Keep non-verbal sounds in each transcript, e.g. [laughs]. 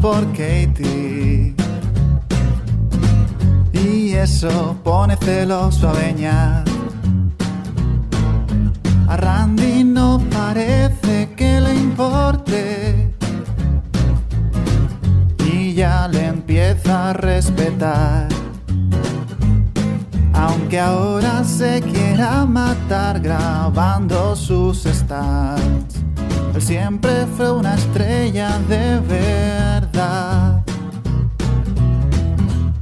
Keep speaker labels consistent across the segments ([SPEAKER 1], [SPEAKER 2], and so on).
[SPEAKER 1] por Katie. Y eso pone celoso a Beñat. A Randy no parece que le importe. Y ya le empieza a respetar. Aunque ahora se quiera matar grabando sus stats. Él siempre fue una estrella de verdad.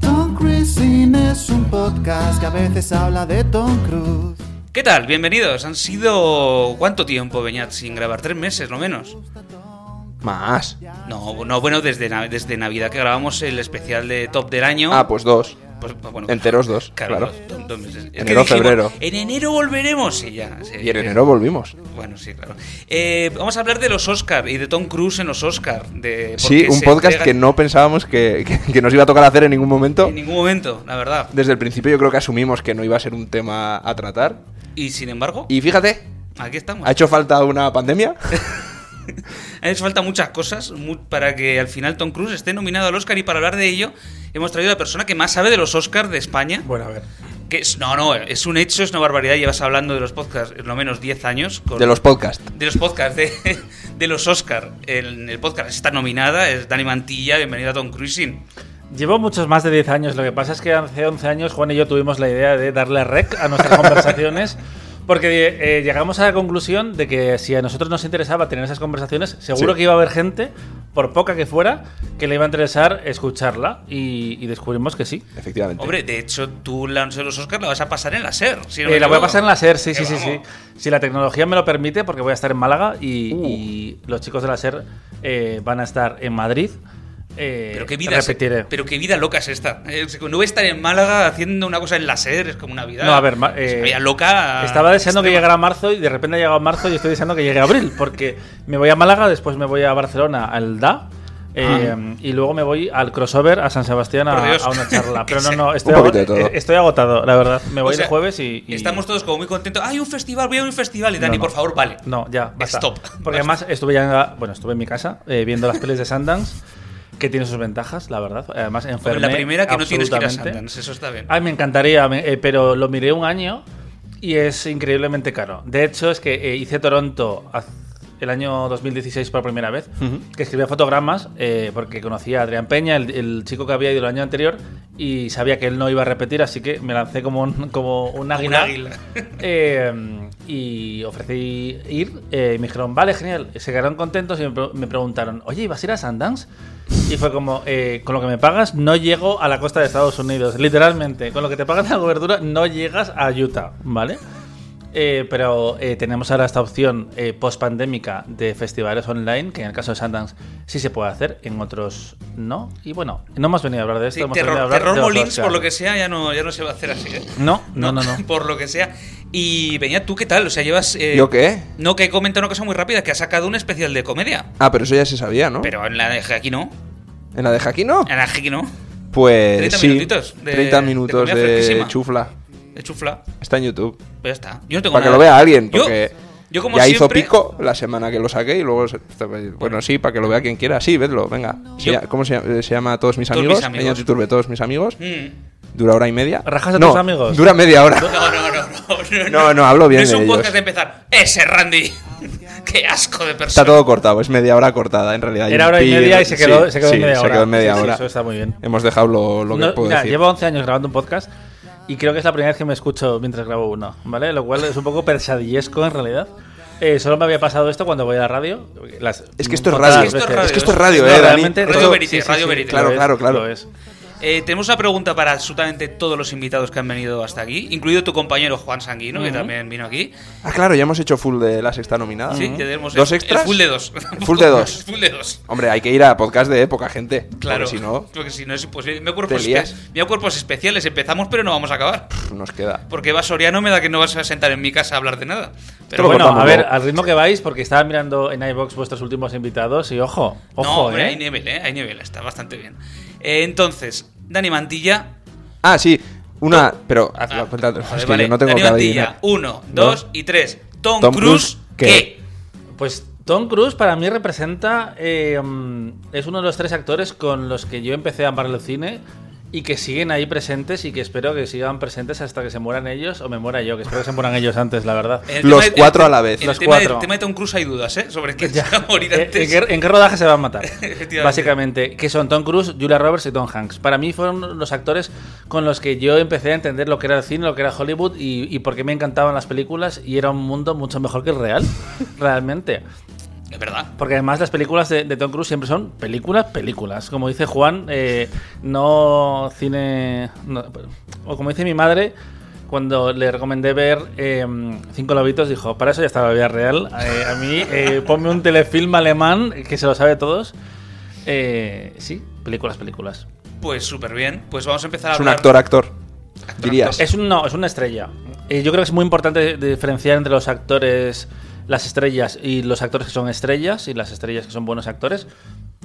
[SPEAKER 1] Tom Cruising es un podcast que a veces habla de Tom Cruise.
[SPEAKER 2] ¿Qué tal? Bienvenidos. Han sido. ¿Cuánto tiempo, Beñat, sin grabar? ¿Tres meses, lo menos?
[SPEAKER 3] Más.
[SPEAKER 2] No, no bueno, desde, na- desde Navidad que grabamos el especial de Top del Año.
[SPEAKER 3] Ah, pues dos.
[SPEAKER 2] Pues, bueno,
[SPEAKER 3] Enteros dos, claro.
[SPEAKER 2] dos- dos- dos meses. Es que
[SPEAKER 3] Enero,
[SPEAKER 2] dijimos,
[SPEAKER 3] febrero.
[SPEAKER 2] En enero volveremos y ya. sí,
[SPEAKER 3] Y en
[SPEAKER 2] eh,
[SPEAKER 3] enero volvimos.
[SPEAKER 2] Bueno, sí, claro. Eh, vamos a hablar de los Oscar y de Tom Cruise en los Oscar. De,
[SPEAKER 3] Sí,
[SPEAKER 2] porque
[SPEAKER 3] un
[SPEAKER 2] se
[SPEAKER 3] podcast
[SPEAKER 2] entregan
[SPEAKER 3] que no pensábamos que, que- que nos iba a tocar hacer en ningún momento.
[SPEAKER 2] En ningún momento, la verdad.
[SPEAKER 3] Desde el principio yo creo que asumimos que no iba a ser un tema a tratar.
[SPEAKER 2] Y sin embargo,
[SPEAKER 3] Y fíjate,
[SPEAKER 2] aquí estamos.
[SPEAKER 3] ha hecho falta una pandemia.
[SPEAKER 2] Han hecho falta muchas cosas mu- para que al final Tom Cruise esté nominado al Oscar y para hablar de ello hemos traído a la persona que más sabe de los Oscars de España.
[SPEAKER 4] Bueno, a ver.
[SPEAKER 2] Que es, no, no, es un hecho, es una barbaridad. Llevas hablando de los podcasts lo menos 10 años. con-
[SPEAKER 3] De los podcasts.
[SPEAKER 2] de los podcasts, de, [laughs] de los Oscar. En el podcast está nominada, es Dani Mantilla, bienvenido a Tom Cruising.
[SPEAKER 4] Llevo muchos más de 10 años. Lo que pasa es que hace 11 años Juan y yo tuvimos la idea de darle rec
[SPEAKER 2] [laughs]
[SPEAKER 4] a nuestras conversaciones. Porque eh, llegamos a la conclusión de que si a nosotros nos interesaba tener esas conversaciones, seguro
[SPEAKER 3] Sí.
[SPEAKER 4] que iba a haber gente, por poca que fuera, que le iba a interesar escucharla. Y, y descubrimos que sí.
[SPEAKER 3] Efectivamente.
[SPEAKER 2] Hombre, de hecho, tú la noche de los Oscar la vas a pasar en la SER. si no
[SPEAKER 4] Eh,
[SPEAKER 2] me
[SPEAKER 4] la voy a
[SPEAKER 2] equivoco.
[SPEAKER 4] pasar en la SER, sí,
[SPEAKER 2] Eh,
[SPEAKER 4] sí, sí, sí.
[SPEAKER 2] vamos. Uh.
[SPEAKER 4] Si la tecnología me lo permite, porque voy a estar en Málaga y, y los chicos de la SER eh, van a estar en Madrid. Eh,
[SPEAKER 2] Pero qué, vida es-
[SPEAKER 4] repetiré.
[SPEAKER 2] pero qué vida loca es esta. Eh, No voy a estar en Málaga haciendo una cosa en la SER, es como una vida.
[SPEAKER 4] No, a ver, ma-
[SPEAKER 2] es una
[SPEAKER 4] eh,
[SPEAKER 2] vida loca.
[SPEAKER 4] Estaba deseando que
[SPEAKER 2] extrema.
[SPEAKER 4] llegara marzo y de repente ha llegado marzo y estoy deseando que llegue abril, porque me voy a Málaga, después me voy a Barcelona al DA. eh, Y luego me voy al crossover a San Sebastián a,
[SPEAKER 2] Ah. Por Dios.
[SPEAKER 4] a
[SPEAKER 2] [laughs]
[SPEAKER 4] una charla. Pero no, no, estoy,
[SPEAKER 3] Un poquito de
[SPEAKER 4] ago-
[SPEAKER 3] todo.
[SPEAKER 4] eh, estoy agotado, la verdad. Me voy
[SPEAKER 2] O sea,
[SPEAKER 4] el jueves y, y-
[SPEAKER 2] Estamos todos como muy contentos. ¡Hay un festival! Voy a un festival. Y Dani,
[SPEAKER 4] no.
[SPEAKER 2] por favor, vale.
[SPEAKER 4] No, ya, basta.
[SPEAKER 2] Stop.
[SPEAKER 4] Porque
[SPEAKER 2] Basta.
[SPEAKER 4] además estuve ya, bueno, estuve en mi casa eh, viendo las pelis de Sundance, que tiene sus ventajas, la verdad. Además,
[SPEAKER 2] Hombre,
[SPEAKER 4] enfermé
[SPEAKER 2] la primera que no tienes que ir a
[SPEAKER 4] absolutamente. Ah,
[SPEAKER 2] Sundance, eso está bien.
[SPEAKER 4] Ay, me encantaría, me- eh, pero lo miré un año y es increíblemente caro. De hecho, es que eh, hice Toronto haz- el año 2016 por primera vez, que escribía fotogramas eh, porque conocía a Adrián Peña, el, el chico que había ido el año anterior, y sabía que él no iba a repetir, así que me lancé como un, como un águila.
[SPEAKER 2] águila.
[SPEAKER 4] [laughs] Eh, y ofrecí ir, eh, y me dijeron, vale, genial. Se quedaron contentos y me, pre- me preguntaron, oye, ¿vas a ir a Sundance? Y fue como, eh, con lo que me pagas no llego a la costa de Estados Unidos, literalmente. Con lo que te pagan la cobertura no llegas a Utah, ¿vale? Eh, pero eh, tenemos ahora esta opción eh, post-pandémica de festivales online, que en el caso de Sundance sí se puede hacer, en otros no. Y bueno, no hemos venido a hablar de esto,
[SPEAKER 2] Sí,
[SPEAKER 4] hemos venido a
[SPEAKER 2] terror
[SPEAKER 4] hablar
[SPEAKER 2] terror
[SPEAKER 4] de los
[SPEAKER 2] Molins,
[SPEAKER 4] Oscars.
[SPEAKER 2] por lo que sea, ya no, ya no se va a hacer así. ¿eh?
[SPEAKER 4] No, no, no,
[SPEAKER 2] [laughs]
[SPEAKER 4] no.
[SPEAKER 2] por lo que sea. Y venía tú, ¿qué tal? O sea, llevas. eh,
[SPEAKER 3] ¿Yo qué?
[SPEAKER 2] No, que he comentado una cosa muy rápida: que ha sacado un especial de comedia.
[SPEAKER 3] Ah, pero eso ya se sabía, ¿no?
[SPEAKER 2] Pero en la de aquí no.
[SPEAKER 3] ¿En la de Jaquí no?
[SPEAKER 2] En la de aquí no.
[SPEAKER 3] Pues
[SPEAKER 2] 30
[SPEAKER 3] sí.
[SPEAKER 2] minutitos de-
[SPEAKER 3] 30
[SPEAKER 2] de
[SPEAKER 3] minutos
[SPEAKER 2] comida
[SPEAKER 3] de,
[SPEAKER 2] fresquísima.
[SPEAKER 3] chufla.
[SPEAKER 2] De chufla.
[SPEAKER 3] Está en YouTube.
[SPEAKER 2] Pues ya está. Yo no tengo
[SPEAKER 3] Para que
[SPEAKER 2] nada.
[SPEAKER 3] lo vea alguien,
[SPEAKER 2] Yo-
[SPEAKER 3] porque
[SPEAKER 2] Yo, como
[SPEAKER 3] ya hizo
[SPEAKER 2] siempre,
[SPEAKER 3] pico la semana que lo saqué y luego... se- Bueno, sí, para que lo vea quien quiera. Sí, vedlo, venga. Se
[SPEAKER 2] Yo-
[SPEAKER 3] lla- ¿Cómo se llama? Eh, Se llama Todos mis
[SPEAKER 2] Todos
[SPEAKER 3] amigos.
[SPEAKER 2] mis amigos.
[SPEAKER 3] En YouTube de Todos mis amigos.
[SPEAKER 2] Mm.
[SPEAKER 3] Dura hora y media.
[SPEAKER 4] ¿Rajas a
[SPEAKER 3] No,
[SPEAKER 4] tus amigos?
[SPEAKER 3] dura media hora.
[SPEAKER 2] No, no, no, no, no.
[SPEAKER 3] No, no, hablo bien
[SPEAKER 2] No es
[SPEAKER 3] de
[SPEAKER 2] un
[SPEAKER 3] ellos.
[SPEAKER 2] podcast de empezar. Ese Randy. [laughs] Qué asco de
[SPEAKER 3] Está
[SPEAKER 2] persona.
[SPEAKER 3] todo cortado, es media hora cortada en realidad.
[SPEAKER 4] Era
[SPEAKER 3] un
[SPEAKER 4] hora y
[SPEAKER 3] pi-
[SPEAKER 4] media y se quedó,
[SPEAKER 3] sí,
[SPEAKER 4] se quedó
[SPEAKER 3] sí,
[SPEAKER 4] en media
[SPEAKER 3] se
[SPEAKER 4] hora.
[SPEAKER 3] quedó en media
[SPEAKER 4] Sí, sí,
[SPEAKER 3] hora.
[SPEAKER 4] eso está muy bien.
[SPEAKER 3] Hemos dejado lo, lo que
[SPEAKER 4] No,
[SPEAKER 3] puedo
[SPEAKER 4] mira,
[SPEAKER 3] decir.
[SPEAKER 4] llevo 11 años grabando un podcast y creo que es la primera vez que me escucho mientras grabo uno, ¿vale? Lo cual es un poco pesadillesco en realidad. Eh, solo me había pasado esto cuando voy a la radio. las-
[SPEAKER 3] Es que esto es
[SPEAKER 4] contadas
[SPEAKER 3] radio.
[SPEAKER 2] Es que esto es
[SPEAKER 4] veces.
[SPEAKER 2] radio,
[SPEAKER 3] Es que esto es
[SPEAKER 2] es-
[SPEAKER 3] radio,
[SPEAKER 4] No,
[SPEAKER 3] eh, Dani.
[SPEAKER 4] realmente,
[SPEAKER 3] Esto-
[SPEAKER 2] Radio
[SPEAKER 4] esto-
[SPEAKER 2] Verité, Radio Verité.
[SPEAKER 3] Claro,
[SPEAKER 4] lo es,
[SPEAKER 3] claro, claro.
[SPEAKER 4] lo es.
[SPEAKER 2] Eh, tenemos una pregunta para absolutamente todos los invitados que han venido hasta aquí, incluido tu compañero Juan Sanguino, que también vino aquí.
[SPEAKER 3] Ah, claro, ya hemos hecho full de la sexta nominada. Mm.
[SPEAKER 2] Sí, tenemos
[SPEAKER 3] Ah. ¿Dos
[SPEAKER 2] el-
[SPEAKER 3] extras?
[SPEAKER 2] el full de dos. [laughs]
[SPEAKER 3] Full de dos.
[SPEAKER 2] full de dos.
[SPEAKER 3] Hombre, hay que ir a podcast de época, gente.
[SPEAKER 2] Claro.
[SPEAKER 3] Porque si no,
[SPEAKER 2] Porque si no es imposible. Me cuerpos,
[SPEAKER 3] Te lías.
[SPEAKER 2] espe- me hago cuerpos especiales. Empezamos, pero no vamos a acabar.
[SPEAKER 3] pff, pues, nos queda.
[SPEAKER 2] Porque va Soriano, me da que no vas a sentar en mi casa a hablar de nada.
[SPEAKER 4] Pero
[SPEAKER 3] lo
[SPEAKER 4] bueno,
[SPEAKER 3] contamos
[SPEAKER 4] a ver,
[SPEAKER 3] luego.
[SPEAKER 4] al ritmo que vais, porque estaba mirando en iBox vuestros últimos invitados y ojo, ojo,
[SPEAKER 2] no, hombre,
[SPEAKER 4] ¿eh?
[SPEAKER 2] hay nivel, ¿eh? Hay nivel, está bastante bien. Eh, entonces, Dani Mantilla.
[SPEAKER 3] Ah, sí. Una, pero haz
[SPEAKER 2] Ah,
[SPEAKER 3] la cuenta.
[SPEAKER 2] joder,
[SPEAKER 3] es que
[SPEAKER 2] vale,
[SPEAKER 3] yo no tengo
[SPEAKER 2] Dani
[SPEAKER 3] que
[SPEAKER 2] Mantilla,
[SPEAKER 3] adivinar.
[SPEAKER 2] uno,
[SPEAKER 3] Dos.
[SPEAKER 2] dos y tres. Tom,
[SPEAKER 3] Tom
[SPEAKER 2] Cruise,
[SPEAKER 3] Cruise, ¿qué?
[SPEAKER 4] Pues Tom Cruise para mí representa. eh, mm, es uno de los tres actores con los que yo empecé a amar el cine y que siguen ahí presentes y que espero que sigan presentes hasta que se mueran ellos o me muera yo, que espero que se mueran ellos antes,
[SPEAKER 2] [laughs]
[SPEAKER 4] la verdad.
[SPEAKER 2] En
[SPEAKER 4] Eh,
[SPEAKER 2] el
[SPEAKER 3] Los
[SPEAKER 2] tema
[SPEAKER 3] cuatro
[SPEAKER 2] en-
[SPEAKER 3] a la vez.
[SPEAKER 2] En
[SPEAKER 4] Los
[SPEAKER 2] el tema, de-
[SPEAKER 4] cuatro.
[SPEAKER 2] tema de Tom Cruise hay dudas, ¿eh? Sobre
[SPEAKER 4] [laughs]
[SPEAKER 2] quién
[SPEAKER 4] Ya. Eh,
[SPEAKER 2] se va a morir
[SPEAKER 4] ¿En
[SPEAKER 2] antes.
[SPEAKER 4] qué, en qué rodaje se van a matar?
[SPEAKER 2] [laughs] Efectivamente.
[SPEAKER 4] Básicamente, que son Tom Cruise, Julia Roberts y Tom Hanks. Para mí fueron los actores con los que yo empecé a entender lo que era el cine, lo que era Hollywood y, y por qué me encantaban las películas y era un mundo mucho mejor que el real, [laughs] realmente.
[SPEAKER 2] Es verdad.
[SPEAKER 4] Porque además las películas de, de Tom Cruise siempre son películas, películas. Como dice Juan, eh, no cine... no- o como dice mi madre, cuando le recomendé ver eh, Cinco Lobitos, dijo, para eso ya estaba la vida real. Eh, a mí, eh, ponme un telefilm alemán que se lo sabe todos. Eh, sí, películas, películas.
[SPEAKER 2] Pues súper bien. Pues vamos a empezar a
[SPEAKER 3] Es un
[SPEAKER 2] hablar.
[SPEAKER 3] actor, actor. Dirías.
[SPEAKER 4] Es un, no, es una estrella. Eh, yo creo que es muy importante diferenciar entre los actores, las estrellas y los actores que son estrellas y las estrellas que son buenos actores.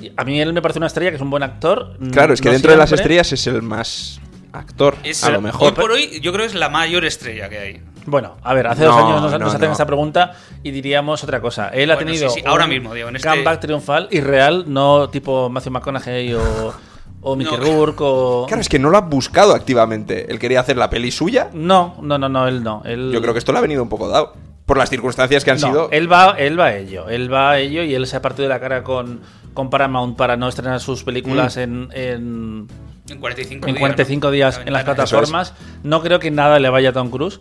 [SPEAKER 4] Y A mí él me parece una estrella que es un buen actor. n-
[SPEAKER 3] Claro, es que
[SPEAKER 4] no
[SPEAKER 3] dentro de las
[SPEAKER 4] siempre.
[SPEAKER 3] estrellas es el más actor.
[SPEAKER 2] Es-
[SPEAKER 3] a lo
[SPEAKER 2] Hoy
[SPEAKER 3] mejor.
[SPEAKER 2] por hoy, yo creo que es la mayor estrella que hay.
[SPEAKER 4] Bueno, a ver, hace dos
[SPEAKER 3] No,
[SPEAKER 4] años nos,
[SPEAKER 3] no,
[SPEAKER 4] nos hacen
[SPEAKER 3] no.
[SPEAKER 4] esta pregunta y diríamos otra cosa. Él ha
[SPEAKER 2] Bueno,
[SPEAKER 4] tenido
[SPEAKER 2] sí, sí, ahora mismo, digo, en este-
[SPEAKER 4] comeback triunfal y real, no tipo Matthew McConaughey o, o
[SPEAKER 2] [laughs]
[SPEAKER 4] Mickey
[SPEAKER 2] No.
[SPEAKER 4] Rourke o...
[SPEAKER 3] Claro, es que no lo ha buscado activamente. Él quería hacer la peli suya.
[SPEAKER 4] No, no, no, no, él no.
[SPEAKER 2] Mm.
[SPEAKER 4] Él...
[SPEAKER 3] Yo creo que esto le ha venido un poco dado. Por las circunstancias que han
[SPEAKER 4] No,
[SPEAKER 3] sido.
[SPEAKER 4] Él va, él va a ello. Él va a ello y él se ha partido la cara con, con Paramount para no estrenar sus
[SPEAKER 3] Mm.
[SPEAKER 4] películas en, en,
[SPEAKER 2] En 45
[SPEAKER 4] en
[SPEAKER 2] días.
[SPEAKER 4] 45
[SPEAKER 2] ¿no?
[SPEAKER 4] días
[SPEAKER 2] La
[SPEAKER 4] en las
[SPEAKER 2] ventana.
[SPEAKER 3] Eso es.
[SPEAKER 4] plataformas. No creo que nada le vaya a Tom Cruise.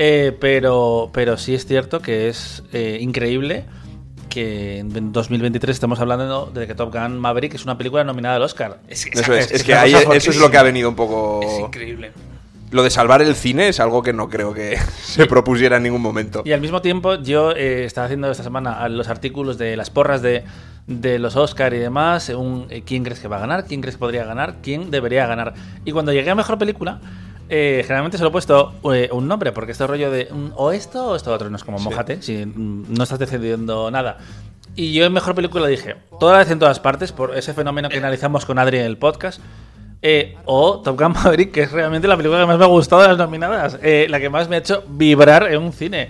[SPEAKER 4] eh, pero, pero sí es cierto que es eh, increíble que en 2023 estamos hablando de que Top Gun Maverick es una película nominada al Oscar.
[SPEAKER 2] Es que,
[SPEAKER 3] Eso
[SPEAKER 2] es
[SPEAKER 3] es. Es
[SPEAKER 4] es
[SPEAKER 3] que
[SPEAKER 4] una
[SPEAKER 3] ahí
[SPEAKER 4] cosa
[SPEAKER 3] eso es
[SPEAKER 4] fortísima.
[SPEAKER 3] lo que ha venido un poco.
[SPEAKER 2] es increíble.
[SPEAKER 3] Lo de salvar el cine es algo que no creo que [laughs] se propusiera en ningún momento.
[SPEAKER 4] Y al mismo tiempo, yo eh, estaba haciendo esta semana a los artículos de las porras de, de los Oscar y demás. eh, un, eh, ¿Quién crees que va a ganar? ¿Quién crees que podría ganar? ¿Quién debería ganar? Y cuando llegué a mejor película, eh, generalmente se lo he puesto eh, un nombre, porque este rollo de mm, o esto o esto otro no es como mojate, si mm, no estás decidiendo nada. Y yo en mejor película dije, toda vez en todas partes, por ese fenómeno que analizamos con Adri en el podcast. Eh, o Top Gun Maverick, que es realmente la película que más me ha gustado de las nominadas, eh, la que más me ha hecho vibrar en un cine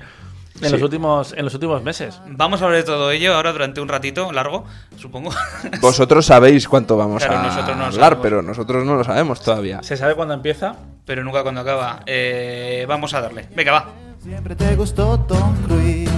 [SPEAKER 4] en,
[SPEAKER 3] Sí.
[SPEAKER 4] los, últimos, en los últimos meses.
[SPEAKER 2] Vamos a hablar de todo ello ahora durante un ratito largo, supongo. [laughs]
[SPEAKER 3] Vosotros sabéis cuánto vamos
[SPEAKER 2] Claro,
[SPEAKER 3] a
[SPEAKER 2] nosotros no lo
[SPEAKER 3] hablar,
[SPEAKER 2] sabemos.
[SPEAKER 3] pero nosotros no lo sabemos todavía.
[SPEAKER 4] ¿Se sabe cuándo empieza?
[SPEAKER 2] Pero nunca cuando acaba. Eh, vamos a darle. Venga, va.
[SPEAKER 1] Siempre te gustó Tom Cruise.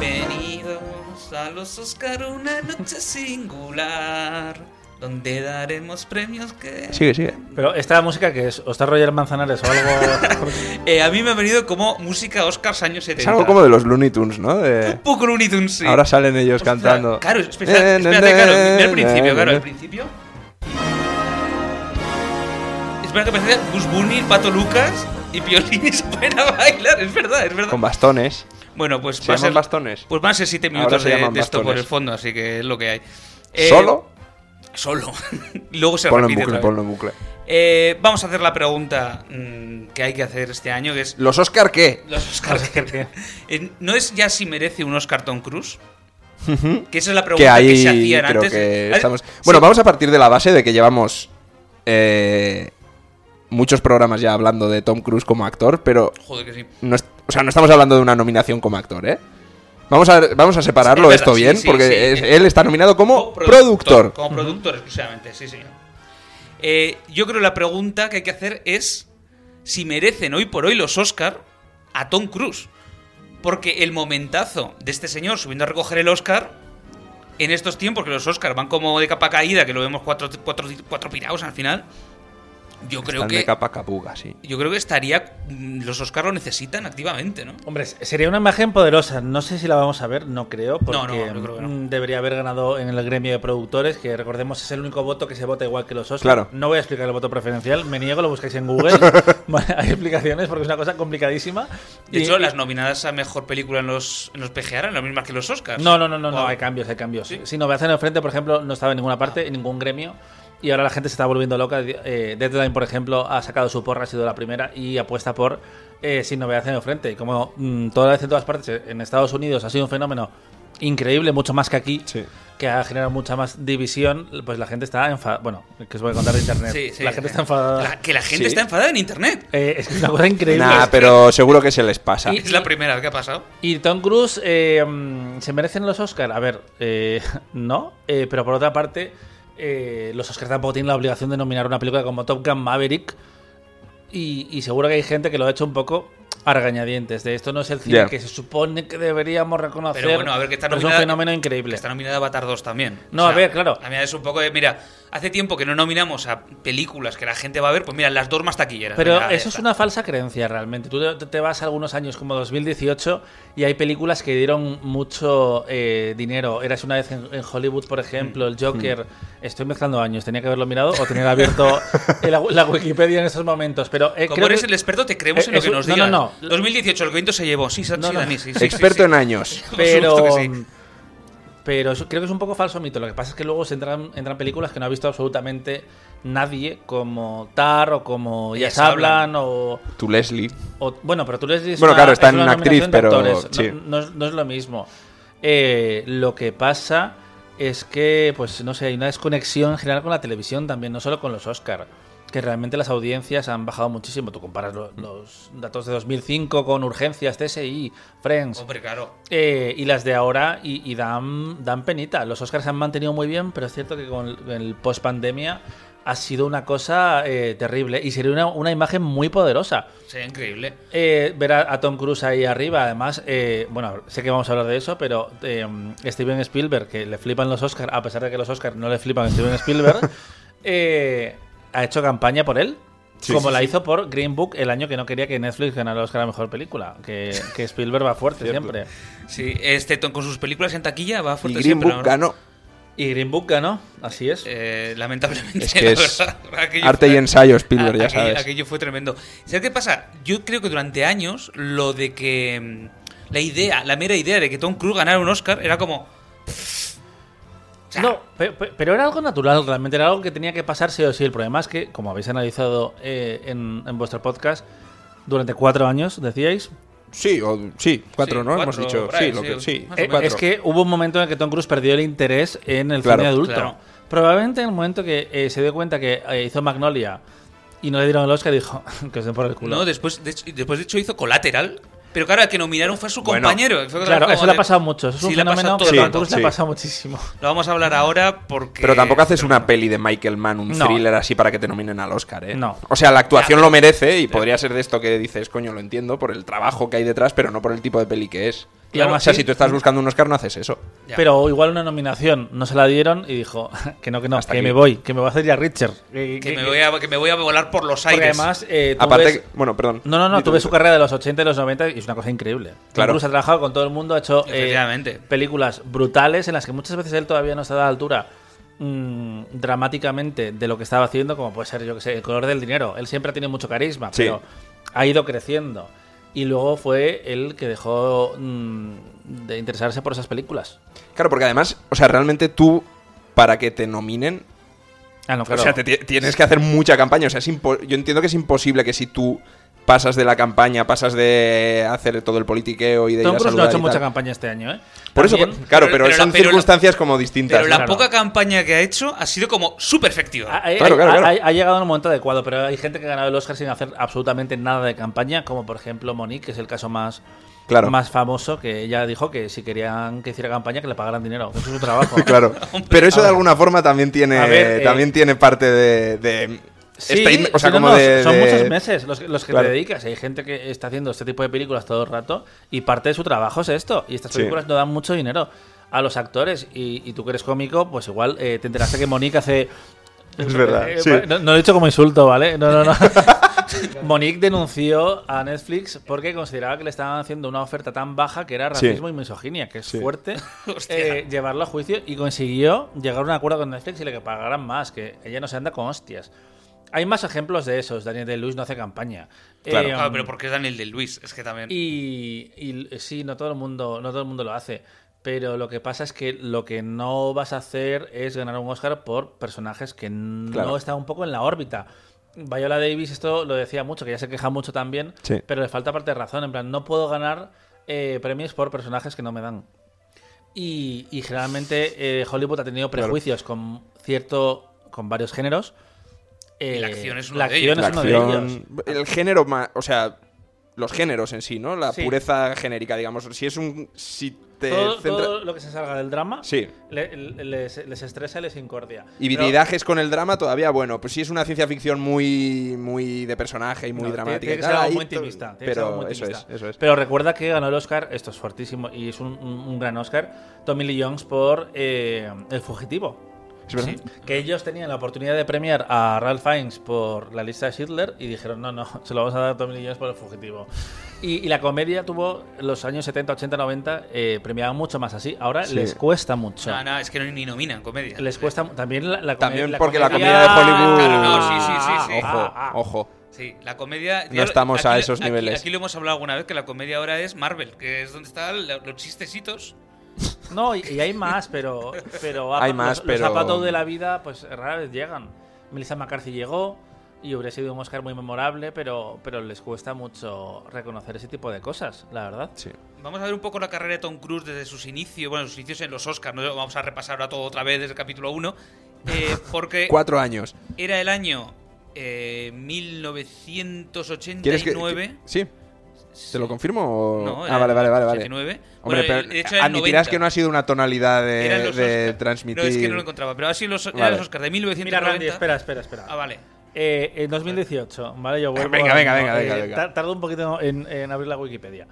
[SPEAKER 2] Bienvenidos a los Oscar, una noche singular, donde daremos premios que...
[SPEAKER 3] Sigue, sigue.
[SPEAKER 4] Pero esta música que es, o está Roger Manzanares o
[SPEAKER 2] [laughs]
[SPEAKER 4] algo...
[SPEAKER 2] Eh, a mí me ha venido como música Oscars años 70.
[SPEAKER 3] Es algo como de los Looney Tunes, ¿no? De-
[SPEAKER 2] Un poco Looney Tunes, sí.
[SPEAKER 3] Ahora salen ellos
[SPEAKER 2] Ostras,
[SPEAKER 3] cantando. Eh,
[SPEAKER 2] Claro, espérate, espérate, claro. Mira el principio, claro, el principio. Espera que parece Gus Bunny, el Pato Lucas y Piolín [laughs] y se ponen a bailar. Es verdad, es verdad.
[SPEAKER 3] Con bastones.
[SPEAKER 2] Bueno, pues
[SPEAKER 3] ¿Se
[SPEAKER 2] va a
[SPEAKER 3] llaman
[SPEAKER 2] ser-
[SPEAKER 3] bastones?
[SPEAKER 2] Pues van a ser 7
[SPEAKER 3] Ahora
[SPEAKER 2] minutos
[SPEAKER 3] se
[SPEAKER 2] de,
[SPEAKER 3] llaman
[SPEAKER 2] de esto por
[SPEAKER 3] bastones.
[SPEAKER 2] el fondo, así que es lo que hay. Eh,
[SPEAKER 3] ¿Solo?
[SPEAKER 2] Solo. [laughs] Y Luego se
[SPEAKER 3] Ponlo en
[SPEAKER 2] repite
[SPEAKER 3] bucle,
[SPEAKER 2] otra vez.
[SPEAKER 3] ponlo en bucle.
[SPEAKER 2] Eh, vamos a hacer la pregunta mm, que hay que hacer este año, que es...
[SPEAKER 3] ¿Los Oscar qué?
[SPEAKER 2] Los Oscars.
[SPEAKER 3] [laughs]
[SPEAKER 2] Eh, ¿No es ya si merece unos cartón cruz? que esa es la pregunta
[SPEAKER 3] Que ahí
[SPEAKER 2] que se hacían
[SPEAKER 3] creo
[SPEAKER 2] antes.
[SPEAKER 3] que
[SPEAKER 2] Ah,
[SPEAKER 3] estamos...
[SPEAKER 2] sí,
[SPEAKER 3] Bueno, vamos a partir de la base de que llevamos eh, muchos programas ya hablando de Tom Cruise como actor, pero
[SPEAKER 2] Joder, que sí.
[SPEAKER 3] no es- o sea, no estamos hablando de una nominación como actor, ¿eh? Vamos a, vamos a separarlo
[SPEAKER 2] Sí, es
[SPEAKER 3] esto
[SPEAKER 2] verdad, sí,
[SPEAKER 3] bien,
[SPEAKER 2] sí,
[SPEAKER 3] porque
[SPEAKER 2] sí.
[SPEAKER 3] es- él está nominado como productor.
[SPEAKER 2] Como productor exclusivamente, sí, señor. Eh, yo creo que la pregunta que hay que hacer es si merecen hoy por hoy los Oscar a Tom Cruise. Porque el momentazo de este señor subiendo a recoger el Oscar en estos tiempos, que los Oscar van como de capa caída, que lo vemos cuatro, cuatro, cuatro piraos al final, yo creo
[SPEAKER 3] Están
[SPEAKER 2] que...
[SPEAKER 3] de capa capuga, sí.
[SPEAKER 2] Yo creo que estaría. mm, Los Oscar lo necesitan activamente, ¿no?
[SPEAKER 4] Hombre, sería una imagen poderosa. No sé si la vamos a ver, no creo, porque
[SPEAKER 2] No, no, yo creo que no.
[SPEAKER 4] mm, debería haber ganado en el gremio de productores, que recordemos es el único voto que se vota igual que los Oscars.
[SPEAKER 3] Claro.
[SPEAKER 4] No voy a explicar el voto preferencial, me niego, lo buscáis en Google.
[SPEAKER 2] [laughs]
[SPEAKER 4] Vale, Hay explicaciones porque es una cosa complicadísima.
[SPEAKER 2] De
[SPEAKER 4] Y-
[SPEAKER 2] hecho, las nominadas a mejor película en los, en los PGA eran las mismas que los Oscars.
[SPEAKER 4] No, no, no, no, no,
[SPEAKER 2] Wow.
[SPEAKER 4] hay cambios, hay cambios.
[SPEAKER 2] ¿Sí? Ah.
[SPEAKER 4] Si no, Veazón en el frente, por ejemplo, no estaba en ninguna parte, en ningún gremio. Y ahora la gente se está volviendo loca. Eh, Deadline, por ejemplo, ha sacado su porra, ha sido la primera y apuesta por eh, sin novedad en el frente. Y como mm, toda vez en todas partes, en Estados Unidos ha sido un fenómeno increíble, mucho más que aquí,
[SPEAKER 3] Sí.
[SPEAKER 4] que ha generado mucha más división, pues la gente está enfadada. Bueno, que os voy a contar de internet.
[SPEAKER 2] Sí, sí.
[SPEAKER 4] la gente está enfadada.
[SPEAKER 2] La- que la gente
[SPEAKER 3] Ah, Sí.
[SPEAKER 2] está enfadada en internet.
[SPEAKER 4] Eh, es que es una cosa increíble.
[SPEAKER 3] Nah,
[SPEAKER 2] Este-
[SPEAKER 3] pero seguro que se les pasa.
[SPEAKER 4] Y-
[SPEAKER 2] Es la primera vez que ha pasado.
[SPEAKER 4] Y Tom Cruise, eh, mm, ¿se merecen los Oscars? A ver, eh, [laughs] no, eh, pero por otra parte, eh, los Oscars tampoco tienen la obligación de nominar una película como Top Gun Maverick. Y, y seguro que hay gente que lo ha hecho un poco a regañadientes. De esto no es el cine
[SPEAKER 3] Ya.
[SPEAKER 4] que se supone que deberíamos reconocer.
[SPEAKER 2] Pero bueno, a ver, que está
[SPEAKER 4] pero es un
[SPEAKER 2] nominada-
[SPEAKER 4] fenómeno increíble.
[SPEAKER 2] Que está nominada Avatar 2 también.
[SPEAKER 4] No, a ver, claro.
[SPEAKER 2] A mí es un poco de, mira, hace tiempo que no nominamos a películas que la gente va a ver, pues mira, las dos más taquilleras.
[SPEAKER 4] Pero
[SPEAKER 2] Venga, ya
[SPEAKER 4] eso es
[SPEAKER 2] está.
[SPEAKER 4] una falsa creencia realmente. Tú te- te vas a algunos años como 2018 y hay películas que dieron mucho eh, dinero. Eras una vez en, en Hollywood, por ejemplo, el Joker.
[SPEAKER 2] Hmm.
[SPEAKER 4] Estoy mezclando años, tenía que haberlo mirado o
[SPEAKER 2] [laughs]
[SPEAKER 4] tener abierto el- la Wikipedia en esos momentos. Pero eh,
[SPEAKER 2] Como
[SPEAKER 4] creo
[SPEAKER 2] eres
[SPEAKER 4] que-
[SPEAKER 2] el experto, te creemos
[SPEAKER 4] Eh,
[SPEAKER 2] en lo
[SPEAKER 4] es
[SPEAKER 2] que
[SPEAKER 4] un-
[SPEAKER 2] nos
[SPEAKER 4] no, no,
[SPEAKER 2] digas.
[SPEAKER 4] no.
[SPEAKER 2] 2018, el viento se llevó. Sí, sí,
[SPEAKER 4] No,
[SPEAKER 2] sí,
[SPEAKER 4] no.
[SPEAKER 2] Dani, sí, sí, sí,
[SPEAKER 3] Experto
[SPEAKER 2] sí.
[SPEAKER 3] en años.
[SPEAKER 2] Por
[SPEAKER 4] pero, mm.
[SPEAKER 2] supuesto que sí.
[SPEAKER 4] pero eso- creo que es un poco falso mito. Lo que pasa es que luego se entran, entran películas que no ha visto absolutamente nadie, como Tar o como Ya
[SPEAKER 2] Ellas
[SPEAKER 4] se hablan
[SPEAKER 2] hablan.
[SPEAKER 4] o
[SPEAKER 3] Tu Leslie.
[SPEAKER 4] O- bueno, pero tú les dices.
[SPEAKER 3] Bueno, claro, está en
[SPEAKER 4] una
[SPEAKER 3] actriz,
[SPEAKER 4] nominación de
[SPEAKER 3] pero
[SPEAKER 4] actores.
[SPEAKER 3] sí.
[SPEAKER 4] No, no es, no es lo mismo. Eh, lo que pasa es que, pues no sé, hay una desconexión en general con la televisión también, no solo con los Oscar. Que realmente las audiencias han bajado muchísimo. Tú comparas lo- los datos de 2005 con Urgencias, TSI, Friends.
[SPEAKER 2] Hombre, claro.
[SPEAKER 4] eh, y las de ahora y, y dan, dan penita. Los Oscars se han mantenido muy bien, pero es cierto que con el- el post pandemia ha sido una cosa eh, terrible y sería una, una imagen muy poderosa.
[SPEAKER 2] Sería increíble.
[SPEAKER 4] Eh, ver a, a Tom Cruise ahí arriba, además, eh, bueno, sé que vamos a hablar de eso, pero eh, Steven Spielberg, que le flipan los Oscars, a pesar de que los Oscars no le flipan a Steven [laughs] Spielberg, eh, ha hecho campaña por él,
[SPEAKER 3] Sí,
[SPEAKER 4] como
[SPEAKER 3] sí,
[SPEAKER 4] la hizo por Green Book el año que no quería que Netflix ganara el Oscar a Mejor Película, que, que Spielberg va fuerte
[SPEAKER 3] Cierto.
[SPEAKER 4] siempre.
[SPEAKER 2] Sí, este Tom con sus películas en taquilla va
[SPEAKER 3] Y
[SPEAKER 2] fuerte
[SPEAKER 3] Green
[SPEAKER 2] siempre,
[SPEAKER 3] Book
[SPEAKER 2] ¿no?
[SPEAKER 3] ganó.
[SPEAKER 4] Y Green Book ganó, así es.
[SPEAKER 2] Eh, lamentablemente.
[SPEAKER 3] Es
[SPEAKER 2] [laughs]
[SPEAKER 3] que
[SPEAKER 2] la
[SPEAKER 3] es
[SPEAKER 2] verdad, aquello
[SPEAKER 3] arte y
[SPEAKER 2] fue-
[SPEAKER 3] ensayo, Spielberg,
[SPEAKER 2] a-
[SPEAKER 3] ya
[SPEAKER 2] aquello-
[SPEAKER 3] sabes.
[SPEAKER 2] Aquello fue tremendo. ¿Sabes qué pasa? Yo creo que durante años lo de que. mm, La idea, la mera idea de que Tom Cruise ganara un Oscar era como. pff, o sea,
[SPEAKER 4] No, pe- pe- pero, era algo natural, realmente era algo que tenía que pasar sí o sí. El problema es que, como habéis analizado eh, en, en vuestro podcast, durante cuatro años, decíais,
[SPEAKER 3] Sí, o, sí, cuatro,
[SPEAKER 2] Sí,
[SPEAKER 3] ¿no?
[SPEAKER 2] cuatro,
[SPEAKER 3] Hemos dicho.
[SPEAKER 2] por ahí,
[SPEAKER 3] sí, lo
[SPEAKER 2] sí,
[SPEAKER 3] que, sí,
[SPEAKER 2] más o
[SPEAKER 4] eh,
[SPEAKER 3] cuatro.
[SPEAKER 4] es que hubo un momento en el que Tom Cruise perdió el interés en el
[SPEAKER 3] Claro,
[SPEAKER 4] cine adulto.
[SPEAKER 2] claro.
[SPEAKER 4] Probablemente en el momento que eh, se dio cuenta que eh, hizo Magnolia y no le dieron el Oscar, dijo, [laughs] que os den por el culo.
[SPEAKER 2] No, después de, hecho, después de hecho hizo colateral. Pero claro, al que nominaron fue a su
[SPEAKER 3] Bueno,
[SPEAKER 2] compañero. Fue
[SPEAKER 4] claro,
[SPEAKER 2] como
[SPEAKER 4] eso le ha
[SPEAKER 2] de-
[SPEAKER 4] pasado mucho. Eso es
[SPEAKER 2] Sí,
[SPEAKER 4] un
[SPEAKER 2] le ha pasado
[SPEAKER 4] fenómeno
[SPEAKER 2] todo el
[SPEAKER 4] que a Tom
[SPEAKER 2] rato.
[SPEAKER 4] Cruise le
[SPEAKER 3] Sí.
[SPEAKER 4] ha pasado muchísimo.
[SPEAKER 2] Lo vamos a hablar ahora porque.
[SPEAKER 3] Pero tampoco haces
[SPEAKER 2] pero
[SPEAKER 3] una
[SPEAKER 2] bueno.
[SPEAKER 3] peli de Michael Mann, un
[SPEAKER 4] eh, No.
[SPEAKER 3] thriller así para que te nominen al Oscar, ¿eh?
[SPEAKER 4] No.
[SPEAKER 3] O sea, la actuación
[SPEAKER 2] Ya,
[SPEAKER 3] lo merece y podría ser de esto que dices, coño, lo entiendo, por el trabajo que hay detrás, pero no por el tipo de peli que es.
[SPEAKER 4] Y aún
[SPEAKER 3] o sea,
[SPEAKER 4] así-
[SPEAKER 3] si tú estás buscando un Oscar, no haces eso.
[SPEAKER 2] Ya.
[SPEAKER 4] Pero igual una nominación, no se la dieron y dijo, [laughs] que no, que no,
[SPEAKER 3] Hasta
[SPEAKER 4] que
[SPEAKER 3] aquí.
[SPEAKER 4] me voy, que me va a hacer ya Richard.
[SPEAKER 2] Que
[SPEAKER 4] Que- que-
[SPEAKER 2] me, voy a, que me voy a volar por los
[SPEAKER 4] Porque
[SPEAKER 2] aires.
[SPEAKER 4] además, eh, tú
[SPEAKER 3] Aparte,
[SPEAKER 4] ves-
[SPEAKER 3] que- bueno, perdón.
[SPEAKER 4] No, no, no,
[SPEAKER 3] Dito,
[SPEAKER 4] tuve su
[SPEAKER 3] dito.
[SPEAKER 4] carrera de los 80 y los 90 y es una cosa increíble. Claro.
[SPEAKER 3] Claro.
[SPEAKER 4] Incluso ha trabajado con todo el mundo, ha hecho eh,
[SPEAKER 2] Efectivamente.
[SPEAKER 4] películas brutales en las que muchas veces él todavía no está a la altura mm, dramáticamente de lo que estaba haciendo, como puede ser, yo que sé, El color del dinero. Él siempre ha tenido mucho carisma,
[SPEAKER 3] Sí.
[SPEAKER 4] pero ha ido creciendo. Y luego fue él que dejó mm, de interesarse por esas películas.
[SPEAKER 3] Claro, porque además, o sea, realmente tú, para que te nominen,
[SPEAKER 4] Ah, no, claro.
[SPEAKER 3] O sea, Pues te ti- tienes que hacer mucha campaña. O sea, es impo- yo entiendo que es imposible que si tú pasas de la campaña, pasas de hacer todo el politiqueo y de ir a
[SPEAKER 4] Tom Cruise no ha
[SPEAKER 3] saludar
[SPEAKER 4] hecho
[SPEAKER 3] y
[SPEAKER 4] mucha
[SPEAKER 3] tal.
[SPEAKER 4] campaña este año, ¿eh?
[SPEAKER 3] Por eso,
[SPEAKER 4] También-
[SPEAKER 3] claro,
[SPEAKER 2] Pero-
[SPEAKER 3] pero,
[SPEAKER 2] pero la-
[SPEAKER 3] son
[SPEAKER 2] pero la-
[SPEAKER 3] circunstancias como distintas.
[SPEAKER 2] Pero la
[SPEAKER 3] ¿no?
[SPEAKER 4] Claro. Ah,
[SPEAKER 2] poca campaña que ha hecho ha sido como súper efectiva.
[SPEAKER 4] Ha, ha-
[SPEAKER 3] Claro, claro,
[SPEAKER 4] ha-
[SPEAKER 3] claro.
[SPEAKER 4] ha- ha llegado en un momento adecuado, pero hay gente que ha ganado el Oscar sin hacer absolutamente nada de campaña, como por ejemplo Monique, que es el caso más,
[SPEAKER 3] Claro.
[SPEAKER 4] más famoso, que ella dijo que si querían que hiciera campaña, que le pagaran dinero. que Eso es su trabajo.
[SPEAKER 3] [laughs] [laughs]
[SPEAKER 2] [laughs]
[SPEAKER 3] Claro. Pero eso de alguna forma también tiene,
[SPEAKER 4] A ver, eh,
[SPEAKER 3] también tiene parte de. de-
[SPEAKER 4] Sí,
[SPEAKER 3] statement- Este o sea,
[SPEAKER 4] sí, no,
[SPEAKER 3] como
[SPEAKER 4] no,
[SPEAKER 3] de-
[SPEAKER 4] son
[SPEAKER 3] de-
[SPEAKER 4] muchos meses los, que- los que
[SPEAKER 3] Claro.
[SPEAKER 4] te dedicas. Hay gente que está haciendo este tipo de películas todo el rato y parte de su trabajo es esto. Y estas
[SPEAKER 3] Sí.
[SPEAKER 4] películas no dan mucho dinero a los actores. Y, y tú que eres cómico, pues igual eh, te enteraste que Monique hace...
[SPEAKER 3] [laughs]
[SPEAKER 4] Eh,
[SPEAKER 3] Es verdad, sí.
[SPEAKER 4] no, no lo he dicho como insulto, ¿vale? No, [laughs] no, no. Monique denunció a Netflix porque consideraba que le estaban haciendo una oferta tan baja que era
[SPEAKER 3] Sí.
[SPEAKER 4] racismo y misoginia, que es
[SPEAKER 3] Sí. [laughs]
[SPEAKER 4] fuerte
[SPEAKER 2] Hostia.
[SPEAKER 4] eh, llevarlo a juicio y consiguió llegar a un acuerdo con Netflix y le que pagaran más, que ella no se anda con hostias. Hay más ejemplos de esos. Daniel de Luis no hace campaña.
[SPEAKER 3] Claro.
[SPEAKER 4] Eh,
[SPEAKER 2] Claro, pero porque es Daniel de Luis, es que también.
[SPEAKER 4] y, y sí, no todo el mundo, no todo el mundo lo hace. Pero lo que pasa es que lo que no vas a hacer es ganar un Oscar por personajes que n-
[SPEAKER 3] Claro.
[SPEAKER 4] no están un poco en la órbita. Viola Davis esto lo decía mucho, que ya se queja mucho también,
[SPEAKER 3] Sí.
[SPEAKER 4] pero le falta parte de razón. En plan, no puedo ganar eh, premios por personajes que no me dan. Y, y generalmente eh, Hollywood ha tenido prejuicios con cierto. con varios géneros. Eh,
[SPEAKER 2] la acción es uno
[SPEAKER 4] la
[SPEAKER 2] de
[SPEAKER 4] acción
[SPEAKER 2] ellos.
[SPEAKER 4] es
[SPEAKER 3] La
[SPEAKER 4] uno de ellos.
[SPEAKER 3] acción- el género más, o sea, los géneros en sí, ¿no? La
[SPEAKER 4] Sí.
[SPEAKER 3] pureza genérica, digamos. Si es un si te
[SPEAKER 4] Todo,
[SPEAKER 3] centra-
[SPEAKER 4] todo lo que se salga del drama
[SPEAKER 3] Sí.
[SPEAKER 4] le- le- les, les estresa y les incordia.
[SPEAKER 3] Y
[SPEAKER 4] Pero-
[SPEAKER 3] viridajes con el drama todavía bueno, pues sí es una ciencia ficción muy muy de personaje y muy
[SPEAKER 4] No,
[SPEAKER 3] dramática,
[SPEAKER 4] Tiene, tiene
[SPEAKER 3] y
[SPEAKER 4] que
[SPEAKER 3] tal,
[SPEAKER 4] ser algo
[SPEAKER 3] ahí
[SPEAKER 4] muy
[SPEAKER 3] to-
[SPEAKER 4] intimista. tiene que ser
[SPEAKER 3] pero
[SPEAKER 4] algo muy
[SPEAKER 3] eso es,
[SPEAKER 4] intimista.
[SPEAKER 3] eso es.
[SPEAKER 4] Pero recuerda que ganó el Oscar, esto es fuertísimo y es un, un- un gran Oscar, Tommy Lee Jones por eh, El Fugitivo.
[SPEAKER 3] ¿Es verdad?
[SPEAKER 4] Que ellos tenían la oportunidad de premiar a Ralph Fiennes por la lista de Schindler y dijeron, no, [laughs] no, se lo vamos a dar a Tommy Lee Jones por el fugitivo. Y, y la comedia tuvo los años 70, 80, 90, eh, premiaba mucho más así. Ahora
[SPEAKER 3] Sí.
[SPEAKER 4] les cuesta mucho.
[SPEAKER 2] No, no, es que no- ni nominan comedia.
[SPEAKER 4] Les cuesta mu- también la, la comedia.
[SPEAKER 3] También porque la comedia de Hollywood.
[SPEAKER 2] Claro, no, sí, sí, sí, sí.
[SPEAKER 3] Ojo,
[SPEAKER 4] Ah, ah.
[SPEAKER 3] ojo.
[SPEAKER 2] Sí, la comedia.
[SPEAKER 3] No
[SPEAKER 2] ya lo-
[SPEAKER 3] estamos a
[SPEAKER 2] lo-
[SPEAKER 3] esos
[SPEAKER 2] aquí-
[SPEAKER 3] niveles.
[SPEAKER 2] Aquí lo hemos hablado alguna vez que la comedia ahora es Marvel, que es donde están la- los chistecitos.
[SPEAKER 4] No, y, y hay más, pero, pero
[SPEAKER 3] Hay
[SPEAKER 4] los-
[SPEAKER 3] más,
[SPEAKER 4] los,
[SPEAKER 3] pero-
[SPEAKER 4] zapatos de la vida, pues rara vez llegan. Melissa McCarthy llegó y hubiera sido un Oscar muy memorable, pero, pero les cuesta mucho reconocer ese tipo de cosas, la verdad.
[SPEAKER 3] Sí.
[SPEAKER 2] Vamos a ver un poco la carrera de Tom Cruise desde sus inicios, bueno, sus inicios en los Oscars, no vamos a repasar a todo otra vez desde el capítulo 1,
[SPEAKER 3] [laughs]
[SPEAKER 2] porque
[SPEAKER 3] Cuatro años.
[SPEAKER 2] era el año eh,
[SPEAKER 3] ¿Quieres que,
[SPEAKER 2] 1989.
[SPEAKER 3] que- sí? ¿Te lo confirmo? o-
[SPEAKER 2] No,
[SPEAKER 3] ah,
[SPEAKER 2] era
[SPEAKER 3] vale, vale, vale, vale.
[SPEAKER 2] 89.
[SPEAKER 3] Hombre,
[SPEAKER 2] Bueno,
[SPEAKER 3] pero
[SPEAKER 2] de hecho era el
[SPEAKER 3] admitirás
[SPEAKER 2] 90.
[SPEAKER 3] que no ha sido una tonalidad
[SPEAKER 2] Eran
[SPEAKER 3] de,
[SPEAKER 2] los
[SPEAKER 3] de
[SPEAKER 2] Oscar.
[SPEAKER 3] transmitir.
[SPEAKER 2] No, es que no lo encontraba, pero así los, eran
[SPEAKER 3] Vale.
[SPEAKER 2] los Oscars de 1990.
[SPEAKER 4] Mira, Randy, espera, espera, espera.
[SPEAKER 2] Ah, vale.
[SPEAKER 4] Eh, en 2018, ¿vale? Yo vuelvo.
[SPEAKER 3] Venga,
[SPEAKER 4] ahora
[SPEAKER 3] venga,
[SPEAKER 4] mismo.
[SPEAKER 3] venga, venga,
[SPEAKER 4] Eh,
[SPEAKER 3] venga.
[SPEAKER 4] tar- Tardo un poquito en, en abrir la Wikipedia.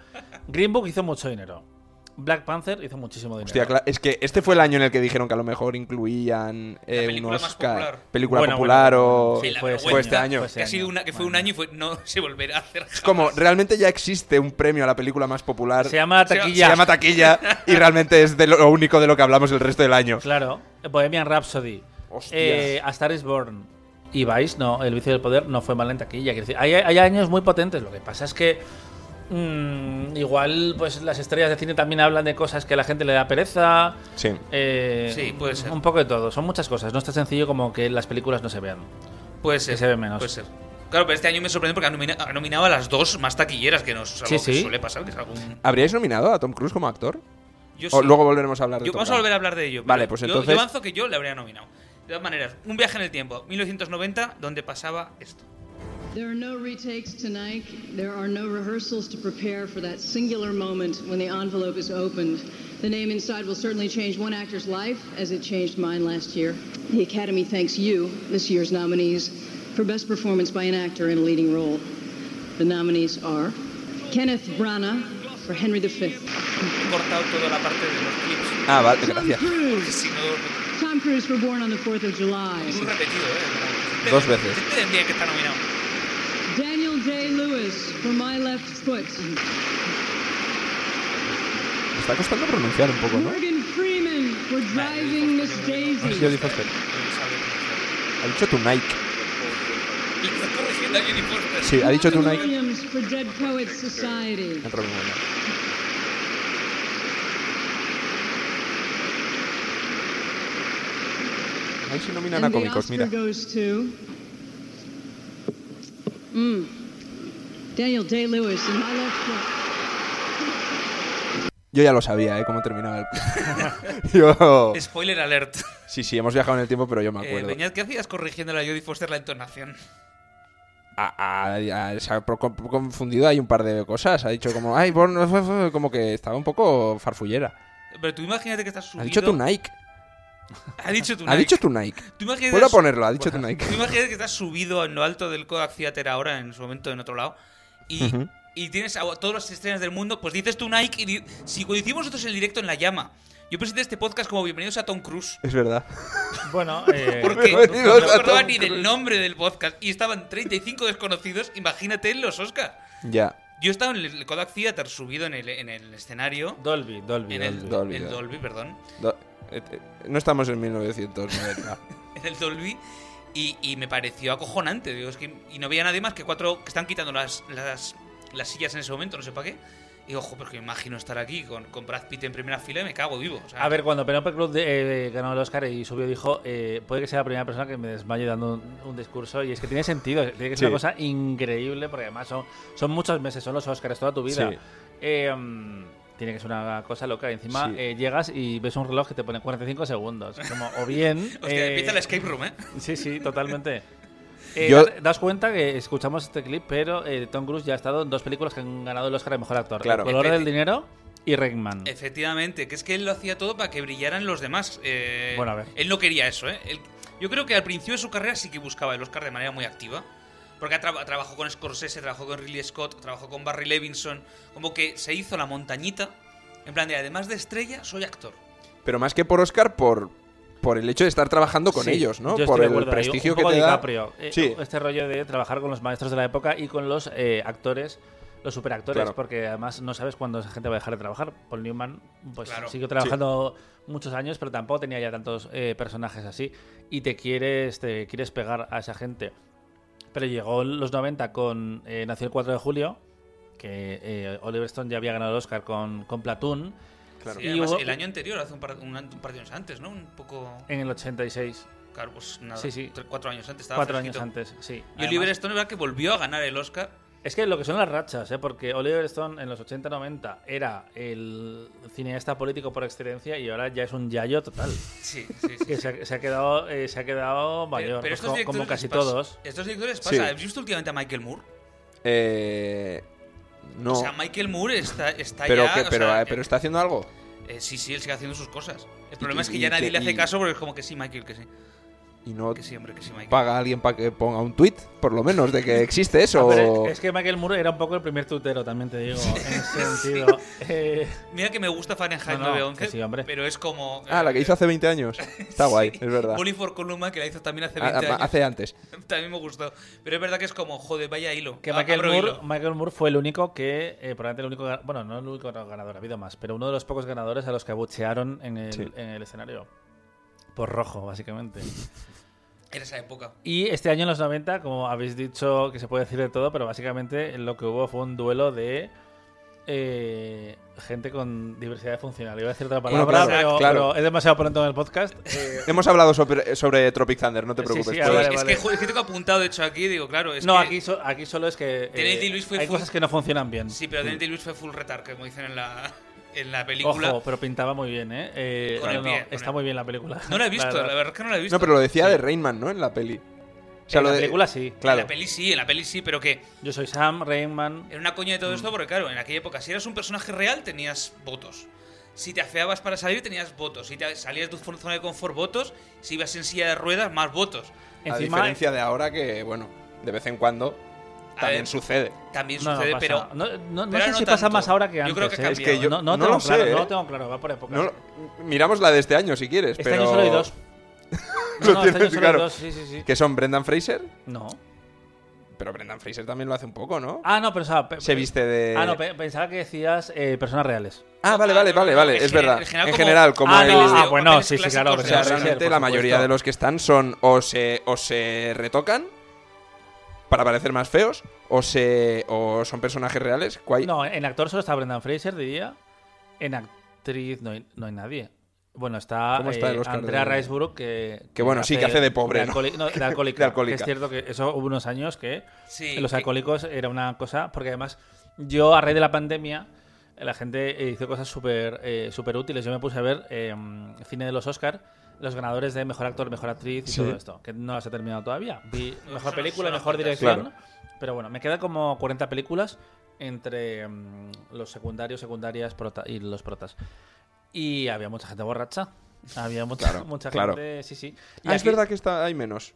[SPEAKER 4] Green Book hizo mucho dinero. Black Panther hizo muchísimo dinero.
[SPEAKER 3] Hostia, cla- es que este fue el año en el que dijeron que a lo mejor incluían eh,
[SPEAKER 2] La película
[SPEAKER 3] un
[SPEAKER 2] más
[SPEAKER 3] Oscar,
[SPEAKER 2] popular.
[SPEAKER 3] película
[SPEAKER 4] Bueno,
[SPEAKER 3] popular
[SPEAKER 4] bueno,
[SPEAKER 3] o
[SPEAKER 2] Sí, la
[SPEAKER 3] fue,
[SPEAKER 2] vergüenza.
[SPEAKER 3] este año.
[SPEAKER 4] Pues- Ese
[SPEAKER 2] Que, ha sido
[SPEAKER 4] año.
[SPEAKER 2] una, que fue un
[SPEAKER 4] Bueno.
[SPEAKER 2] año y fue, no se volverá a hacer jamás.
[SPEAKER 3] Es como realmente ya existe un premio a la película más popular.
[SPEAKER 4] Se llama
[SPEAKER 2] Se- se
[SPEAKER 3] Se
[SPEAKER 4] Taquilla.
[SPEAKER 3] llama taquilla
[SPEAKER 2] [laughs]
[SPEAKER 3] y realmente es de lo único de lo que hablamos el resto del año.
[SPEAKER 4] Claro, Bohemian Rhapsody.
[SPEAKER 3] Hostias.
[SPEAKER 4] Eh, a Star is Born. Y Vice, no, El vicio del poder no fue mal en taquilla. Quiero decir, hay, hay años muy potentes. Lo que pasa es que. mm, igual, pues las estrellas de cine también hablan de cosas que a la gente le da pereza.
[SPEAKER 3] Sí.
[SPEAKER 4] eh,
[SPEAKER 2] Sí, puede ser.
[SPEAKER 4] Un poco de todo. Son muchas cosas. No es tan sencillo como que las películas no se vean.
[SPEAKER 2] Puede ser.
[SPEAKER 4] Que se ve menos.
[SPEAKER 2] Puede ser. Claro, pero este año me sorprendió porque ha nomina- ha nominado a las dos más taquilleras que nos algo
[SPEAKER 4] Sí,
[SPEAKER 2] que
[SPEAKER 4] sí.
[SPEAKER 2] suele pasar, que es algún.
[SPEAKER 3] ¿Habríais nominado a Tom Cruise como actor?
[SPEAKER 2] Yo
[SPEAKER 3] O
[SPEAKER 2] sí.
[SPEAKER 3] Oh, luego volveremos a hablar de
[SPEAKER 2] Yo-
[SPEAKER 3] Top
[SPEAKER 2] vamos a
[SPEAKER 3] Gun.
[SPEAKER 2] volver a hablar de ello.
[SPEAKER 3] Vale,
[SPEAKER 2] pero
[SPEAKER 3] pues
[SPEAKER 2] yo-
[SPEAKER 3] entonces-
[SPEAKER 2] Yo avanzo que yo le habría nominado. De todas maneras, un viaje en el tiempo, 1990, donde pasaba esto.
[SPEAKER 5] There are no retakes tonight. There are no rehearsals to prepare for that singular moment when the envelope is opened. The name inside will certainly change one actor's life, as it changed mine last year. The Academy thanks you, this year's nominees, for best performance by an actor in a leading role. The nominees are Kenneth Branagh for Henry V,
[SPEAKER 2] He cortado toda la parte de los clips.
[SPEAKER 3] Ah, vale,
[SPEAKER 5] Tom
[SPEAKER 3] gracias.
[SPEAKER 2] que
[SPEAKER 5] Cruise,
[SPEAKER 2] Si no,
[SPEAKER 5] Tom Cruise for Born on the Fourth of July,
[SPEAKER 2] es un repetido, ¿eh?
[SPEAKER 3] Dos veces.
[SPEAKER 2] Este tendría que estar nominado.
[SPEAKER 5] Daniel Day Lewis for My Left Foot.
[SPEAKER 3] Me está costando pronunciar un poco, ¿no?
[SPEAKER 5] Morgan Freeman, we're driving Miss
[SPEAKER 3] No sé si lo
[SPEAKER 5] Daisy.
[SPEAKER 3] dijo usted.
[SPEAKER 2] No sabe.
[SPEAKER 3] Ha dicho Tonight.
[SPEAKER 2] Le está corrigiendo a Jodie Foster.
[SPEAKER 3] Sí, ha dicho
[SPEAKER 5] Robin
[SPEAKER 3] Tonight.
[SPEAKER 5] Williams for Dead Poets Society.
[SPEAKER 3] En Robin Williams. Ahí sí nominan a
[SPEAKER 5] And the
[SPEAKER 3] cómicos,
[SPEAKER 5] Oscar
[SPEAKER 3] mira.
[SPEAKER 5] goes to Mm. Daniel Day Lewis in my left foot.
[SPEAKER 3] Yo ya lo sabía, ¿eh? Cómo terminaba el... [laughs] Yo...
[SPEAKER 2] Spoiler alert.
[SPEAKER 3] Sí, sí, hemos viajado en el tiempo, pero yo me
[SPEAKER 2] Eh,
[SPEAKER 3] acuerdo.
[SPEAKER 2] Beñat, ¿qué hacías corrigiendo a Jodie Foster la entonación?
[SPEAKER 3] A- a- a- ah, se ha pro- con- confundido hay un par de cosas. Ha dicho como, ay, Born, fue- fue- como que estaba un poco farfullera.
[SPEAKER 2] Pero tú imagínate que estás subido.
[SPEAKER 3] Ha dicho Tonight.
[SPEAKER 2] Ha dicho tu
[SPEAKER 3] Ha dicho Tonight.
[SPEAKER 2] Tú imagínate-
[SPEAKER 3] Vuelvo a ponerlo, ha dicho Tonight. [laughs]
[SPEAKER 2] Tú imaginas que estás subido en lo alto del Kodak Theater ahora, en su momento en otro lado, y, y tienes a todas las estrellas del mundo, pues dices tú Nike y di- si lo hicimos nosotros el directo en La Llama, yo presenté este podcast como Bienvenidos a Tom Cruise.
[SPEAKER 3] Es verdad.
[SPEAKER 2] [laughs]
[SPEAKER 4] Bueno, eh, [laughs]
[SPEAKER 2] Porque no me
[SPEAKER 3] [laughs] Bienvenidos a
[SPEAKER 2] acordaba
[SPEAKER 3] Tom
[SPEAKER 2] ni
[SPEAKER 3] Cruise.
[SPEAKER 2] del nombre del podcast y estaban 35 desconocidos, imagínate en los Oscar.
[SPEAKER 3] Ya.
[SPEAKER 2] Yo estaba en el Kodak Theater subido en el, en el escenario,
[SPEAKER 4] Dolby, Dolby.
[SPEAKER 2] en el
[SPEAKER 3] Dolby,
[SPEAKER 2] el
[SPEAKER 3] Dolby.
[SPEAKER 2] Dolby, perdón.
[SPEAKER 3] Do- eh, eh, no estamos en 1990.
[SPEAKER 2] en el Dolby y, y me pareció acojonante. Digo, es que, y no veía nadie más que cuatro que están quitando las, las, las sillas en ese momento, no sé para qué. Y digo, ojo, pero que me imagino estar aquí con, con Brad Pitt en primera fila y me cago vivo. o sea,
[SPEAKER 4] A ver, cuando Penelope Cruz eh, ganó el Oscar y subió, dijo: eh, Puede que sea la primera persona que me desmaye dando un, un discurso. Y es que tiene sentido, tiene que ser
[SPEAKER 3] Sí.
[SPEAKER 4] una cosa increíble, porque además son, son muchos meses, son los Oscars toda tu vida.
[SPEAKER 3] Sí.
[SPEAKER 4] Eh, mm, Tiene que ser una cosa loca. Y encima
[SPEAKER 3] Sí.
[SPEAKER 4] eh, llegas y ves un reloj que te pone 45 segundos. Como, o bien.
[SPEAKER 2] [laughs] Hostia,
[SPEAKER 4] eh,
[SPEAKER 2] empieza el escape room, ¿eh?
[SPEAKER 4] Sí, sí,
[SPEAKER 3] [laughs]
[SPEAKER 4] totalmente. Eh,
[SPEAKER 3] Yo-
[SPEAKER 4] da- Das cuenta que escuchamos este clip, pero eh, Tom Cruise ya ha estado en dos películas que han ganado el Oscar de Mejor Actor.
[SPEAKER 3] Claro.
[SPEAKER 4] El color del
[SPEAKER 2] Efe-
[SPEAKER 4] dinero y Regman.
[SPEAKER 2] eh, Efectivamente, que es que él lo hacía todo para que brillaran los demás. eh,
[SPEAKER 4] Bueno, a ver.
[SPEAKER 2] Él no quería eso, ¿eh? Él- yo creo que al principio de su carrera sí que buscaba el Oscar de manera muy activa. Porque ha tra- trabajó con Scorsese, trabajó con Ridley Scott, trabajó con Barry Levinson. Como que se hizo la montañita. En plan de, además de estrella, soy actor.
[SPEAKER 3] Pero más que por Oscar, por, por el hecho de estar trabajando con
[SPEAKER 4] Sí,
[SPEAKER 3] ellos, ¿no?
[SPEAKER 4] yo estoy
[SPEAKER 3] Por
[SPEAKER 4] de
[SPEAKER 3] el
[SPEAKER 4] acuerdo ahí,
[SPEAKER 3] prestigio
[SPEAKER 4] un poco
[SPEAKER 3] que te da.
[SPEAKER 4] DiCaprio, eh,
[SPEAKER 3] Sí.
[SPEAKER 4] Este rollo de trabajar con los maestros de la época y con los eh, actores, los superactores,
[SPEAKER 3] Claro.
[SPEAKER 4] porque además no sabes cuándo esa gente va a dejar de trabajar. Paul Newman, pues
[SPEAKER 2] Claro.
[SPEAKER 4] siguió trabajando muchos años, pero tampoco tenía ya tantos eh, personajes así. Y te quieres, te quieres pegar a esa gente. Pero llegó en los 90 con. eh, nació el 4 de julio, que eh, Oliver Stone ya había ganado el Oscar con, con Platoon.
[SPEAKER 3] Claro.
[SPEAKER 2] Y
[SPEAKER 4] Y
[SPEAKER 2] además,
[SPEAKER 4] hubo-
[SPEAKER 2] el año anterior, hace un par, un, an- un par de años antes, ¿no? Un poco.
[SPEAKER 4] En el 86,
[SPEAKER 2] Claro, pues nada.
[SPEAKER 4] Sí, sí.
[SPEAKER 2] tre- Cuatro años antes, estaba
[SPEAKER 4] cuatro años
[SPEAKER 2] fresquito.
[SPEAKER 4] antes, sí.
[SPEAKER 2] Y Oliver
[SPEAKER 4] Además-
[SPEAKER 2] Stone, ¿verdad? Que volvió a ganar el Oscar.
[SPEAKER 4] Es que lo que son las rachas, ¿eh? porque Oliver Stone en los 80-90 era el cineasta político por excelencia y ahora ya es un yayo total.
[SPEAKER 2] Sí, sí,
[SPEAKER 4] [laughs]
[SPEAKER 2] sí.
[SPEAKER 4] Que se ha, se ha quedado, eh, se ha quedado mayor, pues co- como,
[SPEAKER 2] directores
[SPEAKER 4] casi
[SPEAKER 2] les pasa-
[SPEAKER 4] todos.
[SPEAKER 2] Estos directores
[SPEAKER 3] Sí.
[SPEAKER 2] pasa. ¿Has visto últimamente a Michael Moore?
[SPEAKER 3] Eh, no.
[SPEAKER 2] O sea, Michael Moore está, está
[SPEAKER 3] pero,
[SPEAKER 2] ya.
[SPEAKER 3] que-
[SPEAKER 2] o
[SPEAKER 3] pero,
[SPEAKER 2] sea,
[SPEAKER 3] eh, pero está haciendo algo.
[SPEAKER 2] eh, sí, sí, él sigue haciendo sus cosas. El problema es que
[SPEAKER 3] y
[SPEAKER 2] ya nadie
[SPEAKER 3] que-
[SPEAKER 2] le hace
[SPEAKER 3] y-
[SPEAKER 2] caso porque es como que sí, Michael, que sí.
[SPEAKER 3] Y no
[SPEAKER 2] Que sí, hombre, que sí, Michael.
[SPEAKER 3] paga a alguien para que ponga un tweet, por lo menos, de que existe eso.
[SPEAKER 4] [laughs] Ah, pero es, es que Michael Moore era un poco el primer tutero, también te digo, en ese sentido. Eh,
[SPEAKER 2] Mira que me gusta Fahrenheit
[SPEAKER 4] Ah, No, no,
[SPEAKER 2] 911,
[SPEAKER 4] que sí, hombre.
[SPEAKER 2] pero es como.
[SPEAKER 3] Ah, la que hizo hace 20 años.
[SPEAKER 4] [laughs]
[SPEAKER 3] Está guay, es verdad.
[SPEAKER 2] Bullying for Columbine, que la hizo también hace
[SPEAKER 3] Ah,
[SPEAKER 2] 20
[SPEAKER 3] ah,
[SPEAKER 2] años.
[SPEAKER 3] Hace antes.
[SPEAKER 2] [laughs] También me gustó. Pero es verdad que es como, joder, vaya hilo.
[SPEAKER 4] que
[SPEAKER 2] Ah,
[SPEAKER 4] Michael
[SPEAKER 2] abro
[SPEAKER 4] Moore,
[SPEAKER 2] hilo.
[SPEAKER 4] Michael Moore fue el único que, eh, probablemente el único, ga- bueno, no el único ganador, ha habido más, pero uno de los pocos ganadores a los que abuchearon en el,
[SPEAKER 3] Sí.
[SPEAKER 4] en el escenario. Por rojo, básicamente.
[SPEAKER 2] En esa época.
[SPEAKER 4] Y este año en los 90, como habéis dicho, que se puede decir de todo, pero básicamente lo que hubo fue un duelo de eh, gente con diversidad funcional. Iba a decir otra palabra,
[SPEAKER 3] Bueno, claro,
[SPEAKER 4] pero,
[SPEAKER 3] claro.
[SPEAKER 4] pero es demasiado pronto en el podcast.
[SPEAKER 2] [laughs]
[SPEAKER 4] Eh,
[SPEAKER 3] Hemos hablado sobre, sobre Tropic Thunder, no te
[SPEAKER 4] Sí,
[SPEAKER 3] preocupes.
[SPEAKER 2] Sí,
[SPEAKER 4] sí,
[SPEAKER 3] puedes-
[SPEAKER 4] vale,
[SPEAKER 2] es,
[SPEAKER 4] vale.
[SPEAKER 2] Que, jo- es que tengo apuntado, de hecho, aquí, digo, claro. Es
[SPEAKER 4] no,
[SPEAKER 2] que-
[SPEAKER 4] aquí, so- aquí solo es que eh,
[SPEAKER 2] Tennessee Lewis fue
[SPEAKER 4] hay
[SPEAKER 2] full-
[SPEAKER 4] cosas que no funcionan bien.
[SPEAKER 2] Sí, pero Dante Lewis fue full retard, como dicen en la, en la película.
[SPEAKER 4] Ojo, pero pintaba muy bien, ¿eh? Eh,
[SPEAKER 2] Con el
[SPEAKER 4] no, no,
[SPEAKER 2] pie, con
[SPEAKER 4] está
[SPEAKER 2] el-
[SPEAKER 4] muy bien la película.
[SPEAKER 2] [laughs] No la he visto, la verdad.
[SPEAKER 4] verdad.
[SPEAKER 2] es que no la he visto.
[SPEAKER 3] No, pero lo decía
[SPEAKER 4] Sí.
[SPEAKER 3] de Rainman, ¿no? En la peli. O lo
[SPEAKER 4] en la
[SPEAKER 3] de-
[SPEAKER 4] película sí.
[SPEAKER 3] Claro.
[SPEAKER 2] En la peli sí, en la peli sí, pero que
[SPEAKER 4] Yo soy Sam, Rainman.
[SPEAKER 2] era una coña de todo
[SPEAKER 3] Mm.
[SPEAKER 2] esto porque, claro, en aquella época, si eras un personaje real, tenías votos. Si te afeabas para salir, tenías votos. Si te salías de tu zona de confort, votos. Si ibas en silla de ruedas, más votos.
[SPEAKER 3] A
[SPEAKER 4] Encima,
[SPEAKER 3] diferencia de ahora que, bueno, de vez en cuando también
[SPEAKER 2] ver,
[SPEAKER 3] sucede.
[SPEAKER 2] También
[SPEAKER 4] No, no
[SPEAKER 2] sucede,
[SPEAKER 4] pasa.
[SPEAKER 2] pero...
[SPEAKER 4] No, no- no
[SPEAKER 2] pero
[SPEAKER 4] sé
[SPEAKER 2] no
[SPEAKER 4] si pasa
[SPEAKER 2] tanto.
[SPEAKER 4] más ahora que
[SPEAKER 2] Yo
[SPEAKER 4] antes.
[SPEAKER 2] creo que ha
[SPEAKER 4] ¿eh?
[SPEAKER 2] cambiado. Es que
[SPEAKER 3] yo-
[SPEAKER 4] no,
[SPEAKER 3] no
[SPEAKER 4] tengo
[SPEAKER 3] lo
[SPEAKER 4] claro,
[SPEAKER 3] sé,
[SPEAKER 4] no
[SPEAKER 3] ¿eh?
[SPEAKER 4] lo tengo claro, va por épocas.
[SPEAKER 3] No lo- miramos la de este año si quieres,
[SPEAKER 4] Este
[SPEAKER 3] pero.
[SPEAKER 4] año solo
[SPEAKER 3] [laughs]
[SPEAKER 4] hay dos.
[SPEAKER 3] Lo
[SPEAKER 4] No, este año
[SPEAKER 3] tienes
[SPEAKER 4] solo hay
[SPEAKER 3] claro.
[SPEAKER 4] dos, sí, sí, sí.
[SPEAKER 3] Que son Brendan Fraser,
[SPEAKER 4] No.
[SPEAKER 3] pero Brendan Fraser también lo hace un poco, ¿no?
[SPEAKER 4] Ah, no, pero o sea, pe-
[SPEAKER 3] Se viste de.
[SPEAKER 4] Ah, no, pe- pensaba que decías eh, personas reales.
[SPEAKER 3] Ah, vale, vale, vale, vale,
[SPEAKER 2] En
[SPEAKER 3] es
[SPEAKER 2] gen-
[SPEAKER 3] verdad.
[SPEAKER 2] en general
[SPEAKER 3] En
[SPEAKER 2] como-
[SPEAKER 3] general, como
[SPEAKER 4] ah,
[SPEAKER 3] el-
[SPEAKER 4] no, ah,
[SPEAKER 2] o
[SPEAKER 4] bueno,
[SPEAKER 2] papeles
[SPEAKER 4] sí, sí,
[SPEAKER 2] clásicos
[SPEAKER 4] claro.
[SPEAKER 2] de-
[SPEAKER 3] O sea,
[SPEAKER 2] Brendan Fraser,
[SPEAKER 3] realmente
[SPEAKER 4] por
[SPEAKER 3] la
[SPEAKER 4] supuesto.
[SPEAKER 3] mayoría de los que están son o se, o se retocan para parecer más feos o se o son personajes reales. cuai-
[SPEAKER 4] No, en actor solo está Brendan Fraser, diría. En actriz no hay, no hay nadie. Bueno, está,
[SPEAKER 3] ¿Cómo está
[SPEAKER 4] eh,
[SPEAKER 3] el Oscar
[SPEAKER 4] Andrea
[SPEAKER 3] de-
[SPEAKER 4] Riseborough, que...
[SPEAKER 3] Que bueno, sí, que hace de pobre, ¿no?
[SPEAKER 4] alcoholi- de
[SPEAKER 3] [laughs]
[SPEAKER 4] alcohólica.
[SPEAKER 3] De alcohólica.
[SPEAKER 4] que es cierto que eso hubo unos años que
[SPEAKER 2] Sí,
[SPEAKER 4] los
[SPEAKER 2] que-
[SPEAKER 4] alcohólicos era una cosa... Porque además, yo a raíz de la pandemia, eh, la gente eh, hizo cosas súper eh, súper útiles. Yo me puse a ver eh, cine de los Oscar, los ganadores de Mejor Actor, Mejor Actriz y
[SPEAKER 3] Sí.
[SPEAKER 4] todo esto, que no las he terminado todavía.
[SPEAKER 2] [laughs]
[SPEAKER 4] Vi
[SPEAKER 2] No,
[SPEAKER 4] Mejor
[SPEAKER 2] son-
[SPEAKER 4] Película,
[SPEAKER 2] son unas
[SPEAKER 4] Mejor
[SPEAKER 2] cuantas.
[SPEAKER 4] Dirección...
[SPEAKER 3] Claro.
[SPEAKER 4] Pero bueno, me queda como 40 películas entre mm, los secundarios, secundarias prota- y los protas. Y había mucha gente borracha. Había mucha,
[SPEAKER 3] Claro,
[SPEAKER 4] [laughs] mucha
[SPEAKER 3] claro.
[SPEAKER 4] gente. Sí, sí. Y
[SPEAKER 3] Ah, es
[SPEAKER 4] aquí-
[SPEAKER 3] verdad que está, hay menos.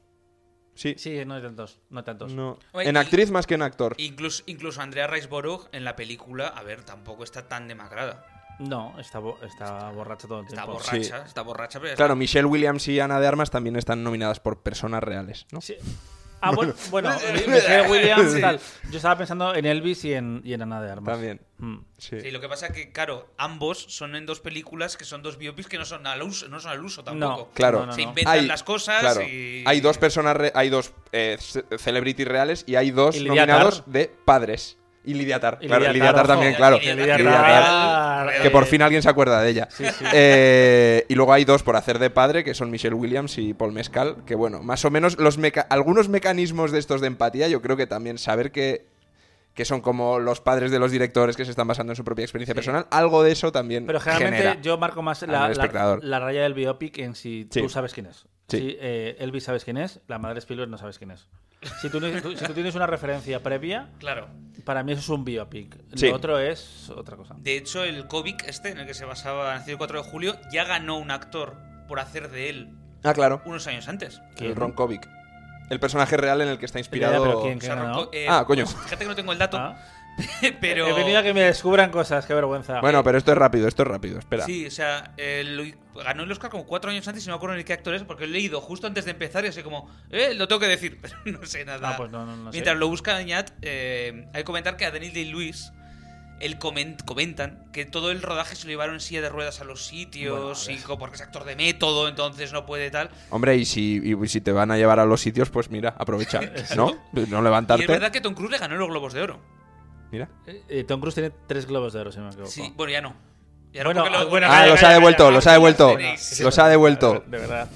[SPEAKER 3] Sí.
[SPEAKER 4] Sí, no hay tantos. No hay tantos.
[SPEAKER 3] No.
[SPEAKER 2] Oye,
[SPEAKER 3] En
[SPEAKER 2] y-
[SPEAKER 3] actriz más que en actor.
[SPEAKER 2] Incluso, incluso Andrea Riseborough en la película, a ver, tampoco está tan demacrada.
[SPEAKER 4] No, está, bo- está borracha todo el
[SPEAKER 2] Está
[SPEAKER 4] tiempo.
[SPEAKER 2] borracha, está borracha, pero ya
[SPEAKER 3] Claro, Michelle Williams y Ana de Armas también están nominadas por personas reales, ¿no?
[SPEAKER 4] Sí. Ah,
[SPEAKER 3] [laughs]
[SPEAKER 4] bueno, bueno,
[SPEAKER 2] [laughs]
[SPEAKER 4] Michelle Williams, tal. Yo estaba pensando en Elvis y en, y en Ana de Armas.
[SPEAKER 3] También.
[SPEAKER 4] Mm.
[SPEAKER 3] Sí.
[SPEAKER 2] Sí, lo que pasa es que, claro, ambos son en dos películas que son dos biopics que no son al uso, no son al uso tampoco.
[SPEAKER 4] No,
[SPEAKER 3] Claro.
[SPEAKER 4] no, no,
[SPEAKER 2] Se
[SPEAKER 4] no.
[SPEAKER 2] inventan las cosas
[SPEAKER 3] claro.
[SPEAKER 2] y-
[SPEAKER 3] Hay dos personas, re- hay dos eh, ce- celebrities reales y hay dos
[SPEAKER 4] Y Lidia
[SPEAKER 3] nominados
[SPEAKER 4] Tar.
[SPEAKER 3] de padres. Y Lidia Tar,
[SPEAKER 4] Y
[SPEAKER 3] claro,
[SPEAKER 4] Lidia
[SPEAKER 3] Lidia
[SPEAKER 4] Tar,
[SPEAKER 3] Tar
[SPEAKER 4] ojo.
[SPEAKER 3] también,
[SPEAKER 4] Y
[SPEAKER 3] claro.
[SPEAKER 2] Lidia
[SPEAKER 4] Lidia
[SPEAKER 2] Lidia
[SPEAKER 4] Tar,
[SPEAKER 2] Tar,
[SPEAKER 4] eh,
[SPEAKER 3] Que por fin alguien se acuerda de ella. Eh, y luego hay dos por hacer de padre, que son Michelle Williams y Paul Mescal, que bueno, más o menos los meca- algunos mecanismos de estos de empatía, yo creo que también saber que, que son como los padres de los directores que se están basando en su propia experiencia personal. Algo de eso también.
[SPEAKER 4] Pero generalmente
[SPEAKER 3] genera.
[SPEAKER 4] yo marco más
[SPEAKER 3] al
[SPEAKER 4] la, la,
[SPEAKER 3] espectador.
[SPEAKER 4] la raya del biopic en si
[SPEAKER 3] Sí.
[SPEAKER 4] tú sabes quién es.
[SPEAKER 3] Sí.
[SPEAKER 4] Si eh, Elvis sabes quién es, la madre de Spielberg no sabes quién es. Si tú, no- tú- si tú tienes una referencia previa,
[SPEAKER 2] Claro.
[SPEAKER 4] para mí eso es un biopic.
[SPEAKER 3] Sí.
[SPEAKER 4] Lo otro es otra cosa.
[SPEAKER 2] De hecho, el cómic este, en el que se basaba Nacido el 4 de julio, ya ganó un actor por hacer de él
[SPEAKER 3] Ah, claro.
[SPEAKER 2] unos años antes.
[SPEAKER 3] El Ronkovic. El personaje real en el que está
[SPEAKER 4] Ya, ya,
[SPEAKER 3] inspirado.
[SPEAKER 4] pero ¿quién?
[SPEAKER 2] O sea,
[SPEAKER 4] ganó?
[SPEAKER 2] Ronco- eh,
[SPEAKER 3] Ah, coño.
[SPEAKER 2] pues fíjate que no tengo el dato,
[SPEAKER 4] Ah.
[SPEAKER 2] [laughs] pero...
[SPEAKER 4] He venido a que me descubran cosas, qué vergüenza.
[SPEAKER 3] Bueno, pero esto es rápido, esto es rápido. Espera.
[SPEAKER 2] Sí, o sea, eh, lo- ganó el Oscar como cuatro años antes y no me acuerdo ni qué actor es, porque lo he leído justo antes de empezar y así como, eh, lo tengo que decir, [laughs] pero no sé nada.
[SPEAKER 4] Ah, pues no, no, no sé.
[SPEAKER 2] Mientras lo busca Ñat, eh, hay que comentar que a Daniel Day-Lewis él comen- comentan que todo el rodaje se lo llevaron en silla de ruedas a los sitios, y co- porque es actor de método, entonces no puede tal.
[SPEAKER 3] Hombre, y si, y si te van a llevar a los sitios, pues mira,
[SPEAKER 4] [laughs]
[SPEAKER 3] aprovecha. ¿No? No
[SPEAKER 2] Y
[SPEAKER 3] levantarte.
[SPEAKER 2] es verdad que Tom Cruise le ganó los Globos de Oro.
[SPEAKER 3] Mira.
[SPEAKER 4] Eh, eh, Tom Cruise tiene tres globos de oro, si no me equivoco.
[SPEAKER 2] Sí, bueno, ya no. Ya no,
[SPEAKER 4] Bueno,
[SPEAKER 2] porque lo-
[SPEAKER 4] ah, bueno,
[SPEAKER 3] Ah, los ha devuelto, los ha devuelto.
[SPEAKER 2] Sí.
[SPEAKER 3] Los ha devuelto.
[SPEAKER 4] De verdad.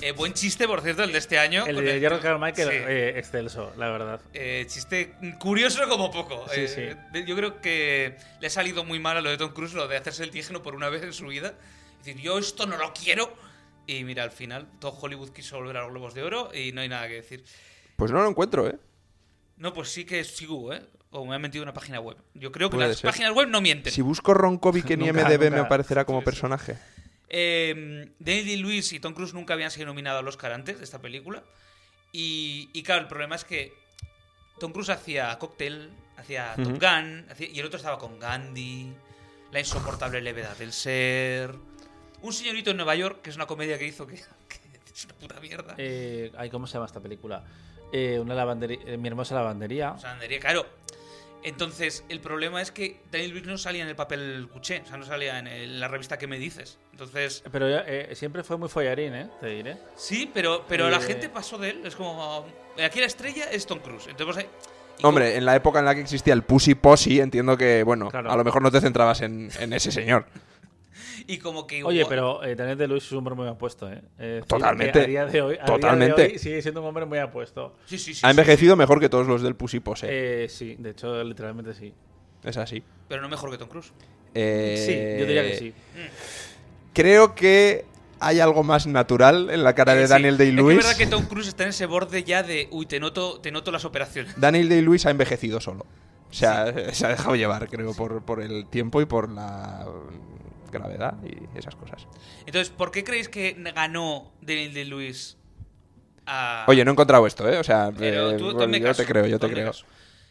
[SPEAKER 2] eh, buen chiste, por cierto, el de este año.
[SPEAKER 4] El
[SPEAKER 2] con
[SPEAKER 4] de
[SPEAKER 2] el-
[SPEAKER 4] Gerald Carmichael,
[SPEAKER 2] Sí.
[SPEAKER 4] eh, excelso, la verdad.
[SPEAKER 2] Eh, chiste curioso como poco.
[SPEAKER 4] Sí,
[SPEAKER 2] Eh,
[SPEAKER 4] sí.
[SPEAKER 2] Yo creo que le ha salido muy mal a lo de Tom Cruise lo de hacerse el tígeno por una vez en su vida. Es decir, yo esto no lo quiero. Y mira, al final todo Hollywood quiso volver a los Globos de Oro y no hay nada que decir.
[SPEAKER 3] Pues no lo encuentro, ¿eh?
[SPEAKER 2] No, pues sí que sí hubo, ¿eh? O me han mentido una página web. Yo creo que
[SPEAKER 3] Puede
[SPEAKER 2] las
[SPEAKER 3] ser.
[SPEAKER 2] páginas web no mienten.
[SPEAKER 3] Si busco
[SPEAKER 2] [laughs]
[SPEAKER 3] Ronkovic en
[SPEAKER 4] Nunca,
[SPEAKER 3] IMDB me
[SPEAKER 4] nunca.
[SPEAKER 3] aparecerá como personaje.
[SPEAKER 2] Eh, Daniel Lewis y Tom Cruise nunca habían sido nominados al Oscar antes de esta película. Y, y claro, el problema es que Tom Cruise hacía Cocktail, hacía Top Gun, hacía- y el otro estaba con Gandhi, La insoportable levedad del ser, Un señorito en Nueva York, que es una comedia que hizo que, [laughs] que es una puta mierda.
[SPEAKER 4] Eh, ay, ¿Cómo se llama esta película? Eh, una lavandería, eh, mi hermosa lavandería.
[SPEAKER 2] O sea, andaría claro. Entonces, el problema es que Daniel Lewis no salía en el papel cuché, o sea, no salía en, el- en la revista que me dices. Entonces,
[SPEAKER 4] Pero eh, siempre fue muy follarín, ¿eh? Te diré.
[SPEAKER 2] Sí, pero, pero la
[SPEAKER 4] Eh,
[SPEAKER 2] gente pasó de él. Es como. Aquí la estrella es Tom Cruise. Entonces, pues, eh, y
[SPEAKER 3] Hombre, en la época en la que existía el Pussy Posse, entiendo que, bueno,
[SPEAKER 4] Claro.
[SPEAKER 3] a lo mejor no te centrabas en, en ese señor.
[SPEAKER 2] como- y como que.
[SPEAKER 4] Oye,
[SPEAKER 2] igual-
[SPEAKER 4] pero eh, Daniel de Luis es un hombre muy apuesto, ¿eh? Es decir,
[SPEAKER 3] Totalmente.
[SPEAKER 4] que A día de hoy, a día de
[SPEAKER 3] Totalmente.
[SPEAKER 4] hoy sigue siendo un hombre muy apuesto.
[SPEAKER 2] Sí, sí, sí.
[SPEAKER 3] Ha
[SPEAKER 2] sí,
[SPEAKER 3] envejecido mejor que todos los del Pussy Posse.
[SPEAKER 4] Eh, sí, de hecho, literalmente sí.
[SPEAKER 3] Es así.
[SPEAKER 2] Pero no mejor que Tom Cruise.
[SPEAKER 3] Eh,
[SPEAKER 4] Sí, yo diría que sí.
[SPEAKER 3] Creo que hay algo más natural en la cara de
[SPEAKER 2] Eh, Sí,
[SPEAKER 3] Daniel Day-Lewis.
[SPEAKER 2] Es que es verdad que Tom Cruise está en ese borde ya de. Uy, te noto, te noto las operaciones.
[SPEAKER 3] Daniel Day-Lewis ha envejecido solo. O sea, [laughs] se ha dejado llevar, creo, por, por el tiempo y por la mm, gravedad y esas cosas.
[SPEAKER 2] Entonces, ¿por qué creéis que ganó Daniel de Lewis a.
[SPEAKER 3] Oye, no he encontrado esto, ¿eh? O sea,
[SPEAKER 2] Ah. Pero
[SPEAKER 3] eh,
[SPEAKER 2] tú- tú
[SPEAKER 3] bueno,
[SPEAKER 2] me
[SPEAKER 3] yo
[SPEAKER 2] caso,
[SPEAKER 3] te creo, yo
[SPEAKER 2] tú
[SPEAKER 3] te
[SPEAKER 2] me
[SPEAKER 3] creo.
[SPEAKER 2] caso.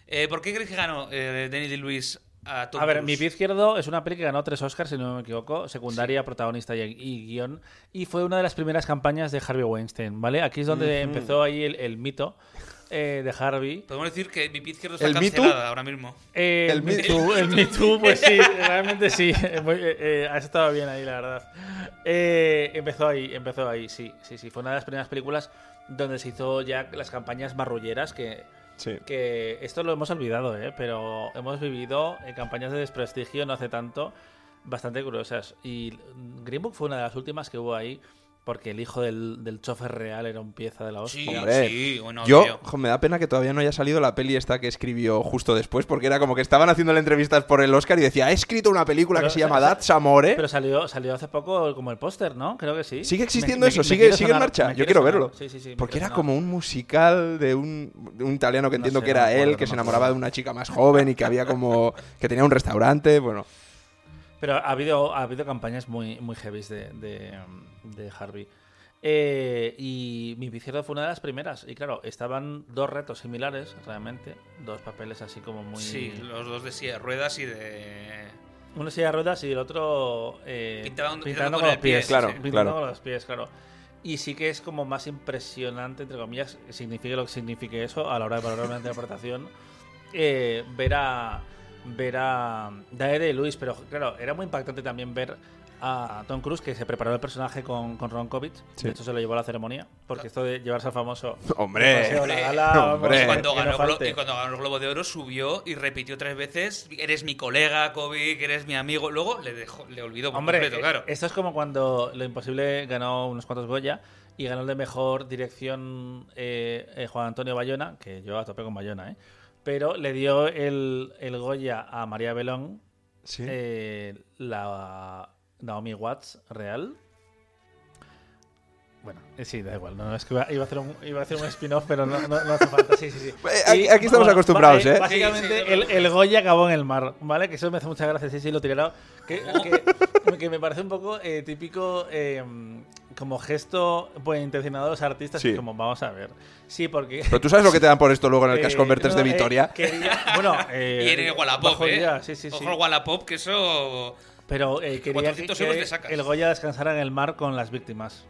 [SPEAKER 2] Eh, ¿Por qué creéis que ganó eh, Daniel de Lewis a Tom
[SPEAKER 4] A ver,
[SPEAKER 2] Cruise?
[SPEAKER 4] Mi pie izquierdo es una peli que ganó tres Oscars, si no me equivoco, secundaria, protagonista y, y guión, y fue una de las primeras campañas de Harvey Weinstein, ¿vale? Aquí es donde empezó ahí el, el mito eh, de Harvey.
[SPEAKER 2] Podemos decir que mi pie izquierdo está
[SPEAKER 3] ¿El Me Too?
[SPEAKER 2] cancelada ahora mismo.
[SPEAKER 4] Eh, el,
[SPEAKER 3] El
[SPEAKER 4] Me
[SPEAKER 3] Me-
[SPEAKER 4] Too, [laughs] el Me Too, pues sí, realmente sí. [laughs] Muy, eh, eh, has estado bien ahí, la verdad. Eh, empezó ahí, empezó ahí, sí, sí, sí. Fue una de las primeras películas donde se hizo ya las campañas marrulleras que...
[SPEAKER 3] Sí.
[SPEAKER 4] Que esto lo hemos olvidado, ¿eh? pero hemos vivido eh, campañas de desprestigio no hace tanto, bastante curiosas. Y mm, Green Book fue una de las últimas que hubo ahí, porque el hijo del, del chofer real era un pieza de la hostia.
[SPEAKER 2] Sí,
[SPEAKER 3] Hombre,
[SPEAKER 2] sí, bueno,
[SPEAKER 3] yo
[SPEAKER 2] tío.
[SPEAKER 3] jo, me da pena que todavía no haya salido la peli esta que escribió justo después, porque era como que estaban haciendo las entrevistas por el Oscar y decía, he escrito una película
[SPEAKER 4] Pero
[SPEAKER 3] que se
[SPEAKER 4] sa-
[SPEAKER 3] llama
[SPEAKER 4] sa-
[SPEAKER 3] That's Amore.
[SPEAKER 4] Pero salió, salió hace poco como el póster, ¿no? Creo que sí.
[SPEAKER 3] Sigue
[SPEAKER 4] Me-
[SPEAKER 3] existiendo
[SPEAKER 4] me-
[SPEAKER 3] eso,
[SPEAKER 4] me
[SPEAKER 3] sigue,
[SPEAKER 4] quiere
[SPEAKER 3] sigue en
[SPEAKER 4] sonar-
[SPEAKER 3] marcha.
[SPEAKER 4] me
[SPEAKER 3] Yo
[SPEAKER 4] quiere
[SPEAKER 3] quiero
[SPEAKER 4] sonar.
[SPEAKER 3] verlo.
[SPEAKER 4] Sí, sí, sí, me
[SPEAKER 3] Porque
[SPEAKER 4] quiere
[SPEAKER 3] era
[SPEAKER 4] sonar.
[SPEAKER 3] como un musical de un, de un italiano que
[SPEAKER 4] No
[SPEAKER 3] entiendo
[SPEAKER 4] sé,
[SPEAKER 3] que
[SPEAKER 4] no
[SPEAKER 3] era
[SPEAKER 4] me acuerdo,
[SPEAKER 3] él, que
[SPEAKER 4] no
[SPEAKER 3] se
[SPEAKER 4] me
[SPEAKER 3] enamoraba
[SPEAKER 4] acuerdo.
[SPEAKER 3] de una chica más joven y que había como. que tenía un restaurante. Bueno,
[SPEAKER 4] Pero ha habido, ha habido campañas muy, muy heavy de, de, de Harvey. Eh, y mi izquierdo fue una de las primeras. Y claro, estaban dos retos similares, realmente. Dos papeles así como muy.
[SPEAKER 2] Sí, los dos de silla de ruedas y de.
[SPEAKER 4] Uno silla de ruedas y el otro. eh,
[SPEAKER 2] Pintaba un- pintando
[SPEAKER 4] pintando con
[SPEAKER 2] con
[SPEAKER 4] los
[SPEAKER 2] el pie,
[SPEAKER 4] pies.
[SPEAKER 2] sí, Claro, sí.
[SPEAKER 4] Pintando
[SPEAKER 3] claro.
[SPEAKER 4] con los pies, claro. Y sí que es como más impresionante, entre comillas, signifique lo que signifique eso a la hora de valorar una [laughs] interpretación. eh, ver a. Ver a. Daede y Luis, pero claro, era muy impactante también ver a Tom Cruise que se preparó el personaje con, con Ronkovic.
[SPEAKER 3] Sí.
[SPEAKER 4] De hecho, se lo llevó a la ceremonia. Porque esto de llevarse al famoso.
[SPEAKER 3] Hombre,
[SPEAKER 4] paseo, la
[SPEAKER 2] hombre,
[SPEAKER 4] gala, vamos,
[SPEAKER 3] hombre.
[SPEAKER 2] Y cuando,
[SPEAKER 4] que no
[SPEAKER 2] ganó, Glo-
[SPEAKER 4] falte.
[SPEAKER 2] y cuando ganó el Globo de Oro subió y repitió tres veces, eres mi colega, Kobe, que eres mi amigo. Luego le dejó, le olvidó por
[SPEAKER 4] Hombre,
[SPEAKER 2] completo,
[SPEAKER 4] eh,
[SPEAKER 2] claro.
[SPEAKER 4] esto es como cuando Lo Imposible ganó unos cuantos Goya y ganó el de mejor dirección eh, eh, Juan Antonio Bayona, que yo a tope con Bayona, ¿eh? Pero le dio el, el Goya a María Belón,
[SPEAKER 3] Sí.
[SPEAKER 4] eh, la Naomi Watts real. Bueno, eh, sí, da igual. No, no, es que iba, iba a hacer un, iba a hacer un spin-off, pero no, no- no hace falta. Sí, sí, sí.
[SPEAKER 3] [laughs] Eh, aquí- aquí estamos acostumbrados,
[SPEAKER 4] va-
[SPEAKER 3] ¿eh?
[SPEAKER 4] Básicamente,
[SPEAKER 2] Sí, sí,
[SPEAKER 4] el, el Goya acabó en el mar, ¿vale? Que eso me hace mucha gracia. Sí, sí, lo tiraron. Que, que- que me parece un poco eh, típico eh, como gesto buen intencionado de los artistas.
[SPEAKER 3] Sí.
[SPEAKER 4] que es como, vamos a ver. Sí, porque.
[SPEAKER 3] Pero tú sabes lo que te dan por esto luego en el Cash
[SPEAKER 4] eh,
[SPEAKER 3] Converters de
[SPEAKER 4] no, eh,
[SPEAKER 3] Vitoria.
[SPEAKER 4] quería- bueno, eh,
[SPEAKER 2] [laughs] y en el Wallapop,
[SPEAKER 4] bajo
[SPEAKER 2] ¿eh?
[SPEAKER 4] ya, sí, sí, sí.
[SPEAKER 2] Ojo al Wallapop, que eso.
[SPEAKER 4] Pero eh, quería que,
[SPEAKER 2] 400 euros
[SPEAKER 4] que
[SPEAKER 2] le sacas.
[SPEAKER 4] el Goya descansara en el mar con las víctimas.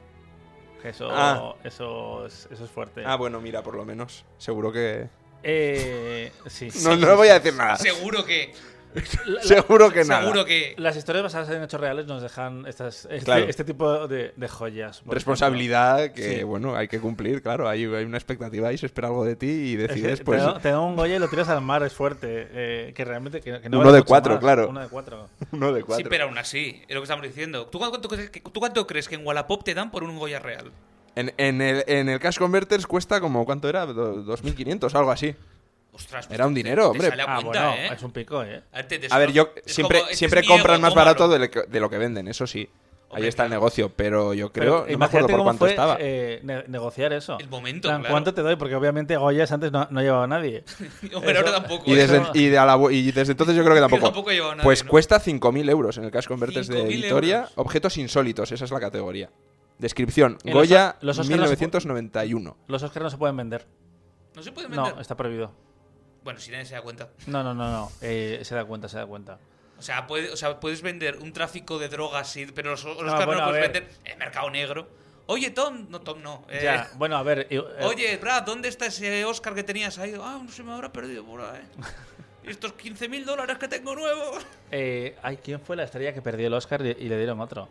[SPEAKER 4] Que Eso,
[SPEAKER 3] Ah.
[SPEAKER 4] eso, es, eso es fuerte.
[SPEAKER 3] Ah, bueno, mira, por lo menos. Seguro que.
[SPEAKER 4] Eh, sí.
[SPEAKER 3] [laughs] No, no voy a decir nada.
[SPEAKER 2] Seguro que.
[SPEAKER 3] Seguro Ah, que nada.
[SPEAKER 2] Seguro que.
[SPEAKER 4] Las historias basadas en hechos reales nos dejan estas, este,
[SPEAKER 3] Claro.
[SPEAKER 4] este tipo de, de joyas. por
[SPEAKER 3] Responsabilidad que,
[SPEAKER 4] Sí.
[SPEAKER 3] bueno, hay que cumplir, claro. Hay, hay una expectativa y se espera algo de
[SPEAKER 2] [laughs]
[SPEAKER 3] ti y
[SPEAKER 4] ejemplo. Es que
[SPEAKER 3] decides, pues.
[SPEAKER 4] te, da- te da un Goya y lo tiras al mar, es fuerte. eh, que realmente. que- que no
[SPEAKER 3] Uno
[SPEAKER 4] vale
[SPEAKER 3] de
[SPEAKER 4] mucho
[SPEAKER 3] cuatro,
[SPEAKER 4] más,
[SPEAKER 3] claro.
[SPEAKER 4] Uno de cuatro.
[SPEAKER 3] [laughs] Uno de
[SPEAKER 2] Sí,
[SPEAKER 3] cuatro.
[SPEAKER 2] pero aún así, es lo que estamos diciendo. ¿Tú cuánto, crees que, tú cuánto crees que en Wallapop te dan por un Goya real?
[SPEAKER 3] En, en el, en el Cash Converters cuesta como, ¿cuánto era? Do- 2.500, algo así.
[SPEAKER 2] Ostras, pues
[SPEAKER 3] Era un
[SPEAKER 2] te-
[SPEAKER 3] dinero,
[SPEAKER 2] te
[SPEAKER 3] hombre.
[SPEAKER 2] sale a
[SPEAKER 4] Ah,
[SPEAKER 2] cuenta,
[SPEAKER 4] bueno,
[SPEAKER 2] ¿eh?
[SPEAKER 4] es un pico, ¿eh?
[SPEAKER 2] A ver, te- te-
[SPEAKER 3] A ver, yo
[SPEAKER 2] es
[SPEAKER 3] siempre,
[SPEAKER 2] como, este
[SPEAKER 3] siempre
[SPEAKER 2] es mi
[SPEAKER 3] compran
[SPEAKER 2] ego,
[SPEAKER 3] más barato
[SPEAKER 2] cómalo.
[SPEAKER 3] de lo, que, de lo que venden, eso sí.
[SPEAKER 2] Hombre,
[SPEAKER 3] Ahí está el
[SPEAKER 2] claro.
[SPEAKER 3] negocio, pero yo
[SPEAKER 4] Pero
[SPEAKER 3] creo, no me
[SPEAKER 4] imagínate
[SPEAKER 3] acuerdo por
[SPEAKER 4] cómo
[SPEAKER 3] cuánto
[SPEAKER 4] fue,
[SPEAKER 3] estaba.
[SPEAKER 4] eh, ne- negociar eso.
[SPEAKER 2] El momento,
[SPEAKER 4] En plan,
[SPEAKER 2] claro.
[SPEAKER 4] ¿Cuánto te doy? Porque obviamente Goyas antes no, no llevaba
[SPEAKER 2] [laughs]
[SPEAKER 4] a nadie.
[SPEAKER 2] [laughs] Hombre, ahora tampoco. ¿eh?
[SPEAKER 3] y, desde,
[SPEAKER 4] eso-
[SPEAKER 3] y, de a la vu- y desde entonces yo creo que tampoco.
[SPEAKER 2] tampoco lleva nadie,
[SPEAKER 3] pues
[SPEAKER 2] ¿no?
[SPEAKER 3] cuesta 5.000 euros en el Cash Converters de
[SPEAKER 2] 5.000
[SPEAKER 3] Vitoria.
[SPEAKER 2] euros.
[SPEAKER 3] Objetos insólitos, esa es la categoría. Descripción:
[SPEAKER 4] En Eh, los-
[SPEAKER 3] Goya,
[SPEAKER 4] los Oscar no se pu-
[SPEAKER 3] 1991.
[SPEAKER 4] Los Oscars no se pueden vender.
[SPEAKER 2] No se puede vender.
[SPEAKER 4] No, está prohibido.
[SPEAKER 2] Bueno, si nadie se da cuenta.
[SPEAKER 4] No, no, no, no. Eh, se da cuenta, se da cuenta.
[SPEAKER 2] O sea, puede- o sea, puedes vender un tráfico de drogas, sí, pero los, los
[SPEAKER 4] No,
[SPEAKER 2] carros
[SPEAKER 4] Ah, bueno, a
[SPEAKER 2] no puedes
[SPEAKER 4] ver.
[SPEAKER 2] vender en mercado negro. Oye, Tom. No, Tom no. eh,
[SPEAKER 4] Ya, bueno, a ver. eh, eh,
[SPEAKER 2] Oye, Brad, ¿dónde está ese Oscar que tenías ahí? Ah, no se me habrá perdido por
[SPEAKER 4] [laughs]
[SPEAKER 2] ahí. ¿Y estos 15.000 dólares que tengo nuevos?
[SPEAKER 4] eh, ay, ¿quién fue la estrella que perdió el Oscar y, y le dieron otro?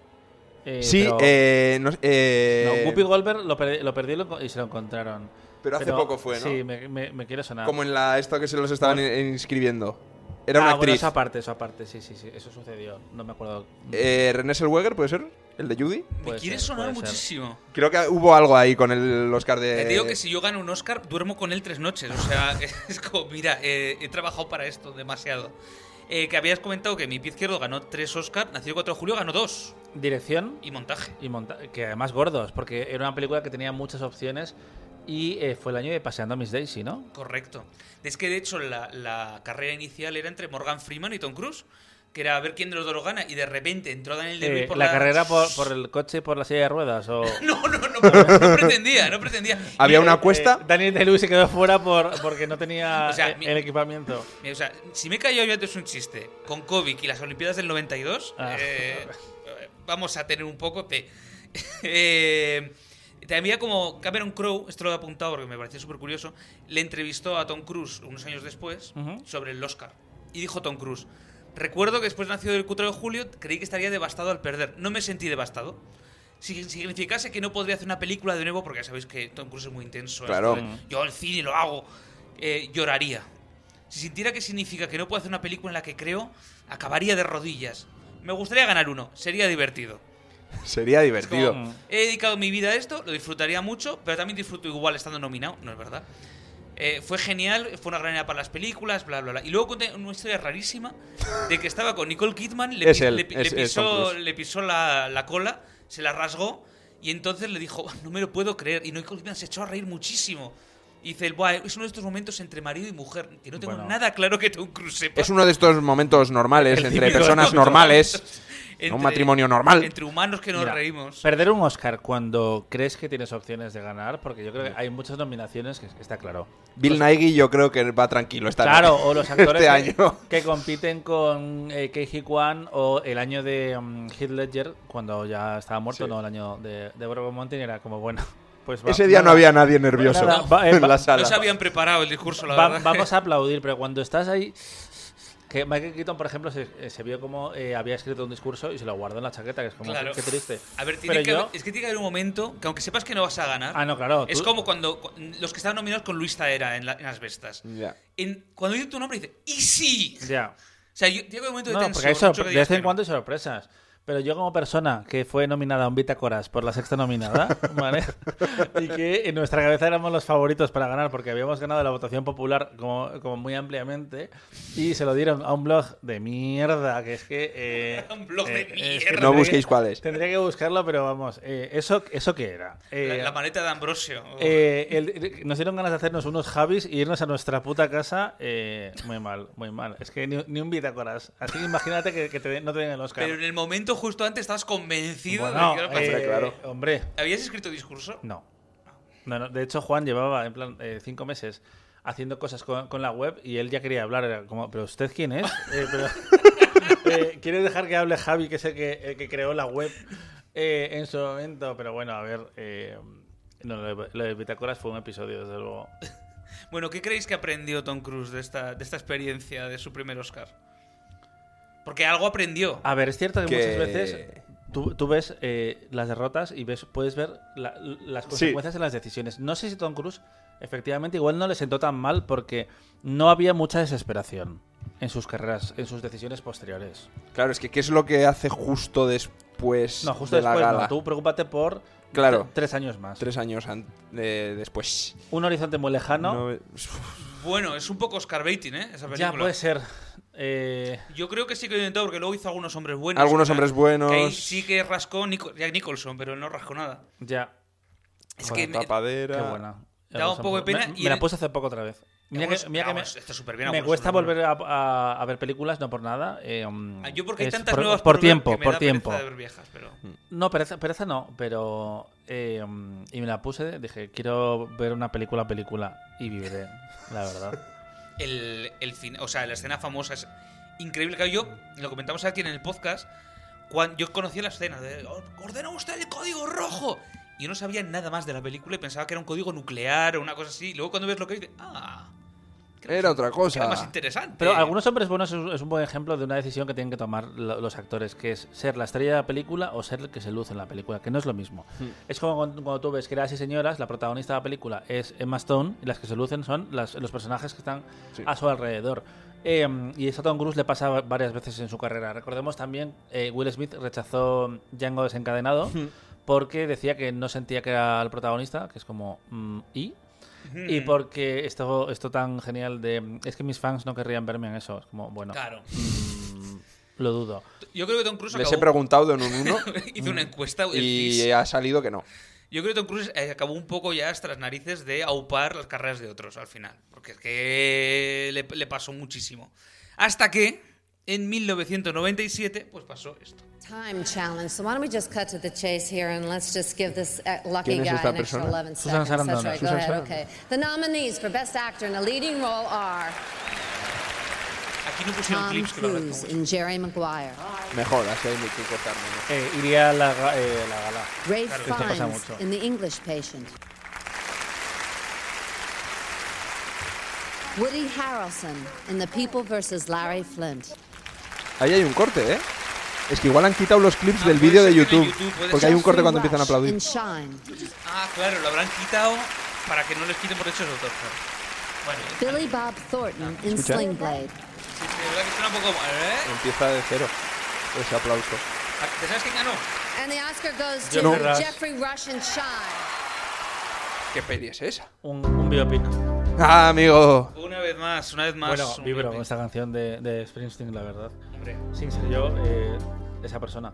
[SPEAKER 4] Eh,
[SPEAKER 3] sí,
[SPEAKER 4] pero-
[SPEAKER 3] eh, no- eh,
[SPEAKER 4] no, Whoopi Goldberg lo, perdi- lo perdió y lo- y se lo encontraron.
[SPEAKER 3] Pero hace poco fue, ¿no?
[SPEAKER 4] Sí, me, me, me quiere sonar.
[SPEAKER 3] como en la esta que se los estaban in- inscribiendo. Era una
[SPEAKER 4] Ah, bueno,
[SPEAKER 3] actriz.
[SPEAKER 4] eso aparte, eso aparte. Sí, sí, sí. Eso sucedió. No me acuerdo.
[SPEAKER 3] Eh, René Selweger, ¿puede ser? ¿El de Judy?
[SPEAKER 2] Me
[SPEAKER 4] Puede
[SPEAKER 2] quiere
[SPEAKER 4] ser,
[SPEAKER 2] sonar
[SPEAKER 4] puede ser.
[SPEAKER 2] muchísimo.
[SPEAKER 3] Creo que hubo algo ahí con el Oscar de.
[SPEAKER 2] Te digo que si yo gano un Oscar, duermo con él tres noches. O sea, [laughs] es como, mira, eh, he trabajado para esto demasiado. Eh, que habías comentado que mi pie izquierdo ganó tres Oscar, nacido el 4 de julio ganó dos.
[SPEAKER 4] Dirección
[SPEAKER 2] Y montaje.
[SPEAKER 4] y monta- que además gordos, porque era una película que tenía muchas opciones y eh, fue el año de Paseando a Miss Daisy, ¿no?
[SPEAKER 2] Correcto. Es que de hecho la, la carrera inicial era entre Morgan Freeman y Tom Cruise, que era a ver quién de los dos lo gana, y de repente entró Daniel
[SPEAKER 4] Eh,
[SPEAKER 2] Day-Lewis por
[SPEAKER 4] la, carrera por, por el coche y por la silla de ruedas o
[SPEAKER 2] [laughs] No, no, no, no pretendía, no pretendía.
[SPEAKER 4] [laughs]
[SPEAKER 3] Había
[SPEAKER 2] Y-
[SPEAKER 3] una cuesta.
[SPEAKER 4] Eh, Daniel de Lewis se quedó fuera por, porque no tenía
[SPEAKER 2] [laughs] O sea,
[SPEAKER 4] eh,
[SPEAKER 2] mi-
[SPEAKER 4] el equipamiento.
[SPEAKER 2] Mira, O sea, si me he callado yo antes un chiste con Kovic y las Olimpiadas del 92,
[SPEAKER 4] Ah. [laughs]
[SPEAKER 2] eh, vamos a tener un poco de. [laughs] Eh, también como Cameron Crowe, esto lo he apuntado porque me pareció súper curioso, le entrevistó a Tom Cruise unos años después
[SPEAKER 4] Ujú.
[SPEAKER 2] sobre el Oscar. Y dijo Tom Cruise, recuerdo que después de nacido del 4 de julio creí que estaría devastado al perder. No me sentí devastado. Si significase que no podría hacer una película de nuevo, porque ya sabéis que Tom Cruise es muy intenso.
[SPEAKER 3] Claro.
[SPEAKER 2] esto de, Yo el cine lo hago. eh, lloraría. Si sintiera que significa que no puedo hacer una película en la que creo, acabaría de rodillas. Me gustaría ganar uno, sería divertido.
[SPEAKER 3] Sería
[SPEAKER 2] Es como,
[SPEAKER 3] divertido.
[SPEAKER 2] he dedicado mi vida a esto, lo disfrutaría mucho, pero también disfruto igual estando nominado, no es verdad. Eh, fue genial, fue una gran idea para las películas, bla, bla, bla. Y luego conté una historia rarísima de que estaba con Nicole Kidman, le,
[SPEAKER 3] Es
[SPEAKER 2] pi-
[SPEAKER 3] él,
[SPEAKER 2] le pi-
[SPEAKER 3] es-
[SPEAKER 2] le
[SPEAKER 3] es Tom
[SPEAKER 2] pisó,
[SPEAKER 3] Cruise.
[SPEAKER 2] le pisó la, la cola, se la rasgó y entonces le dijo, no me lo puedo creer. Y Nicole Kidman se echó a reír muchísimo. Y dice, Buah, es uno de estos momentos entre marido y mujer que no tengo
[SPEAKER 4] Bueno.
[SPEAKER 2] nada claro que Tom Cruise sepa.
[SPEAKER 3] Es uno de estos momentos normales
[SPEAKER 4] El
[SPEAKER 3] entre
[SPEAKER 4] típico
[SPEAKER 3] personas
[SPEAKER 4] momento.
[SPEAKER 3] normales.
[SPEAKER 4] [laughs]
[SPEAKER 2] Entre-
[SPEAKER 3] un matrimonio normal.
[SPEAKER 2] Entre humanos que nos
[SPEAKER 4] Mira,
[SPEAKER 2] reímos.
[SPEAKER 4] Perder un Oscar cuando crees que tienes opciones de ganar, porque yo creo que hay muchas nominaciones que está claro.
[SPEAKER 3] Bill Nighy yo creo que va tranquilo esta
[SPEAKER 4] Claro, o
[SPEAKER 3] [laughs]
[SPEAKER 4] los actores
[SPEAKER 3] este
[SPEAKER 4] que-
[SPEAKER 3] año.
[SPEAKER 4] que, compiten con eh, Keiji Kwan o el año de um, Heath Ledger, cuando ya estaba muerto,
[SPEAKER 3] Sí.
[SPEAKER 4] no, el año de, de Bourbon Mountain, era como bueno. Pues
[SPEAKER 3] [laughs]
[SPEAKER 4] va-
[SPEAKER 3] Ese día no
[SPEAKER 4] nada.
[SPEAKER 3] había nadie nervioso
[SPEAKER 4] Nada, va- eh,
[SPEAKER 3] en
[SPEAKER 4] va-
[SPEAKER 3] la
[SPEAKER 2] No
[SPEAKER 3] sala.
[SPEAKER 2] se habían preparado el discurso, la
[SPEAKER 4] Va-
[SPEAKER 2] verdad. [laughs]
[SPEAKER 4] vamos a aplaudir, pero cuando estás ahí. Que Michael Keaton, por ejemplo, se, eh, se vio como eh, había escrito un discurso y se lo guardó en la chaqueta, que es como
[SPEAKER 2] Claro.
[SPEAKER 4] qué triste.
[SPEAKER 2] A ver, tiene
[SPEAKER 4] pero
[SPEAKER 2] que
[SPEAKER 4] yo-
[SPEAKER 2] haber- es que tiene que haber un momento que aunque sepas que no vas a ganar...
[SPEAKER 4] Ah, no, claro.
[SPEAKER 2] Es
[SPEAKER 4] tú-
[SPEAKER 2] como cuando cu- los que estaban nominados con Luis Taera en, la- en las bestas.
[SPEAKER 3] Ya.
[SPEAKER 2] En- cuando dice tu nombre, dice ¡Y sí!
[SPEAKER 4] Ya.
[SPEAKER 2] O sea, yo, llega un momento de
[SPEAKER 4] No,
[SPEAKER 2] tensión.
[SPEAKER 4] porque hay
[SPEAKER 2] mucho
[SPEAKER 4] sorpre-
[SPEAKER 2] que
[SPEAKER 4] de
[SPEAKER 2] digas
[SPEAKER 4] vez
[SPEAKER 2] que
[SPEAKER 4] en
[SPEAKER 2] no.
[SPEAKER 4] cuando hay sorpresas. Pero yo como persona que fue nominada a un Bitácoras por la
[SPEAKER 2] [laughs]
[SPEAKER 4] sexta nominada, ¿vale? y que en nuestra cabeza éramos los favoritos para ganar porque habíamos ganado la votación popular como, como muy ampliamente y se lo dieron a un blog de mierda, que es que... eh,
[SPEAKER 2] [laughs] Un blog de
[SPEAKER 4] es
[SPEAKER 2] mierda.
[SPEAKER 4] que
[SPEAKER 3] No
[SPEAKER 4] tendría-
[SPEAKER 3] busquéis cuáles.
[SPEAKER 4] Tendría que buscarlo, pero vamos, eh, ¿eso, ¿eso qué era?
[SPEAKER 2] La,
[SPEAKER 4] Eh,
[SPEAKER 2] la maleta de Ambrosio.
[SPEAKER 4] eh, el- nos dieron ganas de hacernos unos Javis y irnos a nuestra puta casa. eh, muy mal, muy mal. Es que ni, ni un bitácoras. Así que imagínate que, que te den- no te den el Oscar.
[SPEAKER 2] Pero en el momento justo antes estabas convencido
[SPEAKER 4] Bueno,
[SPEAKER 2] de que era para-
[SPEAKER 4] eh,
[SPEAKER 3] Hombre, claro.
[SPEAKER 4] Hombre,
[SPEAKER 2] ¿Habías escrito discurso?
[SPEAKER 4] no. No, no, De hecho, Juan llevaba en plan eh, cinco meses haciendo cosas con, con la web y él ya quería hablar. Era como, ¿pero usted quién es? Eh, pero- [laughs] eh, ¿Quiere dejar que hable Javi, que es el que, el que creó la web eh, en su momento? Pero bueno, a ver. eh, no, lo de, lo de Bitácoras fue un episodio, desde luego.
[SPEAKER 2] Bueno, ¿qué creéis que aprendió Tom Cruise de esta, de esta experiencia de su primer Oscar? Porque algo aprendió.
[SPEAKER 4] A ver, es cierto que,
[SPEAKER 3] Que-
[SPEAKER 4] muchas veces tú, tú ves eh, las derrotas y ves, puedes ver la- las consecuencias de las decisiones. No sé si Tom Cruise, efectivamente, igual no le sentó tan mal porque no había mucha desesperación en sus carreras, en sus decisiones posteriores.
[SPEAKER 3] Claro, es que ¿qué es lo que hace justo después
[SPEAKER 4] No, justo
[SPEAKER 3] de la
[SPEAKER 4] después, no.
[SPEAKER 3] gala?
[SPEAKER 4] tú preocúpate por
[SPEAKER 3] Claro.
[SPEAKER 4] tre- tres años más.
[SPEAKER 3] Tres años an- eh, después.
[SPEAKER 4] Un horizonte muy lejano.
[SPEAKER 3] No,
[SPEAKER 2] Bueno, es un poco Oscar baiting, ¿eh? Esa
[SPEAKER 4] ya pues,
[SPEAKER 2] película.
[SPEAKER 4] puede ser. Eh,
[SPEAKER 2] Yo creo que sí que lo intentó porque luego hizo algunos hombres buenos.
[SPEAKER 3] Algunos
[SPEAKER 2] Que
[SPEAKER 3] hombres
[SPEAKER 2] ahí-
[SPEAKER 3] buenos.
[SPEAKER 2] que ahí sí que rascó Nico- Jack Nicholson, pero no rascó nada.
[SPEAKER 4] ya.
[SPEAKER 2] Es
[SPEAKER 3] Con
[SPEAKER 2] que
[SPEAKER 3] la
[SPEAKER 2] me-
[SPEAKER 3] tapadera.
[SPEAKER 4] Qué buena.
[SPEAKER 2] Daba un poco de pena
[SPEAKER 4] Me,
[SPEAKER 2] y
[SPEAKER 4] me la
[SPEAKER 2] en-
[SPEAKER 4] puse hace poco otra vez. Mira que,
[SPEAKER 2] Algunos-
[SPEAKER 4] mira que me,
[SPEAKER 2] vamos, está súper bien,
[SPEAKER 4] me
[SPEAKER 2] algunos
[SPEAKER 4] cuesta
[SPEAKER 2] súper bien.
[SPEAKER 4] volver a, a- a ver películas, no por nada. eh, um,
[SPEAKER 2] Ah, Yo porque hay
[SPEAKER 4] es
[SPEAKER 2] tantas
[SPEAKER 4] por,
[SPEAKER 2] nuevas
[SPEAKER 4] por
[SPEAKER 2] ver
[SPEAKER 4] tiempo,
[SPEAKER 2] que me
[SPEAKER 4] por
[SPEAKER 2] da
[SPEAKER 4] tiempo.
[SPEAKER 2] pereza de ver viejas, pero...
[SPEAKER 4] No, pereza, pereza no, pero eh, um, y me la puse, dije quiero ver una película película y viviré, la verdad.
[SPEAKER 2] el, el fin- o sea, la escena famosa es increíble. Claro, yo lo comentamos aquí en el podcast. Cuando yo conocí la escena de "Oh, ordena usted el código rojo. Y yo no sabía nada más de la película y pensaba que era un código nuclear o una cosa así. Y luego cuando ves lo que hay, dices, ah, que
[SPEAKER 3] Era otra
[SPEAKER 2] que era más
[SPEAKER 3] cosa.
[SPEAKER 2] interesante.
[SPEAKER 4] Pero algunos hombres buenos es, es un buen ejemplo de una decisión que tienen que tomar lo- los actores, que es ser la estrella de la película o ser el que se luce en la película, que no es lo mismo. Es como cuando, cuando tú ves que eras y señoras, la protagonista de la película es Emma Stone y las que se lucen son las- los personajes que están
[SPEAKER 3] Sí.
[SPEAKER 4] a su alrededor. Eh, y eso a Tom Cruise le pasa va- varias veces en su carrera. Recordemos también eh, Will Smith rechazó Django desencadenado porque decía que no sentía que era el protagonista, que es como mm, y y porque esto esto tan genial de es que mis fans no querrían verme en eso, es como bueno, mm,
[SPEAKER 2] Claro.
[SPEAKER 4] lo dudo.
[SPEAKER 2] Yo creo que Tom Cruise
[SPEAKER 3] Les he
[SPEAKER 2] acabó-
[SPEAKER 3] preguntado en un uno
[SPEAKER 2] hizo una encuesta. [laughs] el CIS.
[SPEAKER 3] y ha salido que no.
[SPEAKER 2] Yo creo que Tom Cruise eh, acabó un poco ya hasta las narices de aupar las carreras de otros al final. Porque es que le, le pasó muchísimo. Hasta que, en 1997, pues pasó esto.
[SPEAKER 6] Time challenge. So why don't we just cut to the chase here and let's just give this uh, lucky
[SPEAKER 3] ¿Quién es
[SPEAKER 6] guy
[SPEAKER 3] esta
[SPEAKER 6] an extra
[SPEAKER 3] persona?
[SPEAKER 6] 11
[SPEAKER 4] Susan
[SPEAKER 6] seconds.
[SPEAKER 4] Sarandon.
[SPEAKER 6] That's right. Go
[SPEAKER 3] Susan Sarandon.
[SPEAKER 6] ahead. Okay. The nominees for best actor in a leading role are
[SPEAKER 2] Aquí no pusieron
[SPEAKER 6] Tom
[SPEAKER 2] clips que lo agradezco
[SPEAKER 6] Cruise
[SPEAKER 2] mucho.
[SPEAKER 6] and Jerry Maguire,
[SPEAKER 3] Mejor, así hay que cortar menos.
[SPEAKER 4] Eh, iría a la, ga- eh, la gala.
[SPEAKER 6] Ray
[SPEAKER 2] Claro.
[SPEAKER 4] Esto pasa mucho.
[SPEAKER 6] Fiennes in The English Patient, Woody Harrelson in The People versus Larry Flint,
[SPEAKER 3] Ahí hay un corte, ¿eh? Es que igual han quitado los clips
[SPEAKER 2] Ah,
[SPEAKER 3] del
[SPEAKER 2] puede
[SPEAKER 3] vídeo de
[SPEAKER 2] ser que de
[SPEAKER 3] YouTube.
[SPEAKER 2] YouTube, puede
[SPEAKER 3] porque
[SPEAKER 2] ser.
[SPEAKER 3] hay un corte cuando
[SPEAKER 6] Rush
[SPEAKER 3] empiezan a aplaudir.
[SPEAKER 6] in Shine,
[SPEAKER 2] Ah, claro, lo habrán quitado para que no les quiten por hechos de autor. claro. Bueno,
[SPEAKER 6] Billy Bob Thornton in
[SPEAKER 3] Ah, Escucha.
[SPEAKER 6] Sling Blade.
[SPEAKER 2] sí, sí, de verdad que suena un poco mal, ¿eh?
[SPEAKER 3] Empieza de cero ese aplauso.
[SPEAKER 2] ¿Te sabes quién ganó?
[SPEAKER 6] And the Oscar goes
[SPEAKER 4] Yo
[SPEAKER 6] to
[SPEAKER 4] no. Rush.
[SPEAKER 6] Jeffrey Rush and Shine.
[SPEAKER 3] ¿Qué peli es esa?
[SPEAKER 4] Un, un biopic.
[SPEAKER 3] Ah, amigo.
[SPEAKER 2] Una vez más, una vez más.
[SPEAKER 4] Bueno,
[SPEAKER 2] un
[SPEAKER 4] vibro
[SPEAKER 2] biopic.
[SPEAKER 4] con esta canción de, de Springsteen, la verdad.
[SPEAKER 2] Hombre.
[SPEAKER 4] Sin ser yo eh, esa persona.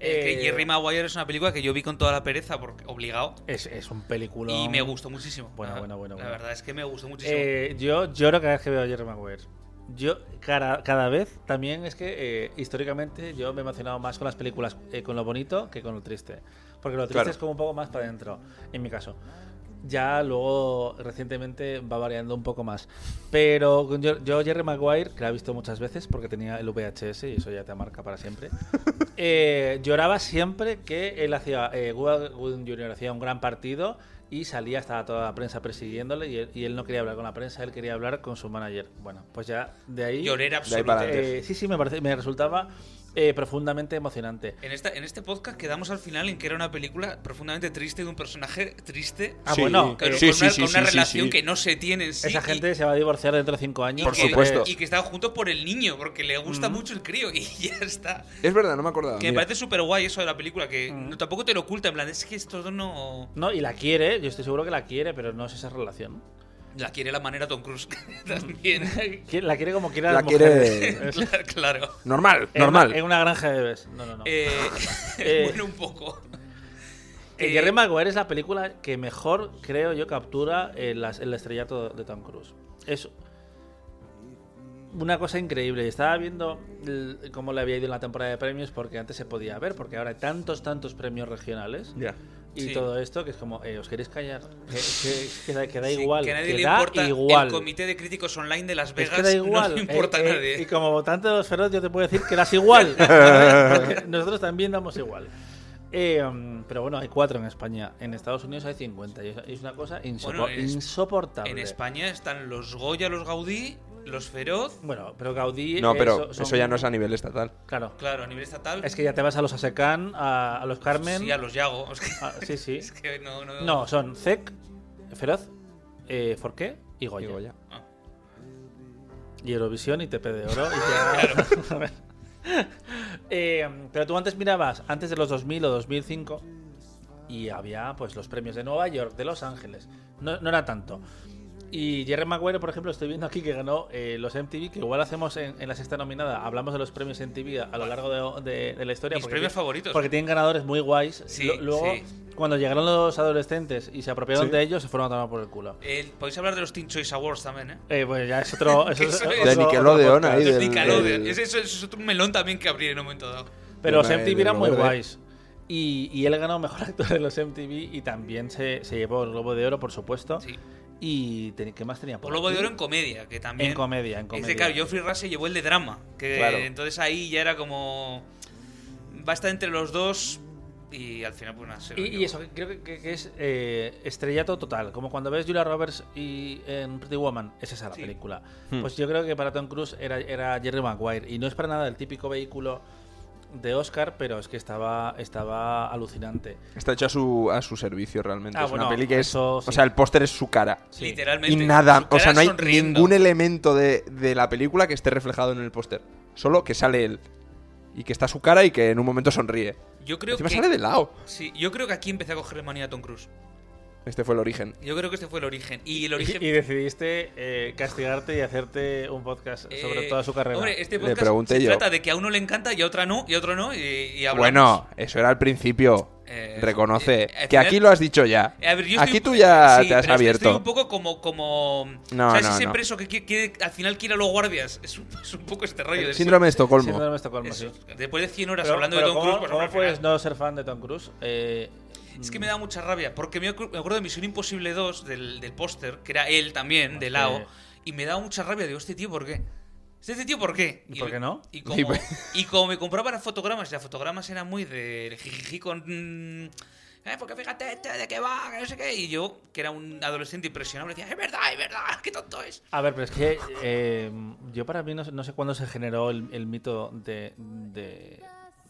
[SPEAKER 2] Eh, que
[SPEAKER 4] Eh,
[SPEAKER 2] Jerry Maguire es una película que yo vi con toda la pereza, porque obligado.
[SPEAKER 4] es, es un película.
[SPEAKER 2] Y me gustó muchísimo.
[SPEAKER 4] Bueno,
[SPEAKER 2] La-
[SPEAKER 4] bueno, bueno,
[SPEAKER 2] La
[SPEAKER 4] bueno.
[SPEAKER 2] verdad es que me gustó muchísimo.
[SPEAKER 4] Eh, yo lloro cada vez que veo a Jerry Maguire. Yo cada, cada vez también es que eh, históricamente yo me he emocionado más con las películas, eh, con lo bonito que con lo triste. Porque lo triste
[SPEAKER 3] Claro.
[SPEAKER 4] es como un poco más para adentro, en mi caso. Ya luego recientemente va variando un poco más. Pero con yo, yo Jerry Maguire, que la he visto muchas veces porque tenía el VHS y eso ya te marca para siempre, eh, lloraba siempre que él hacía, eh, Cuba Gooding Jr. hacía un gran partido y salía, estaba toda la prensa persiguiéndole y él, y él no quería hablar con la prensa, él quería hablar con su manager. Bueno, pues ya de ahí...
[SPEAKER 2] Llorera
[SPEAKER 3] De ahí
[SPEAKER 2] absoluta.
[SPEAKER 3] para adelante.
[SPEAKER 4] Eh, sí, sí, me, parece, me resultaba eh, profundamente emocionante.
[SPEAKER 2] En, esta, en este podcast quedamos al final en que era una película profundamente triste de un personaje triste.
[SPEAKER 4] Ah, bueno,
[SPEAKER 2] Claro,
[SPEAKER 7] sí,
[SPEAKER 2] con
[SPEAKER 7] sí,
[SPEAKER 2] una,
[SPEAKER 7] sí,
[SPEAKER 2] con una
[SPEAKER 7] sí, sí,
[SPEAKER 2] relación
[SPEAKER 7] sí.
[SPEAKER 2] que no se tiene en sí.
[SPEAKER 4] Esa
[SPEAKER 2] y-
[SPEAKER 4] gente se va a divorciar dentro de cinco años.
[SPEAKER 3] Por
[SPEAKER 2] que-
[SPEAKER 3] supuesto.
[SPEAKER 2] Y que está junto por el niño, porque le gusta mucho el crío y [laughs] ya está.
[SPEAKER 3] Es verdad, no me acordaba.
[SPEAKER 2] Que me
[SPEAKER 3] mira.
[SPEAKER 2] parece súper guay eso de la película, que no- tampoco te lo oculta, en plan, es que esto no...
[SPEAKER 4] No, y la quiere, yo estoy seguro que la quiere, pero no es esa relación.
[SPEAKER 2] La quiere la manera Tom Cruise [laughs] también.
[SPEAKER 4] Que La quiere como quiera
[SPEAKER 3] La
[SPEAKER 4] las mujeres.
[SPEAKER 3] quiere-
[SPEAKER 2] [laughs]
[SPEAKER 4] Es-
[SPEAKER 2] Claro, claro.
[SPEAKER 3] Normal,
[SPEAKER 4] en una-
[SPEAKER 3] normal.
[SPEAKER 4] En una granja de bebés. No, no, no.
[SPEAKER 2] [laughs] Eh,
[SPEAKER 4] Eh,
[SPEAKER 2] bueno, un poco.
[SPEAKER 4] Que
[SPEAKER 2] eh,
[SPEAKER 4] Jerry Maguire es la película que mejor, creo yo, captura el, as- el estrellato de Tom Cruise. Es una cosa increíble. Estaba viendo el- cómo le había ido en la temporada de premios, porque antes se podía ver, porque ahora hay tantos, tantos premios regionales.
[SPEAKER 3] Ya.
[SPEAKER 4] Y
[SPEAKER 2] Sí.
[SPEAKER 4] todo esto, que es como, eh, ¿os queréis callar? Que, que- que da, que da
[SPEAKER 2] Sí,
[SPEAKER 4] igual.
[SPEAKER 2] que a nadie le
[SPEAKER 4] da
[SPEAKER 2] importa
[SPEAKER 4] igual.
[SPEAKER 2] el comité de críticos online de Las
[SPEAKER 4] Es
[SPEAKER 2] Vegas.
[SPEAKER 4] que da igual.
[SPEAKER 2] [laughs] No le
[SPEAKER 4] eh,
[SPEAKER 2] importa
[SPEAKER 4] eh,
[SPEAKER 2] a nadie.
[SPEAKER 4] Y como votante de los feroz, yo te puedo decir que das
[SPEAKER 2] [laughs]
[SPEAKER 4] igual. Porque Nosotros también damos igual. Eh, mm, pero bueno, hay cuatro en España. En Estados Unidos hay 50. y es- es una cosa insopo-
[SPEAKER 2] Bueno, en es-
[SPEAKER 4] insoportable.
[SPEAKER 2] En España están los Goya, los Gaudí, los Feroz.
[SPEAKER 4] Bueno, pero Gaudí.
[SPEAKER 3] No,
[SPEAKER 4] eh,
[SPEAKER 3] pero
[SPEAKER 4] so- son-
[SPEAKER 3] eso ya no es a nivel estatal.
[SPEAKER 4] Claro.
[SPEAKER 2] Claro, a nivel estatal.
[SPEAKER 4] Es que ya te vas a los Asecán, a, a los Carmen.
[SPEAKER 2] Sí, a los Yago. [laughs] Es que,
[SPEAKER 4] Ah, sí, sí.
[SPEAKER 2] es que no, no.
[SPEAKER 4] No, son Zec, Feroz, eh, Forqué y Goya.
[SPEAKER 3] Digo ya.
[SPEAKER 2] Ah.
[SPEAKER 4] Y Eurovisión y TP de oro.
[SPEAKER 2] [laughs]
[SPEAKER 4] Y ya- [laughs] A ver. Eh, pero tú antes mirabas, antes de los 2000 o 2005, y había pues los premios de Nueva York, de Los Ángeles. No, no era tanto. Y Jerry Maguire, por ejemplo, estoy viendo aquí que ganó eh, los MTV, que igual hacemos en, en la sexta nominada, hablamos de los premios MTV a lo largo de, de- de la historia.
[SPEAKER 2] Mis
[SPEAKER 4] porque
[SPEAKER 2] premios
[SPEAKER 4] ti-
[SPEAKER 2] favoritos.
[SPEAKER 4] Porque tienen ganadores muy guays.
[SPEAKER 2] Sí,
[SPEAKER 4] Lo- Luego,
[SPEAKER 2] sí.
[SPEAKER 4] cuando llegaron los adolescentes y se apropiaron
[SPEAKER 7] Sí.
[SPEAKER 4] de ellos, se fueron a tomar por el culo.
[SPEAKER 2] Eh, Podéis hablar de los Teen Choice Awards también, ¿eh?
[SPEAKER 4] Eh, bueno, ya es [laughs] otro... eso es
[SPEAKER 2] Eso es-
[SPEAKER 4] otro-
[SPEAKER 3] De Nickelodeon
[SPEAKER 4] otro
[SPEAKER 3] ahí,
[SPEAKER 4] podcast.
[SPEAKER 2] Los
[SPEAKER 3] del-
[SPEAKER 2] Nickelodeon.
[SPEAKER 3] del-
[SPEAKER 2] Es- Eso, eso es otro melón también que abrir en un momento dado.
[SPEAKER 4] Pero los
[SPEAKER 3] Una de
[SPEAKER 4] MTV eran
[SPEAKER 3] Globo
[SPEAKER 4] muy
[SPEAKER 3] Verde.
[SPEAKER 4] guays. Y, y él ganó mejor [laughs] actor de los MTV y también se, se llevó el Globo de Oro, por supuesto.
[SPEAKER 2] Sí.
[SPEAKER 4] ¿Y ten- qué más tenía?
[SPEAKER 2] O
[SPEAKER 4] por
[SPEAKER 2] Lobo de
[SPEAKER 4] aquí?
[SPEAKER 2] Oro en comedia, que también.
[SPEAKER 4] En comedia, en
[SPEAKER 2] Es
[SPEAKER 4] comedia.
[SPEAKER 2] que claro, Geoffrey Rush se llevó el de drama. Que
[SPEAKER 3] Claro.
[SPEAKER 2] entonces ahí ya era como. Va a estar entre los dos. Y al final, pues nada, se lo
[SPEAKER 4] Y, y
[SPEAKER 2] llevó.
[SPEAKER 4] eso, que creo que, que- que es eh, estrellato total. Como cuando ves Julia Roberts y, en Pretty Woman, es esa la
[SPEAKER 2] Sí.
[SPEAKER 4] película. Pues yo creo que para Tom Cruise era, era Jerry Maguire. Y no es para nada el típico vehículo de Oscar, pero es que estaba, estaba alucinante.
[SPEAKER 3] Está hecho a su, a su servicio realmente.
[SPEAKER 4] Ah,
[SPEAKER 3] es
[SPEAKER 4] bueno,
[SPEAKER 3] una peli que es.
[SPEAKER 4] eso sí.
[SPEAKER 3] O sea, el póster es su cara.
[SPEAKER 4] Sí.
[SPEAKER 2] Literalmente.
[SPEAKER 3] Y nada,
[SPEAKER 2] Su
[SPEAKER 3] o sea,
[SPEAKER 2] cara
[SPEAKER 3] no hay
[SPEAKER 2] sonriendo.
[SPEAKER 3] ningún elemento de, de la película que esté reflejado en el póster. Solo que sale él. Y que está su cara y que en un momento sonríe.
[SPEAKER 2] Yo creo
[SPEAKER 3] Encima
[SPEAKER 2] que.
[SPEAKER 3] sale de lado.
[SPEAKER 2] Sí, yo creo que aquí empecé a coger manía a Tom Cruise.
[SPEAKER 3] Este fue el origen.
[SPEAKER 2] Yo creo que este fue el origen. Y el origen.
[SPEAKER 4] Y, y decidiste eh, castigarte y hacerte un podcast sobre
[SPEAKER 2] eh,
[SPEAKER 4] toda su carrera.
[SPEAKER 2] Hombre, este
[SPEAKER 3] Le
[SPEAKER 2] podcast
[SPEAKER 3] pregunté
[SPEAKER 2] se
[SPEAKER 3] yo.
[SPEAKER 2] trata de que a uno le encanta y a otra no, y a otro no, y, y hablamos.
[SPEAKER 3] Bueno, eso era al principio.
[SPEAKER 2] Eh,
[SPEAKER 3] Reconoce.
[SPEAKER 2] eh, al
[SPEAKER 3] que
[SPEAKER 2] final-
[SPEAKER 3] aquí lo has dicho ya.
[SPEAKER 2] Eh, A ver, yo estoy
[SPEAKER 3] aquí
[SPEAKER 2] un-
[SPEAKER 3] tú ya
[SPEAKER 2] sí,
[SPEAKER 3] te has
[SPEAKER 2] pero estoy- Estoy
[SPEAKER 3] abierto.
[SPEAKER 2] un poco como. como
[SPEAKER 3] No,
[SPEAKER 2] ¿Sabes
[SPEAKER 3] no,
[SPEAKER 2] ese
[SPEAKER 3] no.
[SPEAKER 2] preso que, quiere- quiere- al final quiere a los guardias? Es un, [laughs] es un poco este rollo. de
[SPEAKER 3] Síndrome de Estocolmo.
[SPEAKER 4] Síndrome de Estocolmo,
[SPEAKER 2] Eso,
[SPEAKER 4] sí.
[SPEAKER 2] Después de 100 horas
[SPEAKER 4] Pero-
[SPEAKER 2] hablando
[SPEAKER 4] pero
[SPEAKER 2] de Tom
[SPEAKER 4] ¿cómo-
[SPEAKER 2] Cruise, pues,
[SPEAKER 4] ¿Cómo
[SPEAKER 2] hombre, al
[SPEAKER 4] puedes
[SPEAKER 2] final-
[SPEAKER 4] no ser fan de Tom Cruise? Eh,
[SPEAKER 2] es que me da mucha rabia, porque me acu- me acuerdo de Misión Imposible 2 del, del póster, que era él también, de lado, y me da mucha rabia. Digo, ¿este tío por qué? ¿Este tío por qué?
[SPEAKER 4] ¿Y pues por qué no?
[SPEAKER 2] Y como, [laughs] y como me compraba las fotogramas, y las fotogramas eran muy de jijiji con. mm, "Eh, porque fíjate este, de qué va, que no sé qué. Y yo, que era un adolescente impresionable, decía, es verdad, es verdad, [laughs] qué tonto es.
[SPEAKER 4] a ver, pero es que eh, yo para mí no, sé- no sé cuándo se generó el, el mito de, de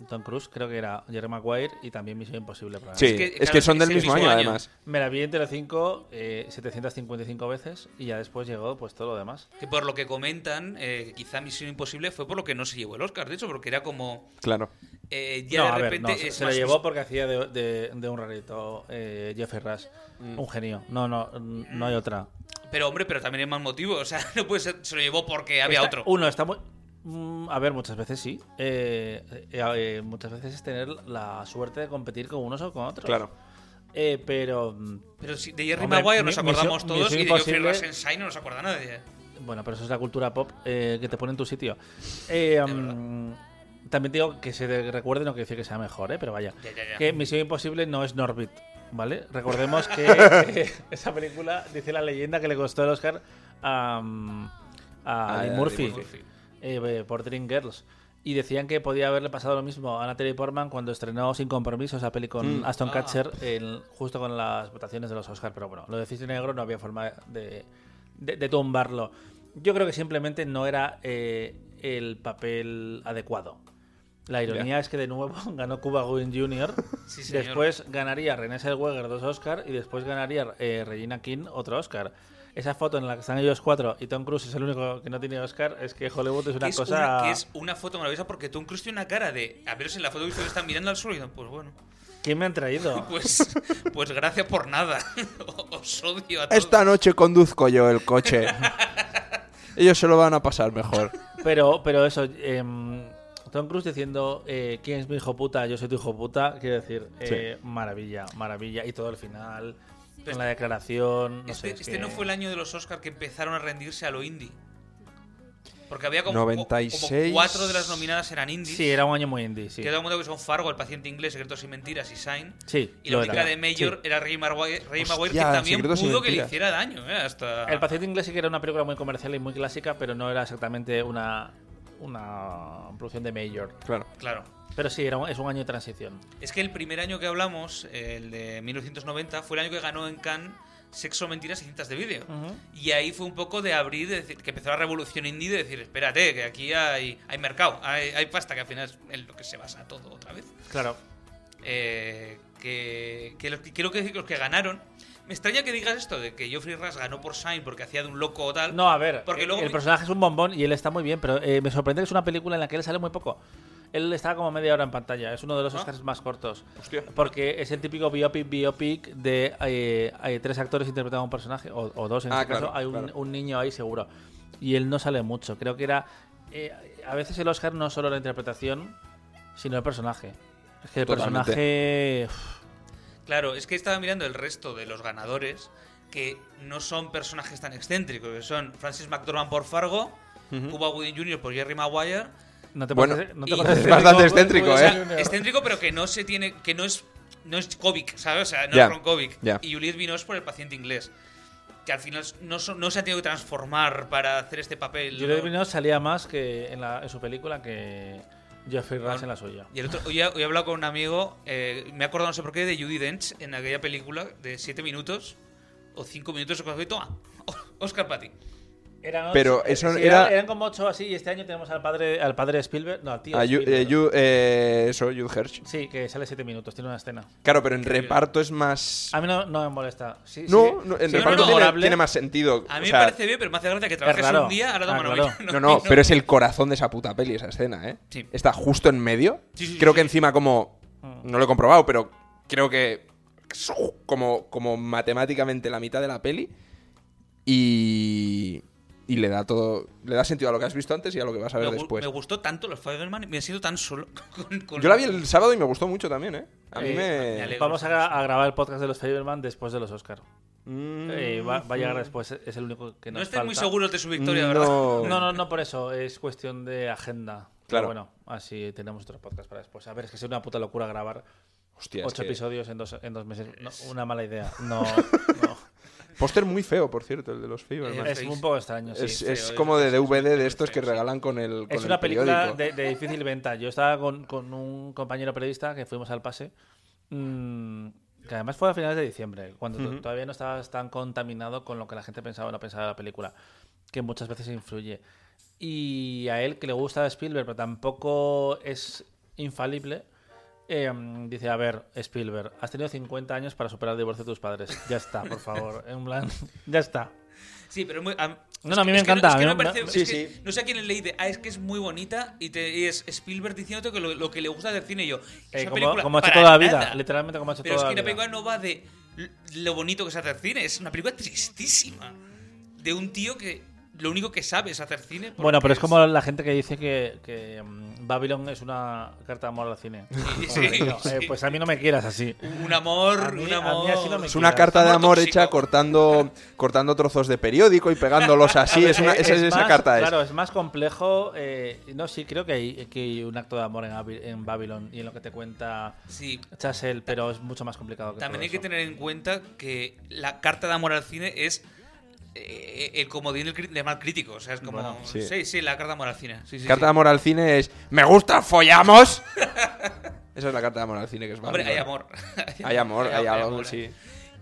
[SPEAKER 4] Tom Cruise. Creo que era Jerry Maguire y también Misión Imposible.
[SPEAKER 3] Sí,
[SPEAKER 4] probablemente.
[SPEAKER 3] es
[SPEAKER 2] que,
[SPEAKER 3] que,
[SPEAKER 2] claro,
[SPEAKER 3] son
[SPEAKER 2] es
[SPEAKER 3] del
[SPEAKER 2] el
[SPEAKER 3] mismo,
[SPEAKER 2] mismo
[SPEAKER 3] año,
[SPEAKER 2] año.
[SPEAKER 3] además.
[SPEAKER 4] Me la vi en Telecinco eh, 755 veces y ya después llegó pues todo lo demás.
[SPEAKER 2] Que por lo que comentan, eh, quizá Misión Imposible fue por lo que no se llevó el Oscar, de hecho, porque era como.
[SPEAKER 3] Claro.
[SPEAKER 2] eh, ya
[SPEAKER 4] no,
[SPEAKER 2] de
[SPEAKER 4] a ver,
[SPEAKER 2] repente.
[SPEAKER 4] no, se-
[SPEAKER 2] es
[SPEAKER 4] se lo
[SPEAKER 2] más
[SPEAKER 4] llevó porque hacía de, de- de un rarito eh, Jeffrey Rush.
[SPEAKER 2] Mm.
[SPEAKER 4] Un genio. No, no, mm, no hay otra.
[SPEAKER 2] Pero hombre, pero también hay más motivos. O sea, [laughs] no puede ser. Se lo llevó porque había
[SPEAKER 4] Está-
[SPEAKER 2] otro.
[SPEAKER 4] Uno, está muy. Mm, A ver, muchas veces sí. Eh, eh, eh, muchas veces es tener la suerte de competir con unos o con otros.
[SPEAKER 3] Claro.
[SPEAKER 4] Eh, pero. mm,
[SPEAKER 2] Pero si de Jerry
[SPEAKER 4] Hombre,
[SPEAKER 2] Maguire
[SPEAKER 4] mi-
[SPEAKER 2] nos acordamos
[SPEAKER 4] Misión-
[SPEAKER 2] todos
[SPEAKER 4] Misión
[SPEAKER 2] y de Geoffrey Rush
[SPEAKER 4] Imposible-
[SPEAKER 2] en Shine no nos acuerda nadie.
[SPEAKER 4] Bueno, pero eso es la cultura pop eh, que te pone en tu sitio. Eh, mm, también te digo que se te recuerde, no quiere decir que sea mejor, eh, pero vaya.
[SPEAKER 2] Ya, ya, ya.
[SPEAKER 4] Que Misión Imposible no es Norbit, ¿vale?
[SPEAKER 2] [laughs]
[SPEAKER 4] Recordemos que eh, esa película dice la leyenda que le costó el Oscar a, mm,
[SPEAKER 3] A
[SPEAKER 4] a Eddie
[SPEAKER 3] Eddie
[SPEAKER 4] Murphy,
[SPEAKER 2] Murphy.
[SPEAKER 4] eh, eh, por Dream Girls. Y decían que podía haberle pasado lo mismo a Natalie Portman cuando estrenó Sin Compromiso esa peli con Aston
[SPEAKER 2] Ah.
[SPEAKER 4] Catcher en- justo con las votaciones de los Oscars. Pero bueno, lo de Cisne Negro no había forma de, de- de tumbarlo. Yo creo que simplemente no era eh, el papel adecuado. La ironía es que de nuevo [laughs] ganó Cuba Gooding Jr.,
[SPEAKER 2] Sí, señor.
[SPEAKER 4] después ganaría René Zellweger dos Oscar y después ganaría eh, Regina King otro Oscar. Esa foto en la que están ellos cuatro y Tom Cruise es el único que no tiene Oscar, es que Hollywood es una
[SPEAKER 2] que es
[SPEAKER 4] cosa...
[SPEAKER 2] una, que es una foto maravillosa porque Tom Cruise tiene una cara de. A veros en la foto que ustedes están mirando al suelo y dicen, pues bueno.
[SPEAKER 4] ¿Quién me
[SPEAKER 2] [laughs]
[SPEAKER 4] han traído? [laughs]
[SPEAKER 2] Pues, pues gracias por nada. [laughs] Os odio a todos.
[SPEAKER 3] Esta noche conduzco yo el coche. Ellos se lo van a pasar mejor.
[SPEAKER 4] Pero, pero eso, em, Tom Cruise diciendo eh, quién es mi hijo puta, yo soy tu hijo puta, quiero decir, eh, maravilla, maravilla. Y todo el final,
[SPEAKER 2] Pero
[SPEAKER 4] con la
[SPEAKER 2] este-
[SPEAKER 4] declaración, no
[SPEAKER 2] este
[SPEAKER 4] sé. es
[SPEAKER 2] este
[SPEAKER 4] que-
[SPEAKER 2] no fue el año de los Oscars que empezaron a rendirse a lo indie. Porque había como,
[SPEAKER 3] 96.
[SPEAKER 2] como cuatro de las nominadas eran indies.
[SPEAKER 4] Sí, era un año muy indie, sí.
[SPEAKER 2] Que todo el mundo que son Fargo, El Paciente Inglés, Secretos y Mentiras y Sign.
[SPEAKER 4] Sí,
[SPEAKER 2] Y la
[SPEAKER 4] lo
[SPEAKER 2] única
[SPEAKER 4] era.
[SPEAKER 2] de Mayor era Ray Maguire, Ray
[SPEAKER 3] Hostia,
[SPEAKER 2] Maguire, que también
[SPEAKER 3] Secretos y
[SPEAKER 2] pudo que le
[SPEAKER 3] Mentiras.
[SPEAKER 2] hiciera daño. eh, hasta...
[SPEAKER 4] El paciente inglés sí que era una película muy comercial y muy clásica, pero no era exactamente una, una producción de Major.
[SPEAKER 3] Claro.
[SPEAKER 2] Claro.
[SPEAKER 4] Pero sí, era un- es un año de transición.
[SPEAKER 2] Es que el primer año que hablamos, el de 1990, fue el año que ganó en Cannes Sexo, Mentiras y Cintas de Vídeo. Y ahí fue un poco de abrir, de decir, que empezó la revolución indie, de decir, espérate, que aquí hay, hay mercado, hay, hay pasta, que al final es en lo que se basa todo otra vez.
[SPEAKER 4] Claro.
[SPEAKER 2] Eh, que, que los que quiero que decir que los que ganaron. Me extraña que digas esto de que Geoffrey Rush ganó por Shine porque hacía de un loco o tal.
[SPEAKER 4] No, a ver,
[SPEAKER 2] Porque
[SPEAKER 4] eh,
[SPEAKER 2] luego
[SPEAKER 4] el
[SPEAKER 2] mi-
[SPEAKER 4] personaje es un bombón y él está muy bien, pero eh, me sorprende que es una película en la que él sale muy poco. Él está como media hora en pantalla, es uno de los
[SPEAKER 2] Ah.
[SPEAKER 4] Oscars más cortos.
[SPEAKER 3] Hostia.
[SPEAKER 4] Porque es el típico biopic, biopic de eh, hay tres actores interpretando a un personaje, o, o dos en
[SPEAKER 3] Ah,
[SPEAKER 4] este caso,
[SPEAKER 3] claro,
[SPEAKER 4] hay un,
[SPEAKER 3] claro.
[SPEAKER 4] un niño ahí seguro. Y él no sale mucho, creo que era... eh, a veces el Oscar no es solo la interpretación, sino el personaje. Es que el
[SPEAKER 3] Totalmente.
[SPEAKER 4] personaje... uf,
[SPEAKER 2] Claro, es que estaba mirando el resto de los ganadores que no son personajes tan excéntricos, que son Francis McDormand por Fargo, Cuba Gooding Jr. por Jerry Maguire.
[SPEAKER 4] no te
[SPEAKER 3] Bueno,
[SPEAKER 4] parece- no te
[SPEAKER 2] y-
[SPEAKER 4] parece
[SPEAKER 2] es
[SPEAKER 3] bastante
[SPEAKER 4] Puede-
[SPEAKER 3] excéntrico,
[SPEAKER 4] puede
[SPEAKER 2] O
[SPEAKER 3] ¿eh?
[SPEAKER 4] ser
[SPEAKER 2] sea,
[SPEAKER 4] un-
[SPEAKER 2] excéntrico, pero que no se tiene. que no es. No es Kovic, ¿sabes? O sea, no
[SPEAKER 3] Ya,
[SPEAKER 2] es Ron Kovic.
[SPEAKER 3] ya.
[SPEAKER 2] Y Juliette Binoche por el paciente inglés. Que al final no, son- no se ha tenido que transformar para hacer este papel.
[SPEAKER 4] Juliette
[SPEAKER 2] ¿no?
[SPEAKER 4] Binoche salía más que en, la- en su película que Jeffrey Rush en la suya.
[SPEAKER 2] Y el otro, hoy, he- hoy he hablado con un amigo, eh, me he acordado no sé por qué, de Judy Dench en aquella película de 7 minutos o 5 minutos, o cosa así, toma, Oscar Patty.
[SPEAKER 4] Eran
[SPEAKER 3] Pero
[SPEAKER 4] ocho-
[SPEAKER 3] eso
[SPEAKER 4] eh, sí,
[SPEAKER 3] era-
[SPEAKER 4] eran- eran como ocho así y este año tenemos al padre al padre Spielberg, no, al tío.
[SPEAKER 3] A Ju-
[SPEAKER 4] Spielberg.
[SPEAKER 3] eh, Ju- eh, eso, Jude Hirsch.
[SPEAKER 4] Sí, que sale siete minutos, tiene una escena.
[SPEAKER 3] Claro, pero en reparto es más.
[SPEAKER 4] A mí no, no me molesta. Sí,
[SPEAKER 3] No,
[SPEAKER 4] sí.
[SPEAKER 3] no, en
[SPEAKER 4] Sí,
[SPEAKER 3] reparto
[SPEAKER 2] no, no,
[SPEAKER 3] tiene- tiene,
[SPEAKER 4] memorable.
[SPEAKER 3] más sentido.
[SPEAKER 2] A
[SPEAKER 3] o
[SPEAKER 2] mí
[SPEAKER 3] sea,
[SPEAKER 2] me parece bien, pero me hace gracia que trabajes
[SPEAKER 4] raro.
[SPEAKER 2] un día, ahora toma
[SPEAKER 4] Ah,
[SPEAKER 2] una
[SPEAKER 4] claro.
[SPEAKER 2] mañana.
[SPEAKER 3] No, no, pero es el corazón de esa puta peli, esa escena, ¿eh?
[SPEAKER 2] Sí.
[SPEAKER 3] Está justo en medio.
[SPEAKER 2] Sí, sí,
[SPEAKER 3] creo
[SPEAKER 2] sí,
[SPEAKER 3] que
[SPEAKER 2] sí. Mm.
[SPEAKER 3] encima como... No lo he comprobado, pero creo que... Como, como matemáticamente la mitad de la peli. Y... Y le da todo... Le da sentido a lo que has visto antes y a lo que vas a
[SPEAKER 2] me,
[SPEAKER 3] ver
[SPEAKER 2] gu-
[SPEAKER 3] después.
[SPEAKER 2] me gustó tanto los Spider-Man, me he sido tan solo. [laughs] Con, con-
[SPEAKER 3] Yo la vi el sábado y me gustó mucho también, ¿eh? A mí
[SPEAKER 4] Eh,
[SPEAKER 2] me alegro.
[SPEAKER 3] me...
[SPEAKER 4] Vamos a, gra- a grabar el podcast de los Faberman después de los Oscar.
[SPEAKER 3] Mm,
[SPEAKER 4] Eh, va, va a llegar después, es el único que nos
[SPEAKER 2] No estoy muy
[SPEAKER 4] falta.
[SPEAKER 2] seguro de su victoria, ¿verdad? [laughs]
[SPEAKER 3] no.
[SPEAKER 4] No, no, no por eso, es cuestión de agenda. Pero
[SPEAKER 3] Claro.
[SPEAKER 4] bueno, así tenemos otro podcast para después. A ver, es que es una puta locura grabar
[SPEAKER 3] Hostia, es
[SPEAKER 4] ocho
[SPEAKER 3] que-
[SPEAKER 4] episodios en dos, en dos meses. No, una mala idea.
[SPEAKER 3] [laughs]
[SPEAKER 4] No, no.
[SPEAKER 3] Póster muy feo, por cierto, el de los Faberman.
[SPEAKER 2] Eh,
[SPEAKER 4] es un poco extraño, sí.
[SPEAKER 3] es
[SPEAKER 2] feo,
[SPEAKER 3] es
[SPEAKER 2] es-
[SPEAKER 3] como de
[SPEAKER 2] es-
[SPEAKER 3] DVD
[SPEAKER 2] es-
[SPEAKER 3] de
[SPEAKER 2] es
[SPEAKER 3] estos que
[SPEAKER 2] feo, sí.
[SPEAKER 3] regalan con el con
[SPEAKER 4] Es
[SPEAKER 3] el
[SPEAKER 4] una película
[SPEAKER 3] periódico.
[SPEAKER 4] de, de difícil venta. Yo estaba con, con un compañero periodista que fuimos al pase, mm, que además fue a finales de diciembre, cuando to- todavía no estabas tan contaminado con lo que la gente pensaba o no pensaba de la película, que muchas veces influye. Y a él, que le gusta Spielberg, pero tampoco es infalible, eh, dice, a ver, Spielberg, has tenido 50 años para superar el divorcio de tus padres. Ya está, por favor. En plan, [laughs] ya está.
[SPEAKER 2] Sí, pero es muy. a-
[SPEAKER 4] No, no, a mí me
[SPEAKER 2] es que
[SPEAKER 4] encanta,
[SPEAKER 2] es
[SPEAKER 4] a
[SPEAKER 2] que
[SPEAKER 4] mí
[SPEAKER 2] no
[SPEAKER 4] me-
[SPEAKER 2] parece-
[SPEAKER 3] sí,
[SPEAKER 2] es que
[SPEAKER 3] sí.
[SPEAKER 2] No sé a quién le leí de. Ah, es que es muy bonita y, te, y es Spielberg diciéndote que lo, lo que le gusta del cine. Y yo.
[SPEAKER 4] Eh,
[SPEAKER 2] esa
[SPEAKER 4] como,
[SPEAKER 2] película,
[SPEAKER 4] como ha hecho
[SPEAKER 2] para
[SPEAKER 4] toda la vida,
[SPEAKER 2] nada.
[SPEAKER 4] literalmente como ha hecho
[SPEAKER 2] Pero es
[SPEAKER 4] toda
[SPEAKER 2] que la
[SPEAKER 4] la
[SPEAKER 2] película
[SPEAKER 4] vida.
[SPEAKER 2] no va de l- lo bonito que es hacer cine, es una película tristísima. De un tío que lo único que sabe es hacer cine. porque
[SPEAKER 4] Bueno, pero es como la gente que dice que, que, mm, Babylon es una carta de amor
[SPEAKER 3] [laughs]
[SPEAKER 4] al cine.
[SPEAKER 2] [laughs] Sí,
[SPEAKER 4] Joder,
[SPEAKER 2] sí,
[SPEAKER 4] tío, eh,
[SPEAKER 2] sí.
[SPEAKER 4] pues a mí no me quieras así.
[SPEAKER 2] Un amor,
[SPEAKER 4] A mí-
[SPEAKER 2] un
[SPEAKER 4] a mí
[SPEAKER 2] amor.
[SPEAKER 4] así no me
[SPEAKER 3] Es una
[SPEAKER 4] Claro.
[SPEAKER 3] carta de
[SPEAKER 2] Amor
[SPEAKER 3] amor
[SPEAKER 2] tóxico.
[SPEAKER 3] hecha cortando, cortando trozos de periódico y pegándolos
[SPEAKER 2] [laughs]
[SPEAKER 3] así. Es, una, es, esa
[SPEAKER 4] más-
[SPEAKER 3] carta. es-
[SPEAKER 4] Claro, Eh, es más complejo. eh, no, sí, creo que hay, que hay un acto de amor en, Abi- en Babylon y en lo que te cuenta
[SPEAKER 2] Sí.
[SPEAKER 4] Chasel, pero es mucho más complicado. Que
[SPEAKER 2] También
[SPEAKER 4] todo
[SPEAKER 2] hay que
[SPEAKER 4] eso.
[SPEAKER 2] tener en cuenta que la carta de amor al cine es eh, el comodín del, cri- del mal crítico. O sea, es como.
[SPEAKER 4] Bueno,
[SPEAKER 3] sí.
[SPEAKER 2] sí. sí, la carta de amor al cine. Sí, sí,
[SPEAKER 3] carta
[SPEAKER 2] sí.
[SPEAKER 3] de amor al cine es ¡Me gusta, follamos! [laughs] esa es la carta de amor al cine que es
[SPEAKER 2] Hombre,
[SPEAKER 3] válida.
[SPEAKER 2] hay amor. [laughs] ¿eh?
[SPEAKER 3] Hay amor, hay algo, sí.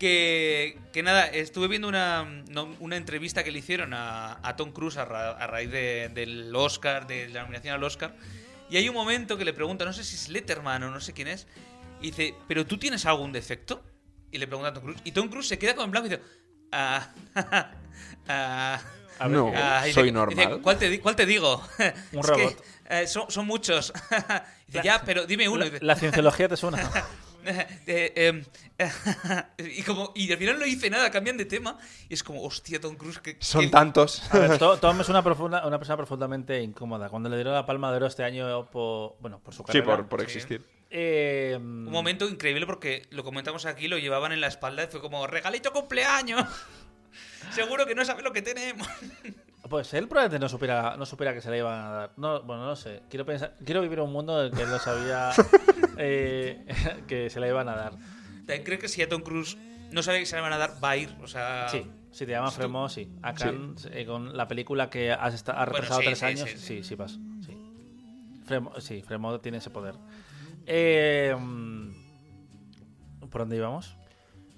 [SPEAKER 2] Que, que nada, estuve viendo una, no, una entrevista que le hicieron a, a Tom Cruise a, ra- a raíz de- del Oscar, de la nominación al Oscar, Y hay un momento que le pregunta, no sé si es Letterman o no sé quién es, y dice, ¿pero tú tienes algún defecto? Y le pregunta a Tom Cruise. Y Tom Cruise se queda con el blanco y dice, ah, [laughs] ah,
[SPEAKER 4] A ver
[SPEAKER 3] No.
[SPEAKER 4] qué-
[SPEAKER 2] ah, dice-
[SPEAKER 3] soy normal.
[SPEAKER 2] dice, ¿Cuál te, di- cuál te digo? [laughs]
[SPEAKER 4] Un
[SPEAKER 2] Es
[SPEAKER 4] robot.
[SPEAKER 2] que, eh, son, son muchos. [laughs] dice, ya, pero dime uno. Y
[SPEAKER 4] La,
[SPEAKER 2] dice,
[SPEAKER 4] la cienciología
[SPEAKER 2] [laughs]
[SPEAKER 4] te suena.
[SPEAKER 2] eh, eh, eh, [laughs] y como y al final no dice nada, cambian de tema. Y es como, hostia, Tom Cruise, que
[SPEAKER 3] Son tantos.
[SPEAKER 4] A ver, To- Tom es una, profunda, una persona profundamente incómoda. Cuando le dieron la palma de oro este año por, bueno, por su
[SPEAKER 3] Sí,
[SPEAKER 4] carrera.
[SPEAKER 3] por, por
[SPEAKER 2] Sí.
[SPEAKER 3] existir.
[SPEAKER 4] eh,
[SPEAKER 2] Un momento increíble porque lo comentamos aquí, lo llevaban en la espalda y fue como, regalito cumpleaños. [laughs] Seguro que no sabes lo que tenemos. [laughs]
[SPEAKER 4] Pues él probablemente no supiera, no supiera que se le iban a dar. No, bueno, no sé. Quiero pensar, quiero vivir un mundo en el que él
[SPEAKER 2] [laughs]
[SPEAKER 4] no sabía eh, [laughs] que se le iban a dar.
[SPEAKER 2] También creo que si a Tom Cruise no sabe que se le van a dar, va a ir. O sea,
[SPEAKER 4] Sí, si te llaman
[SPEAKER 2] Esto-
[SPEAKER 4] Fremont, sí. A Cannes, eh, con la película que has, esta- has
[SPEAKER 2] Bueno,
[SPEAKER 4] retrasado
[SPEAKER 2] sí,
[SPEAKER 4] tres
[SPEAKER 2] sí,
[SPEAKER 4] años,
[SPEAKER 2] sí,
[SPEAKER 4] sí,
[SPEAKER 2] sí.
[SPEAKER 4] sí, vas. Sí, Fremont, sí, Fremont tiene ese poder. Eh, mm, ¿Por dónde íbamos?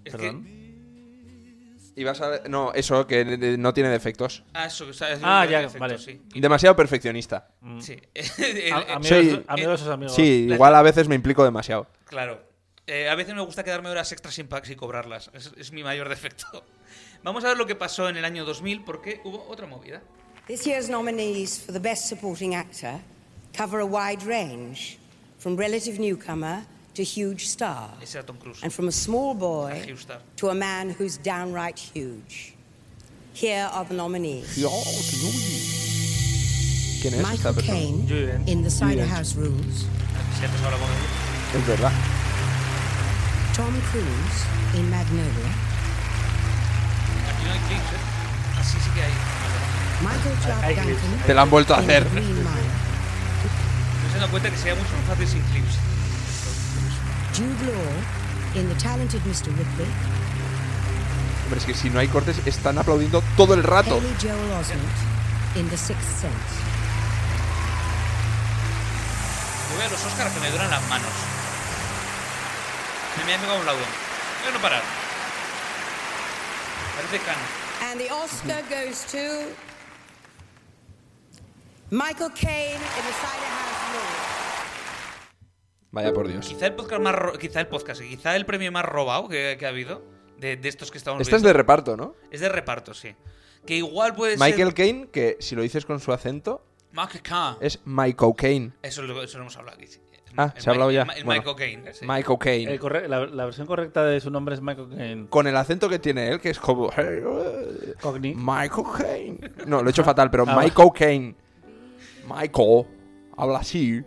[SPEAKER 2] es que-
[SPEAKER 4] Perdón.
[SPEAKER 3] Y vas a... No, eso, que eh, no tiene defectos.
[SPEAKER 2] ah, eso, o sea, es
[SPEAKER 4] Ah,
[SPEAKER 2] un
[SPEAKER 4] ya,
[SPEAKER 2] defecto,
[SPEAKER 4] vale. Mm.
[SPEAKER 2] Sí.
[SPEAKER 3] Demasiado perfeccionista.
[SPEAKER 2] Sí. [laughs] El-
[SPEAKER 4] A-
[SPEAKER 2] el-
[SPEAKER 4] amigos,
[SPEAKER 3] Soy-
[SPEAKER 4] amigos de sus amigos.
[SPEAKER 3] eh, Sí, igual a veces me implico demasiado.
[SPEAKER 2] Claro. Eh, a veces me gusta quedarme horas extras sin packs y cobrarlas. Es, es mi mayor defecto. [laughs] Vamos a ver lo que pasó en el año 2000 porque hubo otra movida.
[SPEAKER 7] This year's nominees for the Best Supporting Actor cover a wide range, from relative newcomer to huge star,
[SPEAKER 2] Ese era Tom Cruise.
[SPEAKER 7] and from a small boy
[SPEAKER 2] Huge star.
[SPEAKER 7] to a man who's downright huge. Here are the nominees.
[SPEAKER 3] ¿Quién es esta
[SPEAKER 7] Michael
[SPEAKER 3] persona?
[SPEAKER 7] Caine
[SPEAKER 4] Judi Dench.
[SPEAKER 7] in The Cider House Rules,
[SPEAKER 2] Si antes ahora con el-
[SPEAKER 3] Es verdad.
[SPEAKER 7] Tom Cruise in Magnolia,
[SPEAKER 2] Aquí no hay clips, ¿eh? Así sí que hay.
[SPEAKER 7] Michael
[SPEAKER 4] hay
[SPEAKER 7] Clark
[SPEAKER 4] clips,
[SPEAKER 7] Duncan
[SPEAKER 3] Te la han vuelto a
[SPEAKER 7] in
[SPEAKER 3] hacer.
[SPEAKER 7] The Green Mile,
[SPEAKER 2] Me estoy dando cuenta que sería mucho más fácil sin clips.
[SPEAKER 7] Jude Law in The Talented Mr. Ripley,
[SPEAKER 3] Hombre, es que si no hay cortes, están aplaudiendo todo el rato.
[SPEAKER 7] Haley Joel Osment in The Sixth Sense.
[SPEAKER 2] Yo voy a los Oscars que me duran las manos. Me han pegado un laudo. Voy a no parar. Parece Can.
[SPEAKER 7] And the Oscar goes to Michael Caine in the Cider House Law.
[SPEAKER 3] Vaya por Dios.
[SPEAKER 2] Quizá el podcast más ro- quizá el podcast, quizá el premio más robado que, que ha habido de, de estos que estamos
[SPEAKER 3] Esta Este es
[SPEAKER 2] viendo.
[SPEAKER 3] de reparto, ¿no?
[SPEAKER 2] Es de reparto, sí. Que igual puede
[SPEAKER 3] Michael
[SPEAKER 2] ser.
[SPEAKER 3] Caine, que si lo dices con su acento,
[SPEAKER 2] Michael Kahn.
[SPEAKER 3] es Michael Caine.
[SPEAKER 2] Eso, lo- eso lo hemos hablado aquí. sí. El-
[SPEAKER 3] Ah,
[SPEAKER 2] el
[SPEAKER 3] se ha hablado
[SPEAKER 2] Mike-
[SPEAKER 3] ya.
[SPEAKER 2] El, Ma- el
[SPEAKER 3] Bueno.
[SPEAKER 2] Michael Caine. sí.
[SPEAKER 3] Michael Caine.
[SPEAKER 4] El corre- la, la versión correcta de su nombre es Michael Caine.
[SPEAKER 3] Con el acento que tiene él, que es como... oh".
[SPEAKER 4] Cogni.
[SPEAKER 3] Michael Caine. No, lo he hecho fatal, pero
[SPEAKER 4] Ah.
[SPEAKER 3] Michael Caine. Michael. Habla así.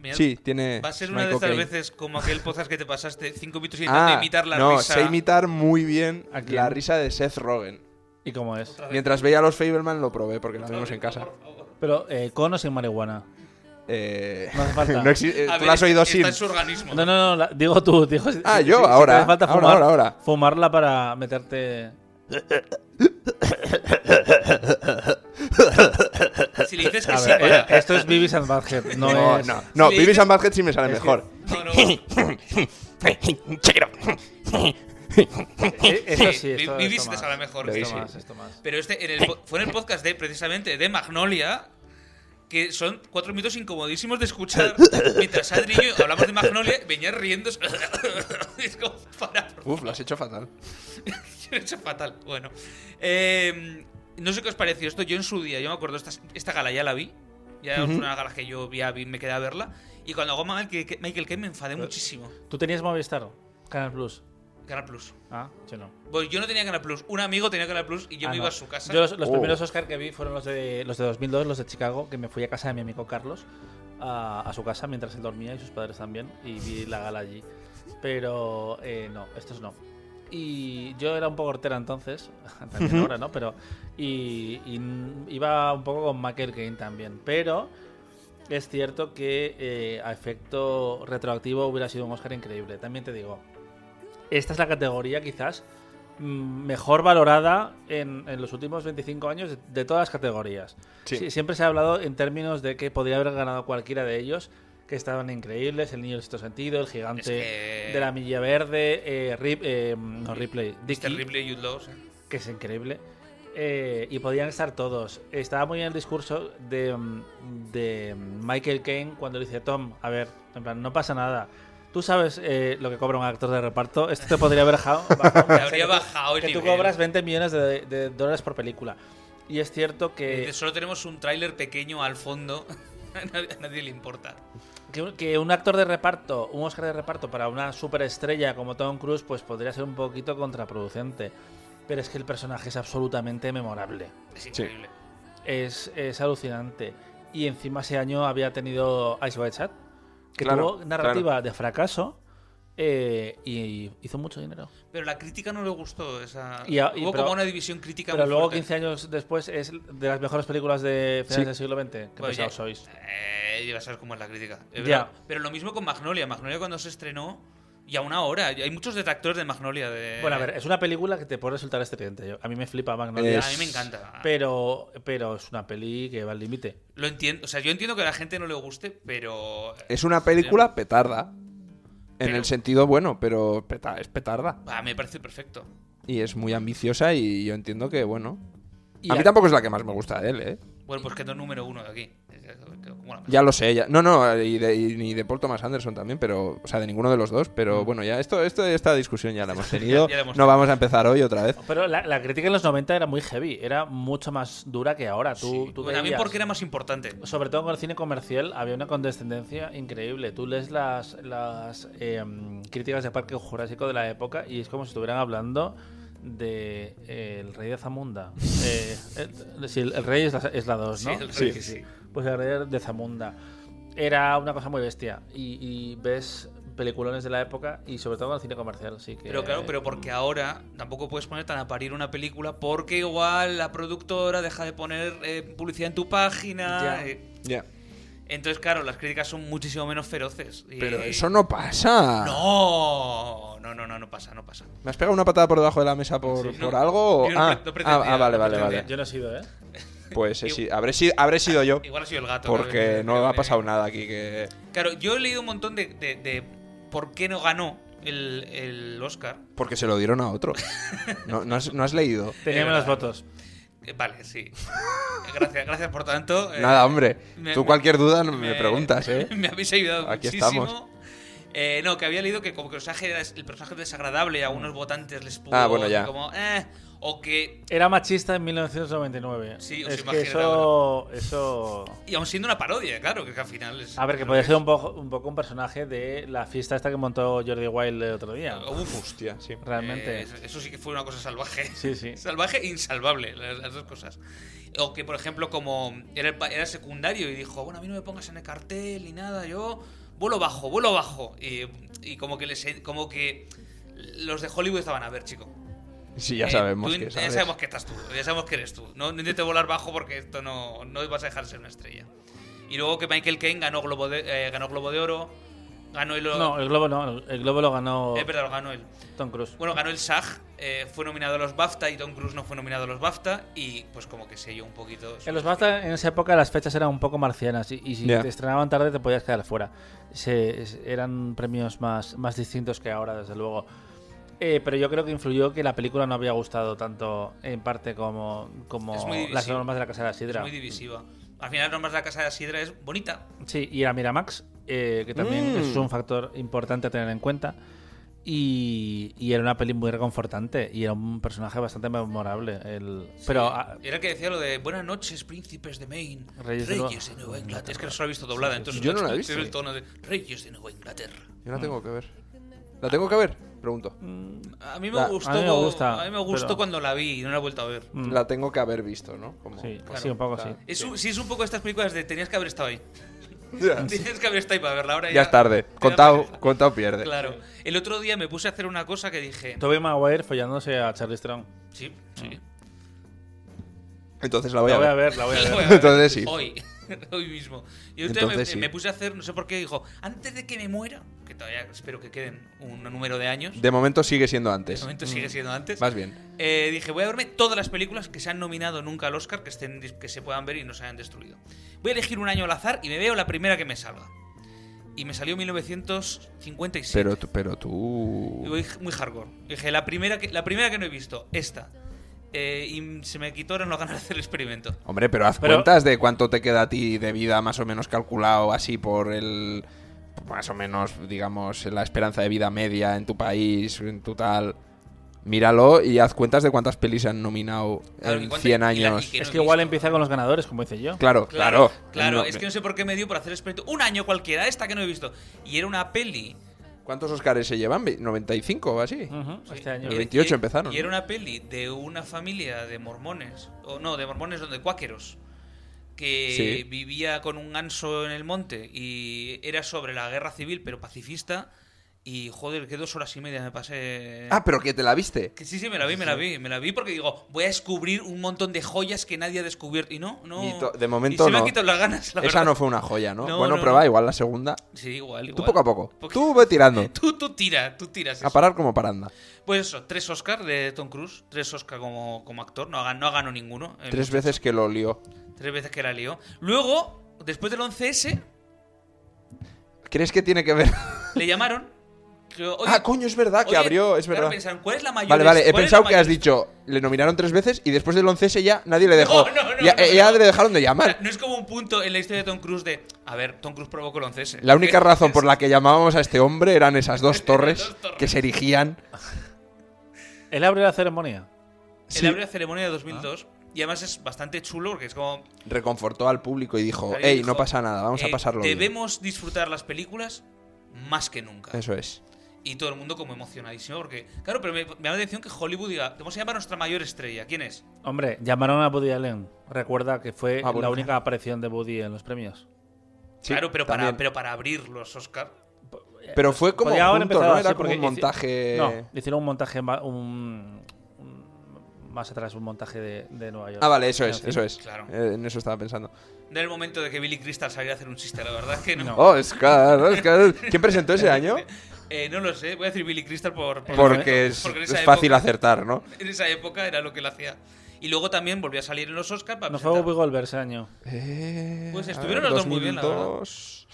[SPEAKER 2] Mira,
[SPEAKER 3] Sí, tiene...
[SPEAKER 2] Va a ser una de
[SPEAKER 3] Michael
[SPEAKER 2] estas
[SPEAKER 3] Caine.
[SPEAKER 2] veces como aquel podcast que te pasaste cinco
[SPEAKER 3] [laughs]
[SPEAKER 2] minutos intentando
[SPEAKER 3] Ah,
[SPEAKER 2] imitar la
[SPEAKER 3] no,
[SPEAKER 2] risa.
[SPEAKER 3] sé imitar muy bien
[SPEAKER 4] ¿A quién?
[SPEAKER 3] la risa de Seth Rogen.
[SPEAKER 4] ¿Y cómo es?
[SPEAKER 3] Mientras veía a los Fableman lo probé porque la vimos en casa.
[SPEAKER 4] Pero eh, con o sin marihuana.
[SPEAKER 3] Eh,
[SPEAKER 4] No hace falta.
[SPEAKER 3] [laughs] no exi- eh,
[SPEAKER 2] A
[SPEAKER 3] tú
[SPEAKER 2] ver,
[SPEAKER 3] la has oído
[SPEAKER 2] está
[SPEAKER 3] sin.
[SPEAKER 2] en su organismo.
[SPEAKER 4] No, no, no, la- digo tú, digo.
[SPEAKER 3] Ah, yo, ahora,
[SPEAKER 4] te hace falta
[SPEAKER 3] ahora,
[SPEAKER 4] fumar-
[SPEAKER 3] ahora, ahora.
[SPEAKER 4] Fumarla para meterte.
[SPEAKER 2] Si le dices que
[SPEAKER 4] A
[SPEAKER 2] sí,
[SPEAKER 4] ver,
[SPEAKER 2] para.
[SPEAKER 4] eh, esto es Vivis and Badhead, no,
[SPEAKER 3] No,
[SPEAKER 4] es.
[SPEAKER 3] no, no,
[SPEAKER 2] Sí,
[SPEAKER 3] Vivis
[SPEAKER 2] dices-
[SPEAKER 3] and Badhead sí me sale
[SPEAKER 4] [laughs]
[SPEAKER 3] mejor.
[SPEAKER 2] No, no. Sí,
[SPEAKER 4] Eh, [laughs] Esto sí,
[SPEAKER 2] vi-
[SPEAKER 4] esto,
[SPEAKER 2] Vivis
[SPEAKER 4] esto
[SPEAKER 2] te
[SPEAKER 4] más.
[SPEAKER 2] sale mejor.
[SPEAKER 4] Esto
[SPEAKER 3] Sí,
[SPEAKER 4] más, esto más.
[SPEAKER 2] Pero este en el po- fue en el podcast de precisamente de Magnolia que son cuatro minutos incomodísimos de escuchar mientras Adri y yo hablamos de Magnolia venía riendo [laughs] es como para por
[SPEAKER 3] Uf, lo has hecho fatal.
[SPEAKER 2] [laughs] Lo he hecho fatal. Bueno. Eh, no sé qué os pareció esto. Yo en su día, yo me acuerdo, esta, esta gala ya la vi. Ya fue una gala que yo vi, vi- me quedé a verla. Y cuando hago Michael Ke- Michael Caine me enfadé muchísimo.
[SPEAKER 4] ¿Tú tenías Movistar? Canal Plus.
[SPEAKER 2] Canal Plus.
[SPEAKER 4] Ah, yo no.
[SPEAKER 2] Pues yo no tenía Canal Plus. Un amigo tenía Canal Plus y yo
[SPEAKER 4] Ah,
[SPEAKER 2] me
[SPEAKER 4] no.
[SPEAKER 2] iba a su casa.
[SPEAKER 4] Yo los, los
[SPEAKER 3] Oh.
[SPEAKER 4] primeros Oscar que vi fueron los de, los de 2002, los de Chicago, que me fui a casa de mi amigo Carlos a, a su casa mientras él dormía y sus padres también, y vi la gala allí. Pero eh, no, estos no. Y yo era un poco hortera entonces, [laughs] también ahora, ¿no? Pero. Y, y n- iba un poco con Michael Caine también, pero. Es cierto que eh, a efecto retroactivo hubiera sido un Oscar increíble. También te digo, esta es la categoría quizás mm, mejor valorada en, en los últimos 25 años de, de todas las categorías.
[SPEAKER 3] Sí.
[SPEAKER 4] Sí, siempre se ha hablado en términos de que podría haber ganado cualquiera de ellos, que estaban increíbles, el niño del sexto sentido, el gigante
[SPEAKER 2] Es que-
[SPEAKER 4] de la milla verde, eh, Rip- eh, no, Ripley,
[SPEAKER 2] Mr.
[SPEAKER 4] Dicky,
[SPEAKER 2] Ripley, Jude Law, o sea,
[SPEAKER 4] que es increíble. eh, y podían estar todos. Estaba muy bien el discurso de, mm, de Michael Caine cuando le dice Tom, a ver, en plan, no pasa nada. Tú sabes eh, lo que cobra un actor de reparto. Esto te podría haber
[SPEAKER 2] [laughs]
[SPEAKER 4] bajado. bajado,
[SPEAKER 2] Te habría
[SPEAKER 4] que tú-
[SPEAKER 2] bajado el
[SPEAKER 4] Que tú
[SPEAKER 2] nivel.
[SPEAKER 4] cobras 20 millones de, de dólares por película. Y es cierto que,
[SPEAKER 2] Eh, Solo tenemos un tráiler pequeño al fondo. [laughs] A nadie- a nadie le importa.
[SPEAKER 4] que un- que un actor de reparto, un Oscar de reparto para una superestrella como Tom Cruise, pues podría ser un poquito contraproducente. Pero es que el personaje es absolutamente memorable.
[SPEAKER 2] Es increíble.
[SPEAKER 4] Es, es alucinante. Y encima ese año había tenido Ice White Chat, que
[SPEAKER 3] Claro,
[SPEAKER 4] tuvo narrativa de fracaso eh, y hizo mucho dinero.
[SPEAKER 2] Pero la crítica no le gustó. Esa...
[SPEAKER 4] Y a- y
[SPEAKER 2] Ah, Hubo
[SPEAKER 4] pero-
[SPEAKER 2] como una división crítica
[SPEAKER 4] Pero
[SPEAKER 2] muy
[SPEAKER 4] luego,
[SPEAKER 2] fuerte.
[SPEAKER 4] 15 años después, es de las mejores películas de finales
[SPEAKER 3] Sí.
[SPEAKER 4] del siglo XX. Qué
[SPEAKER 2] Oye,
[SPEAKER 4] pesados sois.
[SPEAKER 2] Pues, eh, ya sabes cómo es la crítica. es
[SPEAKER 4] Ya.
[SPEAKER 2] verdad. Pero lo mismo con Magnolia. Magnolia cuando se estrenó, y aún ahora, hay muchos detractores de Magnolia. De...
[SPEAKER 4] Bueno, a ver, eh. es una película que te puede resultar estridente. Yo- A mí me flipa Magnolia.
[SPEAKER 2] a mí me encanta.
[SPEAKER 4] Pero, pero es una peli que va al límite.
[SPEAKER 2] Lo entiendo. O sea, yo entiendo que a la gente no le guste, pero.
[SPEAKER 3] Es una película petarda. En
[SPEAKER 2] Pero-
[SPEAKER 3] el sentido bueno, pero peta- es petarda.
[SPEAKER 2] Ah, me parece perfecto.
[SPEAKER 3] Y es muy ambiciosa y yo entiendo que, bueno...
[SPEAKER 4] Y
[SPEAKER 3] A mí
[SPEAKER 4] a-
[SPEAKER 3] tampoco es la que más me gusta de él, ¿eh?
[SPEAKER 2] Bueno, pues quedó número uno de aquí. Bueno,
[SPEAKER 3] Ya lo sé, ya. No, no, y de, y ni de Paul Thomas Anderson también, pero. O sea, de ninguno de los dos, pero bueno, ya. Esto, esto, esta
[SPEAKER 2] [laughs]
[SPEAKER 3] discusión ya la hemos tenido.
[SPEAKER 2] Mm. Ya- ya la hemos
[SPEAKER 3] no
[SPEAKER 2] tenido.
[SPEAKER 3] vamos a empezar hoy otra vez.
[SPEAKER 4] Pero la, la crítica en los 90 era muy heavy. Era mucho más dura que ahora. Tú, tú
[SPEAKER 2] Bueno, a mí
[SPEAKER 4] veías-
[SPEAKER 2] porque era más importante.
[SPEAKER 4] sobre todo con el cine comercial, había una condescendencia increíble. Tú lees las, las eh, críticas de Parque Jurásico de la época y es como si estuvieran hablando de eh, el rey
[SPEAKER 2] [laughs]
[SPEAKER 4] de Zamunda. Eh, el, sí, el- el rey es la 2,
[SPEAKER 2] Sí,
[SPEAKER 4] ¿no?
[SPEAKER 2] el rey, Sí. sí.
[SPEAKER 4] Pues el rey de Zamunda. Era una cosa muy bestia. Y, y ves peliculones de la época y sobre todo con el cine comercial, sí que...
[SPEAKER 2] Pero claro, pero porque ahora tampoco puedes poner tan a parir una película porque igual la productora deja de poner eh, publicidad en tu página.
[SPEAKER 4] Ya.
[SPEAKER 2] eh.
[SPEAKER 3] Ya.
[SPEAKER 2] entonces, claro, las críticas son muchísimo menos feroces. Y-
[SPEAKER 3] Pero eso no pasa. Ah.
[SPEAKER 2] No, no, no, no, no pasa, no pasa.
[SPEAKER 3] ¿Me has pegado una patada por debajo de la mesa por,
[SPEAKER 2] Sí,
[SPEAKER 3] por
[SPEAKER 2] no.
[SPEAKER 3] algo? o-
[SPEAKER 2] Yo no
[SPEAKER 3] Ah,
[SPEAKER 2] pre- no
[SPEAKER 3] ah,
[SPEAKER 2] pretendía,
[SPEAKER 3] ah, vale,
[SPEAKER 2] no
[SPEAKER 3] vale,
[SPEAKER 2] pretendía.
[SPEAKER 3] vale.
[SPEAKER 4] Yo no he sido, ¿eh?
[SPEAKER 3] Pues he si- habré, si- habré sido yo.
[SPEAKER 2] Igual ha sido el gato.
[SPEAKER 3] Porque
[SPEAKER 2] Creo
[SPEAKER 3] no ha
[SPEAKER 2] que-
[SPEAKER 3] pasado nada aquí que.
[SPEAKER 2] Claro, yo he leído un montón de, de- de por qué no ganó el, el Oscar.
[SPEAKER 3] Porque se lo dieron
[SPEAKER 2] [laughs]
[SPEAKER 3] a otro. No, no has, no has leído.
[SPEAKER 4] Tenía
[SPEAKER 2] Es verdad.
[SPEAKER 4] menos votos.
[SPEAKER 2] Eh, Vale,
[SPEAKER 3] [laughs]
[SPEAKER 2] sí. Gracias, gracias por tanto. Eh,
[SPEAKER 3] Nada, hombre.
[SPEAKER 2] me-
[SPEAKER 3] Tú
[SPEAKER 2] me-
[SPEAKER 3] cualquier duda me, preguntas, ¿eh?
[SPEAKER 2] [laughs] Me habéis ayudado
[SPEAKER 3] Aquí
[SPEAKER 2] muchísimo.
[SPEAKER 3] estamos.
[SPEAKER 2] Eh, no, que había leído que como que el personaje, era- el personaje es desagradable a algunos votantes les pudo
[SPEAKER 3] Mm. Ah, bueno, ya.
[SPEAKER 2] como eh, o que
[SPEAKER 4] Era machista en 1999.
[SPEAKER 2] Sí, os
[SPEAKER 4] es que
[SPEAKER 2] imagináis
[SPEAKER 4] eso, eso.
[SPEAKER 2] y aún siendo una parodia, claro, que al final es
[SPEAKER 4] A ver, que podría ser un poco, un poco un personaje de la fiesta esta que montó Jordi Wilde el otro día.
[SPEAKER 2] Uf,
[SPEAKER 3] Hostia, sí.
[SPEAKER 4] Realmente.
[SPEAKER 2] Eh, eso- eso sí que fue una cosa salvaje.
[SPEAKER 4] Sí, sí.
[SPEAKER 2] Salvaje e insalvable, las, las dos cosas. O que, por ejemplo, como era, el pa- era secundario y dijo, bueno, a mí no me pongas en el cartel ni nada, yo vuelo bajo, vuelo bajo. Y, y como, que les, como que los de Hollywood estaban a ver, chico.
[SPEAKER 3] Sí, ya
[SPEAKER 2] eh,
[SPEAKER 3] sabemos
[SPEAKER 2] tú-
[SPEAKER 3] que
[SPEAKER 2] Ya
[SPEAKER 3] sabes.
[SPEAKER 2] sabemos que estás tú, ya sabemos que eres tú. No intentes volar bajo porque esto no, no vas a dejar de ser una estrella. Y luego que Michael Caine ganó Globo de, eh, ganó Globo de Oro, ganó el...
[SPEAKER 4] No, el globo no. El globo lo ganó
[SPEAKER 2] es verdad, lo ganó él.
[SPEAKER 4] Tom Cruise.
[SPEAKER 2] Bueno, ganó el SAG, eh, fue nominado a los BAFTA y Tom Cruise no fue nominado a los BAFTA y pues como que selló un poquito. su-
[SPEAKER 4] En los BAFTA, en esa época, las fechas eran un poco marcianas y, y si
[SPEAKER 3] Ya.
[SPEAKER 4] te estrenaban tarde te podías quedar fuera. Se- es- eran premios más, más distintos que ahora, desde luego. Eh, pero yo creo que influyó que la película no había gustado tanto, en parte, como, como
[SPEAKER 2] Es muy divisivo.
[SPEAKER 4] las normas de la Casa de la
[SPEAKER 2] es
[SPEAKER 4] Sidra.
[SPEAKER 2] muy divisiva. Al final, Normas de la Casa de la Sidra es bonita.
[SPEAKER 4] Sí, y era Miramax, eh, que también
[SPEAKER 3] Mm.
[SPEAKER 4] es un factor importante a tener en cuenta. Y, y era una peli muy reconfortante y era un personaje bastante memorable. El, Pero ah,
[SPEAKER 2] Era el que decía lo de Buenas noches, príncipes de Maine, Reyes,
[SPEAKER 4] Reyes de Nueva-
[SPEAKER 2] de Nueva Inglaterra. Es que eso lo he visto doblada, entonces
[SPEAKER 3] Yo no la he
[SPEAKER 2] es
[SPEAKER 3] visto.
[SPEAKER 2] el tono de Reyes de Nueva Inglaterra.
[SPEAKER 3] Yo la tengo que ver. ¿La tengo que ver? Pregunto.
[SPEAKER 2] A mí me
[SPEAKER 3] La- a mí
[SPEAKER 2] gustó,
[SPEAKER 4] me gusta,
[SPEAKER 2] a mí me gustó
[SPEAKER 4] pero-
[SPEAKER 2] cuando la vi y no la he vuelto a ver.
[SPEAKER 4] Mm.
[SPEAKER 3] La tengo que haber visto, ¿no? Como-
[SPEAKER 4] sí,
[SPEAKER 2] claro,
[SPEAKER 4] sí, un poco
[SPEAKER 3] claro.
[SPEAKER 4] sí.
[SPEAKER 2] Es un- sí, es un poco estas películas de tenías que haber estado ahí.
[SPEAKER 3] Ya,
[SPEAKER 2] Tienes que haber estado ahí para verla ahora.
[SPEAKER 3] Ya es tarde.
[SPEAKER 2] Te da
[SPEAKER 3] Contado,
[SPEAKER 2] pereza.
[SPEAKER 3] contado pierde.
[SPEAKER 2] Claro. El otro día me puse a hacer una cosa que dije.
[SPEAKER 4] Tobey Maguire follándose a Charlie Strong.
[SPEAKER 2] Sí, sí.
[SPEAKER 3] Entonces la voy
[SPEAKER 4] la
[SPEAKER 3] a ver.
[SPEAKER 4] la
[SPEAKER 2] [laughs]
[SPEAKER 4] voy a ver.
[SPEAKER 3] Entonces sí.
[SPEAKER 2] Hoy. [laughs] Hoy mismo. Y el otro día me,
[SPEAKER 3] Entonces sí.
[SPEAKER 2] me puse a hacer, no sé por qué, dijo, antes de que me muera, que todavía espero que queden un número de años, de
[SPEAKER 3] De momento sigue siendo antes.
[SPEAKER 2] momento sigue siendo antes,
[SPEAKER 3] Más bien.
[SPEAKER 2] eh, dije, voy a verme todas las películas que se han nominado nunca al Oscar, que, estén, dis- que se puedan ver y no se hayan destruido. Voy a elegir un año al azar y me veo la primera que me salga. Y me salió 1957.
[SPEAKER 3] Pero, tú- pero
[SPEAKER 2] Y
[SPEAKER 3] tú.
[SPEAKER 2] voy muy hardcore. Dije, la primera que, la primera que no he visto, esta. eh, y se me quitó, ahora no ganas de hacer el experimento.
[SPEAKER 3] Hombre, pero haz
[SPEAKER 4] Pero-
[SPEAKER 3] cuentas de cuánto te queda a ti de vida más o menos calculado así por el... Más o menos, digamos, la esperanza de vida media en tu país, en tu tal... Míralo y haz cuentas de cuántas pelis se han nominado
[SPEAKER 2] Claro, y
[SPEAKER 3] en
[SPEAKER 2] cuánta-
[SPEAKER 3] 100
[SPEAKER 2] y la- y
[SPEAKER 3] años.
[SPEAKER 2] que-
[SPEAKER 4] Es
[SPEAKER 2] no
[SPEAKER 4] que
[SPEAKER 2] he
[SPEAKER 4] igual
[SPEAKER 2] visto.
[SPEAKER 4] empieza con los ganadores, como hice yo.
[SPEAKER 3] Claro, claro.
[SPEAKER 2] Claro,
[SPEAKER 3] No,
[SPEAKER 2] es que no sé por qué me dio por hacer el experimento. Un año cualquiera, esta que no he visto. Y era una peli.
[SPEAKER 3] ¿Cuántos Oscars se llevan? ¿95 o así?
[SPEAKER 4] Ujú, Este año.
[SPEAKER 3] El 28 empezaron.
[SPEAKER 2] eh, Y era una peli de una familia de mormones. O no, de mormones, no, de cuáqueros. Que
[SPEAKER 3] Sí.
[SPEAKER 2] vivía con un ganso en el monte. Y era sobre la guerra civil, pero pacifista. Y joder, que dos horas y media me pasé.
[SPEAKER 3] Ah, pero que te la viste.
[SPEAKER 2] Que sí, sí, me la vi, me la vi, me la vi porque digo, voy a descubrir un montón de joyas que nadie ha descubierto. Y no, no.
[SPEAKER 3] Ni to- de momento
[SPEAKER 2] y se me
[SPEAKER 3] no.
[SPEAKER 2] han quitado las ganas, la
[SPEAKER 3] Esa
[SPEAKER 2] verdad.
[SPEAKER 3] no fue una joya, ¿no?
[SPEAKER 2] No,
[SPEAKER 3] bueno,
[SPEAKER 2] no,
[SPEAKER 3] prueba,
[SPEAKER 2] no.
[SPEAKER 3] igual la segunda.
[SPEAKER 2] Sí, igual, igual.
[SPEAKER 3] Tú poco a poco.
[SPEAKER 2] Porque-
[SPEAKER 3] Tú ve tirando.
[SPEAKER 2] Tú, tú tira, tú tiras.
[SPEAKER 3] A
[SPEAKER 2] eso.
[SPEAKER 3] parar como paranda.
[SPEAKER 2] Pues eso, tres Oscar de Tom Cruise, tres Oscar como, como actor, no ha, gan- no ha ganado ninguno. El
[SPEAKER 3] Tres
[SPEAKER 2] muchacho,
[SPEAKER 3] veces que lo lió.
[SPEAKER 2] tres veces que la lió. Luego, después del 11S,
[SPEAKER 3] ¿Crees que tiene que ver? [laughs]
[SPEAKER 2] le llamaron. que, oye,
[SPEAKER 3] ah, coño, es verdad que
[SPEAKER 2] oye,
[SPEAKER 3] abrió, es
[SPEAKER 2] claro,
[SPEAKER 3] verdad.
[SPEAKER 2] pensaron, ¿cuál es la mayor?
[SPEAKER 3] Vale, vale, he
[SPEAKER 2] ¿Cuál es
[SPEAKER 3] pensado
[SPEAKER 2] la
[SPEAKER 3] que has
[SPEAKER 2] mayor?
[SPEAKER 3] dicho, le nominaron tres veces y después del 11 ya nadie le dejó.
[SPEAKER 2] No, no, no,
[SPEAKER 3] ya,
[SPEAKER 2] no,
[SPEAKER 3] eh, ya
[SPEAKER 2] no.
[SPEAKER 3] le dejaron de
[SPEAKER 2] O sea,
[SPEAKER 3] llamar.
[SPEAKER 2] [laughs] No es como un punto en la historia de Tom Cruise de, a ver, Tom Cruise provocó el 11S.
[SPEAKER 3] La única
[SPEAKER 2] Es-
[SPEAKER 3] razón por
[SPEAKER 2] es-
[SPEAKER 3] la que llamábamos a este hombre eran
[SPEAKER 2] [laughs]
[SPEAKER 3] esas dos torres
[SPEAKER 2] Dos torres.
[SPEAKER 3] que se erigían.
[SPEAKER 4] Él abre la ceremonia.
[SPEAKER 2] Él
[SPEAKER 3] Sí.
[SPEAKER 2] abrió la ceremonia de 2002 y además es bastante chulo porque es como...
[SPEAKER 3] Reconfortó al público y dijo,
[SPEAKER 2] Claro,
[SPEAKER 3] hey,
[SPEAKER 2] dijo,
[SPEAKER 3] Oh, no pasa nada, vamos a
[SPEAKER 2] eh,
[SPEAKER 3] pasarlo bien.
[SPEAKER 2] Debemos disfrutar las películas más que nunca.
[SPEAKER 3] Eso es.
[SPEAKER 2] Y todo el mundo como emocionadísimo, porque, claro, pero me, me da la atención que Hollywood diga, vamos a llamar a nuestra mayor estrella. ¿Quién es?
[SPEAKER 4] Hombre, llamaron a Woody Allen. Recuerda que fue
[SPEAKER 3] Ah, bueno,
[SPEAKER 4] la
[SPEAKER 3] ya.
[SPEAKER 4] única aparición de Woody en los premios.
[SPEAKER 3] Sí,
[SPEAKER 2] claro, pero para, eh, pues,
[SPEAKER 3] también.
[SPEAKER 2] pero para abrir los Oscar.
[SPEAKER 3] Pero fue como
[SPEAKER 4] Podía haber
[SPEAKER 3] junto,
[SPEAKER 4] empezado
[SPEAKER 3] ¿no? Era
[SPEAKER 4] así,
[SPEAKER 3] como
[SPEAKER 4] porque
[SPEAKER 3] un
[SPEAKER 4] hici-
[SPEAKER 3] montaje...
[SPEAKER 4] No, le hicieron un montaje ma- un- un- más atrás, un montaje de, de Nueva York.
[SPEAKER 3] Ah, vale, eso
[SPEAKER 4] En
[SPEAKER 3] es,
[SPEAKER 4] el
[SPEAKER 3] eso es.
[SPEAKER 2] Claro.
[SPEAKER 3] Eh, en eso estaba pensando.
[SPEAKER 2] No era el momento de que Billy Crystal saliera a hacer un chiste, la verdad que no.
[SPEAKER 4] No.
[SPEAKER 3] Oh, Oscar, Oscar. ¿Quién presentó
[SPEAKER 2] [laughs]
[SPEAKER 3] ese año?
[SPEAKER 2] Eh, no lo sé, voy a decir Billy Crystal por, por-
[SPEAKER 3] Porque es,
[SPEAKER 2] en
[SPEAKER 3] es
[SPEAKER 2] esa
[SPEAKER 3] fácil
[SPEAKER 2] época-
[SPEAKER 3] acertar, ¿no?
[SPEAKER 2] En esa época era lo que él hacía. Y luego también volvió a salir en los Oscar para
[SPEAKER 4] No fue Whoopi
[SPEAKER 2] presentar-
[SPEAKER 4] Goldberg ese año.
[SPEAKER 3] Eh,
[SPEAKER 2] Pues
[SPEAKER 3] a
[SPEAKER 2] estuvieron los dos muy bien, la verdad.
[SPEAKER 3] 2002.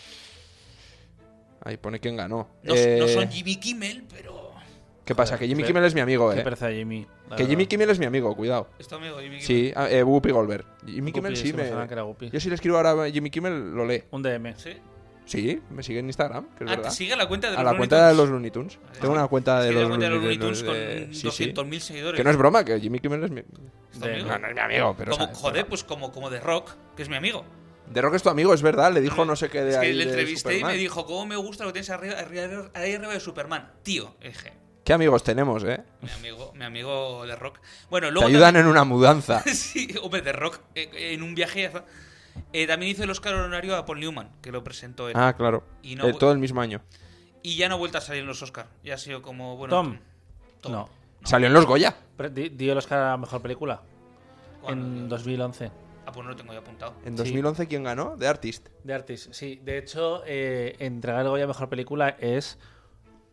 [SPEAKER 3] Ahí pone quién ganó.
[SPEAKER 2] no,
[SPEAKER 3] Eh,
[SPEAKER 2] no son Jimmy Kimmel, pero...
[SPEAKER 3] ¿Qué pasa? Que Jimmy
[SPEAKER 4] Joder,
[SPEAKER 3] Kimmel es mi amigo,
[SPEAKER 4] Qué
[SPEAKER 3] eh.
[SPEAKER 4] pereza Jimmy. la
[SPEAKER 3] Que
[SPEAKER 4] verdad.
[SPEAKER 3] Jimmy Kimmel es mi amigo, cuidado.
[SPEAKER 2] Esto amigo Jimmy Kimmel.
[SPEAKER 3] Sí, ah, eh, Whoopi Goldberg. Jimmy Kimmel
[SPEAKER 4] sí
[SPEAKER 3] sí
[SPEAKER 4] me
[SPEAKER 3] me...
[SPEAKER 4] sonaba que era Whoopi.
[SPEAKER 3] Yo si le escribo ahora a Jimmy Kimmel, lo lee.
[SPEAKER 4] Un DM.
[SPEAKER 2] ¿Sí?
[SPEAKER 3] Sí, me sigue en Instagram, que es
[SPEAKER 2] Ah,
[SPEAKER 3] verdad.
[SPEAKER 2] ¿te sigue la cuenta de los
[SPEAKER 3] a la
[SPEAKER 2] Looney
[SPEAKER 3] cuenta de
[SPEAKER 2] Tunes?
[SPEAKER 3] los Looney Tunes.
[SPEAKER 2] Vale.
[SPEAKER 3] Tengo una cuenta
[SPEAKER 2] Sí,
[SPEAKER 3] de
[SPEAKER 2] la
[SPEAKER 3] los
[SPEAKER 2] cuenta de los Looney Tunes con
[SPEAKER 3] de- sí, sí.
[SPEAKER 2] 200.000 seguidores.
[SPEAKER 3] Que no es broma, que Jimmy Kimmel es mi...
[SPEAKER 2] ¿Es tu amigo?
[SPEAKER 3] No, no es mi amigo, pero...
[SPEAKER 2] como,
[SPEAKER 3] o sea,
[SPEAKER 2] joder, pues como, como de Rock, que es mi amigo.
[SPEAKER 3] De Rock es tu amigo, es verdad, le dijo no sé qué de
[SPEAKER 2] Es que
[SPEAKER 3] ahí
[SPEAKER 2] le
[SPEAKER 3] de
[SPEAKER 2] entrevisté y
[SPEAKER 3] Superman.
[SPEAKER 2] me dijo, ¿cómo me gusta lo que tienes arriba, arriba- ahí arriba de Superman? Tío, eje.
[SPEAKER 3] ¿Qué amigos tenemos, eh?
[SPEAKER 2] Mi amigo, mi amigo de Rock. Bueno,
[SPEAKER 3] Te
[SPEAKER 2] luego.
[SPEAKER 3] ayudan en una mudanza.
[SPEAKER 2] también- [laughs] sí, hombre, de Rock, eh, en un viaje. ya- Eh, también hizo el Oscar honorario a Paul Newman, que lo presentó él.
[SPEAKER 3] Ah, claro.
[SPEAKER 2] Y no-
[SPEAKER 3] Eh, todo el mismo año.
[SPEAKER 2] Y ya no ha vuelto a salir en los Oscar. Ya ha sido como, bueno.
[SPEAKER 4] Tom.
[SPEAKER 2] Tom.
[SPEAKER 4] No.
[SPEAKER 3] Salió en los Goya.
[SPEAKER 4] Pero di- dio el Oscar a la mejor película.
[SPEAKER 2] Bueno,
[SPEAKER 4] en
[SPEAKER 2] tío.
[SPEAKER 4] 2011.
[SPEAKER 2] Ah, pues no lo tengo ya apuntado.
[SPEAKER 3] En
[SPEAKER 4] Sí.
[SPEAKER 3] 2011, ¿quién ganó? The Artist.
[SPEAKER 4] De Artist, sí. De hecho, eh, entregar el Goya a mejor película es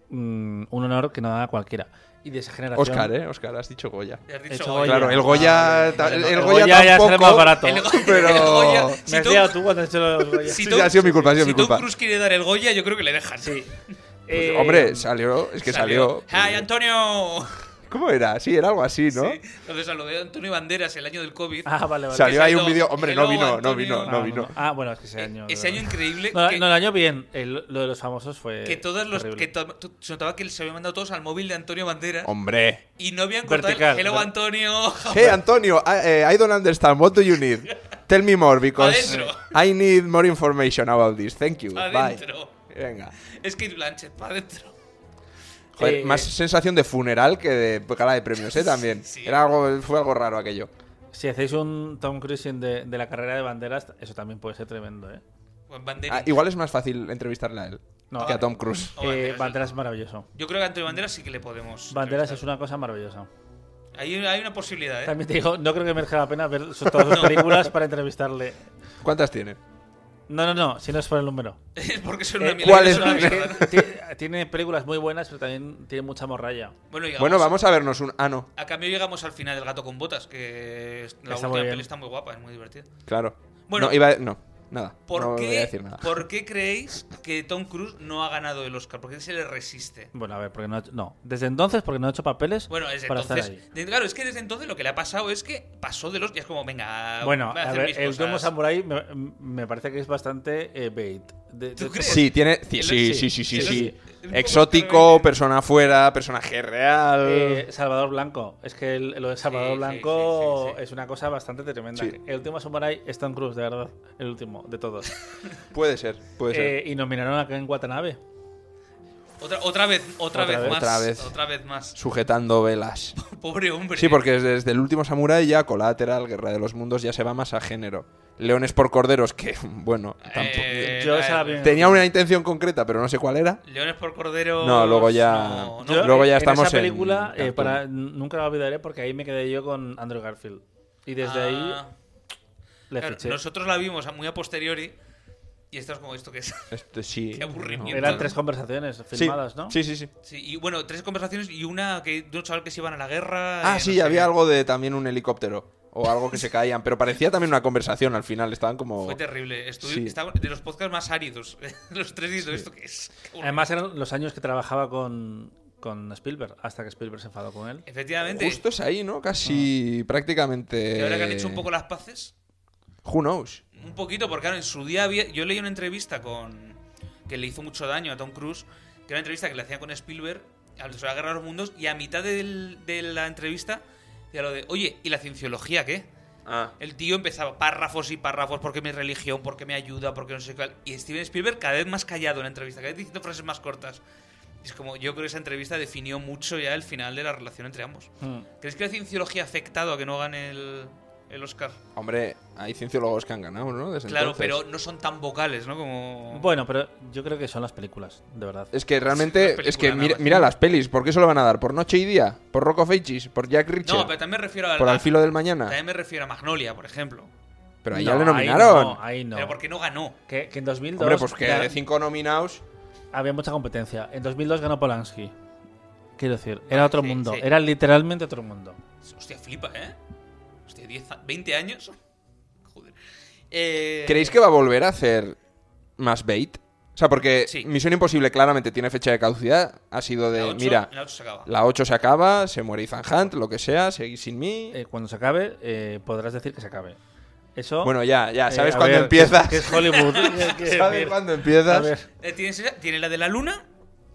[SPEAKER 4] mm, un honor que no da cualquiera. Y de esa generación.
[SPEAKER 3] Oscar, ¿eh? Oscar, has dicho Goya.
[SPEAKER 2] Te has dicho
[SPEAKER 4] Hecho
[SPEAKER 2] Goya.
[SPEAKER 4] Goya.
[SPEAKER 3] Claro, el Goya.
[SPEAKER 4] Ah, vale,
[SPEAKER 3] ta-
[SPEAKER 4] vale,
[SPEAKER 3] el,
[SPEAKER 4] no,
[SPEAKER 3] el
[SPEAKER 4] el
[SPEAKER 3] Goya
[SPEAKER 4] Goya ya
[SPEAKER 3] tampoco,
[SPEAKER 4] será más
[SPEAKER 2] [laughs]
[SPEAKER 4] barato.
[SPEAKER 2] El Goya-
[SPEAKER 3] pero...
[SPEAKER 2] el Goya. Si
[SPEAKER 4] [laughs] Me has
[SPEAKER 2] Tom-
[SPEAKER 4] liado tú cuando has hecho el Goya.
[SPEAKER 2] [laughs] Si
[SPEAKER 3] Sí,
[SPEAKER 2] Tom-
[SPEAKER 3] ha sido mi culpa, ha sido
[SPEAKER 2] si
[SPEAKER 3] mi culpa.
[SPEAKER 2] Tom Cruise quiere dar el Goya, yo creo que le dejan.
[SPEAKER 4] Sí.
[SPEAKER 3] Pues,
[SPEAKER 4] Eh,
[SPEAKER 3] hombre, salió. Es que salió.
[SPEAKER 2] ¡Ay, Antonio!
[SPEAKER 3] ¿Cómo era? Sí, era algo así, ¿no?
[SPEAKER 2] Sí, Entonces a lo de Antonio Banderas el año del COVID.
[SPEAKER 4] Ah, vale, vale.
[SPEAKER 3] Salió ahí un
[SPEAKER 2] Salió-
[SPEAKER 3] vídeo. Hombre, no
[SPEAKER 2] Hello,
[SPEAKER 3] vino, no
[SPEAKER 2] Antonio.
[SPEAKER 3] vino,
[SPEAKER 4] Ah,
[SPEAKER 3] no vino.
[SPEAKER 4] Ah, bueno, es que ese año.
[SPEAKER 2] Eh, Ese año increíble
[SPEAKER 4] No,
[SPEAKER 2] que,
[SPEAKER 4] no, el año bien. El- lo de los famosos fue.
[SPEAKER 2] que todos los
[SPEAKER 4] terrible.
[SPEAKER 2] que to- to- se notaba que se habían mandado todos al móvil de Antonio Banderas
[SPEAKER 3] Hombre.
[SPEAKER 2] y no habían cortado el
[SPEAKER 4] Vertical,
[SPEAKER 2] Hello
[SPEAKER 4] ver-
[SPEAKER 2] Antonio. [laughs]
[SPEAKER 3] Hey, Antonio, I, eh, I don't understand. What do you need? Tell me more, because
[SPEAKER 2] Adentro.
[SPEAKER 3] I need more information about this. Thank you.
[SPEAKER 2] Adentro.
[SPEAKER 3] Bye. Venga.
[SPEAKER 2] Es que Blanchett para adentro.
[SPEAKER 3] Joder,
[SPEAKER 4] Eh,
[SPEAKER 3] más sensación de funeral que de gala de premios, ¿eh? También.
[SPEAKER 2] [laughs] Sí.
[SPEAKER 3] Era algo, fue algo raro aquello.
[SPEAKER 4] Si hacéis un Tom Cruising de, de la carrera de banderas, eso también puede ser tremendo, ¿eh?
[SPEAKER 2] Juan Banderas.
[SPEAKER 3] Ah, igual es más fácil entrevistarle a él
[SPEAKER 4] No,
[SPEAKER 3] que a
[SPEAKER 4] vale.
[SPEAKER 3] Tom Cruise.
[SPEAKER 2] O Oh, Banderas,
[SPEAKER 4] Eh,
[SPEAKER 2] sí.
[SPEAKER 4] banderas es maravilloso.
[SPEAKER 2] Yo creo que a Antonio Banderas sí que le podemos.
[SPEAKER 4] Banderas es
[SPEAKER 2] entrevistar.
[SPEAKER 4] una cosa maravillosa.
[SPEAKER 2] Hay, hay una posibilidad, ¿eh? [laughs]
[SPEAKER 4] También te digo, no creo que merezca la pena ver sus- todas sus películas para entrevistarle.
[SPEAKER 3] ¿Cuántas tiene?
[SPEAKER 4] No, no, no, si no es por el número.
[SPEAKER 2] Porque son una
[SPEAKER 4] Eh,
[SPEAKER 2] mierda,
[SPEAKER 3] ¿cuál es
[SPEAKER 2] son una
[SPEAKER 3] la-
[SPEAKER 2] mierda, ¿no?
[SPEAKER 4] Tiene- Tiene películas muy buenas, pero también tiene mucha morralla.
[SPEAKER 2] Bueno, llegamos-
[SPEAKER 3] Bueno, vamos a vernos un. Ah, no,
[SPEAKER 2] A cambio llegamos al final del gato con botas, que es- la
[SPEAKER 4] Está muy
[SPEAKER 2] última
[SPEAKER 4] bien.
[SPEAKER 2] peli está muy guapa, es muy divertida.
[SPEAKER 3] claro.
[SPEAKER 2] Bueno.
[SPEAKER 3] no, iba a- no. Nada.
[SPEAKER 2] ¿Por,
[SPEAKER 3] no
[SPEAKER 2] qué,
[SPEAKER 3] voy a decir nada.
[SPEAKER 2] por qué creéis que Tom Cruise no ha ganado el Oscar? ¿Por qué se le resiste?
[SPEAKER 4] Bueno, a ver, porque no, ha hecho- no. Desde entonces, porque no ha hecho papeles
[SPEAKER 2] Bueno, desde
[SPEAKER 4] para estar
[SPEAKER 2] entonces.
[SPEAKER 4] ahí.
[SPEAKER 2] de- claro, es que desde entonces lo que le ha pasado es que pasó de los. Y es como, venga.
[SPEAKER 4] Bueno,
[SPEAKER 2] voy
[SPEAKER 4] a
[SPEAKER 2] hacer
[SPEAKER 4] ver,
[SPEAKER 2] mis
[SPEAKER 4] el
[SPEAKER 2] cosas.
[SPEAKER 4] Domo Samurai me, me parece que es bastante eh, bait. De-
[SPEAKER 2] ¿Tú
[SPEAKER 4] de-
[SPEAKER 2] crees?
[SPEAKER 3] Sí, tiene. Sí,
[SPEAKER 2] El-
[SPEAKER 3] sí,
[SPEAKER 4] sí,
[SPEAKER 3] sí, sí, sí.
[SPEAKER 2] el-
[SPEAKER 3] sí.
[SPEAKER 2] el-
[SPEAKER 3] Exótico, persona fuera, personaje real.
[SPEAKER 4] Eh, Salvador Blanco. Es que el- lo de Salvador
[SPEAKER 2] Sí, sí,
[SPEAKER 4] Blanco
[SPEAKER 2] sí, sí, sí.
[SPEAKER 4] es una cosa bastante tremenda.
[SPEAKER 3] Sí.
[SPEAKER 4] El último Samurai es Tom Cruise, de verdad. El último, de todos.
[SPEAKER 3] Puede ser, [laughs] puede ser.
[SPEAKER 4] Eh, y nominaron a Ken Watanabe.
[SPEAKER 2] Otra, otra vez, otra,
[SPEAKER 4] Otra
[SPEAKER 2] vez,
[SPEAKER 4] vez.
[SPEAKER 2] más.
[SPEAKER 3] Otra vez.
[SPEAKER 2] Otra vez más. [laughs]
[SPEAKER 3] Sujetando velas.
[SPEAKER 2] Pobre [laughs] hombre.
[SPEAKER 3] Sí, porque desde, desde el último Samurai ya Colateral, Guerra de los Mundos ya se va más a género. Leones por corderos, que [laughs] bueno, tampoco.
[SPEAKER 2] Eh,
[SPEAKER 4] Yo esa la vi-
[SPEAKER 3] Tenía una intención concreta, pero no sé cuál era.
[SPEAKER 2] Leones por Cordero.
[SPEAKER 3] No, luego ya-
[SPEAKER 2] No, no.
[SPEAKER 4] Yo,
[SPEAKER 3] Luego ya
[SPEAKER 4] eh,
[SPEAKER 3] estamos
[SPEAKER 4] en esa película
[SPEAKER 3] en
[SPEAKER 4] eh, para, nunca la olvidaré porque ahí me quedé yo con Andrew Garfield. Y desde
[SPEAKER 2] Ah,
[SPEAKER 4] ahí le
[SPEAKER 2] claro,
[SPEAKER 4] fiché.
[SPEAKER 2] nosotros la vimos a- muy a posteriori. Y esto es como esto que es.
[SPEAKER 3] Este, sí.
[SPEAKER 2] Qué aburrimiento.
[SPEAKER 4] Eran tres conversaciones
[SPEAKER 3] Sí,
[SPEAKER 4] filmadas, ¿no?
[SPEAKER 3] Sí, sí, sí.
[SPEAKER 2] Sí, y bueno, tres conversaciones y una que de un chaval que se iban a la guerra.
[SPEAKER 3] Ah,
[SPEAKER 2] eh,
[SPEAKER 3] sí,
[SPEAKER 2] no sé
[SPEAKER 3] había
[SPEAKER 2] qué.
[SPEAKER 3] algo de también un helicóptero o algo que se caían, pero parecía también una conversación al final, estaban como...
[SPEAKER 2] Fue terrible. Estuve,
[SPEAKER 3] Sí.
[SPEAKER 2] estaba de los podcasts más áridos. [laughs] los tres diciendo esto que
[SPEAKER 3] Em,
[SPEAKER 2] es. Qué aburrido.
[SPEAKER 4] Además eran los años que trabajaba con, con Spielberg, hasta que Spielberg se enfadó con él.
[SPEAKER 2] Efectivamente.
[SPEAKER 3] Justo eh, es ahí, ¿no? Casi prácticamente...
[SPEAKER 2] Ah. Y ahora que han hecho un poco las paces.
[SPEAKER 3] Who knows?
[SPEAKER 2] Un poquito, porque claro, en su día había. Yo leí una entrevista con. que le hizo mucho daño a Tom Cruise. Que era una entrevista que le hacían con Spielberg. Sobre la guerra de los mundos. Y a mitad del- de la entrevista. Decía lo de. Oye, ¿y la cienciología qué?
[SPEAKER 8] Ah.
[SPEAKER 2] El tío empezaba párrafos y párrafos. ¿Por qué mi religión? ¿Por qué me ayuda? ¿Por qué no sé cuál? Y Steven Spielberg cada vez más callado en la entrevista. Cada vez diciendo frases más cortas. Y Es como. Yo creo que esa entrevista definió mucho ya el final de la relación entre ambos.
[SPEAKER 4] Mm.
[SPEAKER 2] ¿Crees que la cienciología ha afectado a que no gane el, el Oscar?
[SPEAKER 3] Hombre, hay cienciólogos que han ganado, ¿no? Desde
[SPEAKER 2] Claro,
[SPEAKER 3] Pues entonces.
[SPEAKER 2] pero no son tan vocales, ¿no? Como.
[SPEAKER 4] Bueno, pero yo creo que son las películas, de verdad.
[SPEAKER 3] Es que realmente,
[SPEAKER 2] Las
[SPEAKER 3] es que
[SPEAKER 2] películas,
[SPEAKER 3] mira,
[SPEAKER 2] nada más.
[SPEAKER 3] mira las pelis, ¿por qué se lo van a dar? ¿Por Noche y Día? ¿Por Rocco Feichis? ¿Por Jack Richard?
[SPEAKER 2] no, pero también me refiero a.
[SPEAKER 3] ¿Por
[SPEAKER 2] a-
[SPEAKER 3] Al Filo del Mañana?
[SPEAKER 2] También me refiero a Magnolia, por ejemplo.
[SPEAKER 3] Pero ahí
[SPEAKER 4] No,
[SPEAKER 3] ya le nominaron.
[SPEAKER 4] no, ahí no.
[SPEAKER 2] Pero porque no ganó.
[SPEAKER 4] Que, que en 2002
[SPEAKER 3] Hombre, pues que
[SPEAKER 4] ya
[SPEAKER 3] de cinco nominados...
[SPEAKER 4] había mucha competencia. En 2002 ganó Polanski. Quiero decir, era otro
[SPEAKER 2] Ah, sí,
[SPEAKER 4] mundo.
[SPEAKER 2] sí.
[SPEAKER 4] Era literalmente otro mundo.
[SPEAKER 2] Hostia, flipa, ¿eh? Hostia, 10, a- 20 años. [laughs] Joder. Eh,
[SPEAKER 3] ¿Creéis que va a volver a hacer más bait? O sea, porque
[SPEAKER 2] Sí.
[SPEAKER 3] Misión Imposible claramente tiene fecha de caducidad. Ha sido de,
[SPEAKER 2] la ocho-
[SPEAKER 3] mira,
[SPEAKER 2] La 8 se acaba.
[SPEAKER 3] la 8 se acaba, se muere Ethan Hunt, lo que sea, seguís sin mí.
[SPEAKER 4] Eh, cuando se acabe, eh, podrás decir que se acabe. Eso.
[SPEAKER 3] bueno, ya, ya,
[SPEAKER 4] eh,
[SPEAKER 3] ¿sabes
[SPEAKER 4] a
[SPEAKER 3] cuándo
[SPEAKER 4] ver,
[SPEAKER 3] empiezas?
[SPEAKER 4] Que es Hollywood.
[SPEAKER 3] [laughs] ¿Sabes cuándo
[SPEAKER 4] A
[SPEAKER 3] empiezas?
[SPEAKER 4] ver,
[SPEAKER 2] Eh, ¿tienes esa? ¿Tiene la de la luna?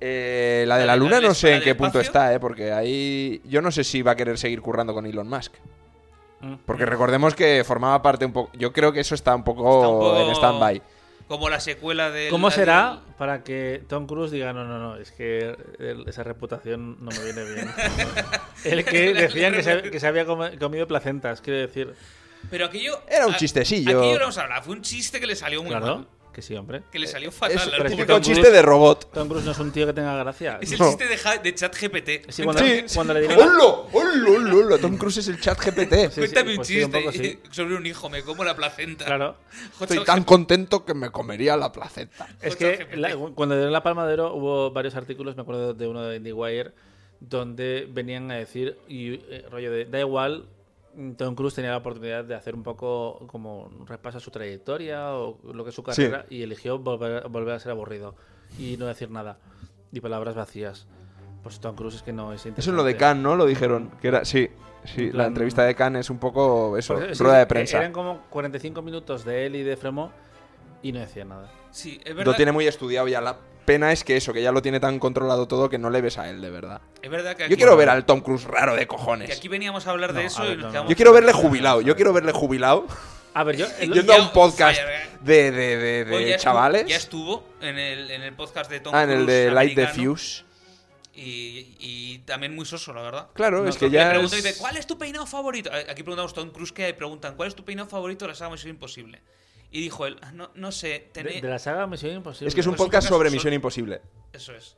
[SPEAKER 3] Eh, la de la
[SPEAKER 2] Dale,
[SPEAKER 3] luna
[SPEAKER 2] dale,
[SPEAKER 3] no sé en
[SPEAKER 2] dale
[SPEAKER 3] qué
[SPEAKER 2] espacio.
[SPEAKER 3] punto está, ¿eh? Porque ahí yo no sé si va a querer seguir currando con Elon Musk.
[SPEAKER 4] Mm.
[SPEAKER 3] Porque recordemos que formaba parte un poco... Yo creo que eso está un poco,
[SPEAKER 2] Está un poco-
[SPEAKER 3] en stand-by.
[SPEAKER 2] Como la secuela de.
[SPEAKER 4] ¿Cómo será para que Tom Cruise diga, no, no, no, es que el- esa reputación no me viene
[SPEAKER 2] [laughs]
[SPEAKER 4] bien? el que decían que se, que se había come- comido placentas, quiero decir.
[SPEAKER 2] Pero aquello.
[SPEAKER 3] Era un
[SPEAKER 2] a-
[SPEAKER 3] chistecillo.
[SPEAKER 2] Aquello no hemos hablado. Fue un chiste que le salió muy
[SPEAKER 4] Claro,
[SPEAKER 2] mal.
[SPEAKER 4] que sí, hombre.
[SPEAKER 2] Que le salió
[SPEAKER 3] Es
[SPEAKER 2] fatal. al
[SPEAKER 3] el
[SPEAKER 4] pero es que
[SPEAKER 2] pobre
[SPEAKER 3] típico
[SPEAKER 4] Tom
[SPEAKER 2] hombre.
[SPEAKER 4] Cruise-
[SPEAKER 3] chiste de robot.
[SPEAKER 4] Tom Cruise no es un tío que tenga gracia.
[SPEAKER 2] Es el
[SPEAKER 3] No.
[SPEAKER 2] chiste de, ja- de ChatGPT.
[SPEAKER 4] Sí, cuando,
[SPEAKER 3] Sí,
[SPEAKER 4] cuando le digan...
[SPEAKER 3] ¡Holo! ¡Holo, holo, holo! Tom Cruise es el chat GPT.
[SPEAKER 4] [laughs] Sí,
[SPEAKER 2] Cuéntame un
[SPEAKER 4] pues sí,
[SPEAKER 2] chiste
[SPEAKER 4] un poco sí.
[SPEAKER 2] [laughs] sobre un hijo, me como la placenta.
[SPEAKER 4] Claro.
[SPEAKER 2] Joder,
[SPEAKER 3] Estoy tan contento que me comería la placenta.
[SPEAKER 4] Es
[SPEAKER 2] Joder,
[SPEAKER 4] que
[SPEAKER 2] GPT.
[SPEAKER 4] la- cuando dieron la palma de oro hubo varios artículos, me acuerdo de uno de IndieWire, donde venían a decir, y eh, rollo de, da igual, mm, Tom Cruise tenía la oportunidad de hacer un poco como un repaso a su trayectoria o lo que es su carrera, y eligió volver, volver a ser aburrido y no decir nada, y palabras vacías. Pues Tom Cruise es que no es interesante.
[SPEAKER 3] Eso es lo de Khan, ¿no? Lo dijeron. Que era, sí, sí. La
[SPEAKER 4] plan-
[SPEAKER 3] entrevista de Khan es un poco eso,
[SPEAKER 4] Porque, sí,
[SPEAKER 3] rueda de
[SPEAKER 4] eh, Eran
[SPEAKER 3] prensa.
[SPEAKER 4] como 45 minutos de él y de Fremo y no decía nada.
[SPEAKER 2] Sí, es verdad.
[SPEAKER 3] Lo tiene muy estudiado ya. La pena es que eso, que ya lo tiene tan controlado todo que no le ves a él, de verdad.
[SPEAKER 2] Es verdad que aquí,
[SPEAKER 3] Yo quiero ver al Tom Cruise raro de cojones.
[SPEAKER 2] que aquí veníamos a hablar de
[SPEAKER 4] No,
[SPEAKER 2] eso
[SPEAKER 4] a ver,
[SPEAKER 2] y nos
[SPEAKER 4] no, no.
[SPEAKER 2] quedamos.
[SPEAKER 3] Yo quiero verle jubilado. Yo quiero verle jubilado
[SPEAKER 4] A ver, yo... el-
[SPEAKER 3] yendo a un
[SPEAKER 2] ya-
[SPEAKER 3] podcast
[SPEAKER 2] vaya,
[SPEAKER 3] de, de, de, de
[SPEAKER 2] Hoy ya estu-
[SPEAKER 3] chavales.
[SPEAKER 2] ya estuvo en el, en el podcast de Tom
[SPEAKER 3] Ah, en el
[SPEAKER 2] Cruise
[SPEAKER 3] de Light the
[SPEAKER 2] americano,
[SPEAKER 3] Fuse.
[SPEAKER 2] Y, y también muy soso, la verdad.
[SPEAKER 3] Claro,
[SPEAKER 2] No,
[SPEAKER 3] es que
[SPEAKER 2] le
[SPEAKER 3] ya.
[SPEAKER 2] preguntan,
[SPEAKER 3] es-
[SPEAKER 2] dice, ¿cuál es tu peinado favorito? A- Aquí preguntamos a Tom Cruise que preguntan, ¿cuál es tu peinado favorito de la saga Misión Imposible? Y dijo él, "Ah, no, no sé,
[SPEAKER 4] De,
[SPEAKER 2] tené-
[SPEAKER 4] de la saga Misión Imposible.
[SPEAKER 3] Es que es un
[SPEAKER 2] Pues un
[SPEAKER 3] podcast
[SPEAKER 2] podcast
[SPEAKER 3] sobre
[SPEAKER 2] solo-
[SPEAKER 3] Misión Imposible.
[SPEAKER 2] Eso es.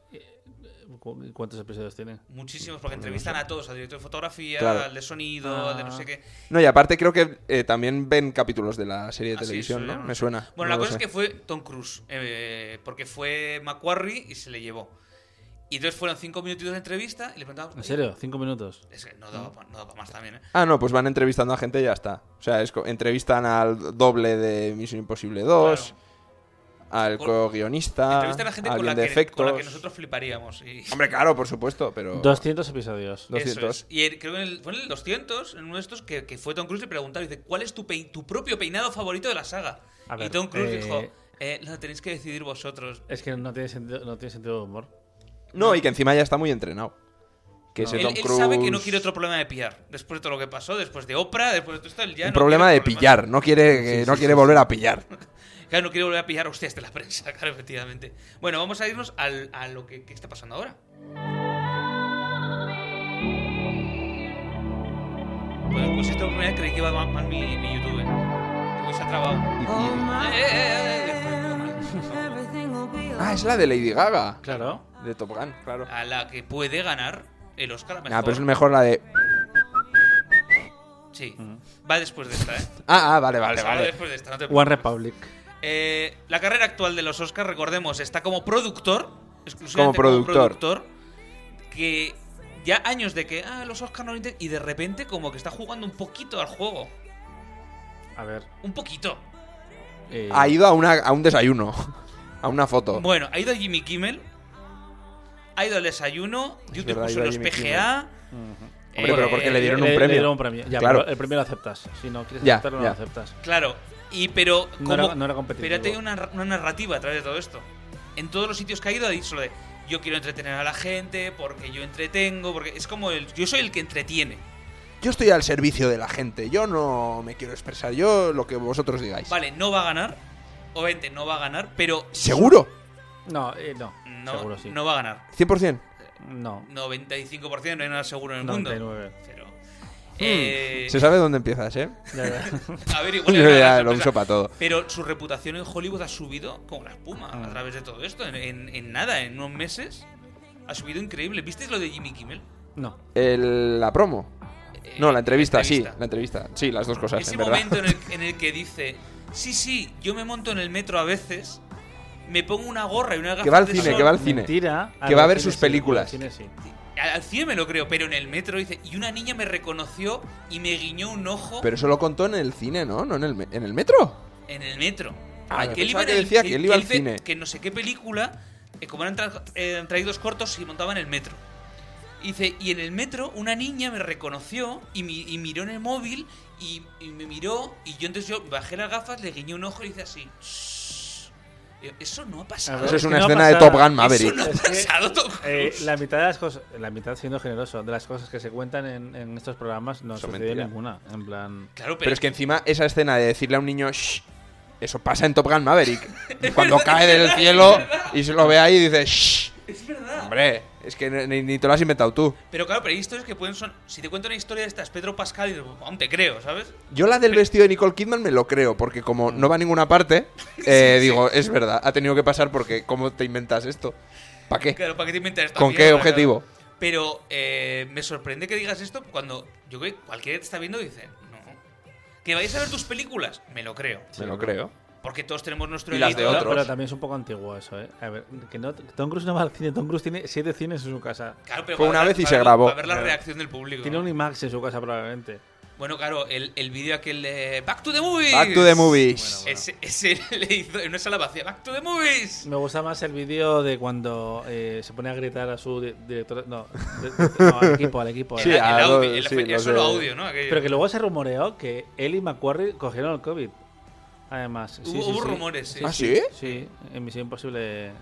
[SPEAKER 4] ¿Cu- ¿Cuántos episodios tiene?
[SPEAKER 2] Muchísimos, porque entrevistan a todos, al director de fotografía,
[SPEAKER 3] Claro.
[SPEAKER 2] al de sonido, al de
[SPEAKER 4] Ah.
[SPEAKER 2] no sé qué.
[SPEAKER 3] No, y aparte creo que eh, también ven capítulos de la serie de
[SPEAKER 2] Ah, sí,
[SPEAKER 3] televisión,
[SPEAKER 2] eso
[SPEAKER 3] ¿no?
[SPEAKER 2] ya
[SPEAKER 3] Me
[SPEAKER 2] sé.
[SPEAKER 3] suena.
[SPEAKER 2] Bueno, la
[SPEAKER 3] no lo
[SPEAKER 2] cosa
[SPEAKER 3] sé.
[SPEAKER 2] es que fue Tom Cruise, eh, porque fue Macquarie y se le llevó. Y entonces fueron cinco minutitos de entrevista y le preguntaban.
[SPEAKER 4] ¿En serio? ¿Cinco minutos?
[SPEAKER 2] Es que no daba, pa- no daba pa más también, ¿eh?
[SPEAKER 3] Ah, no, pues van entrevistando a gente y ya está. O sea, es co- entrevistan al doble de Misión Imposible 2, al
[SPEAKER 2] Con-
[SPEAKER 3] co-guionista,
[SPEAKER 2] Entrevistan a gente con la,
[SPEAKER 3] Ah, alguien de
[SPEAKER 2] que, con la que
[SPEAKER 3] efectos.
[SPEAKER 2] nosotros fliparíamos. Y...
[SPEAKER 3] Hombre, claro, por supuesto, pero...
[SPEAKER 4] 200 episodios.
[SPEAKER 3] Dos-
[SPEAKER 2] Eso
[SPEAKER 3] 200.
[SPEAKER 2] es. Y el- creo que en el, fue en el 200, en uno de estos, que, que fue Tom Cruise y preguntaron, dice, ¿cuál es tu, pei- tu propio peinado favorito de la saga?
[SPEAKER 4] A
[SPEAKER 2] y
[SPEAKER 4] ver,
[SPEAKER 2] Tom Cruise
[SPEAKER 4] eh,
[SPEAKER 2] dijo, eh, lo tenéis que decidir vosotros.
[SPEAKER 4] Es que no tiene sentido, no tiene sentido de humor.
[SPEAKER 3] No, y que encima ya está muy entrenado. Que ese
[SPEAKER 2] Él,
[SPEAKER 3] Tom
[SPEAKER 2] él
[SPEAKER 3] Cruise-
[SPEAKER 2] sabe que no quiere otro problema de pillar. Después de todo lo que pasó, después de Oprah, después de todo esto, él ya
[SPEAKER 3] Un
[SPEAKER 2] no
[SPEAKER 3] problema
[SPEAKER 2] quiere
[SPEAKER 3] de
[SPEAKER 2] problemas.
[SPEAKER 3] pillar, no quiere, que- no quiere volver a pillar.
[SPEAKER 2] Claro, no quiere volver a pillar hostias de la prensa, [laughs] claro, efectivamente. Bueno, vamos a irnos al, a lo que, que está pasando ahora. Bueno, pues esta oportunidad creí que iba a mal mi, mi YouTube. eh. Hoy se ha trabado. Eh, eh, eh, eh, eh.
[SPEAKER 3] Ah, es la de Lady Gaga.
[SPEAKER 4] Claro.
[SPEAKER 3] De Top Gun, claro.
[SPEAKER 2] A la que puede ganar el Oscar a Ah, mejor.
[SPEAKER 3] Ah, pero es mejor la de...
[SPEAKER 2] Sí, va después de esta, ¿eh?
[SPEAKER 3] Ah, ah, vale, vale,
[SPEAKER 2] O sea, va
[SPEAKER 3] vale.
[SPEAKER 2] después de esta, no te
[SPEAKER 4] Mm. One Republic.
[SPEAKER 2] Eh, la carrera actual de los Oscars, recordemos, está como productor, exclusivamente
[SPEAKER 3] Como productor.
[SPEAKER 2] productor, que ya años de que, ah, los Oscars no lo inter-", y de repente como que está jugando un poquito al juego,
[SPEAKER 4] A ver.
[SPEAKER 2] un poquito.
[SPEAKER 4] eh,
[SPEAKER 3] Ha ido a, una, a un desayuno, [laughs] a una foto.
[SPEAKER 2] Bueno, ha ido Jimmy Kimmel, ha ido al desayuno, YouTube
[SPEAKER 3] verdad, ha
[SPEAKER 2] puso
[SPEAKER 3] ido
[SPEAKER 2] los
[SPEAKER 3] Jimmy
[SPEAKER 2] PGA.
[SPEAKER 3] Hombre, pero porque le
[SPEAKER 2] Eh,
[SPEAKER 3] dieron un
[SPEAKER 4] le- le
[SPEAKER 3] premio.
[SPEAKER 4] dieron un premio. Ya,
[SPEAKER 3] Claro.
[SPEAKER 4] pero el premio lo aceptas. Si no quieres
[SPEAKER 3] Ya,
[SPEAKER 4] aceptarlo,
[SPEAKER 3] ya.
[SPEAKER 4] no lo aceptas.
[SPEAKER 2] Claro, y pero
[SPEAKER 4] No
[SPEAKER 2] como,
[SPEAKER 4] era- no era competitivo.
[SPEAKER 2] Pero ha tenido una, una narrativa a través de todo esto. En todos los sitios que ha ido ha dicho lo de yo quiero entretener a la gente porque yo entretengo, porque es como el yo soy el que entretiene.
[SPEAKER 3] Yo estoy al servicio de la gente, yo no me quiero expresar, yo lo que vosotros digáis.
[SPEAKER 2] Vale, no va a ganar. Obviamente no va a ganar, pero
[SPEAKER 3] ¿Seguro?
[SPEAKER 4] No, eh, no.
[SPEAKER 2] no,
[SPEAKER 4] Seguro sí.
[SPEAKER 2] no va a ganar.
[SPEAKER 3] 100%.
[SPEAKER 4] No.
[SPEAKER 2] 95% no hay nada seguro en el
[SPEAKER 4] 99.
[SPEAKER 2] mundo. Pero, eh,
[SPEAKER 3] Se sabe dónde empiezas, ¿eh?
[SPEAKER 4] Ya,
[SPEAKER 3] [laughs]
[SPEAKER 4] ya.
[SPEAKER 2] a ver, igual
[SPEAKER 3] Yo
[SPEAKER 2] es una gran
[SPEAKER 3] ya lo
[SPEAKER 2] sorpresa.
[SPEAKER 3] uso para todo. Ah.
[SPEAKER 2] Pero su reputación en Hollywood ha subido como la espuma a través de todo esto. En, en- en nada, en unos meses ha subido increíble. ¿Visteis lo de Jimmy Kimmel?
[SPEAKER 4] No.
[SPEAKER 3] El- la promo.
[SPEAKER 2] Eh,
[SPEAKER 3] No, la entrevista, sí,
[SPEAKER 2] entrevista.
[SPEAKER 3] la entrevista. Sí, las dos cosas,
[SPEAKER 2] Ese
[SPEAKER 3] en verdad.
[SPEAKER 2] momento en
[SPEAKER 3] [laughs]
[SPEAKER 2] el, en el que dice: Sí, sí, yo me monto en el metro a veces, me pongo una gorra y una gafas
[SPEAKER 3] Que va al
[SPEAKER 2] de
[SPEAKER 3] cine,
[SPEAKER 2] sol".
[SPEAKER 3] que va al cine.
[SPEAKER 4] Mentira.
[SPEAKER 3] Que va a
[SPEAKER 4] no,
[SPEAKER 3] ver
[SPEAKER 4] cine
[SPEAKER 3] sus
[SPEAKER 4] sí,
[SPEAKER 3] películas.
[SPEAKER 4] cine sí.
[SPEAKER 2] Al al cine me lo creo, pero en el metro dice: Y una niña me reconoció y me guiñó un ojo
[SPEAKER 3] Pero eso lo contó en el cine, ¿no? ¿No en el, me- en el metro?
[SPEAKER 2] en el metro.
[SPEAKER 3] Ah, yo
[SPEAKER 2] él
[SPEAKER 3] pensaba
[SPEAKER 2] iba en
[SPEAKER 3] que
[SPEAKER 2] el-
[SPEAKER 3] decía que él iba al
[SPEAKER 2] dice
[SPEAKER 3] cine.
[SPEAKER 2] Que no sé qué película, eh, como eran tra- eh, traídos cortos, y montaba en el metro. Y dice, y en el metro una niña me reconoció y, mi- y miró en el móvil y, y me miró y yo entonces yo bajé las gafas, le guiñé un ojo y dice así. "Shh". Y yo, Eso no ha pasado.
[SPEAKER 4] A ver,
[SPEAKER 3] Eso
[SPEAKER 4] es
[SPEAKER 3] es
[SPEAKER 4] que
[SPEAKER 3] una
[SPEAKER 4] no ha
[SPEAKER 3] escena de
[SPEAKER 4] pasado.
[SPEAKER 3] Top Gun
[SPEAKER 2] Eso
[SPEAKER 3] Maverick.
[SPEAKER 2] no ha
[SPEAKER 4] Es que,
[SPEAKER 2] pasado,
[SPEAKER 3] [laughs]
[SPEAKER 2] Tom
[SPEAKER 4] Eh,
[SPEAKER 2] Cruise.
[SPEAKER 4] la mitad de las cosas, la mitad siendo generoso, de las cosas que se cuentan en, en estos programas no
[SPEAKER 3] Son
[SPEAKER 4] sucede
[SPEAKER 3] mentira.
[SPEAKER 4] ninguna. En plan.
[SPEAKER 2] Claro,
[SPEAKER 3] Pero es que encima esa escena de decirle a un niño, shh, eso pasa en Top
[SPEAKER 2] [laughs]
[SPEAKER 3] Gun Maverick. Cuando cae del cielo y se lo ve ahí y dice, shh.
[SPEAKER 2] es verdad.
[SPEAKER 3] Hombre, es que ni, ni te lo has inventado tú.
[SPEAKER 2] Pero claro, pero hay historias que pueden son. Si te cuento una historia de estas, Pedro Pascal, y dices, aún te creo, ¿sabes?
[SPEAKER 3] Yo la del vestido de Nicole Kidman me lo creo, porque como no va a ninguna parte, eh, digo, es verdad, ha tenido que pasar porque ¿cómo te inventas esto? ¿Para qué?
[SPEAKER 2] Claro, ¿para qué te inventas esta
[SPEAKER 3] ¿Con qué
[SPEAKER 2] mierda,
[SPEAKER 3] objetivo?
[SPEAKER 2] claro? Pero eh, me sorprende que digas esto cuando yo creo que cualquiera que te está viendo dice, no. Que vayas a ver tus películas, me lo creo.
[SPEAKER 3] Me lo creo.
[SPEAKER 2] Porque todos tenemos nuestro
[SPEAKER 3] Y las de
[SPEAKER 2] elito.
[SPEAKER 3] otros.
[SPEAKER 4] Pero, pero también es un poco antiguo eso, ¿eh? A ver, que no, Tom Cruise no va al cine. Tom Cruise tiene siete cines en su casa.
[SPEAKER 2] Claro, pero
[SPEAKER 3] Fue
[SPEAKER 2] para
[SPEAKER 3] una
[SPEAKER 2] ver-
[SPEAKER 3] vez y
[SPEAKER 2] para
[SPEAKER 3] se
[SPEAKER 2] ver-
[SPEAKER 3] grabó.
[SPEAKER 2] Para ver la
[SPEAKER 4] Claro.
[SPEAKER 2] reacción del público.
[SPEAKER 4] Tiene un IMAX en su casa probablemente.
[SPEAKER 2] Bueno, claro, el, el vídeo aquel de Back to the Movies.
[SPEAKER 3] Back to the movies.
[SPEAKER 2] Ese, ese le hizo en una sala vacía. Back to the Movies.
[SPEAKER 4] Me gusta más el vídeo de cuando eh, se pone a gritar a su di- director. No, de- de- no, al equipo, al equipo.
[SPEAKER 3] Sí,
[SPEAKER 2] el, el
[SPEAKER 3] a lo-
[SPEAKER 2] audio, el-
[SPEAKER 3] sí,
[SPEAKER 2] el
[SPEAKER 3] los
[SPEAKER 2] solo
[SPEAKER 3] de-
[SPEAKER 2] audio, ¿no? Aquello.
[SPEAKER 4] Pero que luego se rumoreó que él y McQuarrie cogieron el COVID. Además, sí,
[SPEAKER 2] Hubo-
[SPEAKER 4] sí,
[SPEAKER 2] hubo
[SPEAKER 4] sí.
[SPEAKER 2] rumores, sí.
[SPEAKER 3] ¿Ah, sí?
[SPEAKER 4] Sí, en Misión Imposible.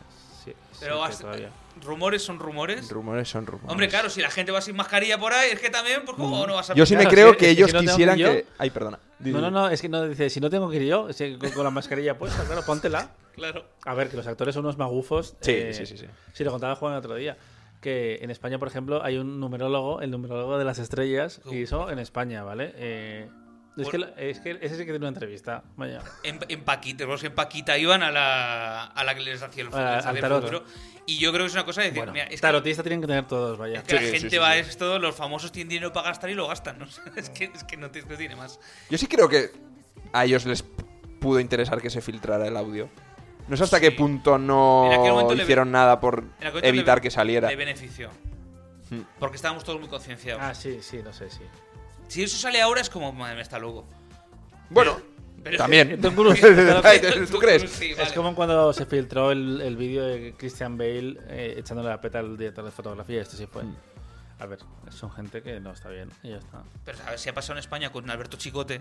[SPEAKER 4] Sí,
[SPEAKER 2] Pero
[SPEAKER 4] sí,
[SPEAKER 2] has-
[SPEAKER 4] todavía.
[SPEAKER 2] rumores son rumores.
[SPEAKER 3] Rumores son rumores.
[SPEAKER 2] Hombre, claro, si la gente va sin mascarilla por ahí, es que también, pues, ¿cómo no vas a
[SPEAKER 3] Yo sí
[SPEAKER 2] [laughs]
[SPEAKER 3] me
[SPEAKER 4] Claro,
[SPEAKER 3] creo
[SPEAKER 4] sí,
[SPEAKER 3] que
[SPEAKER 4] es que
[SPEAKER 3] ellos
[SPEAKER 4] si no tengo
[SPEAKER 3] quisieran
[SPEAKER 4] ni yo-
[SPEAKER 3] que... Ay, perdona.
[SPEAKER 4] No, no, no, es que no dice, si no tengo que ir yo, sí, con, con la mascarilla puesta, claro, póntela.
[SPEAKER 2] Claro.
[SPEAKER 4] A ver, que los actores son unos magufos. eh,
[SPEAKER 3] Sí, sí, sí, sí.
[SPEAKER 4] Si lo contaba Juan el otro día, que en España, por ejemplo, hay un numerólogo, el numerólogo de las estrellas, y eso en España, ¿vale? Eh, es, que, la- es que ese sí que tiene una entrevista,
[SPEAKER 2] [laughs]
[SPEAKER 4] vaya.
[SPEAKER 2] En, en Paquita, los en Paquita iban a la, a la que les hacía el,
[SPEAKER 4] A la-
[SPEAKER 2] les hacía
[SPEAKER 4] al
[SPEAKER 2] el
[SPEAKER 4] tarot.
[SPEAKER 2] futuro. Y yo creo que es una cosa de decir,
[SPEAKER 4] Bueno,
[SPEAKER 2] mira, es que,
[SPEAKER 4] tarotista tienen que tener todos, vaya.
[SPEAKER 2] es que la
[SPEAKER 3] Sí, sí,
[SPEAKER 2] gente
[SPEAKER 3] sí,
[SPEAKER 2] va a
[SPEAKER 3] sí.
[SPEAKER 2] esto, los famosos tienen dinero para gastar y lo gastan. ¿no? [laughs] es, que, es que no, te- no tiene más.
[SPEAKER 3] Yo sí creo que a ellos les pudo interesar que se filtrara el audio. No sé hasta qué
[SPEAKER 2] Sí.
[SPEAKER 3] punto
[SPEAKER 2] En aquel
[SPEAKER 3] no
[SPEAKER 2] momento le
[SPEAKER 3] hicieron nada por
[SPEAKER 2] En aquel momento
[SPEAKER 3] evitar
[SPEAKER 2] le-
[SPEAKER 3] que saliera. Hmm.
[SPEAKER 2] Le benefició. Porque estábamos todos muy concienciados.
[SPEAKER 4] Ah, sí, sí,
[SPEAKER 2] [laughs]
[SPEAKER 4] no sé, sí.
[SPEAKER 2] Si eso sale ahora es como, madre mía, está luego. [laughs]
[SPEAKER 3] Bueno,
[SPEAKER 2] Pero-
[SPEAKER 3] también.
[SPEAKER 4] Tom Cruise.
[SPEAKER 3] Ay, [laughs] ¿Tú crees?
[SPEAKER 2] Sí,
[SPEAKER 4] Es
[SPEAKER 2] vale.
[SPEAKER 4] como cuando se filtró el, el vídeo de Christian Bale eh, echándole la peta al director de fotografía. Esto sí
[SPEAKER 3] Hmm.
[SPEAKER 4] fue. A ver, son gente que no está bien. Y ya está.
[SPEAKER 2] Pero a ver si ha pasado en España con Alberto Chicote.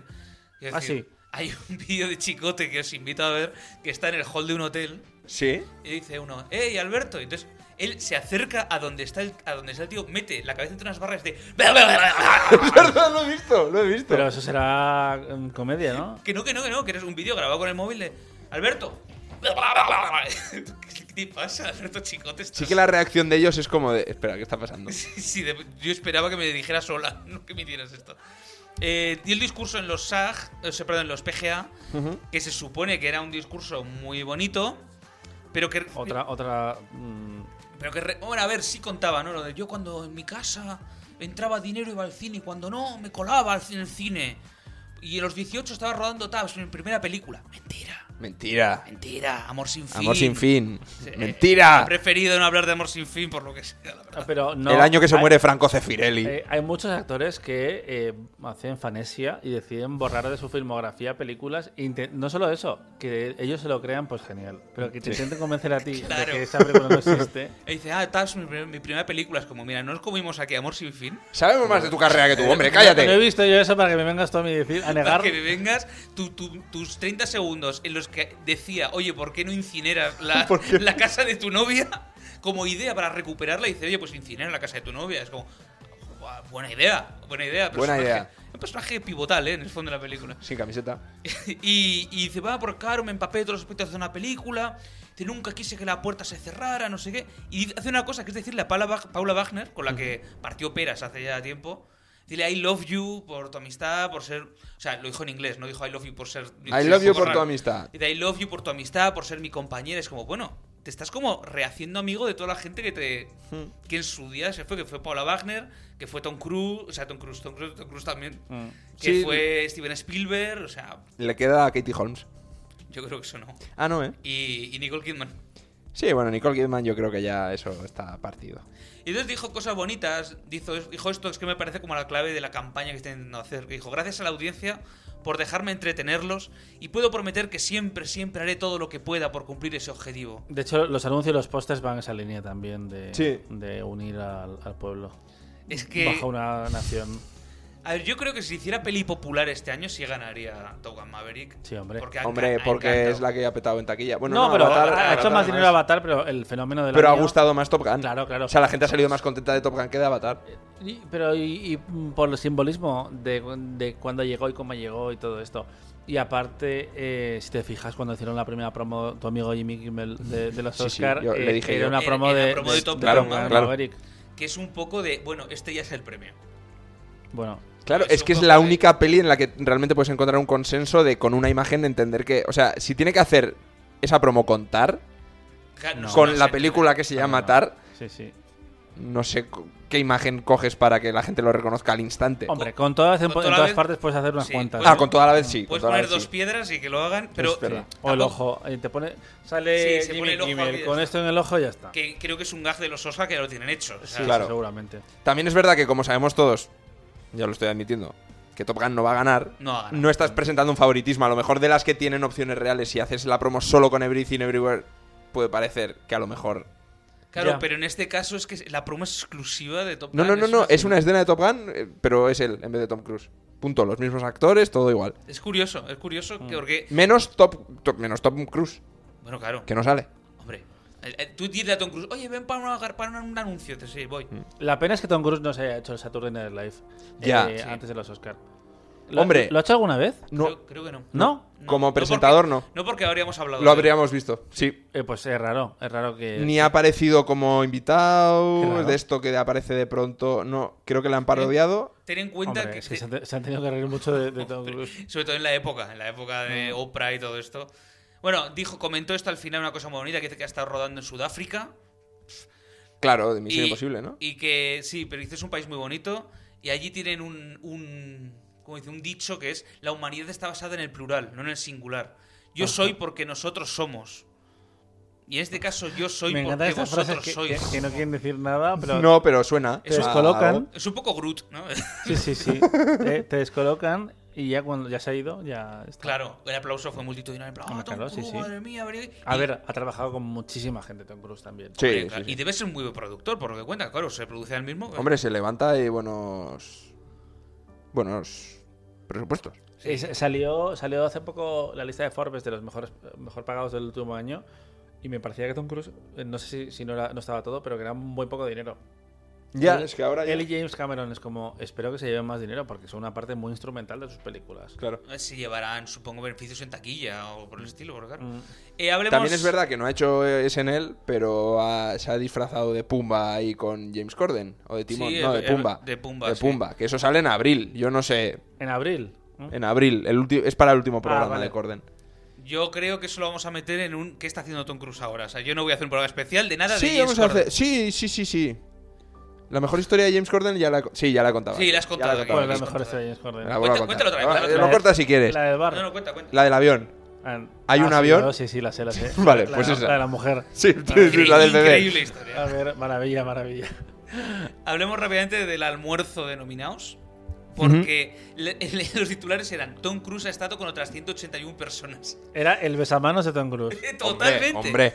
[SPEAKER 2] Quiero
[SPEAKER 4] Ah,
[SPEAKER 2] decir,
[SPEAKER 4] sí.
[SPEAKER 2] Hay un [laughs] vídeo de Chicote que os invito a ver que está en el hall de un hotel
[SPEAKER 3] Sí.
[SPEAKER 2] y dice uno, ¡Ey, Alberto! Y entonces él se acerca a donde está el, a donde está el tío, mete la cabeza entre unas barras de... [laughs]
[SPEAKER 3] Es verdad, lo he visto, lo he visto.
[SPEAKER 4] Pero eso será mm, comedia, ¿no?
[SPEAKER 2] Que no, que no, que no, que eres un vídeo grabado con el móvil de... ¡Alberto! [laughs] ¿Qué te pasa, Alberto Chicote? Estás-
[SPEAKER 3] sí que la reacción de ellos es como de... Espera, ¿qué está pasando?
[SPEAKER 2] Sí, [laughs] sí, de- yo esperaba que me dijera sola, [laughs] no que me hicieras esto. Eh, di el discurso en los SAG, eh, se- perdón, en los PGA, que se supone que era un discurso muy bonito, pero que.
[SPEAKER 4] Otra, otra. mm,
[SPEAKER 2] Pero que. re- Bueno, a ver, sí contaba, ¿no? Lo de yo cuando en mi casa entraba dinero iba al cine, y cuando no, me colaba al ci- en el cine. Y en los 18 estaba rodando Tabs, mi primera película. Mentira,
[SPEAKER 3] Mentira.
[SPEAKER 2] mentira, amor sin fin.
[SPEAKER 3] Amor sin fin.
[SPEAKER 2] Sí. He
[SPEAKER 3] Mentira.
[SPEAKER 2] preferido no hablar de amor sin fin por lo que sea, la verdad.
[SPEAKER 4] ah, pero no,
[SPEAKER 3] El año que se
[SPEAKER 4] hay-
[SPEAKER 3] muere Franco Cefirelli.
[SPEAKER 4] eh, hay muchos actores que eh, hacen fanesia y deciden borrar de su filmografía películas. e inte- no solo eso, que ellos se lo crean, pues genial. Pero que te intenten convencer a ti de
[SPEAKER 2] Claro.
[SPEAKER 4] que esa película no
[SPEAKER 3] [laughs]
[SPEAKER 4] existe.
[SPEAKER 2] Y dice, ah, Tabs, mi, primer- mi primera película. Es como, mira, no nos comimos aquí Amor sin
[SPEAKER 3] [laughs]
[SPEAKER 2] fin.
[SPEAKER 3] Sabemos más de tu carrera que tú, hombre,
[SPEAKER 4] No he
[SPEAKER 3] cállate.
[SPEAKER 4] visto yo eso para que me vengas tú a mí decir, a negar.
[SPEAKER 2] Para que me vengas tu- tu- tus 30 segundos en los que decía, oye, ¿por qué no incineras
[SPEAKER 3] [laughs]
[SPEAKER 2] la, la casa de tu novia? [laughs] Como idea para recuperarla. Y dice, oye, pues incinera la casa de tu novia. Es como, "Buah, buena idea, buena idea.
[SPEAKER 3] Buena idea.
[SPEAKER 2] Un personaje pivotal, ¿eh? En el fondo de la película.
[SPEAKER 3] Sin camiseta.
[SPEAKER 2] [laughs] y, y dice, va, por claro, me empapé de todos los aspectos de una película. Dice, nunca quise que la puerta se cerrara, no sé qué. Y dice- hace una cosa que es decirle a Paula, Bach- Paula Wagner, con la que partió peras hace ya tiempo. Dile, I love you por tu amistad, por ser. O sea, lo dijo en inglés, no dijo I love you por ser.
[SPEAKER 3] I love you por tu
[SPEAKER 2] raro.
[SPEAKER 3] amistad.
[SPEAKER 2] Dice, I love you por tu amistad, por ser mi compañera. Es como, bueno, te estás como rehaciendo amigo de toda la gente que te. que en su día se fue, que fue Paula Wagner, que fue Tom Cruise, o sea, Tom Cruise, Tom Cruise, Tom Cruise también. Que
[SPEAKER 3] Mm. Sí.
[SPEAKER 2] fue Steven Spielberg, o sea,
[SPEAKER 3] Le queda a Katie Holmes.
[SPEAKER 2] yo creo que eso no.
[SPEAKER 3] Ah, no, ¿eh?
[SPEAKER 2] Y, y Nicole Kidman.
[SPEAKER 3] Sí, bueno, Nicole Kidman yo creo que ya eso está partido.
[SPEAKER 2] Y entonces dijo cosas bonitas. Dijo, dijo esto, es que me parece como la clave de la campaña que está intentando hacer. Dijo, gracias a la audiencia por dejarme entretenerlos y puedo prometer que siempre, siempre haré todo lo que pueda por cumplir ese objetivo.
[SPEAKER 4] De hecho, los anuncios y los pósters van en esa línea también de,
[SPEAKER 3] Sí.
[SPEAKER 4] de unir al, al pueblo.
[SPEAKER 2] Es que...
[SPEAKER 4] Bajo una nación.
[SPEAKER 2] A ver, yo creo que si hiciera peli popular este año sí ganaría Top Gun Maverick.
[SPEAKER 4] Sí, hombre.
[SPEAKER 2] ha
[SPEAKER 3] Hombre,
[SPEAKER 2] enca- ha
[SPEAKER 3] porque
[SPEAKER 2] encantado.
[SPEAKER 3] es la que ha petado en taquilla. Bueno,
[SPEAKER 4] no,
[SPEAKER 3] no,
[SPEAKER 4] pero
[SPEAKER 3] Avatar-
[SPEAKER 4] ha hecho
[SPEAKER 3] Avatar
[SPEAKER 4] más dinero
[SPEAKER 3] más.
[SPEAKER 4] Avatar, pero el fenómeno de
[SPEAKER 3] Pero ha gustado más Top Gun.
[SPEAKER 4] Claro, claro.
[SPEAKER 3] O sea, la gente ha salido más contenta de Top Gun que de Avatar.
[SPEAKER 4] pero y, y por el simbolismo de, de cuándo llegó y cómo llegó y todo esto. Y aparte, eh, si te fijas, cuando hicieron la primera promo, tu amigo Jimmy Kimmel de, de los
[SPEAKER 3] Sí, sí,
[SPEAKER 4] Oscar,
[SPEAKER 3] yo le
[SPEAKER 4] eh,
[SPEAKER 3] dije
[SPEAKER 4] era
[SPEAKER 3] yo.
[SPEAKER 4] una
[SPEAKER 2] Era-
[SPEAKER 4] promo
[SPEAKER 2] era
[SPEAKER 4] de,
[SPEAKER 2] promo de Top
[SPEAKER 3] Claro,
[SPEAKER 4] Gun,
[SPEAKER 3] claro.
[SPEAKER 4] Maverick.
[SPEAKER 2] Que es un poco de... Bueno, este ya es el premio.
[SPEAKER 4] Bueno,
[SPEAKER 3] Claro,
[SPEAKER 2] Es
[SPEAKER 3] es
[SPEAKER 2] un
[SPEAKER 3] que es
[SPEAKER 2] poco
[SPEAKER 3] la
[SPEAKER 2] de-
[SPEAKER 3] única peli en la que realmente puedes encontrar un consenso de con una imagen de entender que. O sea, si tiene que hacer esa promo contar
[SPEAKER 2] Ja- no sé, no
[SPEAKER 3] con la
[SPEAKER 2] sé.
[SPEAKER 3] película que se
[SPEAKER 4] no, no,
[SPEAKER 3] llama
[SPEAKER 4] no.
[SPEAKER 3] Tar,
[SPEAKER 4] sí, sí.
[SPEAKER 3] no sé co- qué imagen coges para que la gente lo reconozca al instante.
[SPEAKER 4] Hombre, con todas, en,
[SPEAKER 2] con toda
[SPEAKER 4] en
[SPEAKER 2] la
[SPEAKER 4] todas
[SPEAKER 2] vez-
[SPEAKER 4] partes puedes hacer unas
[SPEAKER 2] Sí,
[SPEAKER 4] cuantas.
[SPEAKER 2] pues-
[SPEAKER 3] ah, con toda la vez sí. con
[SPEAKER 2] Puedes
[SPEAKER 3] toda la
[SPEAKER 2] poner
[SPEAKER 3] vez
[SPEAKER 2] dos
[SPEAKER 3] sí.
[SPEAKER 2] piedras y que lo hagan, pero...
[SPEAKER 3] verdad.
[SPEAKER 4] O el
[SPEAKER 2] tampoco-
[SPEAKER 4] ojo. eh, Te pone, sale
[SPEAKER 2] Ah, Sí, se
[SPEAKER 4] Jimmy
[SPEAKER 2] pone el ojo
[SPEAKER 4] Kimmel,
[SPEAKER 2] aquí y ya
[SPEAKER 4] con
[SPEAKER 2] está.
[SPEAKER 4] esto en el ojo y ya está.
[SPEAKER 2] Que creo que es un gag de los Oscar que lo tienen hecho. o sea,
[SPEAKER 4] Sí,
[SPEAKER 3] Claro.
[SPEAKER 4] seguramente.
[SPEAKER 3] También es verdad que, como sabemos todos, ya lo estoy admitiendo, que Top Gun no va a ganar.
[SPEAKER 2] No va a ganar.
[SPEAKER 3] No estás presentando un favoritismo. A lo mejor de las que tienen opciones reales, si haces la promo solo con Everything Everywhere, puede parecer que a lo mejor
[SPEAKER 2] Claro,
[SPEAKER 4] Ya.
[SPEAKER 2] pero en este caso es que la promo es exclusiva de Top
[SPEAKER 3] No, no,
[SPEAKER 2] Gun,
[SPEAKER 3] no, no, es
[SPEAKER 2] una-
[SPEAKER 3] una escena de Top Gun, eh, pero es él en vez de Tom Cruise. Punto, los mismos actores, todo igual.
[SPEAKER 2] Es curioso, es curioso
[SPEAKER 4] Mm.
[SPEAKER 2] que porque...
[SPEAKER 3] Menos Top, Top- menos Tom Cruise,
[SPEAKER 2] Bueno, claro,
[SPEAKER 3] que no sale.
[SPEAKER 2] hombre. eh, eh, Tú dices a Tom Cruise, oye, ven para, una- para un anuncio. Te sí,
[SPEAKER 3] Mm.
[SPEAKER 2] voy.
[SPEAKER 4] La pena es que Tom Cruise no se haya hecho el Saturday Night Live
[SPEAKER 3] Ya,
[SPEAKER 4] eh,
[SPEAKER 3] sí.
[SPEAKER 4] antes de los Oscar.
[SPEAKER 3] Hombre.
[SPEAKER 4] ¿Lo ha hecho alguna vez?
[SPEAKER 3] No,
[SPEAKER 2] Creo, creo que no.
[SPEAKER 4] ¿No?
[SPEAKER 3] Como
[SPEAKER 2] porque-
[SPEAKER 3] presentador, no.
[SPEAKER 2] No porque habríamos hablado.
[SPEAKER 3] lo
[SPEAKER 2] de-
[SPEAKER 3] habríamos visto, sí.
[SPEAKER 4] Eh, pues es raro, es raro que.
[SPEAKER 3] Ni ha aparecido como
[SPEAKER 4] Qué
[SPEAKER 3] invitado,
[SPEAKER 4] raro.
[SPEAKER 3] de esto que aparece de pronto, no, creo que la han parodiado.
[SPEAKER 2] Ten en cuenta
[SPEAKER 4] Hombre,
[SPEAKER 2] que,
[SPEAKER 4] es que se, han, te- se han tenido que reír mucho de, de Tom Cruise.
[SPEAKER 2] [laughs] sobre todo en la época, en la época de
[SPEAKER 4] Mm.
[SPEAKER 2] Oprah y todo esto. Bueno, dijo, comentó esto al final una cosa muy bonita que dice que ha estado rodando en Sudáfrica.
[SPEAKER 3] Claro, de Misión Imposible, ¿no?
[SPEAKER 2] Y que sí, pero dice es un país muy bonito y allí tienen un, un como dice, un dicho que es la humanidad está basada en el plural, no en el singular. Yo soy porque nosotros somos. y en este caso yo soy
[SPEAKER 4] Me encantan
[SPEAKER 2] porque
[SPEAKER 4] estas frases
[SPEAKER 2] vosotros
[SPEAKER 4] que,
[SPEAKER 2] sois. Ah,
[SPEAKER 4] que- que no quieren decir nada, pero
[SPEAKER 3] No, pero suena.
[SPEAKER 4] te
[SPEAKER 3] suena
[SPEAKER 4] descolocan.
[SPEAKER 3] algo.
[SPEAKER 2] Es un poco Groot, ¿no? [laughs]
[SPEAKER 4] Sí, sí, sí. te, te descolocan y ya cuando ya se ha ido, ya está.
[SPEAKER 2] claro, el aplauso fue multitudinario. en plan,
[SPEAKER 4] Hombre,
[SPEAKER 2] "Ah, Tom
[SPEAKER 4] claro, sí,
[SPEAKER 2] Cruise,
[SPEAKER 4] sí.
[SPEAKER 2] madre mía, venid".
[SPEAKER 4] A
[SPEAKER 2] Y-
[SPEAKER 4] ver, ha trabajado con muchísima gente Tom Cruise también.
[SPEAKER 3] Sí,
[SPEAKER 2] hombre,
[SPEAKER 3] sí,
[SPEAKER 2] claro,
[SPEAKER 3] sí.
[SPEAKER 2] Y debe ser un muy buen productor, por lo que cuenta, claro, se produce el mismo.
[SPEAKER 3] Hombre, se levanta y buenos. Buenos. Presupuestos.
[SPEAKER 4] Eh, sa- salió, salió hace poco la lista de Forbes de los mejores mejor pagados del último año y me parecía que Tom Cruise, eh, no sé si, si no, era- no estaba todo, pero que era muy poco dinero.
[SPEAKER 3] Ya, es que ahora. ya-
[SPEAKER 4] Él y James Cameron es como, espero que se lleven más dinero porque son una parte muy instrumental de sus películas.
[SPEAKER 3] Claro.
[SPEAKER 2] Si eh, llevarán, supongo, beneficios en taquilla o por el estilo, porque claro.
[SPEAKER 4] Mm.
[SPEAKER 2] Eh, hablemos...
[SPEAKER 3] También es verdad que no ha hecho eh, SNL, pero ha- se ha disfrazado de Pumba ahí con James Corden. O de Timón.
[SPEAKER 2] Sí,
[SPEAKER 3] no,
[SPEAKER 2] el-
[SPEAKER 3] de Pumba.
[SPEAKER 2] el- de Pumba, sí.
[SPEAKER 3] Que eso sale en abril. Yo no sé.
[SPEAKER 4] En abril. ¿no?
[SPEAKER 3] En abril. El ulti- es para
[SPEAKER 2] Ah,
[SPEAKER 3] el último programa
[SPEAKER 4] vale.
[SPEAKER 3] de Corden.
[SPEAKER 2] Yo creo que eso lo vamos a meter en un ¿Qué está haciendo Tom Cruise ahora? O sea, yo no voy a hacer un programa especial de nada de
[SPEAKER 3] Sí,
[SPEAKER 2] James
[SPEAKER 3] vamos a hacer.
[SPEAKER 2] Corden.
[SPEAKER 3] Sí, sí, sí, sí. La mejor historia de James Corden ya la. Sí, ya la contaba.
[SPEAKER 2] Sí, la has contado aquí.
[SPEAKER 4] ¿Cuál
[SPEAKER 2] Vale,
[SPEAKER 4] es la
[SPEAKER 2] sí,
[SPEAKER 4] mejor
[SPEAKER 2] contad.
[SPEAKER 4] estrella de James Corden?
[SPEAKER 3] La vuelvo
[SPEAKER 2] Cuenta-
[SPEAKER 3] a contar.
[SPEAKER 2] cuéntalo otra vez,
[SPEAKER 3] Ahora,
[SPEAKER 2] cuéntalo
[SPEAKER 3] Lo
[SPEAKER 4] otra vez.
[SPEAKER 3] cortas si quieres.
[SPEAKER 4] La del bar.
[SPEAKER 2] No, no, cuenta, cuenta.
[SPEAKER 3] La del avión. [laughs]
[SPEAKER 4] Ah,
[SPEAKER 3] ¿Hay un
[SPEAKER 4] sí,
[SPEAKER 3] avión?
[SPEAKER 4] ¿no? Sí, sí, la sé, la sé.
[SPEAKER 3] [laughs] Vale,
[SPEAKER 4] La-
[SPEAKER 3] pues esa.
[SPEAKER 4] La de la mujer.
[SPEAKER 3] Sí, sí, sí, la del
[SPEAKER 2] Increíble
[SPEAKER 3] bebé.
[SPEAKER 2] historia.
[SPEAKER 4] A ver, maravilla, maravilla.
[SPEAKER 2] Hablemos rápidamente del almuerzo de nominados. Porque le- [laughs] los titulares eran Tom Cruise ha estado con otras 181 personas.
[SPEAKER 4] Era el besamanos de Tom Cruise.
[SPEAKER 2] Totalmente.
[SPEAKER 3] Hombre, hombre.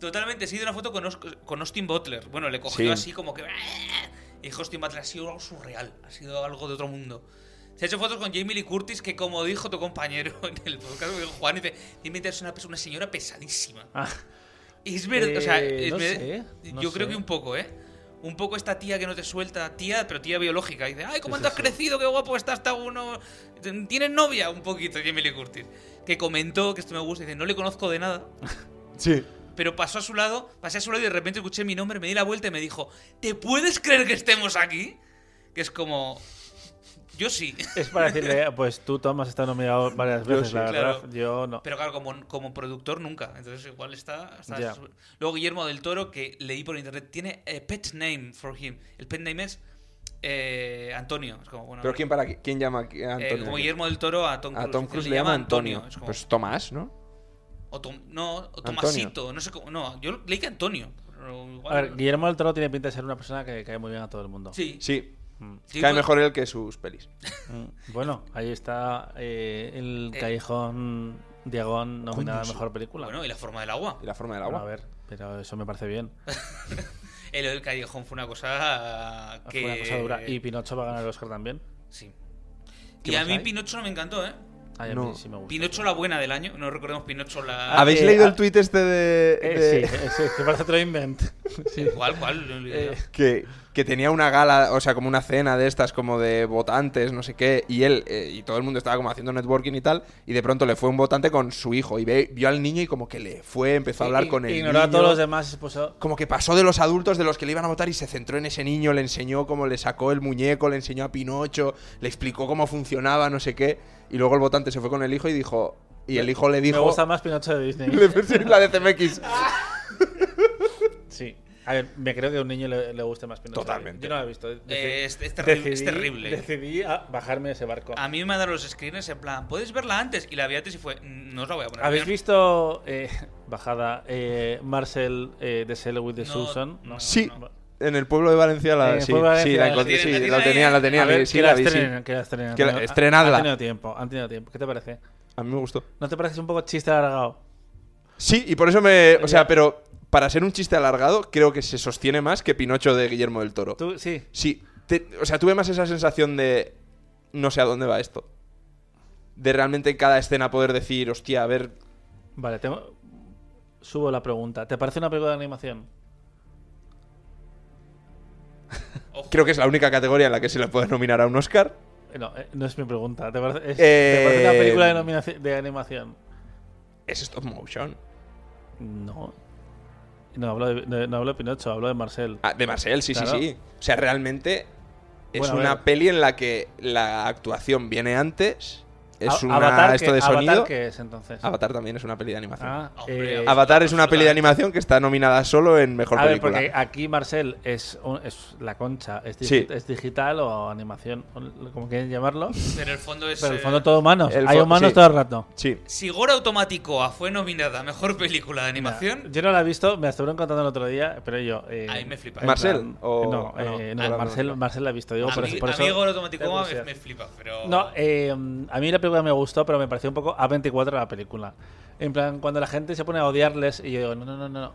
[SPEAKER 2] Totalmente. Sí, de una foto con, Os- con Austin Butler. Bueno, le cogió
[SPEAKER 3] Sí.
[SPEAKER 2] así como que. Y dijo, Austin Butler ha sido algo surreal. Ha sido algo de otro mundo. Se ha hecho fotos con Jamie Lee Curtis, que como dijo tu compañero [laughs] en el podcast, que dijo Juan, dice: Jamie Lee es una, pers- una señora pesadísima.
[SPEAKER 4] Ah,
[SPEAKER 2] Es verdad, o sea,
[SPEAKER 4] Eh,
[SPEAKER 2] es
[SPEAKER 4] no
[SPEAKER 2] ver-
[SPEAKER 4] sé, no
[SPEAKER 2] yo creo
[SPEAKER 4] sé.
[SPEAKER 2] que un poco, ¿eh? Un poco esta tía que no te suelta, tía, pero tía biológica. Y dice, ay, cómo
[SPEAKER 4] Sí,
[SPEAKER 2] te has
[SPEAKER 4] sí, sí.
[SPEAKER 2] crecido, qué guapo estás, hasta uno. ¿Tienes novia? Un poquito, Jamie Lee Curtis. Que comentó que esto me gusta, dice, no le conozco de
[SPEAKER 4] [laughs]
[SPEAKER 2] nada.
[SPEAKER 3] Sí.
[SPEAKER 2] Pero pasó a su lado, pasé a su lado y de repente escuché mi nombre, me di la vuelta y me dijo, ¿te puedes creer que estemos aquí? Que es como. Yo sí.
[SPEAKER 4] es para decirle, pues tú, Thomas, está nominado varias veces,
[SPEAKER 3] sí,
[SPEAKER 4] la verdad.
[SPEAKER 2] claro.
[SPEAKER 4] Yo no.
[SPEAKER 2] Pero claro, como, como productor nunca. Entonces igual está... está-
[SPEAKER 4] Ya.
[SPEAKER 2] Luego Guillermo del Toro, que leí por internet, tiene eh, pet name for him. El pet name es eh, Antonio. Es como, bueno,
[SPEAKER 3] ¿Pero quién, para, qui- quién llama aquí a
[SPEAKER 2] eh,
[SPEAKER 3] Antonio?
[SPEAKER 2] como Guillermo del Toro a Tom
[SPEAKER 3] a
[SPEAKER 2] Cruise.
[SPEAKER 3] Tom
[SPEAKER 2] Él
[SPEAKER 3] Cruise le llama Antonio.
[SPEAKER 2] Es como-
[SPEAKER 3] Pues Tomás, ¿no?
[SPEAKER 2] o Tom- no, o Tomasito. No sé cómo... No, yo leí que Antonio. pero igual-
[SPEAKER 4] A ver, Guillermo del Toro tiene pinta de ser una persona que cae muy bien a todo el mundo.
[SPEAKER 2] Sí.
[SPEAKER 3] Sí.
[SPEAKER 2] Sí,
[SPEAKER 3] Cae
[SPEAKER 2] pues-
[SPEAKER 3] mejor él que sus pelis.
[SPEAKER 4] Mm, Bueno, ahí está eh, el
[SPEAKER 2] Eh.
[SPEAKER 4] Callejón Diagón nominada a
[SPEAKER 3] Coño, sí.
[SPEAKER 4] Mejor Película.
[SPEAKER 2] Bueno, y la forma del agua.
[SPEAKER 3] Y la forma del
[SPEAKER 4] Bueno, a
[SPEAKER 3] agua.
[SPEAKER 4] ver, pero eso me parece bien.
[SPEAKER 2] El del callejón fue una cosa que...
[SPEAKER 4] Fue una cosa dura. Y Pinocho va a ganar el Oscar también.
[SPEAKER 2] Sí.
[SPEAKER 3] ¿Qué
[SPEAKER 2] Y a
[SPEAKER 3] más
[SPEAKER 2] mí
[SPEAKER 3] hay?
[SPEAKER 2] Pinocho no me encantó, ¿eh?
[SPEAKER 4] Ay, a mí
[SPEAKER 3] No.
[SPEAKER 4] sí me gusta.
[SPEAKER 2] Pinocho la buena del año. No recordemos Pinocho la...
[SPEAKER 3] ¿Habéis
[SPEAKER 4] eh,
[SPEAKER 3] leído
[SPEAKER 4] ah,
[SPEAKER 3] el tuit este de.
[SPEAKER 4] Eh,
[SPEAKER 3] de-
[SPEAKER 4] sí, eh, sí, que parece otro invent. Sí.
[SPEAKER 2] ¿Cuál, cuál? No he olvidado.
[SPEAKER 4] Eh,
[SPEAKER 3] que, que tenía una gala, o sea, como una cena de estas, como de votantes, no sé qué, y él eh, y todo el mundo estaba como haciendo networking y tal, y de pronto le fue un votante con su hijo, y ve- vio al niño y como que le fue, empezó a hablar
[SPEAKER 4] i-
[SPEAKER 3] con él.
[SPEAKER 4] Ignoró a todos los demás y se puso.
[SPEAKER 3] Como que pasó de los adultos, de los que le iban a votar, y se centró en ese niño, le enseñó cómo le sacó el muñeco, le enseñó a Pinocho, le explicó cómo funcionaba, no sé qué, y luego el votante se fue con el hijo y dijo, y el hijo le dijo... [laughs]
[SPEAKER 4] Me gusta más Pinocho de Disney.
[SPEAKER 3] la de CMX.
[SPEAKER 4] Sí. A ver, me creo que a un niño le, le guste más Pinocho.
[SPEAKER 3] Totalmente.
[SPEAKER 4] Yo no lo he visto. Deci-
[SPEAKER 2] Eh, es- es terrible- es terrible. Ah,
[SPEAKER 4] Decidí a bajarme de ese barco.
[SPEAKER 2] A mí me mandaron los screeners en plan, ¿puedes verla antes? Y la vi antes y fue, "Mm, no os la voy a poner.
[SPEAKER 4] ¿Habéis
[SPEAKER 2] Yo-
[SPEAKER 4] visto eh, [laughs] bajada eh, Marcel eh, de Cell with the
[SPEAKER 2] No,
[SPEAKER 4] Susan?
[SPEAKER 2] no,
[SPEAKER 3] Sí,
[SPEAKER 2] no.
[SPEAKER 3] en el pueblo de Valencia
[SPEAKER 4] En
[SPEAKER 3] la,
[SPEAKER 4] el
[SPEAKER 3] sí,
[SPEAKER 4] pueblo de
[SPEAKER 3] sí, la
[SPEAKER 4] Valencia,
[SPEAKER 3] encontré,
[SPEAKER 2] la
[SPEAKER 3] sí,
[SPEAKER 2] tienen, la
[SPEAKER 3] la tenía, la tenía,
[SPEAKER 4] A ver,
[SPEAKER 3] vi- sí,
[SPEAKER 4] que
[SPEAKER 3] la
[SPEAKER 4] la
[SPEAKER 3] vi, sí.
[SPEAKER 4] estrenen, que la estrenen.
[SPEAKER 3] Que la-
[SPEAKER 4] Ha-
[SPEAKER 3] estrenadla.
[SPEAKER 4] Han tenido tiempo, han tenido tiempo. ¿Qué te parece?
[SPEAKER 3] A mí me gustó.
[SPEAKER 4] ¿No te parece un poco chiste alargado?
[SPEAKER 3] Sí, y por eso me. O sea, pero para ser un chiste alargado, creo que se sostiene más que Pinocho de Guillermo del Toro.
[SPEAKER 4] Tú, sí.
[SPEAKER 3] Sí, te- o sea, tuve más esa sensación de. No sé a dónde va esto. De realmente en cada escena poder decir, hostia, a ver.
[SPEAKER 4] Vale, tengo- subo la pregunta. ¿Te parece una película de animación?
[SPEAKER 2] Ojo.
[SPEAKER 3] Creo que es la única categoría en la que se le puede nominar a un Oscar.
[SPEAKER 4] Eh, No, eh, no es mi pregunta. ¿Te parece, es-
[SPEAKER 3] Eh,
[SPEAKER 4] ¿te parece una película de, nominaci- de animación?
[SPEAKER 3] Es stop motion.
[SPEAKER 4] No. No hablo de, de- no hablo de Pinocho, hablo de Marcel.
[SPEAKER 3] Ah, de Marcel, sí,
[SPEAKER 4] Claro.
[SPEAKER 3] sí, sí. O sea, realmente es
[SPEAKER 4] Bueno, a
[SPEAKER 3] una
[SPEAKER 4] ver.
[SPEAKER 3] peli en la que la actuación viene antes, es
[SPEAKER 4] A-
[SPEAKER 3] una
[SPEAKER 4] Avatar,
[SPEAKER 3] esto
[SPEAKER 4] ¿qué-
[SPEAKER 3] de sonido.
[SPEAKER 4] Avatar qué es entonces?
[SPEAKER 3] Avatar también es una peli de animación.
[SPEAKER 4] Ah,
[SPEAKER 2] Hombre,
[SPEAKER 4] eh,
[SPEAKER 2] Ava-
[SPEAKER 3] Avatar es una peli de animación que está nominada solo en mejor
[SPEAKER 4] a ver,
[SPEAKER 3] película.
[SPEAKER 4] porque aquí Marcel es, un- es la concha, es, digi-
[SPEAKER 3] Sí.
[SPEAKER 4] es digital o animación, o l- como quieren llamarlo.
[SPEAKER 2] Pero el fondo es.
[SPEAKER 4] Pero el
[SPEAKER 2] eh,
[SPEAKER 4] fondo todo humanos,
[SPEAKER 3] el
[SPEAKER 4] hay
[SPEAKER 3] fo-
[SPEAKER 4] humanos
[SPEAKER 3] sí.
[SPEAKER 4] todo el rato.
[SPEAKER 3] Sí.
[SPEAKER 2] Si Goro Automático fue nominada a mejor película de animación,
[SPEAKER 4] Yo no la he visto, me la estuvieron contando el otro día, pero yo. eh,
[SPEAKER 2] ahí me flipa.
[SPEAKER 3] Marcel,
[SPEAKER 4] en plan-
[SPEAKER 3] o-
[SPEAKER 4] no,
[SPEAKER 3] ah, no,
[SPEAKER 4] eh, no,
[SPEAKER 3] ah, no,
[SPEAKER 4] Marcel,
[SPEAKER 3] no.
[SPEAKER 4] Marcel la ha visto. Digo,
[SPEAKER 2] a
[SPEAKER 4] por,
[SPEAKER 2] mí,
[SPEAKER 4] por
[SPEAKER 2] a
[SPEAKER 4] eso.
[SPEAKER 2] mí Goro Automático
[SPEAKER 4] tengo
[SPEAKER 2] me,
[SPEAKER 4] curiosidad.
[SPEAKER 2] me flipa, pero.
[SPEAKER 4] No, eh, a mí la película me gustó, pero me pareció un poco A24 la película. En plan, cuando la gente se pone a odiarles y yo digo, no, no, no, no.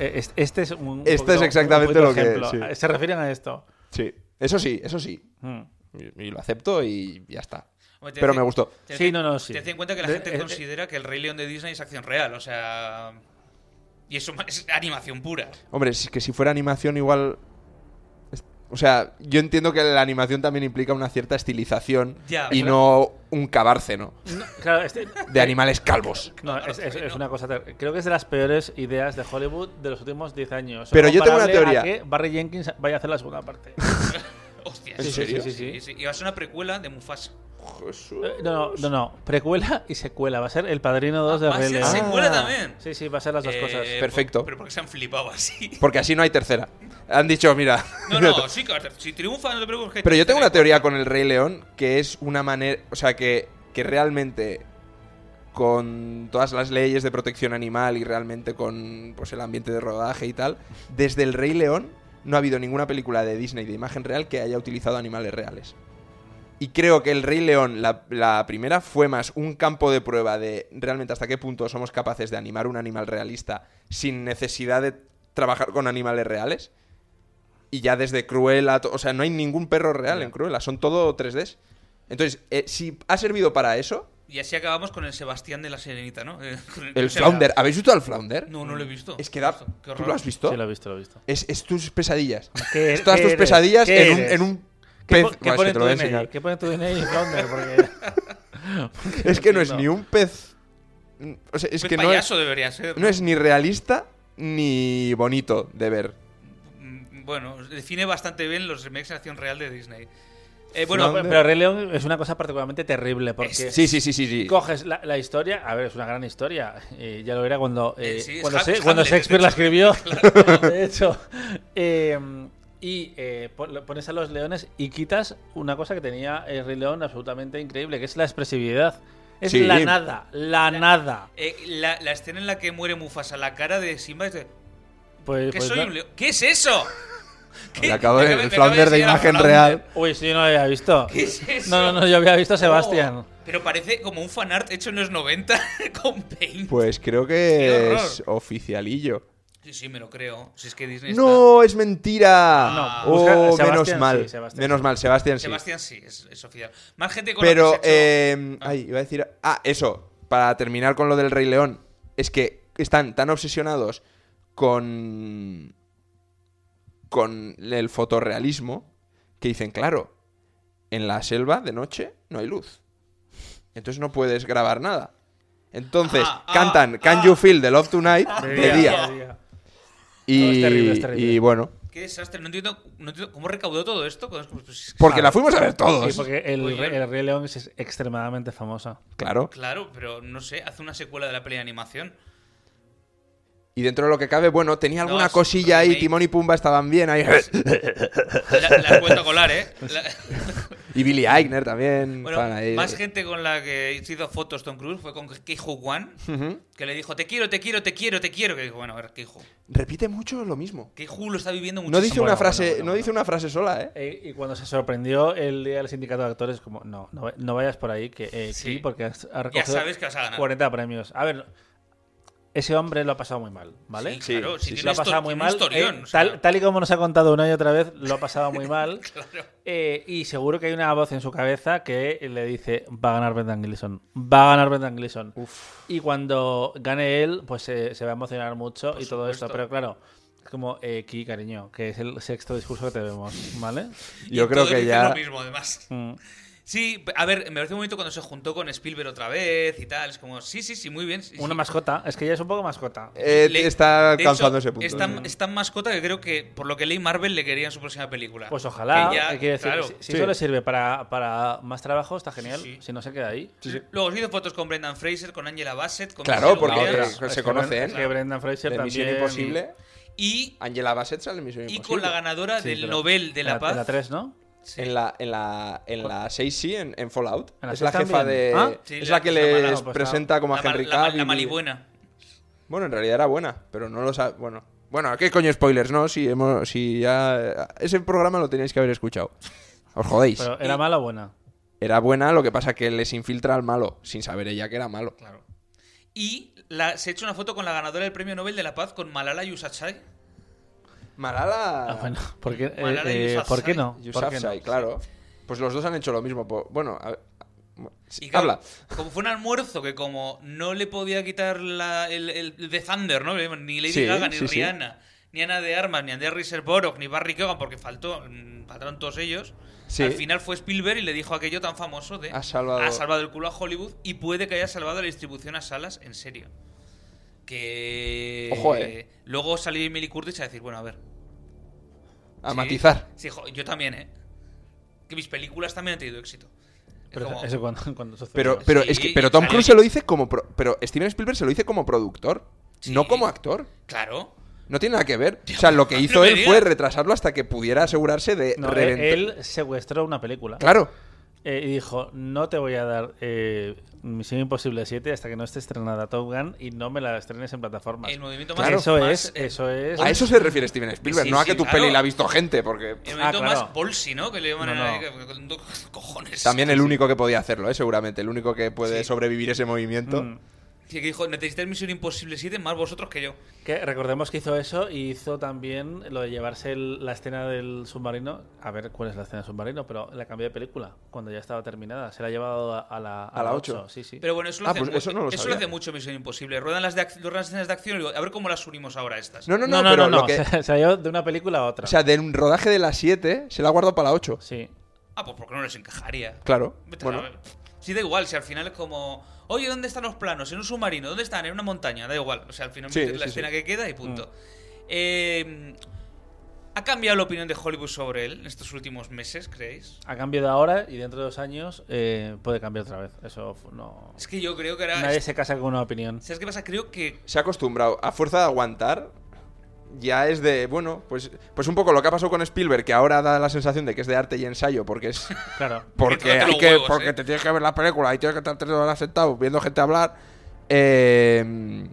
[SPEAKER 4] Eh, es- Este es un.
[SPEAKER 3] Este es exactamente
[SPEAKER 4] poquito
[SPEAKER 3] lo que-
[SPEAKER 4] ejemplo.
[SPEAKER 3] sí.
[SPEAKER 4] Eh, Se refieren a esto.
[SPEAKER 3] Sí. Eso sí, eso sí.
[SPEAKER 4] Mm.
[SPEAKER 3] Y, y lo acepto y ya está.
[SPEAKER 2] Hombre, te
[SPEAKER 3] Pero
[SPEAKER 2] hace-
[SPEAKER 3] me gustó.
[SPEAKER 2] te
[SPEAKER 4] eh, Sí,
[SPEAKER 2] hace-
[SPEAKER 4] no, no, sí.
[SPEAKER 2] Te ten en cuenta que la
[SPEAKER 4] De-
[SPEAKER 2] gente
[SPEAKER 4] eh, eh.
[SPEAKER 2] considera que el Rey León de Disney es acción real, o sea. Y eso es animación pura.
[SPEAKER 3] Hombre, si- que si fuera animación igual... es- O sea, yo entiendo que la animación también implica una cierta estilización
[SPEAKER 2] Ya,
[SPEAKER 3] y
[SPEAKER 2] pero-
[SPEAKER 3] no un cabárceno
[SPEAKER 4] No, claro, este-
[SPEAKER 3] de animales calvos.
[SPEAKER 2] [laughs]
[SPEAKER 4] no, es, es- es una cosa. ter- Creo que es de las peores ideas de Hollywood de los últimos 10 años.
[SPEAKER 3] Pero yo tengo una
[SPEAKER 4] Comparable a
[SPEAKER 3] teoría.
[SPEAKER 4] que Barry Jenkins vaya a hacer la segunda parte.
[SPEAKER 2] Hostia,
[SPEAKER 3] ¿En
[SPEAKER 2] sí,
[SPEAKER 3] serio?
[SPEAKER 2] Sí, sí, sí, sí. Y va a ser una precuela de Mufasa.
[SPEAKER 4] Eh, No, no, no, no. Precuela y secuela. Va a ser El Padrino 2 de
[SPEAKER 2] Ah, Va a
[SPEAKER 4] Rey
[SPEAKER 2] ser
[SPEAKER 4] León.
[SPEAKER 3] Ah.
[SPEAKER 2] secuela también.
[SPEAKER 4] Sí, sí, va a ser las dos
[SPEAKER 2] Eh,
[SPEAKER 4] cosas.
[SPEAKER 2] por-
[SPEAKER 3] Perfecto.
[SPEAKER 2] Pero porque se han flipado
[SPEAKER 3] [laughs]
[SPEAKER 2] así.
[SPEAKER 3] Porque así no hay tercera. Han dicho, mira...
[SPEAKER 2] No,
[SPEAKER 3] [laughs]
[SPEAKER 2] no, sí, claro, si triunfa no te preocupes. que-
[SPEAKER 3] Pero yo tengo una teoría con el Rey León que es una manera. O sea, que, que realmente con todas las leyes de protección animal y realmente con pues, el ambiente de rodaje y tal, desde el Rey León no ha habido ninguna película de Disney de imagen real que haya utilizado animales reales. Y creo que el Rey León, la, la primera, fue más un campo de prueba de realmente hasta qué punto somos capaces de animar un animal realista sin necesidad de trabajar con animales reales. Y ya desde Cruella, to- o sea, no hay ningún perro real en Cruella, son todo 3Ds. Entonces, eh, si ha servido para eso,
[SPEAKER 2] Y así acabamos con el Sebastián de la Serenita, ¿no? Eh, [laughs] con
[SPEAKER 3] el
[SPEAKER 2] o sea,
[SPEAKER 3] Flounder, ¿habéis visto al Flounder?
[SPEAKER 2] No, no lo he visto.
[SPEAKER 3] Es que da.
[SPEAKER 2] Hostia, qué
[SPEAKER 3] ¿Tú
[SPEAKER 2] horror.
[SPEAKER 3] lo has visto?
[SPEAKER 4] Sí, lo he visto, lo he visto.
[SPEAKER 3] Es, es tus pesadillas.
[SPEAKER 4] [laughs] ¿Qué-
[SPEAKER 3] Es todas
[SPEAKER 4] qué
[SPEAKER 3] tus
[SPEAKER 4] eres?
[SPEAKER 3] pesadillas
[SPEAKER 4] ¿Qué
[SPEAKER 3] en un,
[SPEAKER 4] eres?
[SPEAKER 3] en un
[SPEAKER 4] ¿Qué,
[SPEAKER 3] pez.
[SPEAKER 4] po- qué
[SPEAKER 3] Bueno, es
[SPEAKER 4] pone
[SPEAKER 3] que te
[SPEAKER 4] tu
[SPEAKER 3] lo voy a
[SPEAKER 4] DNI?
[SPEAKER 3] enseñar.
[SPEAKER 4] ¿Qué pone tu DNI, Flounder? Porque-
[SPEAKER 3] Es que no es
[SPEAKER 4] entiendo.
[SPEAKER 3] ni un pez. O sea, es
[SPEAKER 2] Pues
[SPEAKER 3] que no es,
[SPEAKER 2] payaso debería ser.
[SPEAKER 3] no es ni realista ni bonito de ver.
[SPEAKER 2] Mm, Bueno, define bastante bien los remakes de acción real de Disney. Eh,
[SPEAKER 4] Bueno,
[SPEAKER 2] bueno,
[SPEAKER 3] Flounder.
[SPEAKER 4] pero Rey León es una cosa particularmente terrible porque
[SPEAKER 2] Es-
[SPEAKER 3] Sí, sí, sí, sí. sí.
[SPEAKER 4] coges la, la historia, a ver, es una gran historia, eh, ya lo era cuando, eh,
[SPEAKER 2] Eh, sí, es
[SPEAKER 4] cuando,
[SPEAKER 2] Ha-
[SPEAKER 4] se-
[SPEAKER 2] es
[SPEAKER 4] cuando
[SPEAKER 2] Hamlet,
[SPEAKER 4] Shakespeare
[SPEAKER 2] de
[SPEAKER 4] la escribió,
[SPEAKER 2] hecho.
[SPEAKER 4] de hecho, Eh, y eh, pon- lo- pones a los leones y quitas una cosa que tenía el Rey León absolutamente increíble, que es la expresividad. Es
[SPEAKER 3] Sí.
[SPEAKER 4] la nada, la nada.
[SPEAKER 2] eh, la, la escena en la que muere Mufasa, la cara de Simba es de.
[SPEAKER 4] Pues,
[SPEAKER 2] ¿Qué
[SPEAKER 4] pues
[SPEAKER 2] soy
[SPEAKER 4] no-
[SPEAKER 2] un león? ¿Qué es
[SPEAKER 3] [laughs]
[SPEAKER 2] eso?
[SPEAKER 3] Me acabo
[SPEAKER 2] Me acaba-
[SPEAKER 3] de- el
[SPEAKER 2] me acaba
[SPEAKER 3] Flounder de
[SPEAKER 2] enseñar a
[SPEAKER 3] imagen
[SPEAKER 2] Flounder.
[SPEAKER 3] real.
[SPEAKER 4] Uy, sí, no lo había visto.
[SPEAKER 2] ¿Qué es eso?
[SPEAKER 4] No, no, no, yo había visto a Sebastián.
[SPEAKER 2] Oh, pero parece como un fanart hecho en los 90 [laughs] con paint.
[SPEAKER 3] Pues creo
[SPEAKER 2] Qué
[SPEAKER 3] que
[SPEAKER 2] horror.
[SPEAKER 3] es oficialillo.
[SPEAKER 2] Sí, sí, me lo creo. Si es que Disney
[SPEAKER 3] ¡No! ¡Es mentira!
[SPEAKER 4] No, busca-
[SPEAKER 3] oh,
[SPEAKER 4] Sebastián
[SPEAKER 3] menos
[SPEAKER 4] sí,
[SPEAKER 3] mal.
[SPEAKER 4] Sebastián
[SPEAKER 3] menos
[SPEAKER 4] sí.
[SPEAKER 3] mal, Sebastián
[SPEAKER 2] está...
[SPEAKER 3] sí.
[SPEAKER 2] Sebastián sí, es, es oficial. Más gente con la
[SPEAKER 3] Pero,
[SPEAKER 2] que se ha hecho-
[SPEAKER 3] eh, ay, iba a decir. Ah, eso, para terminar con lo del Rey León, es que están tan obsesionados con. con el fotorrealismo que dicen, claro, en la selva de noche no hay luz. Entonces no puedes grabar nada. Entonces
[SPEAKER 2] Ah, ah,
[SPEAKER 3] cantan Can
[SPEAKER 2] ah.
[SPEAKER 3] You Feel the Love Tonight de día. Y,
[SPEAKER 4] No, es terrible, es terrible.
[SPEAKER 3] y bueno,
[SPEAKER 2] Qué desastre. No entiendo, no entiendo cómo recaudó todo esto. Con- pues,
[SPEAKER 3] porque la fuimos a ver
[SPEAKER 4] Ah. Sí,
[SPEAKER 3] todos.
[SPEAKER 4] porque el,
[SPEAKER 2] Oye.
[SPEAKER 4] el Rey León es extremadamente famosa.
[SPEAKER 3] Claro.
[SPEAKER 2] Claro, pero no sé, hace una secuela de la peli de animación.
[SPEAKER 3] Y dentro de lo que cabe, bueno, tenía
[SPEAKER 2] No,
[SPEAKER 3] alguna
[SPEAKER 2] es un
[SPEAKER 3] cosilla ahí,
[SPEAKER 2] remake.
[SPEAKER 3] Timón y Pumba estaban bien ahí.
[SPEAKER 2] La, la cuento colar, ¿eh? La-
[SPEAKER 3] [laughs] Y Billy Eichner también.
[SPEAKER 2] bueno,
[SPEAKER 3] fan ahí.
[SPEAKER 2] más gente con la que se hizo fotos Tom Cruise fue con Keiju Wan, que le dijo, te quiero, te quiero, te quiero, te quiero. Que dijo, bueno, a ver, Keiju.
[SPEAKER 3] Repite mucho lo mismo.
[SPEAKER 2] Keiju lo está viviendo muchísimo.
[SPEAKER 3] No dice
[SPEAKER 4] Bueno,
[SPEAKER 3] una frase,
[SPEAKER 4] bueno, bueno,
[SPEAKER 3] no dice una frase sola, ¿eh?
[SPEAKER 4] Eh, y cuando se sorprendió el día del sindicato de actores, como, no, no, va- no vayas por ahí, que eh,
[SPEAKER 2] Sí.
[SPEAKER 4] sí, porque has, has recogido
[SPEAKER 2] sabes que vas a ganar.
[SPEAKER 4] 40 premios. A ver, ese hombre lo ha pasado muy mal, ¿vale?
[SPEAKER 2] Sí, claro, si tiene
[SPEAKER 4] lo ha
[SPEAKER 2] histo-
[SPEAKER 4] pasado muy
[SPEAKER 2] tiene
[SPEAKER 4] mal.
[SPEAKER 2] historión,
[SPEAKER 4] eh,
[SPEAKER 2] o sea.
[SPEAKER 4] tal, tal y como nos ha contado una y otra vez, lo ha
[SPEAKER 2] [laughs]
[SPEAKER 4] pasado muy mal.
[SPEAKER 2] Claro.
[SPEAKER 4] Eh, y seguro que hay una voz en su cabeza que le dice, va a ganar Brendan Gleeson, va a ganar Brendan Gleeson. Y cuando gane él, pues eh, se va a emocionar mucho y todo
[SPEAKER 2] supuesto.
[SPEAKER 4] esto. Pero claro, es como, eh, Ki, cariño, que es el sexto discurso que te vemos, ¿vale?
[SPEAKER 2] Y
[SPEAKER 3] Yo creo
[SPEAKER 2] todos
[SPEAKER 3] que
[SPEAKER 2] dicen
[SPEAKER 3] ya-
[SPEAKER 2] lo mismo, además.
[SPEAKER 4] Mm.
[SPEAKER 2] Sí, a ver, me parece un momento cuando se juntó con Spielberg otra vez y tal. Es como, sí, sí, sí, muy bien. sí,
[SPEAKER 4] Una
[SPEAKER 2] sí.
[SPEAKER 4] mascota, es que ya es un poco mascota.
[SPEAKER 3] Eh,
[SPEAKER 2] Le-
[SPEAKER 3] está
[SPEAKER 2] de hecho,
[SPEAKER 3] alcanzando ese punto.
[SPEAKER 2] Es tan,
[SPEAKER 3] ¿no?
[SPEAKER 2] es tan mascota que creo que, por lo que leí, Marvel le quería en su próxima película.
[SPEAKER 4] Pues ojalá,
[SPEAKER 2] Que ya,
[SPEAKER 4] eh, quiero decir,
[SPEAKER 2] claro.
[SPEAKER 4] si,
[SPEAKER 3] Sí.
[SPEAKER 4] si eso le sirve para, para más trabajo, está genial.
[SPEAKER 2] Sí, sí.
[SPEAKER 4] Si no se queda ahí.
[SPEAKER 2] Luego se hizo fotos con Brendan Fraser, con Angela Bassett, con
[SPEAKER 3] Claro,
[SPEAKER 2] Michelle
[SPEAKER 3] porque
[SPEAKER 2] Williams,
[SPEAKER 3] otra. se conocen.
[SPEAKER 4] Es que Brendan Fraser
[SPEAKER 3] De Misión
[SPEAKER 4] también.
[SPEAKER 3] Imposible.
[SPEAKER 2] y,
[SPEAKER 3] Angela Bassett sale en Misión
[SPEAKER 2] y
[SPEAKER 3] Imposible.
[SPEAKER 2] con la ganadora
[SPEAKER 4] Sí,
[SPEAKER 2] del
[SPEAKER 4] pero-
[SPEAKER 2] Nobel de la,
[SPEAKER 4] en
[SPEAKER 2] Paz.
[SPEAKER 4] En la 3, ¿no?
[SPEAKER 3] En la, en la, en la 6 sí, en, en Fallout.
[SPEAKER 4] ¿En la
[SPEAKER 3] es la
[SPEAKER 4] 6
[SPEAKER 3] jefa
[SPEAKER 4] también?
[SPEAKER 3] de.
[SPEAKER 4] Ah,
[SPEAKER 2] sí,
[SPEAKER 3] es
[SPEAKER 2] la-
[SPEAKER 3] la que
[SPEAKER 2] la mala,
[SPEAKER 3] les
[SPEAKER 4] pues, la-
[SPEAKER 3] presenta como a
[SPEAKER 2] la, mar-
[SPEAKER 3] Ah, Henry
[SPEAKER 2] la ma-
[SPEAKER 3] Cavill.
[SPEAKER 2] la
[SPEAKER 3] y-
[SPEAKER 2] malibuena.
[SPEAKER 3] Bueno, en realidad era buena, pero no lo sabe. Bueno, bueno, ¿qué coño spoilers, no? Si, hemos, si ya. Ese programa lo tenéis que haber escuchado. [laughs] Os jodéis.
[SPEAKER 4] Pero ¿era mala o buena?
[SPEAKER 3] Era buena, lo que pasa que les infiltra al malo, sin saber ella que era malo.
[SPEAKER 2] Claro. Y la- se ha hecho una foto con la ganadora del Premio Nobel de la Paz, con Malala Yousafzai.
[SPEAKER 3] Malala.
[SPEAKER 4] Ah, [laughs] bueno, ¿por qué, eh,
[SPEAKER 2] Malala
[SPEAKER 4] eh,
[SPEAKER 2] Yousafzai.
[SPEAKER 4] ¿por qué no? ¿Por qué
[SPEAKER 3] [laughs]
[SPEAKER 4] no?
[SPEAKER 3] Yousafzai, claro. Pues los dos han hecho lo mismo. po- Bueno, a- a-
[SPEAKER 2] Y claro,
[SPEAKER 3] habla.
[SPEAKER 2] Como fue un almuerzo que como no le podía quitar la- el, el- el The Thunder, ¿no? Ni Lady
[SPEAKER 3] Sí,
[SPEAKER 2] Gaga, ni
[SPEAKER 3] sí, sí.
[SPEAKER 2] Rihanna, ni Ana de Armas, ni Andrea Riseborough, ni Barry Keoghan, porque faltó, mm, faltaron todos ellos.
[SPEAKER 3] Sí.
[SPEAKER 2] Al final fue Spielberg y le dijo aquello tan famoso de
[SPEAKER 3] Ha salvado-
[SPEAKER 2] "Ha salvado el culo a Hollywood y puede que haya salvado la distribución a salas en serio. Que
[SPEAKER 3] Ojo, eh.
[SPEAKER 2] luego salió Emily Curtis a decir, bueno, a ver.
[SPEAKER 3] A
[SPEAKER 2] sí,
[SPEAKER 3] matizar.
[SPEAKER 2] sí, jo- yo también, ¿eh? Que mis películas también han tenido éxito. Es
[SPEAKER 4] Pero
[SPEAKER 2] como-
[SPEAKER 4] eso cuando, [laughs] cuando sucede.
[SPEAKER 3] Pero, pero
[SPEAKER 2] Sí,
[SPEAKER 3] es que pero Tom
[SPEAKER 2] sale
[SPEAKER 3] Cruise
[SPEAKER 2] ahí.
[SPEAKER 3] se lo dice como pro- pero Steven Spielberg se lo dice como productor,
[SPEAKER 2] Sí.
[SPEAKER 3] no como actor.
[SPEAKER 2] Claro.
[SPEAKER 3] No tiene nada que ver. O sea, lo que hizo
[SPEAKER 2] no me
[SPEAKER 3] él
[SPEAKER 2] digas.
[SPEAKER 3] fue retrasarlo hasta que pudiera asegurarse de
[SPEAKER 4] No,
[SPEAKER 3] reventar.
[SPEAKER 4] eh, él secuestró una película.
[SPEAKER 3] Claro.
[SPEAKER 4] Eh, y dijo, no te voy a dar eh, Misión Imposible 7 hasta que no esté estrenada Top Gun y no me la estrenes en plataformas.
[SPEAKER 2] El movimiento más.
[SPEAKER 3] Claro.
[SPEAKER 4] Eso
[SPEAKER 2] más-
[SPEAKER 4] es, eso es.
[SPEAKER 3] A eso se refiere Steven Spielberg,
[SPEAKER 2] Sí,
[SPEAKER 3] no a
[SPEAKER 2] sí,
[SPEAKER 3] que tu
[SPEAKER 2] claro.
[SPEAKER 3] peli la ha visto gente, porque
[SPEAKER 2] El movimiento
[SPEAKER 4] Ah, claro.
[SPEAKER 2] más Polsi, ¿no? Que le llaman
[SPEAKER 4] No,
[SPEAKER 2] a-
[SPEAKER 4] no.
[SPEAKER 2] con [laughs] dos cojones.
[SPEAKER 3] también el único que podía hacerlo, ¿eh? seguramente, el único que puede
[SPEAKER 2] Sí.
[SPEAKER 3] sobrevivir ese movimiento.
[SPEAKER 4] Mm.
[SPEAKER 2] Sí, que dijo, necesitáis Misión Imposible 7 más vosotros que yo.
[SPEAKER 4] Que recordemos que hizo eso y hizo también lo de llevarse el- la escena del submarino. A ver cuál es la escena del submarino, pero la cambió de película cuando ya estaba terminada. Se la ha llevado a, a la,
[SPEAKER 3] A la ocho.
[SPEAKER 4] Sí, sí.
[SPEAKER 2] Pero bueno, eso lo,
[SPEAKER 3] Ah,
[SPEAKER 2] hace,
[SPEAKER 3] pues
[SPEAKER 2] mu-
[SPEAKER 3] eso no lo
[SPEAKER 2] lo
[SPEAKER 3] sabía.
[SPEAKER 2] hace mucho Misión Imposible. Ruedan las, de ac- ruedan las escenas de acción y digo, a ver cómo las unimos ahora a estas.
[SPEAKER 3] No, no, no,
[SPEAKER 4] no, no,
[SPEAKER 3] pero
[SPEAKER 4] no, no,
[SPEAKER 3] lo que-
[SPEAKER 4] Se, se la llevó de una película a otra.
[SPEAKER 3] O sea, del rodaje de las 7 se la ha guardado para la 8.
[SPEAKER 4] sí.
[SPEAKER 2] Ah, pues porque no les encajaría.
[SPEAKER 3] Claro.
[SPEAKER 2] Vete a
[SPEAKER 3] Bueno,
[SPEAKER 2] saber. Sí, da igual, si al final es como, oye, ¿dónde están los planos? En un submarino, ¿dónde están? En una montaña, da igual. O sea, al final
[SPEAKER 3] Sí,
[SPEAKER 2] metes la
[SPEAKER 3] sí, Mm.
[SPEAKER 2] escena
[SPEAKER 3] sí.
[SPEAKER 2] que queda y punto. Eh, ¿Ha cambiado la opinión de Hollywood sobre él en estos últimos meses, creéis?
[SPEAKER 4] A cambio de ahora y dentro de dos años eh, puede cambiar otra vez. Eso fu- no.
[SPEAKER 2] Es que yo creo que ahora.
[SPEAKER 4] Nadie se casa con una opinión.
[SPEAKER 2] ¿Sabes qué pasa? Creo que
[SPEAKER 3] se ha acostumbrado. A fuerza de aguantar, ya es de. Bueno, pues, pues un poco lo que ha pasado con Spielberg, que ahora da la sensación de que es de arte y ensayo,
[SPEAKER 2] [laughs]
[SPEAKER 3] porque es.
[SPEAKER 4] Claro.
[SPEAKER 3] Porque,
[SPEAKER 2] Tócate los
[SPEAKER 3] hay que,
[SPEAKER 2] huevos,
[SPEAKER 3] porque
[SPEAKER 2] eh.
[SPEAKER 3] te tienes que ver la película y tienes que estar tres horas sentado viendo gente hablar. Eh,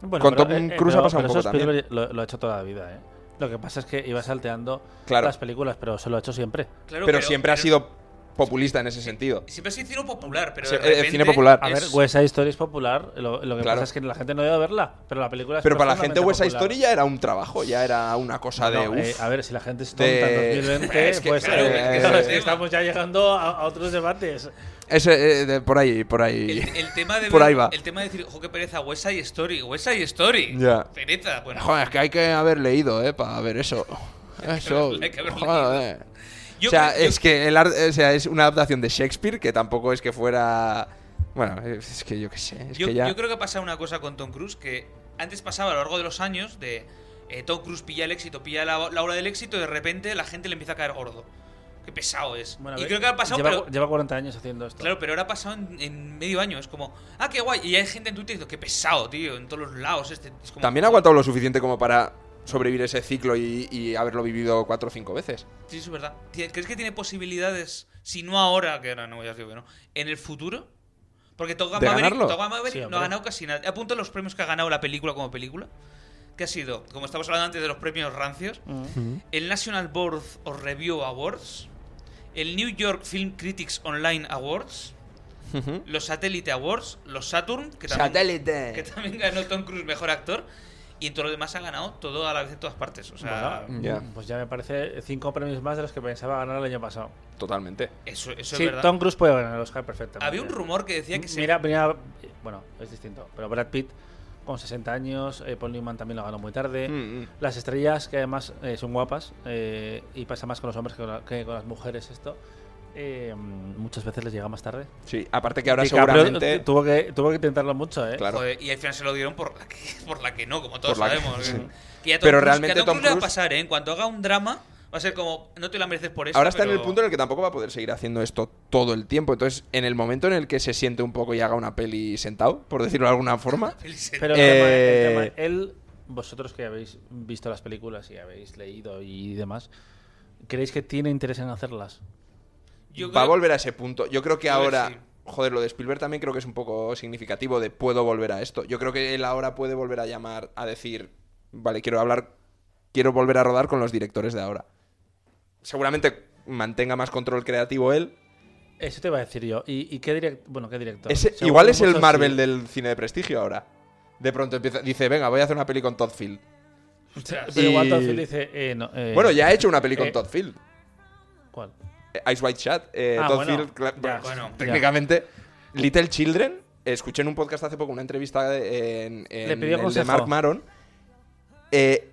[SPEAKER 4] Bueno,
[SPEAKER 3] Con
[SPEAKER 4] pero, eh,
[SPEAKER 3] Tom Cruise ha pasado
[SPEAKER 4] pero
[SPEAKER 3] un poco
[SPEAKER 4] eso Spielberg Lo, lo ha hecho toda la vida, ¿eh? Lo que pasa es que iba salteando
[SPEAKER 3] Claro.
[SPEAKER 4] las películas, pero se lo ha hecho siempre.
[SPEAKER 2] Claro,
[SPEAKER 3] pero, siempre ha
[SPEAKER 2] pero-
[SPEAKER 3] sido populista en ese sentido.
[SPEAKER 2] Siempre ha sido cine popular, pero.
[SPEAKER 3] Sí,
[SPEAKER 2] de
[SPEAKER 3] eh,
[SPEAKER 2] repente
[SPEAKER 3] cine popular.
[SPEAKER 4] A ver,
[SPEAKER 2] es-
[SPEAKER 4] West Side Story es popular. Lo, lo que
[SPEAKER 3] Claro.
[SPEAKER 4] pasa es que la gente no debe verla, pero la película es
[SPEAKER 3] Pero para la gente West
[SPEAKER 4] profundamente
[SPEAKER 3] Side Story
[SPEAKER 4] popular.
[SPEAKER 3] ya era un trabajo, ya era una cosa de.
[SPEAKER 4] No,
[SPEAKER 3] "Uf".
[SPEAKER 4] eh, a ver, si la gente es tonta
[SPEAKER 3] de-
[SPEAKER 4] en 2020,
[SPEAKER 2] Es que,
[SPEAKER 4] pues
[SPEAKER 2] claro,
[SPEAKER 3] [laughs]
[SPEAKER 4] eh,
[SPEAKER 3] es que
[SPEAKER 4] es que
[SPEAKER 2] tema.
[SPEAKER 4] estamos ya llegando a, a otros debates.
[SPEAKER 3] Ese, eh, de- por ahí, por ahí.
[SPEAKER 2] El, el tema de
[SPEAKER 3] [laughs] Por
[SPEAKER 2] ver-
[SPEAKER 3] ahí va.
[SPEAKER 2] El tema de decir, ojo, qué pereza, West Side Story, West Side Story.
[SPEAKER 3] Ya.
[SPEAKER 2] Pereza, bueno.
[SPEAKER 3] Joder, es que hay que haber leído, ¿eh? Para ver eso. Eso.
[SPEAKER 2] Hay que haber leído.
[SPEAKER 3] joder.
[SPEAKER 2] Yo
[SPEAKER 3] o sea,
[SPEAKER 2] creo- yo-
[SPEAKER 3] es que el ar- o sea, es una adaptación de Shakespeare que tampoco es que fuera. Bueno, es que yo qué sé. Es
[SPEAKER 2] yo,
[SPEAKER 3] que ya...
[SPEAKER 2] yo creo que ha pasado una cosa con Tom Cruise que antes pasaba a lo largo de los años de eh, Tom Cruise pilla el éxito, pilla la, la hora del éxito y de repente la gente le empieza a caer gordo. Qué pesado es.
[SPEAKER 4] Bueno, a
[SPEAKER 2] y
[SPEAKER 4] ver,
[SPEAKER 2] creo que ha pasado,
[SPEAKER 4] lleva,
[SPEAKER 2] pero-
[SPEAKER 4] lleva 40 años haciendo esto.
[SPEAKER 2] Claro, pero ahora ha pasado en, en medio año. Es como, ah, qué guay. Y hay gente en Twitter diciendo, qué pesado, tío, en todos los lados. Este, es como-
[SPEAKER 3] También ha aguantado lo suficiente como para sobrevivir ese ciclo y, y haberlo vivido cuatro o cinco veces.
[SPEAKER 2] Sí, eso es verdad. Tie- ¿Crees que tiene posibilidades, si no ahora, que ahora no, ya os digo que no, en el futuro? Porque Top Gun
[SPEAKER 3] ¿De
[SPEAKER 2] Maverick,
[SPEAKER 3] ganarlo?
[SPEAKER 2] Top Gun Maverick
[SPEAKER 4] Sí,
[SPEAKER 2] no ha
[SPEAKER 4] hombre.
[SPEAKER 2] ganado casi nada. Apunta los premios que ha ganado la película como película. Que ha sido, como estamos hablando antes de los premios rancios,
[SPEAKER 4] Mm.
[SPEAKER 2] el National Board of Review Awards, el New York Film Critics Online Awards, los Satellite Awards, los Saturn, que también,
[SPEAKER 3] Satélite.
[SPEAKER 2] que también ganó Tom Cruise Mejor Actor, y en todo lo demás ha ganado todo a la vez en todas partes. O sea,
[SPEAKER 4] Bueno,
[SPEAKER 3] Ya.
[SPEAKER 4] Pues ya me parece cinco premios más de los que pensaba ganar el año pasado.
[SPEAKER 3] Totalmente.
[SPEAKER 2] eso, eso
[SPEAKER 4] Sí,
[SPEAKER 2] es verdad.
[SPEAKER 4] Tom Cruise puede ganar el Oscar perfectamente.
[SPEAKER 2] Había un rumor que decía que se.
[SPEAKER 4] Mira, mira, bueno, es distinto. Pero Brad Pitt con 60 años, eh, Paul Newman también lo ganó muy tarde.
[SPEAKER 3] Mm, mm.
[SPEAKER 4] Las estrellas, que además eh, son guapas, eh, y pasa más con los hombres que con, la- que con las mujeres esto, eh, muchas veces les llega más tarde.
[SPEAKER 3] Sí, aparte que ahora
[SPEAKER 4] DiCaprio
[SPEAKER 3] seguramente.
[SPEAKER 4] Tuvo que, tuvo que intentarlo mucho, ¿eh?
[SPEAKER 3] Claro.
[SPEAKER 2] Joder, y al final se lo dieron por la que, [laughs] por la que no, como todos
[SPEAKER 3] Por la que-
[SPEAKER 2] sabemos.
[SPEAKER 3] [laughs] sí.
[SPEAKER 2] Que ya Tom
[SPEAKER 3] Pero
[SPEAKER 2] Cruise-
[SPEAKER 3] realmente
[SPEAKER 2] que a Tom
[SPEAKER 3] Tom
[SPEAKER 2] Cruise le va a
[SPEAKER 3] Cruise-
[SPEAKER 2] pasar, ¿eh? En cuanto haga un drama, va a ser como, no te la mereces por eso.
[SPEAKER 3] Ahora está en
[SPEAKER 2] pero-
[SPEAKER 3] el punto en el que tampoco va a poder seguir haciendo esto todo el tiempo. Entonces, en el momento en el que se siente un poco y haga una peli sentado, por decirlo de alguna forma,
[SPEAKER 4] Pero el
[SPEAKER 3] Eh,
[SPEAKER 4] tema- el tema- él, vosotros que habéis visto las películas y habéis leído y demás, ¿creéis que tiene interés en hacerlas?
[SPEAKER 2] [laughs] Yo
[SPEAKER 3] va a
[SPEAKER 2] creo-
[SPEAKER 3] volver a ese punto. Yo creo que
[SPEAKER 2] Yo creo
[SPEAKER 3] ahora.
[SPEAKER 2] que sí.
[SPEAKER 3] Joder, lo de Spielberg también creo que es un poco significativo de puedo volver a esto. Yo creo que él ahora puede volver a llamar a decir, vale, quiero hablar, quiero volver a rodar con los directores de ahora. Seguramente mantenga más control creativo él.
[SPEAKER 4] Eso te iba a decir yo. ¿Y, y qué, direct- bueno, qué director?
[SPEAKER 3] Ese-
[SPEAKER 4] Seguro
[SPEAKER 3] igual es el
[SPEAKER 4] muchos
[SPEAKER 3] Marvel
[SPEAKER 4] sí.
[SPEAKER 3] del cine de prestigio ahora. De pronto empieza, dice, venga, voy a hacer una peli con Todd Field.
[SPEAKER 2] Ostras,
[SPEAKER 4] Pero igual
[SPEAKER 3] y-
[SPEAKER 4] Todd Field dice. eh, no, eh,
[SPEAKER 3] Bueno, ya ha hecho una peli con
[SPEAKER 4] eh,
[SPEAKER 3] Todd Field.
[SPEAKER 4] ¿Cuál?
[SPEAKER 3] Eh, Ice White Chat, eh,
[SPEAKER 4] Ah,
[SPEAKER 3] Todd
[SPEAKER 4] bueno,
[SPEAKER 3] Field, cla-
[SPEAKER 4] ya,
[SPEAKER 3] bueno,
[SPEAKER 2] ya.
[SPEAKER 3] técnicamente. Little Children, escuché en un podcast hace poco una entrevista de- en, en
[SPEAKER 4] Le pidió
[SPEAKER 3] el de
[SPEAKER 4] consejo.
[SPEAKER 3] Mark Maron. Eh,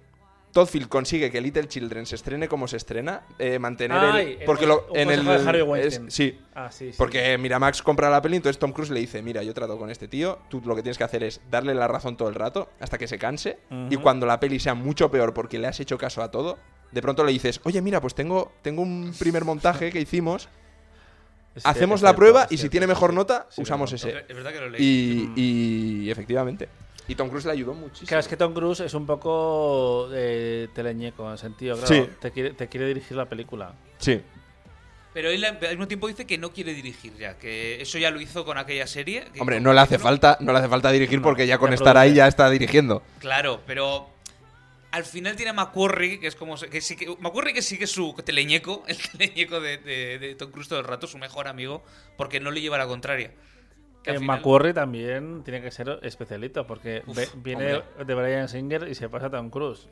[SPEAKER 3] Todd Field consigue que Little Children se estrene como se estrena, eh, mantener
[SPEAKER 4] Ay,
[SPEAKER 3] el,
[SPEAKER 4] el-
[SPEAKER 3] porque lo,
[SPEAKER 4] un
[SPEAKER 3] en el
[SPEAKER 4] consejo de Harry Weinstein.
[SPEAKER 3] es- sí,
[SPEAKER 4] Ah, sí. sí.
[SPEAKER 3] porque Miramax compra la peli, entonces Tom Cruise le dice, mira, yo trato con este tío, tú lo que tienes que hacer es darle la razón todo el rato hasta que se canse y cuando la peli sea mucho peor porque le has hecho caso a todo, de pronto le dices, oye, mira, pues tengo, tengo un primer montaje que hicimos,
[SPEAKER 4] [laughs] Es que-
[SPEAKER 3] hacemos
[SPEAKER 4] es
[SPEAKER 3] la
[SPEAKER 4] cierto,
[SPEAKER 3] prueba
[SPEAKER 4] es
[SPEAKER 3] y si
[SPEAKER 4] cierto.
[SPEAKER 3] tiene mejor nota,
[SPEAKER 4] Sí,
[SPEAKER 3] usamos
[SPEAKER 4] es
[SPEAKER 2] es
[SPEAKER 3] ese.
[SPEAKER 2] ver- es verdad que lo leí.
[SPEAKER 3] Y, y efectivamente. Y Tom Cruise le ayudó muchísimo.
[SPEAKER 4] Claro, es que Tom Cruise es un poco eh, teleñeco en el sentido, claro,
[SPEAKER 3] Sí.
[SPEAKER 4] te, quiere, te quiere dirigir la película.
[SPEAKER 3] Sí.
[SPEAKER 4] eh,
[SPEAKER 2] Pero él al mismo tiempo dice que no quiere dirigir ya, que eso ya lo hizo con aquella serie. que
[SPEAKER 3] Hombre,
[SPEAKER 2] hizo
[SPEAKER 3] no le hace
[SPEAKER 2] película.
[SPEAKER 3] falta, no le hace falta dirigir
[SPEAKER 4] No,
[SPEAKER 3] porque ya
[SPEAKER 4] ya
[SPEAKER 3] con estar
[SPEAKER 4] produce.
[SPEAKER 3] ahí ya está dirigiendo.
[SPEAKER 2] Claro, pero al final tiene a McQuarrie, que es como... se- Que sí que, McQuarrie que sigue su teleñeco, [laughs] el teleñeco de, de- de Tom Cruise todo el rato, su mejor amigo, porque no le lleva la contraria. Que al
[SPEAKER 4] Eh,
[SPEAKER 2] final-
[SPEAKER 4] McQuarrie también tiene que ser especialito porque
[SPEAKER 2] Uf,
[SPEAKER 4] ve- viene
[SPEAKER 2] hombre.
[SPEAKER 4] de Brian Singer y se pasa a Tom Cruise.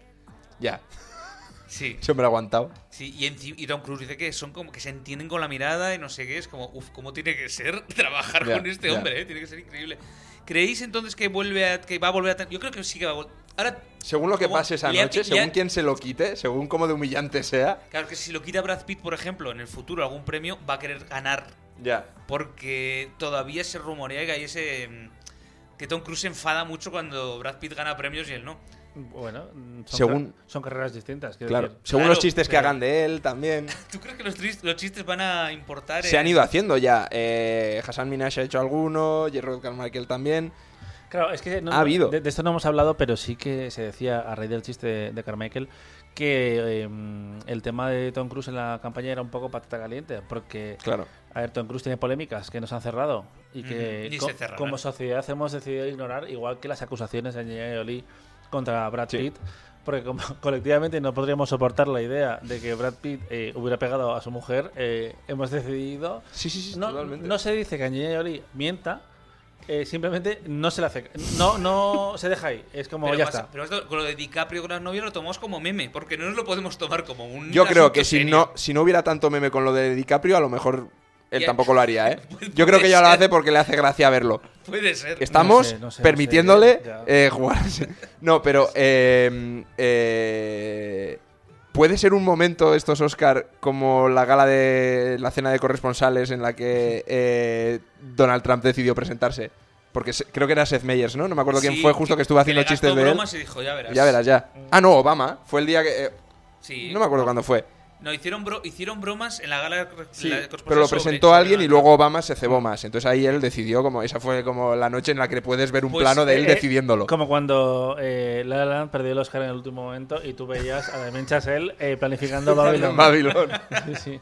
[SPEAKER 3] Ya, [laughs]
[SPEAKER 2] Sí,
[SPEAKER 3] yo me lo he aguantado.
[SPEAKER 2] sí. Y, enci- y Tom Cruise dice que son como que se entienden con la mirada y no sé qué. Es como, uff, ¿cómo tiene que ser [laughs] trabajar
[SPEAKER 3] Ya,
[SPEAKER 2] con este
[SPEAKER 3] ya.
[SPEAKER 2] hombre? eh? Tiene que ser increíble. ¿Creéis entonces que vuelve a, que va a volver a... ten- Yo creo que sí que va a volver... Ahora...
[SPEAKER 3] Según lo que
[SPEAKER 2] como
[SPEAKER 3] pase esa
[SPEAKER 2] le ha-
[SPEAKER 3] noche,
[SPEAKER 2] le ha-
[SPEAKER 3] según quién se lo quite, según cómo de humillante sea.
[SPEAKER 2] Claro que si lo quita Brad Pitt, por ejemplo, en el futuro algún premio, va a querer ganar.
[SPEAKER 3] Ya.
[SPEAKER 2] Porque todavía se rumorea que hay ese. mm, que Tom Cruise se enfada mucho cuando Brad Pitt gana premios y él no.
[SPEAKER 4] Bueno, mm, son,
[SPEAKER 3] Según-
[SPEAKER 4] car- son carreras distintas. quiero
[SPEAKER 3] Claro.
[SPEAKER 4] decir.
[SPEAKER 3] Según
[SPEAKER 2] Claro,
[SPEAKER 3] los chistes que
[SPEAKER 2] pero-
[SPEAKER 3] hagan de él también.
[SPEAKER 2] ¿Tú crees que los, tris- los chistes van a importar?
[SPEAKER 3] Se
[SPEAKER 2] en-
[SPEAKER 3] han ido haciendo ya. Eh, Hassan Minaj ha hecho alguno, Gerard Carmichael también.
[SPEAKER 4] Claro, es que no-
[SPEAKER 3] Ha habido.
[SPEAKER 4] De, de esto no hemos hablado, pero sí que se decía a raíz del chiste de, de Carmichael que eh, mm, el tema de Tom Cruise en la campaña era un poco patata caliente porque
[SPEAKER 3] Claro.
[SPEAKER 4] A ver, Tom Cruise tiene polémicas que nos han cerrado y que
[SPEAKER 2] Ujú, y
[SPEAKER 4] co-
[SPEAKER 2] se cerrarán.
[SPEAKER 4] como sociedad hemos decidido ignorar, igual que las acusaciones de Angelina Jolie contra Brad
[SPEAKER 3] Sí.
[SPEAKER 4] Pitt, porque como [laughs] colectivamente no podríamos soportar la idea de que Brad Pitt eh, hubiera pegado a su mujer, eh, hemos decidido...
[SPEAKER 3] Sí, sí, sí,
[SPEAKER 4] no,
[SPEAKER 3] totalmente.
[SPEAKER 4] no se dice que Angelina Jolie mienta, eh, simplemente no se la hace... No, no se deja ahí, es como
[SPEAKER 2] Pero,
[SPEAKER 4] ya
[SPEAKER 2] más-
[SPEAKER 4] está.
[SPEAKER 2] pero esto, con lo de DiCaprio con las novias lo tomamos como meme, porque no nos lo podemos tomar como un.
[SPEAKER 3] Yo creo
[SPEAKER 2] asunto
[SPEAKER 3] que si
[SPEAKER 2] serio.
[SPEAKER 3] no, si no hubiera tanto meme con lo de DiCaprio, a lo mejor él
[SPEAKER 2] Ya.
[SPEAKER 3] tampoco lo
[SPEAKER 2] [laughs]
[SPEAKER 3] haría, ¿eh?
[SPEAKER 2] Puede
[SPEAKER 3] Yo creo que ya lo
[SPEAKER 2] ser.
[SPEAKER 3] hace porque le hace gracia verlo.
[SPEAKER 2] Puede ser.
[SPEAKER 3] Estamos
[SPEAKER 4] no sé,
[SPEAKER 3] permitiéndole
[SPEAKER 4] ya.
[SPEAKER 3] eh, jugar. [laughs] No, pero eh, eh, puede ser un momento estos Oscar como la gala de la cena de corresponsales en la que eh, Donald Trump decidió presentarse. Porque se- creo que era Seth Meyers, ¿no? No me acuerdo quién
[SPEAKER 2] Sí,
[SPEAKER 3] fue justo que estuvo haciendo
[SPEAKER 2] le
[SPEAKER 3] chistes
[SPEAKER 2] gastó
[SPEAKER 3] de él.
[SPEAKER 2] bromas y dijo, ya verás.
[SPEAKER 3] Ya verás, ya.
[SPEAKER 4] Mm.
[SPEAKER 3] Ah, no, Obama. Fue el día que... eh,
[SPEAKER 2] Sí.
[SPEAKER 3] no me acuerdo cuándo fue.
[SPEAKER 2] No, hicieron, bro- hicieron bromas en la gala de corre- la de corresponsal
[SPEAKER 3] Pero lo
[SPEAKER 2] sobre-
[SPEAKER 3] presentó
[SPEAKER 2] sobre
[SPEAKER 3] alguien y
[SPEAKER 2] Donald
[SPEAKER 3] luego Obama se cebó más. Entonces ahí él decidió como... Esa fue como la noche en la que puedes ver un
[SPEAKER 2] Pues,
[SPEAKER 3] plano de él
[SPEAKER 4] Eh,
[SPEAKER 3] decidiéndolo.
[SPEAKER 4] Como cuando eh, La La Land perdió el Oscar en el último momento y tú veías a Damien Chazelle eh,
[SPEAKER 2] [laughs]
[SPEAKER 4] planificando Babylon.
[SPEAKER 3] Babylon.
[SPEAKER 4] Sí, sí.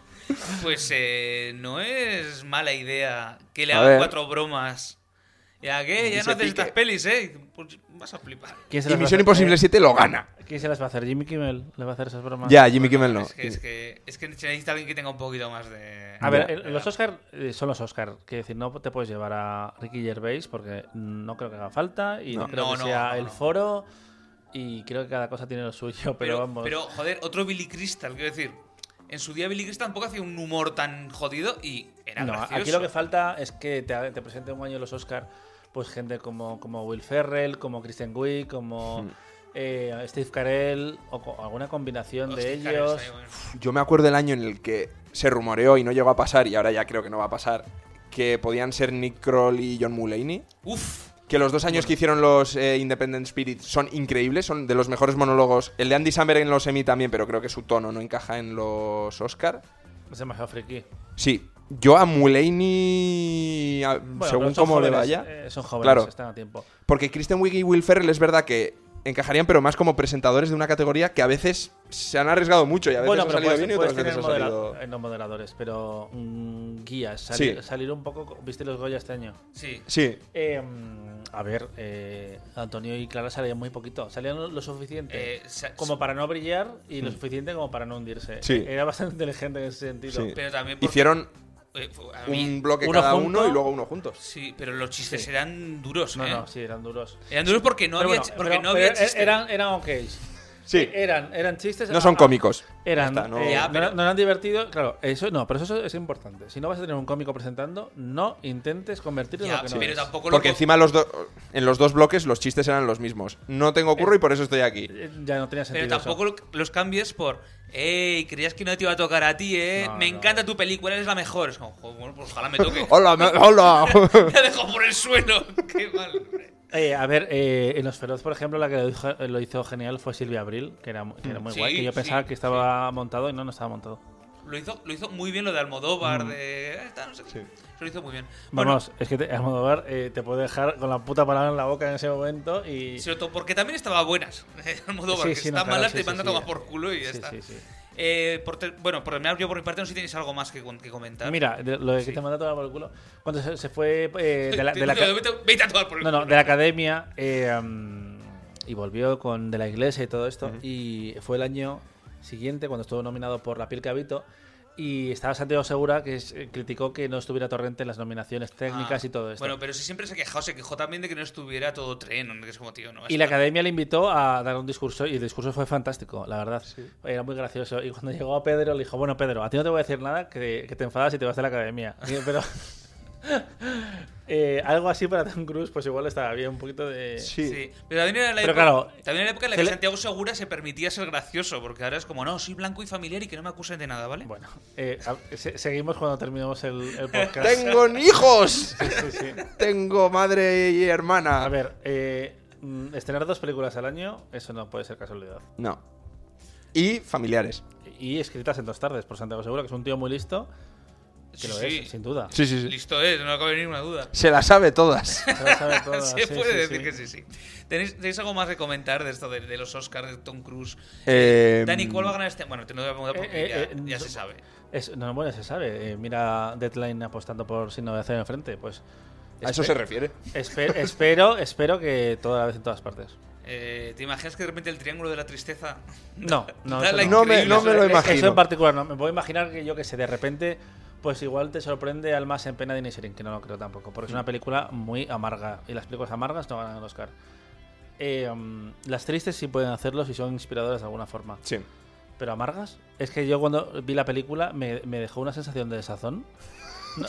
[SPEAKER 2] Pues eh, no es mala idea que le
[SPEAKER 3] A
[SPEAKER 2] hagan
[SPEAKER 3] ver.
[SPEAKER 2] cuatro bromas. Ya que
[SPEAKER 3] Y
[SPEAKER 2] ya
[SPEAKER 3] se
[SPEAKER 2] no haces estas
[SPEAKER 3] pique.
[SPEAKER 2] pelis, ¿eh? Pues vas a flipar.
[SPEAKER 4] ¿Quién se
[SPEAKER 3] Y
[SPEAKER 4] las va a
[SPEAKER 3] Misión
[SPEAKER 4] hacer?
[SPEAKER 3] Imposible 7 lo gana.
[SPEAKER 4] Eh, ¿Quién se las va a hacer? ¿Jimmy Kimmel le va a hacer esas bromas?
[SPEAKER 3] Ya, Jimmy Kimmel no.
[SPEAKER 2] Es que, es, que, es que necesita alguien que tenga un poquito más de.
[SPEAKER 4] A ver,
[SPEAKER 2] de-
[SPEAKER 4] el- los Oscar eh, son los Oscar. Quiero decir, no te puedes llevar a Ricky Gervais porque no creo que haga falta y
[SPEAKER 3] No.
[SPEAKER 4] no, creo
[SPEAKER 2] No,
[SPEAKER 4] que
[SPEAKER 2] no,
[SPEAKER 4] sea
[SPEAKER 2] no,
[SPEAKER 4] el
[SPEAKER 2] no.
[SPEAKER 4] foro y creo que cada cosa tiene lo suyo, pero,
[SPEAKER 2] pero,
[SPEAKER 4] vamos.
[SPEAKER 2] pero, joder, otro Billy Crystal, quiero decir. En su día Billy Crystal tampoco hacía un humor tan jodido y era
[SPEAKER 4] No,
[SPEAKER 2] gracioso.
[SPEAKER 4] aquí lo que falta es que te, te
[SPEAKER 2] Hmm.
[SPEAKER 4] presente un año los Oscar, pues gente como, como Will Ferrell, como Kristen Wiig, como eh, Steve Carell o co- alguna combinación de
[SPEAKER 2] Hostia, Karen,
[SPEAKER 4] ellos.
[SPEAKER 2] está ahí, bueno.
[SPEAKER 3] Yo me acuerdo del año en el que se rumoreó y no llegó a pasar, y ahora ya creo que no va a pasar, que podían ser Nick Kroll y John Mulaney.
[SPEAKER 2] Uf,
[SPEAKER 3] Que los dos años que hicieron los eh, Independent Spirit son increíbles, son de los mejores monólogos. El de Andy Samberg en los Emmy también, pero creo que su tono no encaja en los Oscar.
[SPEAKER 4] Es demasiado friki.
[SPEAKER 3] Sí, yo a Mulaney, a-
[SPEAKER 4] Bueno, pero
[SPEAKER 3] según
[SPEAKER 4] son
[SPEAKER 3] cómo le
[SPEAKER 4] jóvenes,
[SPEAKER 3] vaya.
[SPEAKER 4] eh, son jóvenes,
[SPEAKER 3] Claro.
[SPEAKER 4] están a tiempo.
[SPEAKER 3] Porque Kristen Wiig y Will Ferrell es verdad que encajarían, pero más como presentadores de una categoría que a veces se han arriesgado mucho y a veces
[SPEAKER 4] bueno,
[SPEAKER 3] ha
[SPEAKER 4] pero
[SPEAKER 3] salido
[SPEAKER 4] puedes,
[SPEAKER 3] bien y
[SPEAKER 4] puedes
[SPEAKER 3] otras
[SPEAKER 4] tener
[SPEAKER 3] veces ha
[SPEAKER 4] modera-
[SPEAKER 3] salido...
[SPEAKER 4] eh, no moderadores, pero mm, guías. Salir,
[SPEAKER 3] Sí.
[SPEAKER 4] salir un poco. co- ¿Viste los Goya este año?
[SPEAKER 2] sí.
[SPEAKER 3] Sí,
[SPEAKER 4] Eh, mm, a ver, eh, Antonio y Clara salían muy poquito. Salían lo- lo suficiente
[SPEAKER 2] Eh, sa-
[SPEAKER 4] como para no brillar y lo suficiente como para no hundirse. Eh,
[SPEAKER 3] Sí.
[SPEAKER 4] Era bastante inteligente en ese sentido.
[SPEAKER 3] Sí.
[SPEAKER 2] Pero también porque-
[SPEAKER 3] hicieron
[SPEAKER 2] eh, fu- a mí-
[SPEAKER 3] un bloque
[SPEAKER 4] uno
[SPEAKER 3] cada
[SPEAKER 4] junto-
[SPEAKER 3] uno y luego uno juntos.
[SPEAKER 2] Sí, pero los chistes
[SPEAKER 4] Sí.
[SPEAKER 2] eran duros,
[SPEAKER 4] No,
[SPEAKER 2] ¿eh?
[SPEAKER 4] no, sí, eran duros.
[SPEAKER 2] Eran duros porque no
[SPEAKER 4] Pero
[SPEAKER 2] había,
[SPEAKER 4] bueno,
[SPEAKER 2] chi- porque
[SPEAKER 4] pero-
[SPEAKER 2] no había
[SPEAKER 4] pero
[SPEAKER 2] chistes.
[SPEAKER 4] Eran, eran ok's.
[SPEAKER 3] Sí,
[SPEAKER 4] Eran, eran chistes.
[SPEAKER 3] no son
[SPEAKER 4] ah, ah,
[SPEAKER 3] cómicos.
[SPEAKER 4] Eran,
[SPEAKER 3] Ya está, no-
[SPEAKER 4] eh,
[SPEAKER 2] Ya,
[SPEAKER 4] no-
[SPEAKER 2] pero-
[SPEAKER 4] no eran divertidos. Claro, eso no, pero eso es importante. Si no vas a tener un cómico presentando, no intentes convertirte en
[SPEAKER 2] Ya,
[SPEAKER 4] lo que no
[SPEAKER 2] pero
[SPEAKER 4] es.
[SPEAKER 2] tampoco lo
[SPEAKER 3] Porque
[SPEAKER 2] co-
[SPEAKER 3] encima los do- en los dos bloques los chistes eran los mismos. No tengo curro y por eso estoy aquí.
[SPEAKER 4] [laughs] Eh, Ya no tenía sentido.
[SPEAKER 2] Pero tampoco
[SPEAKER 4] eso.
[SPEAKER 2] lo- los cambies por. ¡Ey! Creías que no te iba a tocar a ti, ¿eh?
[SPEAKER 4] No,
[SPEAKER 2] me
[SPEAKER 4] no.
[SPEAKER 2] encanta tu película, eres la mejor. Es como, "Joder, bueno, pues ojalá me toque. [laughs]
[SPEAKER 3] Hola, me- hola.
[SPEAKER 2] me dejó por el suelo. [laughs] Qué mal. hombre.
[SPEAKER 4] Eh, a ver, eh, en Los Feroz, por ejemplo, la que lo hizo, lo hizo genial fue Silvia Abril, que era, mu- que era muy
[SPEAKER 2] Sí,
[SPEAKER 4] guay. Que yo
[SPEAKER 2] Mm. sí,
[SPEAKER 4] pensaba que estaba montado y no, no estaba montado.
[SPEAKER 2] Lo hizo, lo hizo muy bien lo de Almodóvar, de. "Ah, está, no sé qué". Eso lo hizo muy bien. Bueno,
[SPEAKER 4] Mm. Vamos, es que te, Almodóvar eh, te puede dejar con la puta palabra en la boca en ese momento y.
[SPEAKER 2] sobre todo porque también estaba buenas. [laughs] eh, Almodóvar,
[SPEAKER 4] Sí,
[SPEAKER 2] que
[SPEAKER 4] sí,
[SPEAKER 2] está
[SPEAKER 4] no, claro,
[SPEAKER 2] mala,
[SPEAKER 4] sí,
[SPEAKER 2] te
[SPEAKER 4] sí,
[SPEAKER 2] manda
[SPEAKER 4] sí.
[SPEAKER 2] a tomar por culo y ya
[SPEAKER 4] Sí,
[SPEAKER 2] está.
[SPEAKER 4] sí, sí.
[SPEAKER 2] Eh, por ter- bueno, por terminar, yo por mi parte no sé si tenéis algo más que, con- que comentar.
[SPEAKER 4] Mira, de- lo de que
[SPEAKER 2] Sí.
[SPEAKER 4] te manda todo por el culo. Cuando se, se fue eh, de la, de la ca-
[SPEAKER 2] Vete- vete- vete a tomar por el
[SPEAKER 4] No, no,
[SPEAKER 2] culo.
[SPEAKER 4] de la academia. eh, mm, y volvió con de la iglesia y todo esto. Y fue el año siguiente cuando estuvo nominado por La piel que habito. Y estaba Santiago Segura, que es- eh, criticó que no estuviera Torrente en las nominaciones técnicas
[SPEAKER 2] Ah,
[SPEAKER 4] y todo esto.
[SPEAKER 2] Bueno, pero si siempre se ha quejado, se quejó también de que no estuviera todo tren, que es como tío, no.
[SPEAKER 4] y la
[SPEAKER 2] Esto-
[SPEAKER 4] academia le invitó a dar un discurso y el discurso fue fantástico, la verdad. Era muy gracioso. Y cuando llegó a Pedro, le dijo, bueno, Pedro, a ti no te voy a decir nada, que, que te enfadas y te vas de la academia. Y- Pero... [laughs] eh, algo así para Tom Cruise, pues igual estaba bien, un poquito de...
[SPEAKER 3] Sí.
[SPEAKER 2] Sí, pero también era la
[SPEAKER 4] Pero
[SPEAKER 2] época,
[SPEAKER 4] claro,
[SPEAKER 2] también era la época en la
[SPEAKER 4] se
[SPEAKER 2] que
[SPEAKER 4] le-
[SPEAKER 2] Santiago Segura se permitía ser gracioso, porque ahora es como, no, soy blanco y familiar y que no me acusen de nada, ¿vale?
[SPEAKER 4] Bueno, eh, a- se- seguimos cuando terminemos el,
[SPEAKER 2] [laughs]
[SPEAKER 4] el podcast.
[SPEAKER 3] [laughs] Tengo hijos.
[SPEAKER 4] Sí, sí.
[SPEAKER 3] Tengo madre y hermana.
[SPEAKER 4] A ver, eh, mm, estrenar dos películas al año, eso no puede ser casualidad.
[SPEAKER 3] No. Y familiares.
[SPEAKER 4] Y escritas en dos tardes por Santiago Segura, que es un tío muy listo, que lo
[SPEAKER 2] Sí,
[SPEAKER 4] es, sin duda.
[SPEAKER 3] Sí, sí, sí.
[SPEAKER 2] Listo es, no me acaba de venir una duda.
[SPEAKER 3] Se las sabe
[SPEAKER 4] [laughs]
[SPEAKER 3] todas.
[SPEAKER 4] Se lo sabe
[SPEAKER 2] [laughs]
[SPEAKER 4] todo,
[SPEAKER 2] se
[SPEAKER 4] sí,
[SPEAKER 2] puede
[SPEAKER 4] sí,
[SPEAKER 2] decir
[SPEAKER 4] sí.
[SPEAKER 2] que sí, sí. ¿Tenéis, tenéis algo más que comentar de esto de, de los Oscars de Tom Cruise?
[SPEAKER 3] Eh,
[SPEAKER 2] Dani, ¿cuál va a ganar este? Bueno, te lo voy a preguntar porque
[SPEAKER 4] Eh,
[SPEAKER 2] ya,
[SPEAKER 4] eh, eh,
[SPEAKER 2] ya
[SPEAKER 4] no-
[SPEAKER 2] se sabe.
[SPEAKER 4] Es- no, bueno, se sabe. eh, mira Deadline apostando por sin novedad en el frente. Pues
[SPEAKER 3] A Ah, eso se refiere. [laughs]
[SPEAKER 4] espe- espero, espero que toda la vez en todas partes.
[SPEAKER 2] Eh, ¿Te imaginas que de repente el triángulo de la tristeza?
[SPEAKER 4] No, no,
[SPEAKER 2] Da
[SPEAKER 4] eso
[SPEAKER 2] la
[SPEAKER 3] No me-
[SPEAKER 2] increíble
[SPEAKER 3] no me lo
[SPEAKER 2] sorpresa.
[SPEAKER 4] Eh, Eso
[SPEAKER 3] imagino.
[SPEAKER 4] en particular, no. Me puedo imaginar que yo que sé, de repente, pues igual te sorprende al más en pena de Inisherin, que no lo creo tampoco, porque es
[SPEAKER 3] Mm.
[SPEAKER 4] una película muy amarga y las películas amargas no ganan el Oscar. Eh, mm, las tristes sí pueden hacerlo si son inspiradoras de alguna forma,
[SPEAKER 3] Sí.
[SPEAKER 4] pero amargas, es que yo cuando vi la película me, me dejó una sensación de desazón.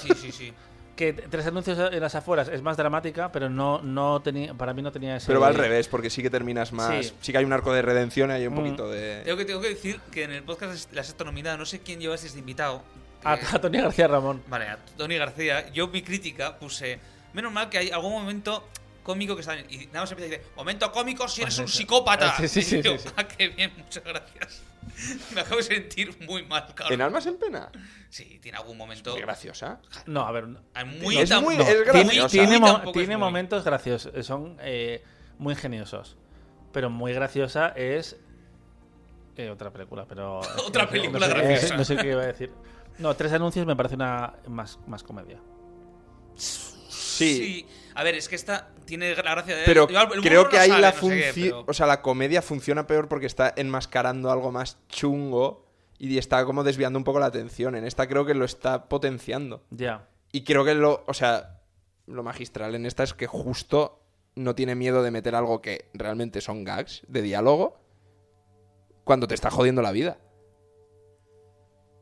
[SPEAKER 2] Sí, sí, sí.
[SPEAKER 4] Que t- tres anuncios en las afueras es más dramática, pero no, no tenía, para mí no tenía ese.
[SPEAKER 3] Pero va al revés, porque sí que terminas más.
[SPEAKER 4] Sí.
[SPEAKER 3] Sí, que hay un arco de redención y hay un
[SPEAKER 4] Mm.
[SPEAKER 3] poquito de.
[SPEAKER 2] Tengo que, tengo que decir que en el podcast de la sexta nominada, no sé quién llevas este invitado.
[SPEAKER 4] A,
[SPEAKER 2] que-
[SPEAKER 4] a Tony García Ramón.
[SPEAKER 2] Vale, a Tony García, yo mi crítica puse. Menos mal que hay algún momento cómico que está bien. Y nada más empieza a decir: Momento cómico si eres un psicópata.
[SPEAKER 4] Ah, Sí, sí, sí,
[SPEAKER 2] Y yo,
[SPEAKER 4] sí, sí.
[SPEAKER 2] "Ah, qué bien, muchas gracias. [laughs] Me acabo de sentir muy mal, cabrón.
[SPEAKER 3] ¿En almas en pena?
[SPEAKER 2] Sí, tiene algún momento.
[SPEAKER 3] Qué graciosa.
[SPEAKER 4] No, a ver. no-
[SPEAKER 2] Ah, Muy
[SPEAKER 3] Es
[SPEAKER 2] tam-
[SPEAKER 3] muy-
[SPEAKER 2] no,
[SPEAKER 3] es
[SPEAKER 2] muy-
[SPEAKER 3] graciosa.
[SPEAKER 2] muy
[SPEAKER 4] tiene, mo-
[SPEAKER 2] tampoco es
[SPEAKER 4] tiene
[SPEAKER 2] muy.
[SPEAKER 4] momentos graciosos, eh, son eh, muy ingeniosos. Pero muy graciosa es eh, otra película, pero
[SPEAKER 2] [laughs] Otra película
[SPEAKER 4] no sé,
[SPEAKER 2] graciosa.
[SPEAKER 4] No sé qué iba a decir. No, tres anuncios me parece una más, más comedia.
[SPEAKER 3] Sí.
[SPEAKER 2] Sí. A ver, es que esta tiene la gracia de.
[SPEAKER 3] Pero
[SPEAKER 2] el humor
[SPEAKER 3] creo
[SPEAKER 2] no
[SPEAKER 3] que ahí
[SPEAKER 2] sale,
[SPEAKER 3] la
[SPEAKER 2] no sé qué,
[SPEAKER 3] función.
[SPEAKER 2] pero-
[SPEAKER 3] O sea, la comedia funciona peor porque está enmascarando algo más chungo y está como desviando un poco la atención. En esta creo que lo está potenciando.
[SPEAKER 4] Ya.
[SPEAKER 3] Y creo que lo. O sea, lo magistral en esta es que justo no tiene miedo de meter algo que realmente son gags de diálogo cuando te está jodiendo la vida.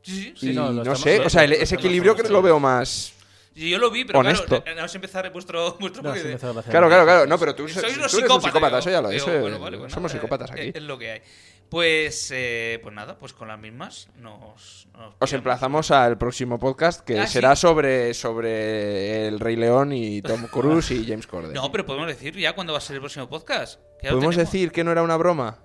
[SPEAKER 2] Sí, sí,
[SPEAKER 4] Sí,
[SPEAKER 3] y
[SPEAKER 4] no,
[SPEAKER 3] no,
[SPEAKER 4] lo estamos-
[SPEAKER 3] sé,
[SPEAKER 4] lo-
[SPEAKER 3] o sea, el-
[SPEAKER 4] lo
[SPEAKER 3] ese
[SPEAKER 4] estamos
[SPEAKER 3] equilibrio creo que lo
[SPEAKER 4] demostrando.
[SPEAKER 3] veo más.
[SPEAKER 2] Y Yo lo vi, pero
[SPEAKER 3] Honesto.
[SPEAKER 2] claro, no os empezar vuestro... vuestro
[SPEAKER 4] No,
[SPEAKER 2] porque
[SPEAKER 4] sí me
[SPEAKER 2] de-
[SPEAKER 4] hizo gracia.
[SPEAKER 3] Claro, claro, claro. No, pero tú,
[SPEAKER 2] Sois unos
[SPEAKER 3] tú eres
[SPEAKER 2] psicópatas.
[SPEAKER 3] un psicópata,
[SPEAKER 2] digo.
[SPEAKER 3] eso ya lo
[SPEAKER 2] Digo,
[SPEAKER 3] eso-
[SPEAKER 2] bueno, vale, pues
[SPEAKER 3] Somos
[SPEAKER 2] nada,
[SPEAKER 3] psicópatas
[SPEAKER 2] eh,
[SPEAKER 3] aquí.
[SPEAKER 2] Es lo que hay. Pues, eh, pues nada, pues con las mismas nos... nos
[SPEAKER 3] Os
[SPEAKER 2] piramos.
[SPEAKER 3] emplazamos al próximo podcast que
[SPEAKER 2] Ah, sí.
[SPEAKER 3] será sobre, sobre el Rey León
[SPEAKER 2] [laughs]
[SPEAKER 3] y Tom Cruise y James Corden.
[SPEAKER 2] No, pero podemos decir ya cuándo va a ser el próximo podcast. que ya lo
[SPEAKER 3] ¿Podemos
[SPEAKER 2] tenemos.
[SPEAKER 3] decir que no era una broma?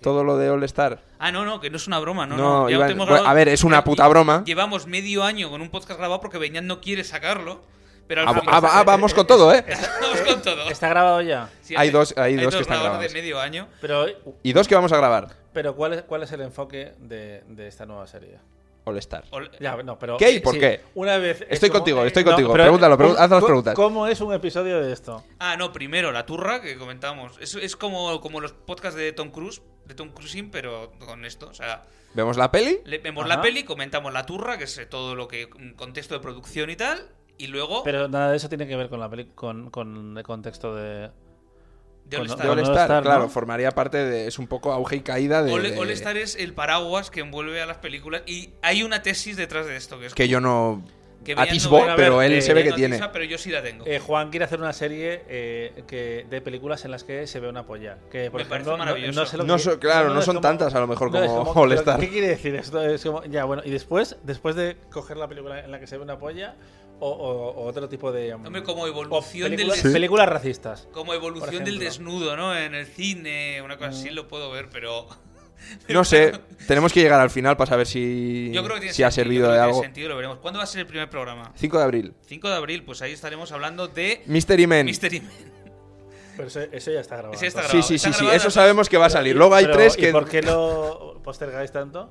[SPEAKER 3] Todo lo de All Star.
[SPEAKER 2] Ah, no, no, que no es una broma, no,
[SPEAKER 3] No,
[SPEAKER 2] no. ya lo
[SPEAKER 3] Iván,
[SPEAKER 2] tenemos
[SPEAKER 3] bueno,
[SPEAKER 2] grabado.
[SPEAKER 3] a ver, es una
[SPEAKER 2] Lle-
[SPEAKER 3] puta broma.
[SPEAKER 2] Llevamos medio año con un podcast grabado porque Beñat no quiere sacarlo. Pero al
[SPEAKER 3] Ah,
[SPEAKER 2] final-
[SPEAKER 3] ah, ah, vamos con todo, ¿eh?
[SPEAKER 2] [laughs] Vamos con todo.
[SPEAKER 4] Está grabado ya.
[SPEAKER 2] Sí,
[SPEAKER 3] hay
[SPEAKER 2] hace-
[SPEAKER 3] dos- hay dos que están
[SPEAKER 2] grabados de
[SPEAKER 3] grabados.
[SPEAKER 2] medio año.
[SPEAKER 4] Pero,
[SPEAKER 3] Y dos que vamos a grabar.
[SPEAKER 4] pero ¿cuál, es, ¿cuál es el enfoque de, de esta nueva serie?
[SPEAKER 3] All Star.
[SPEAKER 2] Ol-
[SPEAKER 4] Ya, no, pero,
[SPEAKER 3] ¿Qué y por
[SPEAKER 4] sí,
[SPEAKER 3] qué?
[SPEAKER 4] Una vez
[SPEAKER 3] Estoy
[SPEAKER 4] como-
[SPEAKER 3] contigo, estoy contigo.
[SPEAKER 4] pero-
[SPEAKER 3] Pregúntalo, pregu- haz las
[SPEAKER 4] ¿cómo-
[SPEAKER 3] preguntas.
[SPEAKER 4] ¿Cómo es un episodio de esto?
[SPEAKER 2] Ah, no, primero la turra que comentamos. Es, es como, como los podcasts de Tom Cruise, de Tom Cruising, pero con esto. O sea,
[SPEAKER 3] ¿Vemos la peli?
[SPEAKER 2] le- vemos
[SPEAKER 4] Ajá.
[SPEAKER 2] la peli, comentamos la turra, que es eh, todo lo que. un contexto de producción y tal. Y luego.
[SPEAKER 4] Pero nada de eso tiene que ver con la peli con, con el contexto de.
[SPEAKER 2] de All
[SPEAKER 4] con-
[SPEAKER 2] Star.
[SPEAKER 3] De All
[SPEAKER 4] All
[SPEAKER 3] Star,
[SPEAKER 4] Star, ¿no?
[SPEAKER 3] claro. Formaría parte de... Es un poco auge y caída de...
[SPEAKER 2] All,
[SPEAKER 3] de-
[SPEAKER 2] All Star es el paraguas que envuelve a las películas. Y hay una tesis detrás de esto, que es
[SPEAKER 3] Que yo no...
[SPEAKER 2] Que vean,
[SPEAKER 3] Atisbo,
[SPEAKER 2] no, a ver,
[SPEAKER 3] pero él
[SPEAKER 4] eh,
[SPEAKER 3] se ve
[SPEAKER 2] yo
[SPEAKER 3] que
[SPEAKER 2] no
[SPEAKER 3] tiene.
[SPEAKER 2] atiza, pero yo sí la tengo.
[SPEAKER 4] Eh, Juan quiere hacer una serie eh, que, de películas en las que se ve una polla. Que, por
[SPEAKER 2] Me parece
[SPEAKER 4] ejemplo, no-
[SPEAKER 2] maravilloso.
[SPEAKER 4] No, sé lo
[SPEAKER 3] No
[SPEAKER 4] que-
[SPEAKER 3] so- claro, no
[SPEAKER 4] es
[SPEAKER 3] son tantas, a lo mejor,
[SPEAKER 4] es
[SPEAKER 3] como [laughs] All
[SPEAKER 4] pero
[SPEAKER 3] Star.
[SPEAKER 4] ¿Qué quiere decir esto? Es como, ya, bueno, y después, después de coger la película en la que se ve una polla, o, o- o otro tipo de. um,
[SPEAKER 2] Hombre, como
[SPEAKER 4] o
[SPEAKER 2] evolución del-
[SPEAKER 4] películas,
[SPEAKER 2] Sí.
[SPEAKER 4] películas racistas.
[SPEAKER 2] Como evolución
[SPEAKER 4] por
[SPEAKER 2] del
[SPEAKER 4] ejemplo. Mm.
[SPEAKER 2] desnudo, ¿no? En el cine, una cosa así lo puedo ver, pero.
[SPEAKER 3] No sé. Tenemos que llegar al final para saber si...
[SPEAKER 2] Yo creo que tiene
[SPEAKER 3] si ha
[SPEAKER 2] sentido,
[SPEAKER 3] servido de
[SPEAKER 2] tiene
[SPEAKER 3] algo.
[SPEAKER 2] sentido, lo veremos. ¿Cuándo va a ser el primer programa?
[SPEAKER 3] 5 de abril.
[SPEAKER 2] 5 de abril, pues ahí estaremos hablando de.
[SPEAKER 3] Mystery Men.
[SPEAKER 2] Mystery Men.
[SPEAKER 4] Pero eso, eso ya está grabado.
[SPEAKER 2] Ese está
[SPEAKER 3] Sí,
[SPEAKER 2] grabado.
[SPEAKER 3] sí, sí, sí.
[SPEAKER 2] grabado
[SPEAKER 3] Eso
[SPEAKER 2] las-
[SPEAKER 3] sabemos que va a salir. Luego hay
[SPEAKER 4] Pero,
[SPEAKER 3] tres
[SPEAKER 4] ¿y
[SPEAKER 3] que...
[SPEAKER 4] ¿Por qué lo postergáis tanto?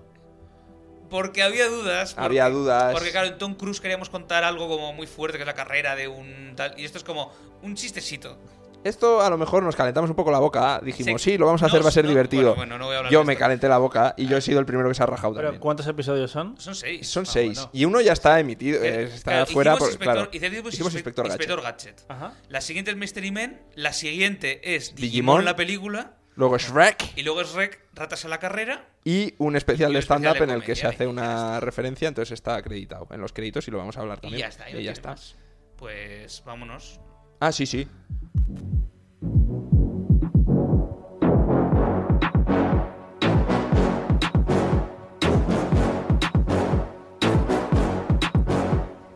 [SPEAKER 2] Porque había dudas. porque-
[SPEAKER 3] Había dudas.
[SPEAKER 2] Porque, claro, en Tom Cruise queríamos contar algo como muy fuerte, que es la carrera de un tal. Y esto es como un chistecito.
[SPEAKER 3] Esto a lo mejor nos calentamos un poco la boca. Dijimos,
[SPEAKER 2] Sí.
[SPEAKER 3] sí, lo vamos a hacer,
[SPEAKER 2] No,
[SPEAKER 3] va a ser
[SPEAKER 2] no,
[SPEAKER 3] divertido.
[SPEAKER 2] bueno, bueno, no voy a hablar
[SPEAKER 3] yo
[SPEAKER 2] de
[SPEAKER 3] me
[SPEAKER 2] esto.
[SPEAKER 3] calenté la boca y yo he sido el primero que se ha rajado
[SPEAKER 4] Pero,
[SPEAKER 3] también.
[SPEAKER 4] ¿Cuántos episodios son?
[SPEAKER 2] Son seis.
[SPEAKER 3] Son
[SPEAKER 2] Ah,
[SPEAKER 3] seis.
[SPEAKER 2] bueno.
[SPEAKER 3] Y uno ya está emitido,
[SPEAKER 2] Pero,
[SPEAKER 3] eh, está
[SPEAKER 2] claro,
[SPEAKER 3] fuera.
[SPEAKER 2] hicimos
[SPEAKER 3] Por,
[SPEAKER 2] Inspector-
[SPEAKER 3] claro.
[SPEAKER 2] hicimos
[SPEAKER 3] Hicimos
[SPEAKER 2] Inspe-
[SPEAKER 3] Inspector Gadget.
[SPEAKER 2] Inspector Gadget.
[SPEAKER 4] Ajá.
[SPEAKER 2] La siguiente es Mystery Men, la siguiente es Digimon,
[SPEAKER 3] Digimon.
[SPEAKER 2] la película,
[SPEAKER 3] Luego Shrek
[SPEAKER 2] y luego es Rec, Ratas a la carrera.
[SPEAKER 3] y un
[SPEAKER 2] Y
[SPEAKER 3] especial
[SPEAKER 2] un
[SPEAKER 3] de
[SPEAKER 2] especial
[SPEAKER 3] stand-up
[SPEAKER 2] de
[SPEAKER 3] en el que se
[SPEAKER 2] comedia,
[SPEAKER 3] hace
[SPEAKER 2] y ya
[SPEAKER 3] una referencia, entonces está acreditado en los créditos y lo vamos a hablar también.
[SPEAKER 2] Y ya está. y no
[SPEAKER 3] ya
[SPEAKER 2] tiene
[SPEAKER 3] está.
[SPEAKER 2] más. Pues vámonos.
[SPEAKER 3] Ah, sí, sí.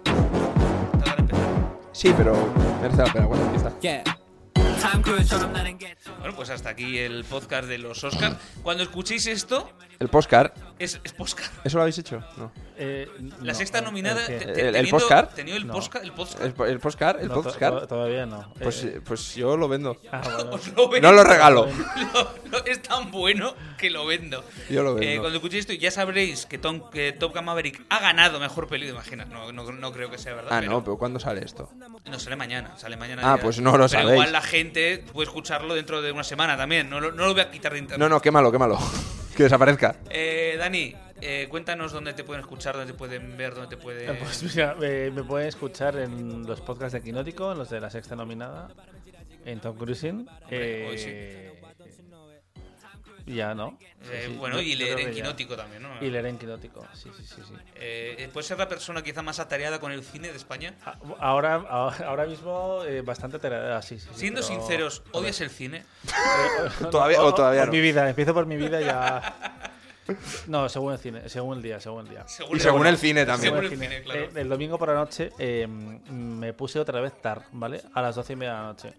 [SPEAKER 2] Tardan en empezar.
[SPEAKER 3] Sí, pero merece la pena cuando empieza.
[SPEAKER 2] Bueno, pues hasta aquí el podcast de los Oscars. Cuando escuchéis esto,
[SPEAKER 3] El postcard.
[SPEAKER 2] es, es podcast.
[SPEAKER 3] ¿Eso lo habéis hecho? No.
[SPEAKER 4] Eh,
[SPEAKER 2] La
[SPEAKER 4] no,
[SPEAKER 2] sexta
[SPEAKER 4] el-
[SPEAKER 2] nominada.
[SPEAKER 4] el
[SPEAKER 2] te-
[SPEAKER 4] cien.
[SPEAKER 2] te-
[SPEAKER 3] ¿El- el
[SPEAKER 2] teniendo-
[SPEAKER 3] Postcard?
[SPEAKER 2] tenido el
[SPEAKER 4] No.
[SPEAKER 2] Postcard. El Postcard.
[SPEAKER 3] ¿El, po- el postcard? ¿El
[SPEAKER 4] No, to-
[SPEAKER 3] postcard?
[SPEAKER 4] to- todavía no.
[SPEAKER 3] [laughs] Pues,
[SPEAKER 4] Eh,
[SPEAKER 3] eh, pues yo lo vendo.
[SPEAKER 4] ah,
[SPEAKER 2] [laughs]
[SPEAKER 4] bueno. [laughs]
[SPEAKER 2] Os lo
[SPEAKER 3] No lo
[SPEAKER 2] vendo.
[SPEAKER 3] regalo.
[SPEAKER 2] [laughs] Lo- lo- es tan bueno que lo vendo.
[SPEAKER 3] Yo lo
[SPEAKER 2] Eh,
[SPEAKER 3] vendo.
[SPEAKER 2] cuando escuchéis esto ya sabréis que, Tom, que Top Gun Maverick ha ganado mejor película. Imagina, no, no, no creo que sea verdad.
[SPEAKER 3] Ah,
[SPEAKER 2] pero
[SPEAKER 3] no, pero ¿cuándo sale esto?
[SPEAKER 2] No sale mañana, sale mañana.
[SPEAKER 3] Ah,
[SPEAKER 2] ya.
[SPEAKER 3] pues no lo
[SPEAKER 2] Pero
[SPEAKER 3] sabéis.
[SPEAKER 2] Igual la gente puede escucharlo dentro de una semana también. No lo, no lo voy a quitar de internet.
[SPEAKER 3] No, no, quémalo, quémalo. [laughs] que desaparezca.
[SPEAKER 2] Eh, Dani, eh, cuéntanos dónde te pueden escuchar, dónde te pueden ver, dónde te pueden.
[SPEAKER 4] Pues mira, eh, me pueden escuchar en los podcasts de Quinótico, en los de la sexta nominada, en Tom Cruising.
[SPEAKER 2] Hombre, hoy sí.
[SPEAKER 4] eh, Ya, ¿no?
[SPEAKER 2] Eh,
[SPEAKER 4] Sí, sí,
[SPEAKER 2] bueno,
[SPEAKER 4] yo-
[SPEAKER 2] y
[SPEAKER 4] yo
[SPEAKER 2] leer
[SPEAKER 4] creo
[SPEAKER 2] en
[SPEAKER 4] que ya.
[SPEAKER 2] quinótico también, ¿no?
[SPEAKER 4] Y leer en Quinótico, sí, sí, sí. sí.
[SPEAKER 2] Eh, ¿Puedes ser la persona quizá más atareada con el cine de España?
[SPEAKER 4] A- Ah, Ahora, ahora ahora mismo, eh, bastante tarea, sí, sí, sí,
[SPEAKER 2] Siendo
[SPEAKER 4] pero-
[SPEAKER 2] sinceros, ¿odias el cine?
[SPEAKER 3] Todavía- o todavía
[SPEAKER 4] por
[SPEAKER 3] no.
[SPEAKER 4] mi vida, empiezo por mi vida ya. [laughs] No, según el cine, según el día, según el día.
[SPEAKER 3] Y según el cine también.
[SPEAKER 2] Según
[SPEAKER 4] Según
[SPEAKER 2] el cine, claro.
[SPEAKER 4] Eh, el domingo por la noche eh, me puse otra vez TAR, ¿vale? A las doce y media de la noche.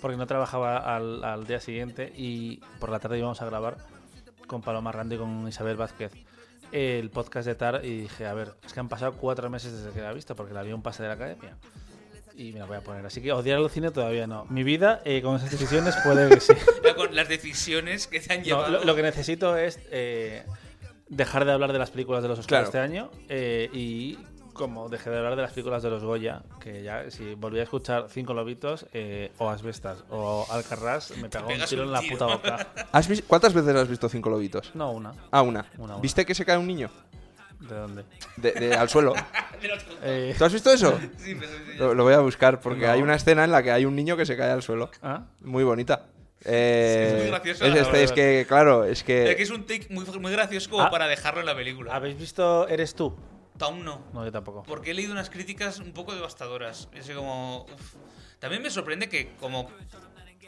[SPEAKER 4] Porque no trabajaba al, al día siguiente y por la tarde íbamos a grabar con Paloma Rando y con Isabel Vázquez el podcast de TAR y dije, a ver, es que han pasado cuatro meses desde que la he visto porque la vi en un pase de la academia. Y me la voy a poner. Así que odiar al cine todavía no. Mi vida eh, con esas decisiones puede que sí.
[SPEAKER 2] [laughs] Ya Con las decisiones que te han
[SPEAKER 4] No,
[SPEAKER 2] llevado.
[SPEAKER 4] lo, lo que necesito es eh, dejar de hablar de las películas de los Oscars
[SPEAKER 3] Claro.
[SPEAKER 4] este año eh, y como dejé de hablar de las películas de los Goya, que ya si volví a escuchar Cinco Lobitos eh, o Asbestas o Alcarrás, me pegó un
[SPEAKER 2] pegas
[SPEAKER 4] tiro
[SPEAKER 2] un
[SPEAKER 4] en la
[SPEAKER 2] tiro.
[SPEAKER 4] puta boca.
[SPEAKER 3] ¿Has vis- ¿Cuántas veces has visto Cinco Lobitos?
[SPEAKER 4] No una.
[SPEAKER 3] Ah, una.
[SPEAKER 4] Una, una.
[SPEAKER 3] ¿Viste que se cae un niño?
[SPEAKER 4] ¿De dónde?
[SPEAKER 3] De- de- al suelo.
[SPEAKER 2] Mira, tú.
[SPEAKER 4] Eh,
[SPEAKER 3] ¿Tú has visto eso?
[SPEAKER 2] [laughs] Sí, pero sí,
[SPEAKER 3] Lo, lo voy a buscar porque
[SPEAKER 4] No.
[SPEAKER 3] hay una escena en la que hay un niño que se cae al suelo.
[SPEAKER 4] ¿ah?
[SPEAKER 3] Muy bonita. Eh,
[SPEAKER 2] Sí, es muy graciosa,
[SPEAKER 3] es,
[SPEAKER 2] la
[SPEAKER 3] este- es
[SPEAKER 2] verdad.
[SPEAKER 3] que, claro, es
[SPEAKER 2] Es que
[SPEAKER 3] que.
[SPEAKER 2] es un take muy, muy gracioso como
[SPEAKER 4] Ah.
[SPEAKER 2] para dejarlo en la película.
[SPEAKER 4] ¿Habéis visto Eres tú?
[SPEAKER 2] Aún no.
[SPEAKER 4] No, yo tampoco.
[SPEAKER 2] Porque he leído unas críticas un poco devastadoras. Y Así como. uf. También me sorprende que, como.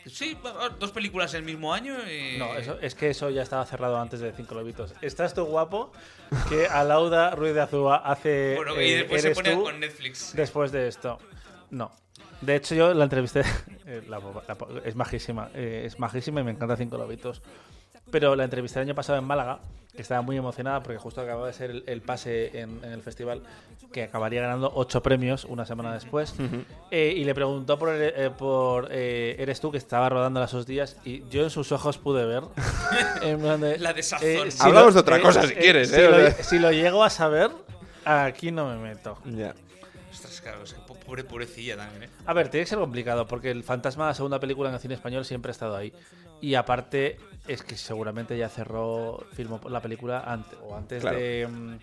[SPEAKER 2] Sí, va- dos películas el mismo año. eh,
[SPEAKER 4] No, eso- es que eso ya estaba cerrado antes de Cinco Lobitos. Estás tú guapo que Alauda Ruiz de Azúa hace.
[SPEAKER 2] Bueno, y
[SPEAKER 4] eh,
[SPEAKER 2] después se
[SPEAKER 4] Eres
[SPEAKER 2] pone
[SPEAKER 4] tú
[SPEAKER 2] con Netflix.
[SPEAKER 4] Después de esto. No. De hecho, yo la entrevisté. [laughs] eh, la boba- la po- es majísima. eh, es majísima y me encanta Cinco Lobitos. Pero la entrevisté el año pasado en Málaga, que estaba muy emocionada porque justo acababa de ser el, el pase en, en el festival, que acabaría ganando ocho premios una semana después. Eh, y le preguntó por, eh, por eh, Eres tú, que estaba rodando las dos días, y yo en sus ojos pude ver. [laughs] en plan de, eh,
[SPEAKER 2] La desazón.
[SPEAKER 3] Hablamos de otra cosa, si quieres,
[SPEAKER 4] Si,
[SPEAKER 3] eh, o
[SPEAKER 4] lo,
[SPEAKER 3] sea.
[SPEAKER 4] si lo llego a saber, aquí no me meto.
[SPEAKER 3] Ya.
[SPEAKER 2] Ostras, claro, o sea, po- pobre, pobrecilla también, ¿eh?
[SPEAKER 4] A ver, tiene que ser complicado, porque el fantasma de la segunda película en el cine español siempre ha estado ahí. Y aparte, es que seguramente ya cerró, filmó la película antes, o antes
[SPEAKER 3] Claro.
[SPEAKER 4] de, mm,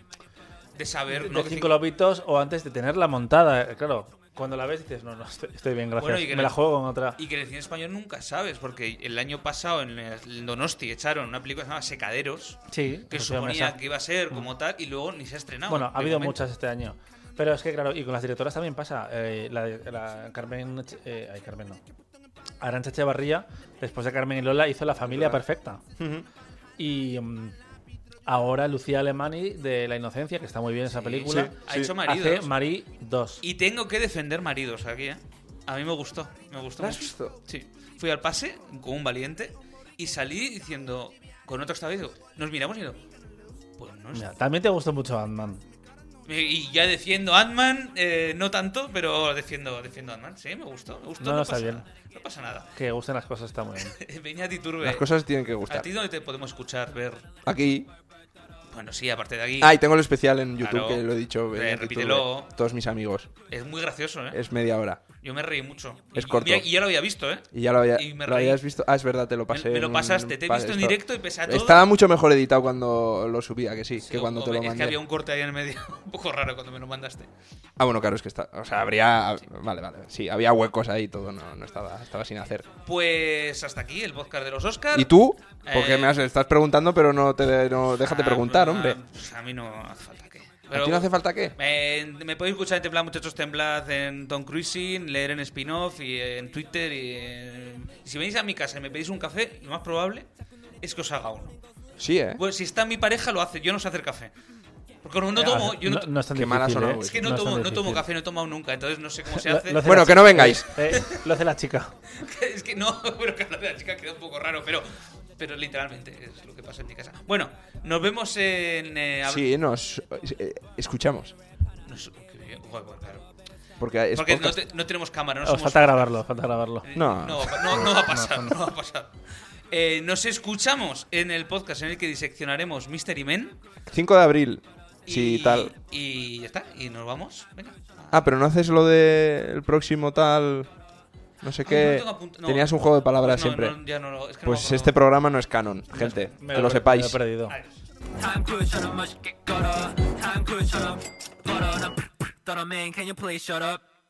[SPEAKER 2] De saber.
[SPEAKER 4] de
[SPEAKER 2] no, que
[SPEAKER 4] Cinco Lobitos o antes de tenerla montada. Eh, Claro, cuando la ves dices, no, no, estoy, estoy bien, gracias.
[SPEAKER 2] Bueno, y que no-
[SPEAKER 4] Me la juego con otra.
[SPEAKER 2] Y que en el cine español nunca sabes, porque el año pasado en el Donosti echaron una película que se llama Secaderos,
[SPEAKER 4] Sí,
[SPEAKER 2] que
[SPEAKER 4] pues yo me
[SPEAKER 2] suponía
[SPEAKER 4] sa-
[SPEAKER 2] que iba a ser como tal, y luego ni se ha estrenado.
[SPEAKER 4] Bueno,
[SPEAKER 2] de
[SPEAKER 4] ha habido
[SPEAKER 2] momento.
[SPEAKER 4] muchas este año. Pero es que, claro, y con las directivas también pasa. Eh, la, la Carmen. eh, ay, Carmen no. Arancha Echevarría, después de Carmen y Lola, hizo La Familia Perfecta. Y. mm, Ahora Lucía Alemani de La Inocencia, que está muy bien esa película,
[SPEAKER 2] Ha hecho
[SPEAKER 4] hace
[SPEAKER 2] maridos.
[SPEAKER 4] Marí 2.
[SPEAKER 2] Y tengo que defender maridos aquí, ¿eh? A mí me gustó, me gustó.
[SPEAKER 3] ¿La has
[SPEAKER 2] mucho.
[SPEAKER 3] visto?
[SPEAKER 2] Sí. Fui al pase con un valiente y salí diciendo, con otro estaba digo, nos miramos y digo, pues no sé.
[SPEAKER 4] Mira, también te gustó mucho Batman.
[SPEAKER 2] Y ya defiendo Ant-Man, eh, no tanto, pero defiendo, defiendo Ant-Man. Sí, me gustó, me gustó.
[SPEAKER 4] No,
[SPEAKER 2] No,
[SPEAKER 4] no, está
[SPEAKER 2] pasa
[SPEAKER 4] bien.
[SPEAKER 2] nada. No pasa nada.
[SPEAKER 4] Que gusten las cosas, está muy
[SPEAKER 2] [laughs]
[SPEAKER 4] bien.
[SPEAKER 2] Venía a ti, Turbe.
[SPEAKER 3] Las cosas tienen que
[SPEAKER 2] ¿A
[SPEAKER 3] gustar.
[SPEAKER 2] ti dónde te podemos escuchar, ver?
[SPEAKER 3] Aquí.
[SPEAKER 2] Bueno, sí, aparte de aquí.
[SPEAKER 3] Ah, y tengo el especial en YouTube
[SPEAKER 2] Claro.
[SPEAKER 3] que lo he dicho.
[SPEAKER 2] Eh,
[SPEAKER 3] en YouTube,
[SPEAKER 2] repítelo.
[SPEAKER 3] eh, Todos mis amigos.
[SPEAKER 2] Es muy gracioso, ¿eh?
[SPEAKER 3] Es media hora.
[SPEAKER 2] Yo me reí mucho.
[SPEAKER 3] Es
[SPEAKER 2] y,
[SPEAKER 3] corto.
[SPEAKER 2] mira, Y ya lo había visto, ¿eh?
[SPEAKER 3] Y ya lo, había,
[SPEAKER 2] Y me
[SPEAKER 3] lo
[SPEAKER 2] reí.
[SPEAKER 3] habías visto. Ah, es verdad, te lo pasé.
[SPEAKER 2] Me- me lo
[SPEAKER 3] en un
[SPEAKER 2] pasaste, te he
[SPEAKER 3] pa-
[SPEAKER 2] visto en
[SPEAKER 3] esto.
[SPEAKER 2] directo y pese a todo-
[SPEAKER 3] Estaba mucho mejor editado cuando lo subía, que sí, que
[SPEAKER 2] O-
[SPEAKER 3] cuando
[SPEAKER 2] o
[SPEAKER 3] te
[SPEAKER 2] me-
[SPEAKER 3] lo
[SPEAKER 2] es
[SPEAKER 3] mandé.
[SPEAKER 2] que había un corte ahí en el medio [laughs] un poco raro cuando me lo mandaste.
[SPEAKER 3] Ah, bueno, claro, es que está. O sea, habría. Vale, vale. Sí, había huecos ahí y todo. No, no estaba, estaba sin hacer.
[SPEAKER 2] Pues hasta aquí el podcast de los Oscars.
[SPEAKER 3] ¿Y tú? Porque
[SPEAKER 2] Eh,
[SPEAKER 3] me has- estás preguntando, pero no te no, déjate
[SPEAKER 2] Ah,
[SPEAKER 3] preguntar,
[SPEAKER 2] pues,
[SPEAKER 3] hombre.
[SPEAKER 2] ah, pues, a mí no hace falta que.
[SPEAKER 3] ¿A ti no hace falta qué?
[SPEAKER 2] Eh, me podéis escuchar en Temblad, muchachos, Temblad, en Tom Cruising, leer en Spin-Off y en Twitter. Y en- Si venís a mi casa y me pedís un café, lo más probable es que os haga uno.
[SPEAKER 3] Sí, ¿eh?
[SPEAKER 2] Pues si está mi pareja, lo hace. Yo no sé hacer café. Porque no tomo. Yo no,
[SPEAKER 4] Ah, no, no es tan
[SPEAKER 3] Qué malas
[SPEAKER 4] difícil,
[SPEAKER 3] son
[SPEAKER 4] ¿eh?
[SPEAKER 3] hoy.
[SPEAKER 2] es que no,
[SPEAKER 4] es tan
[SPEAKER 2] tomo, no tomo
[SPEAKER 4] difícil.
[SPEAKER 2] café, no he tomado nunca. Entonces no sé cómo se
[SPEAKER 4] Lo-
[SPEAKER 2] hace. [laughs]
[SPEAKER 4] lo hace
[SPEAKER 3] Bueno,
[SPEAKER 4] la
[SPEAKER 3] que no
[SPEAKER 4] chica.
[SPEAKER 3] vengáis.
[SPEAKER 4] Eh, lo hace la chica.
[SPEAKER 2] es que no, [laughs] pero que hablar de la chica queda un poco raro, pero, pero literalmente es lo que pasa en mi casa. Bueno, nos vemos en. eh, habl-
[SPEAKER 3] Sí, nos eh, escuchamos.
[SPEAKER 2] Nos- qué bien, joder, bueno, claro.
[SPEAKER 3] Porque es
[SPEAKER 2] Porque no,
[SPEAKER 3] podcast.
[SPEAKER 2] te- no tenemos cámara, no
[SPEAKER 4] Os
[SPEAKER 2] somos-
[SPEAKER 4] falta grabarlo, falta grabarlo.
[SPEAKER 2] eh,
[SPEAKER 3] No.
[SPEAKER 2] No, va- no- no va a pasar, no va a pasar. Eh, nos escuchamos en el podcast en el que diseccionaremos Mystery Men.
[SPEAKER 3] 5 de abril.
[SPEAKER 2] y-
[SPEAKER 3] Sí, tal.
[SPEAKER 2] Y ya está, y nos vamos. Venga.
[SPEAKER 3] Ah, pero no haces lo del próximo tal. No sé qué.
[SPEAKER 2] Ah, no tengo apunt- no. pues
[SPEAKER 3] Tenías un juego de palabras
[SPEAKER 2] No,
[SPEAKER 3] siempre.
[SPEAKER 2] no, ya no lo- es que no
[SPEAKER 3] Pues
[SPEAKER 2] me
[SPEAKER 3] este
[SPEAKER 2] acuerdo.
[SPEAKER 3] programa no es canon, gente.
[SPEAKER 4] Me
[SPEAKER 3] Que lo
[SPEAKER 4] he-
[SPEAKER 3] sepáis.
[SPEAKER 4] Me lo he perdido.
[SPEAKER 2] Adiós.
[SPEAKER 8] time cruise on a much get caught up. Time cruise on a caught on a. Thought I'm in, can you please shut up?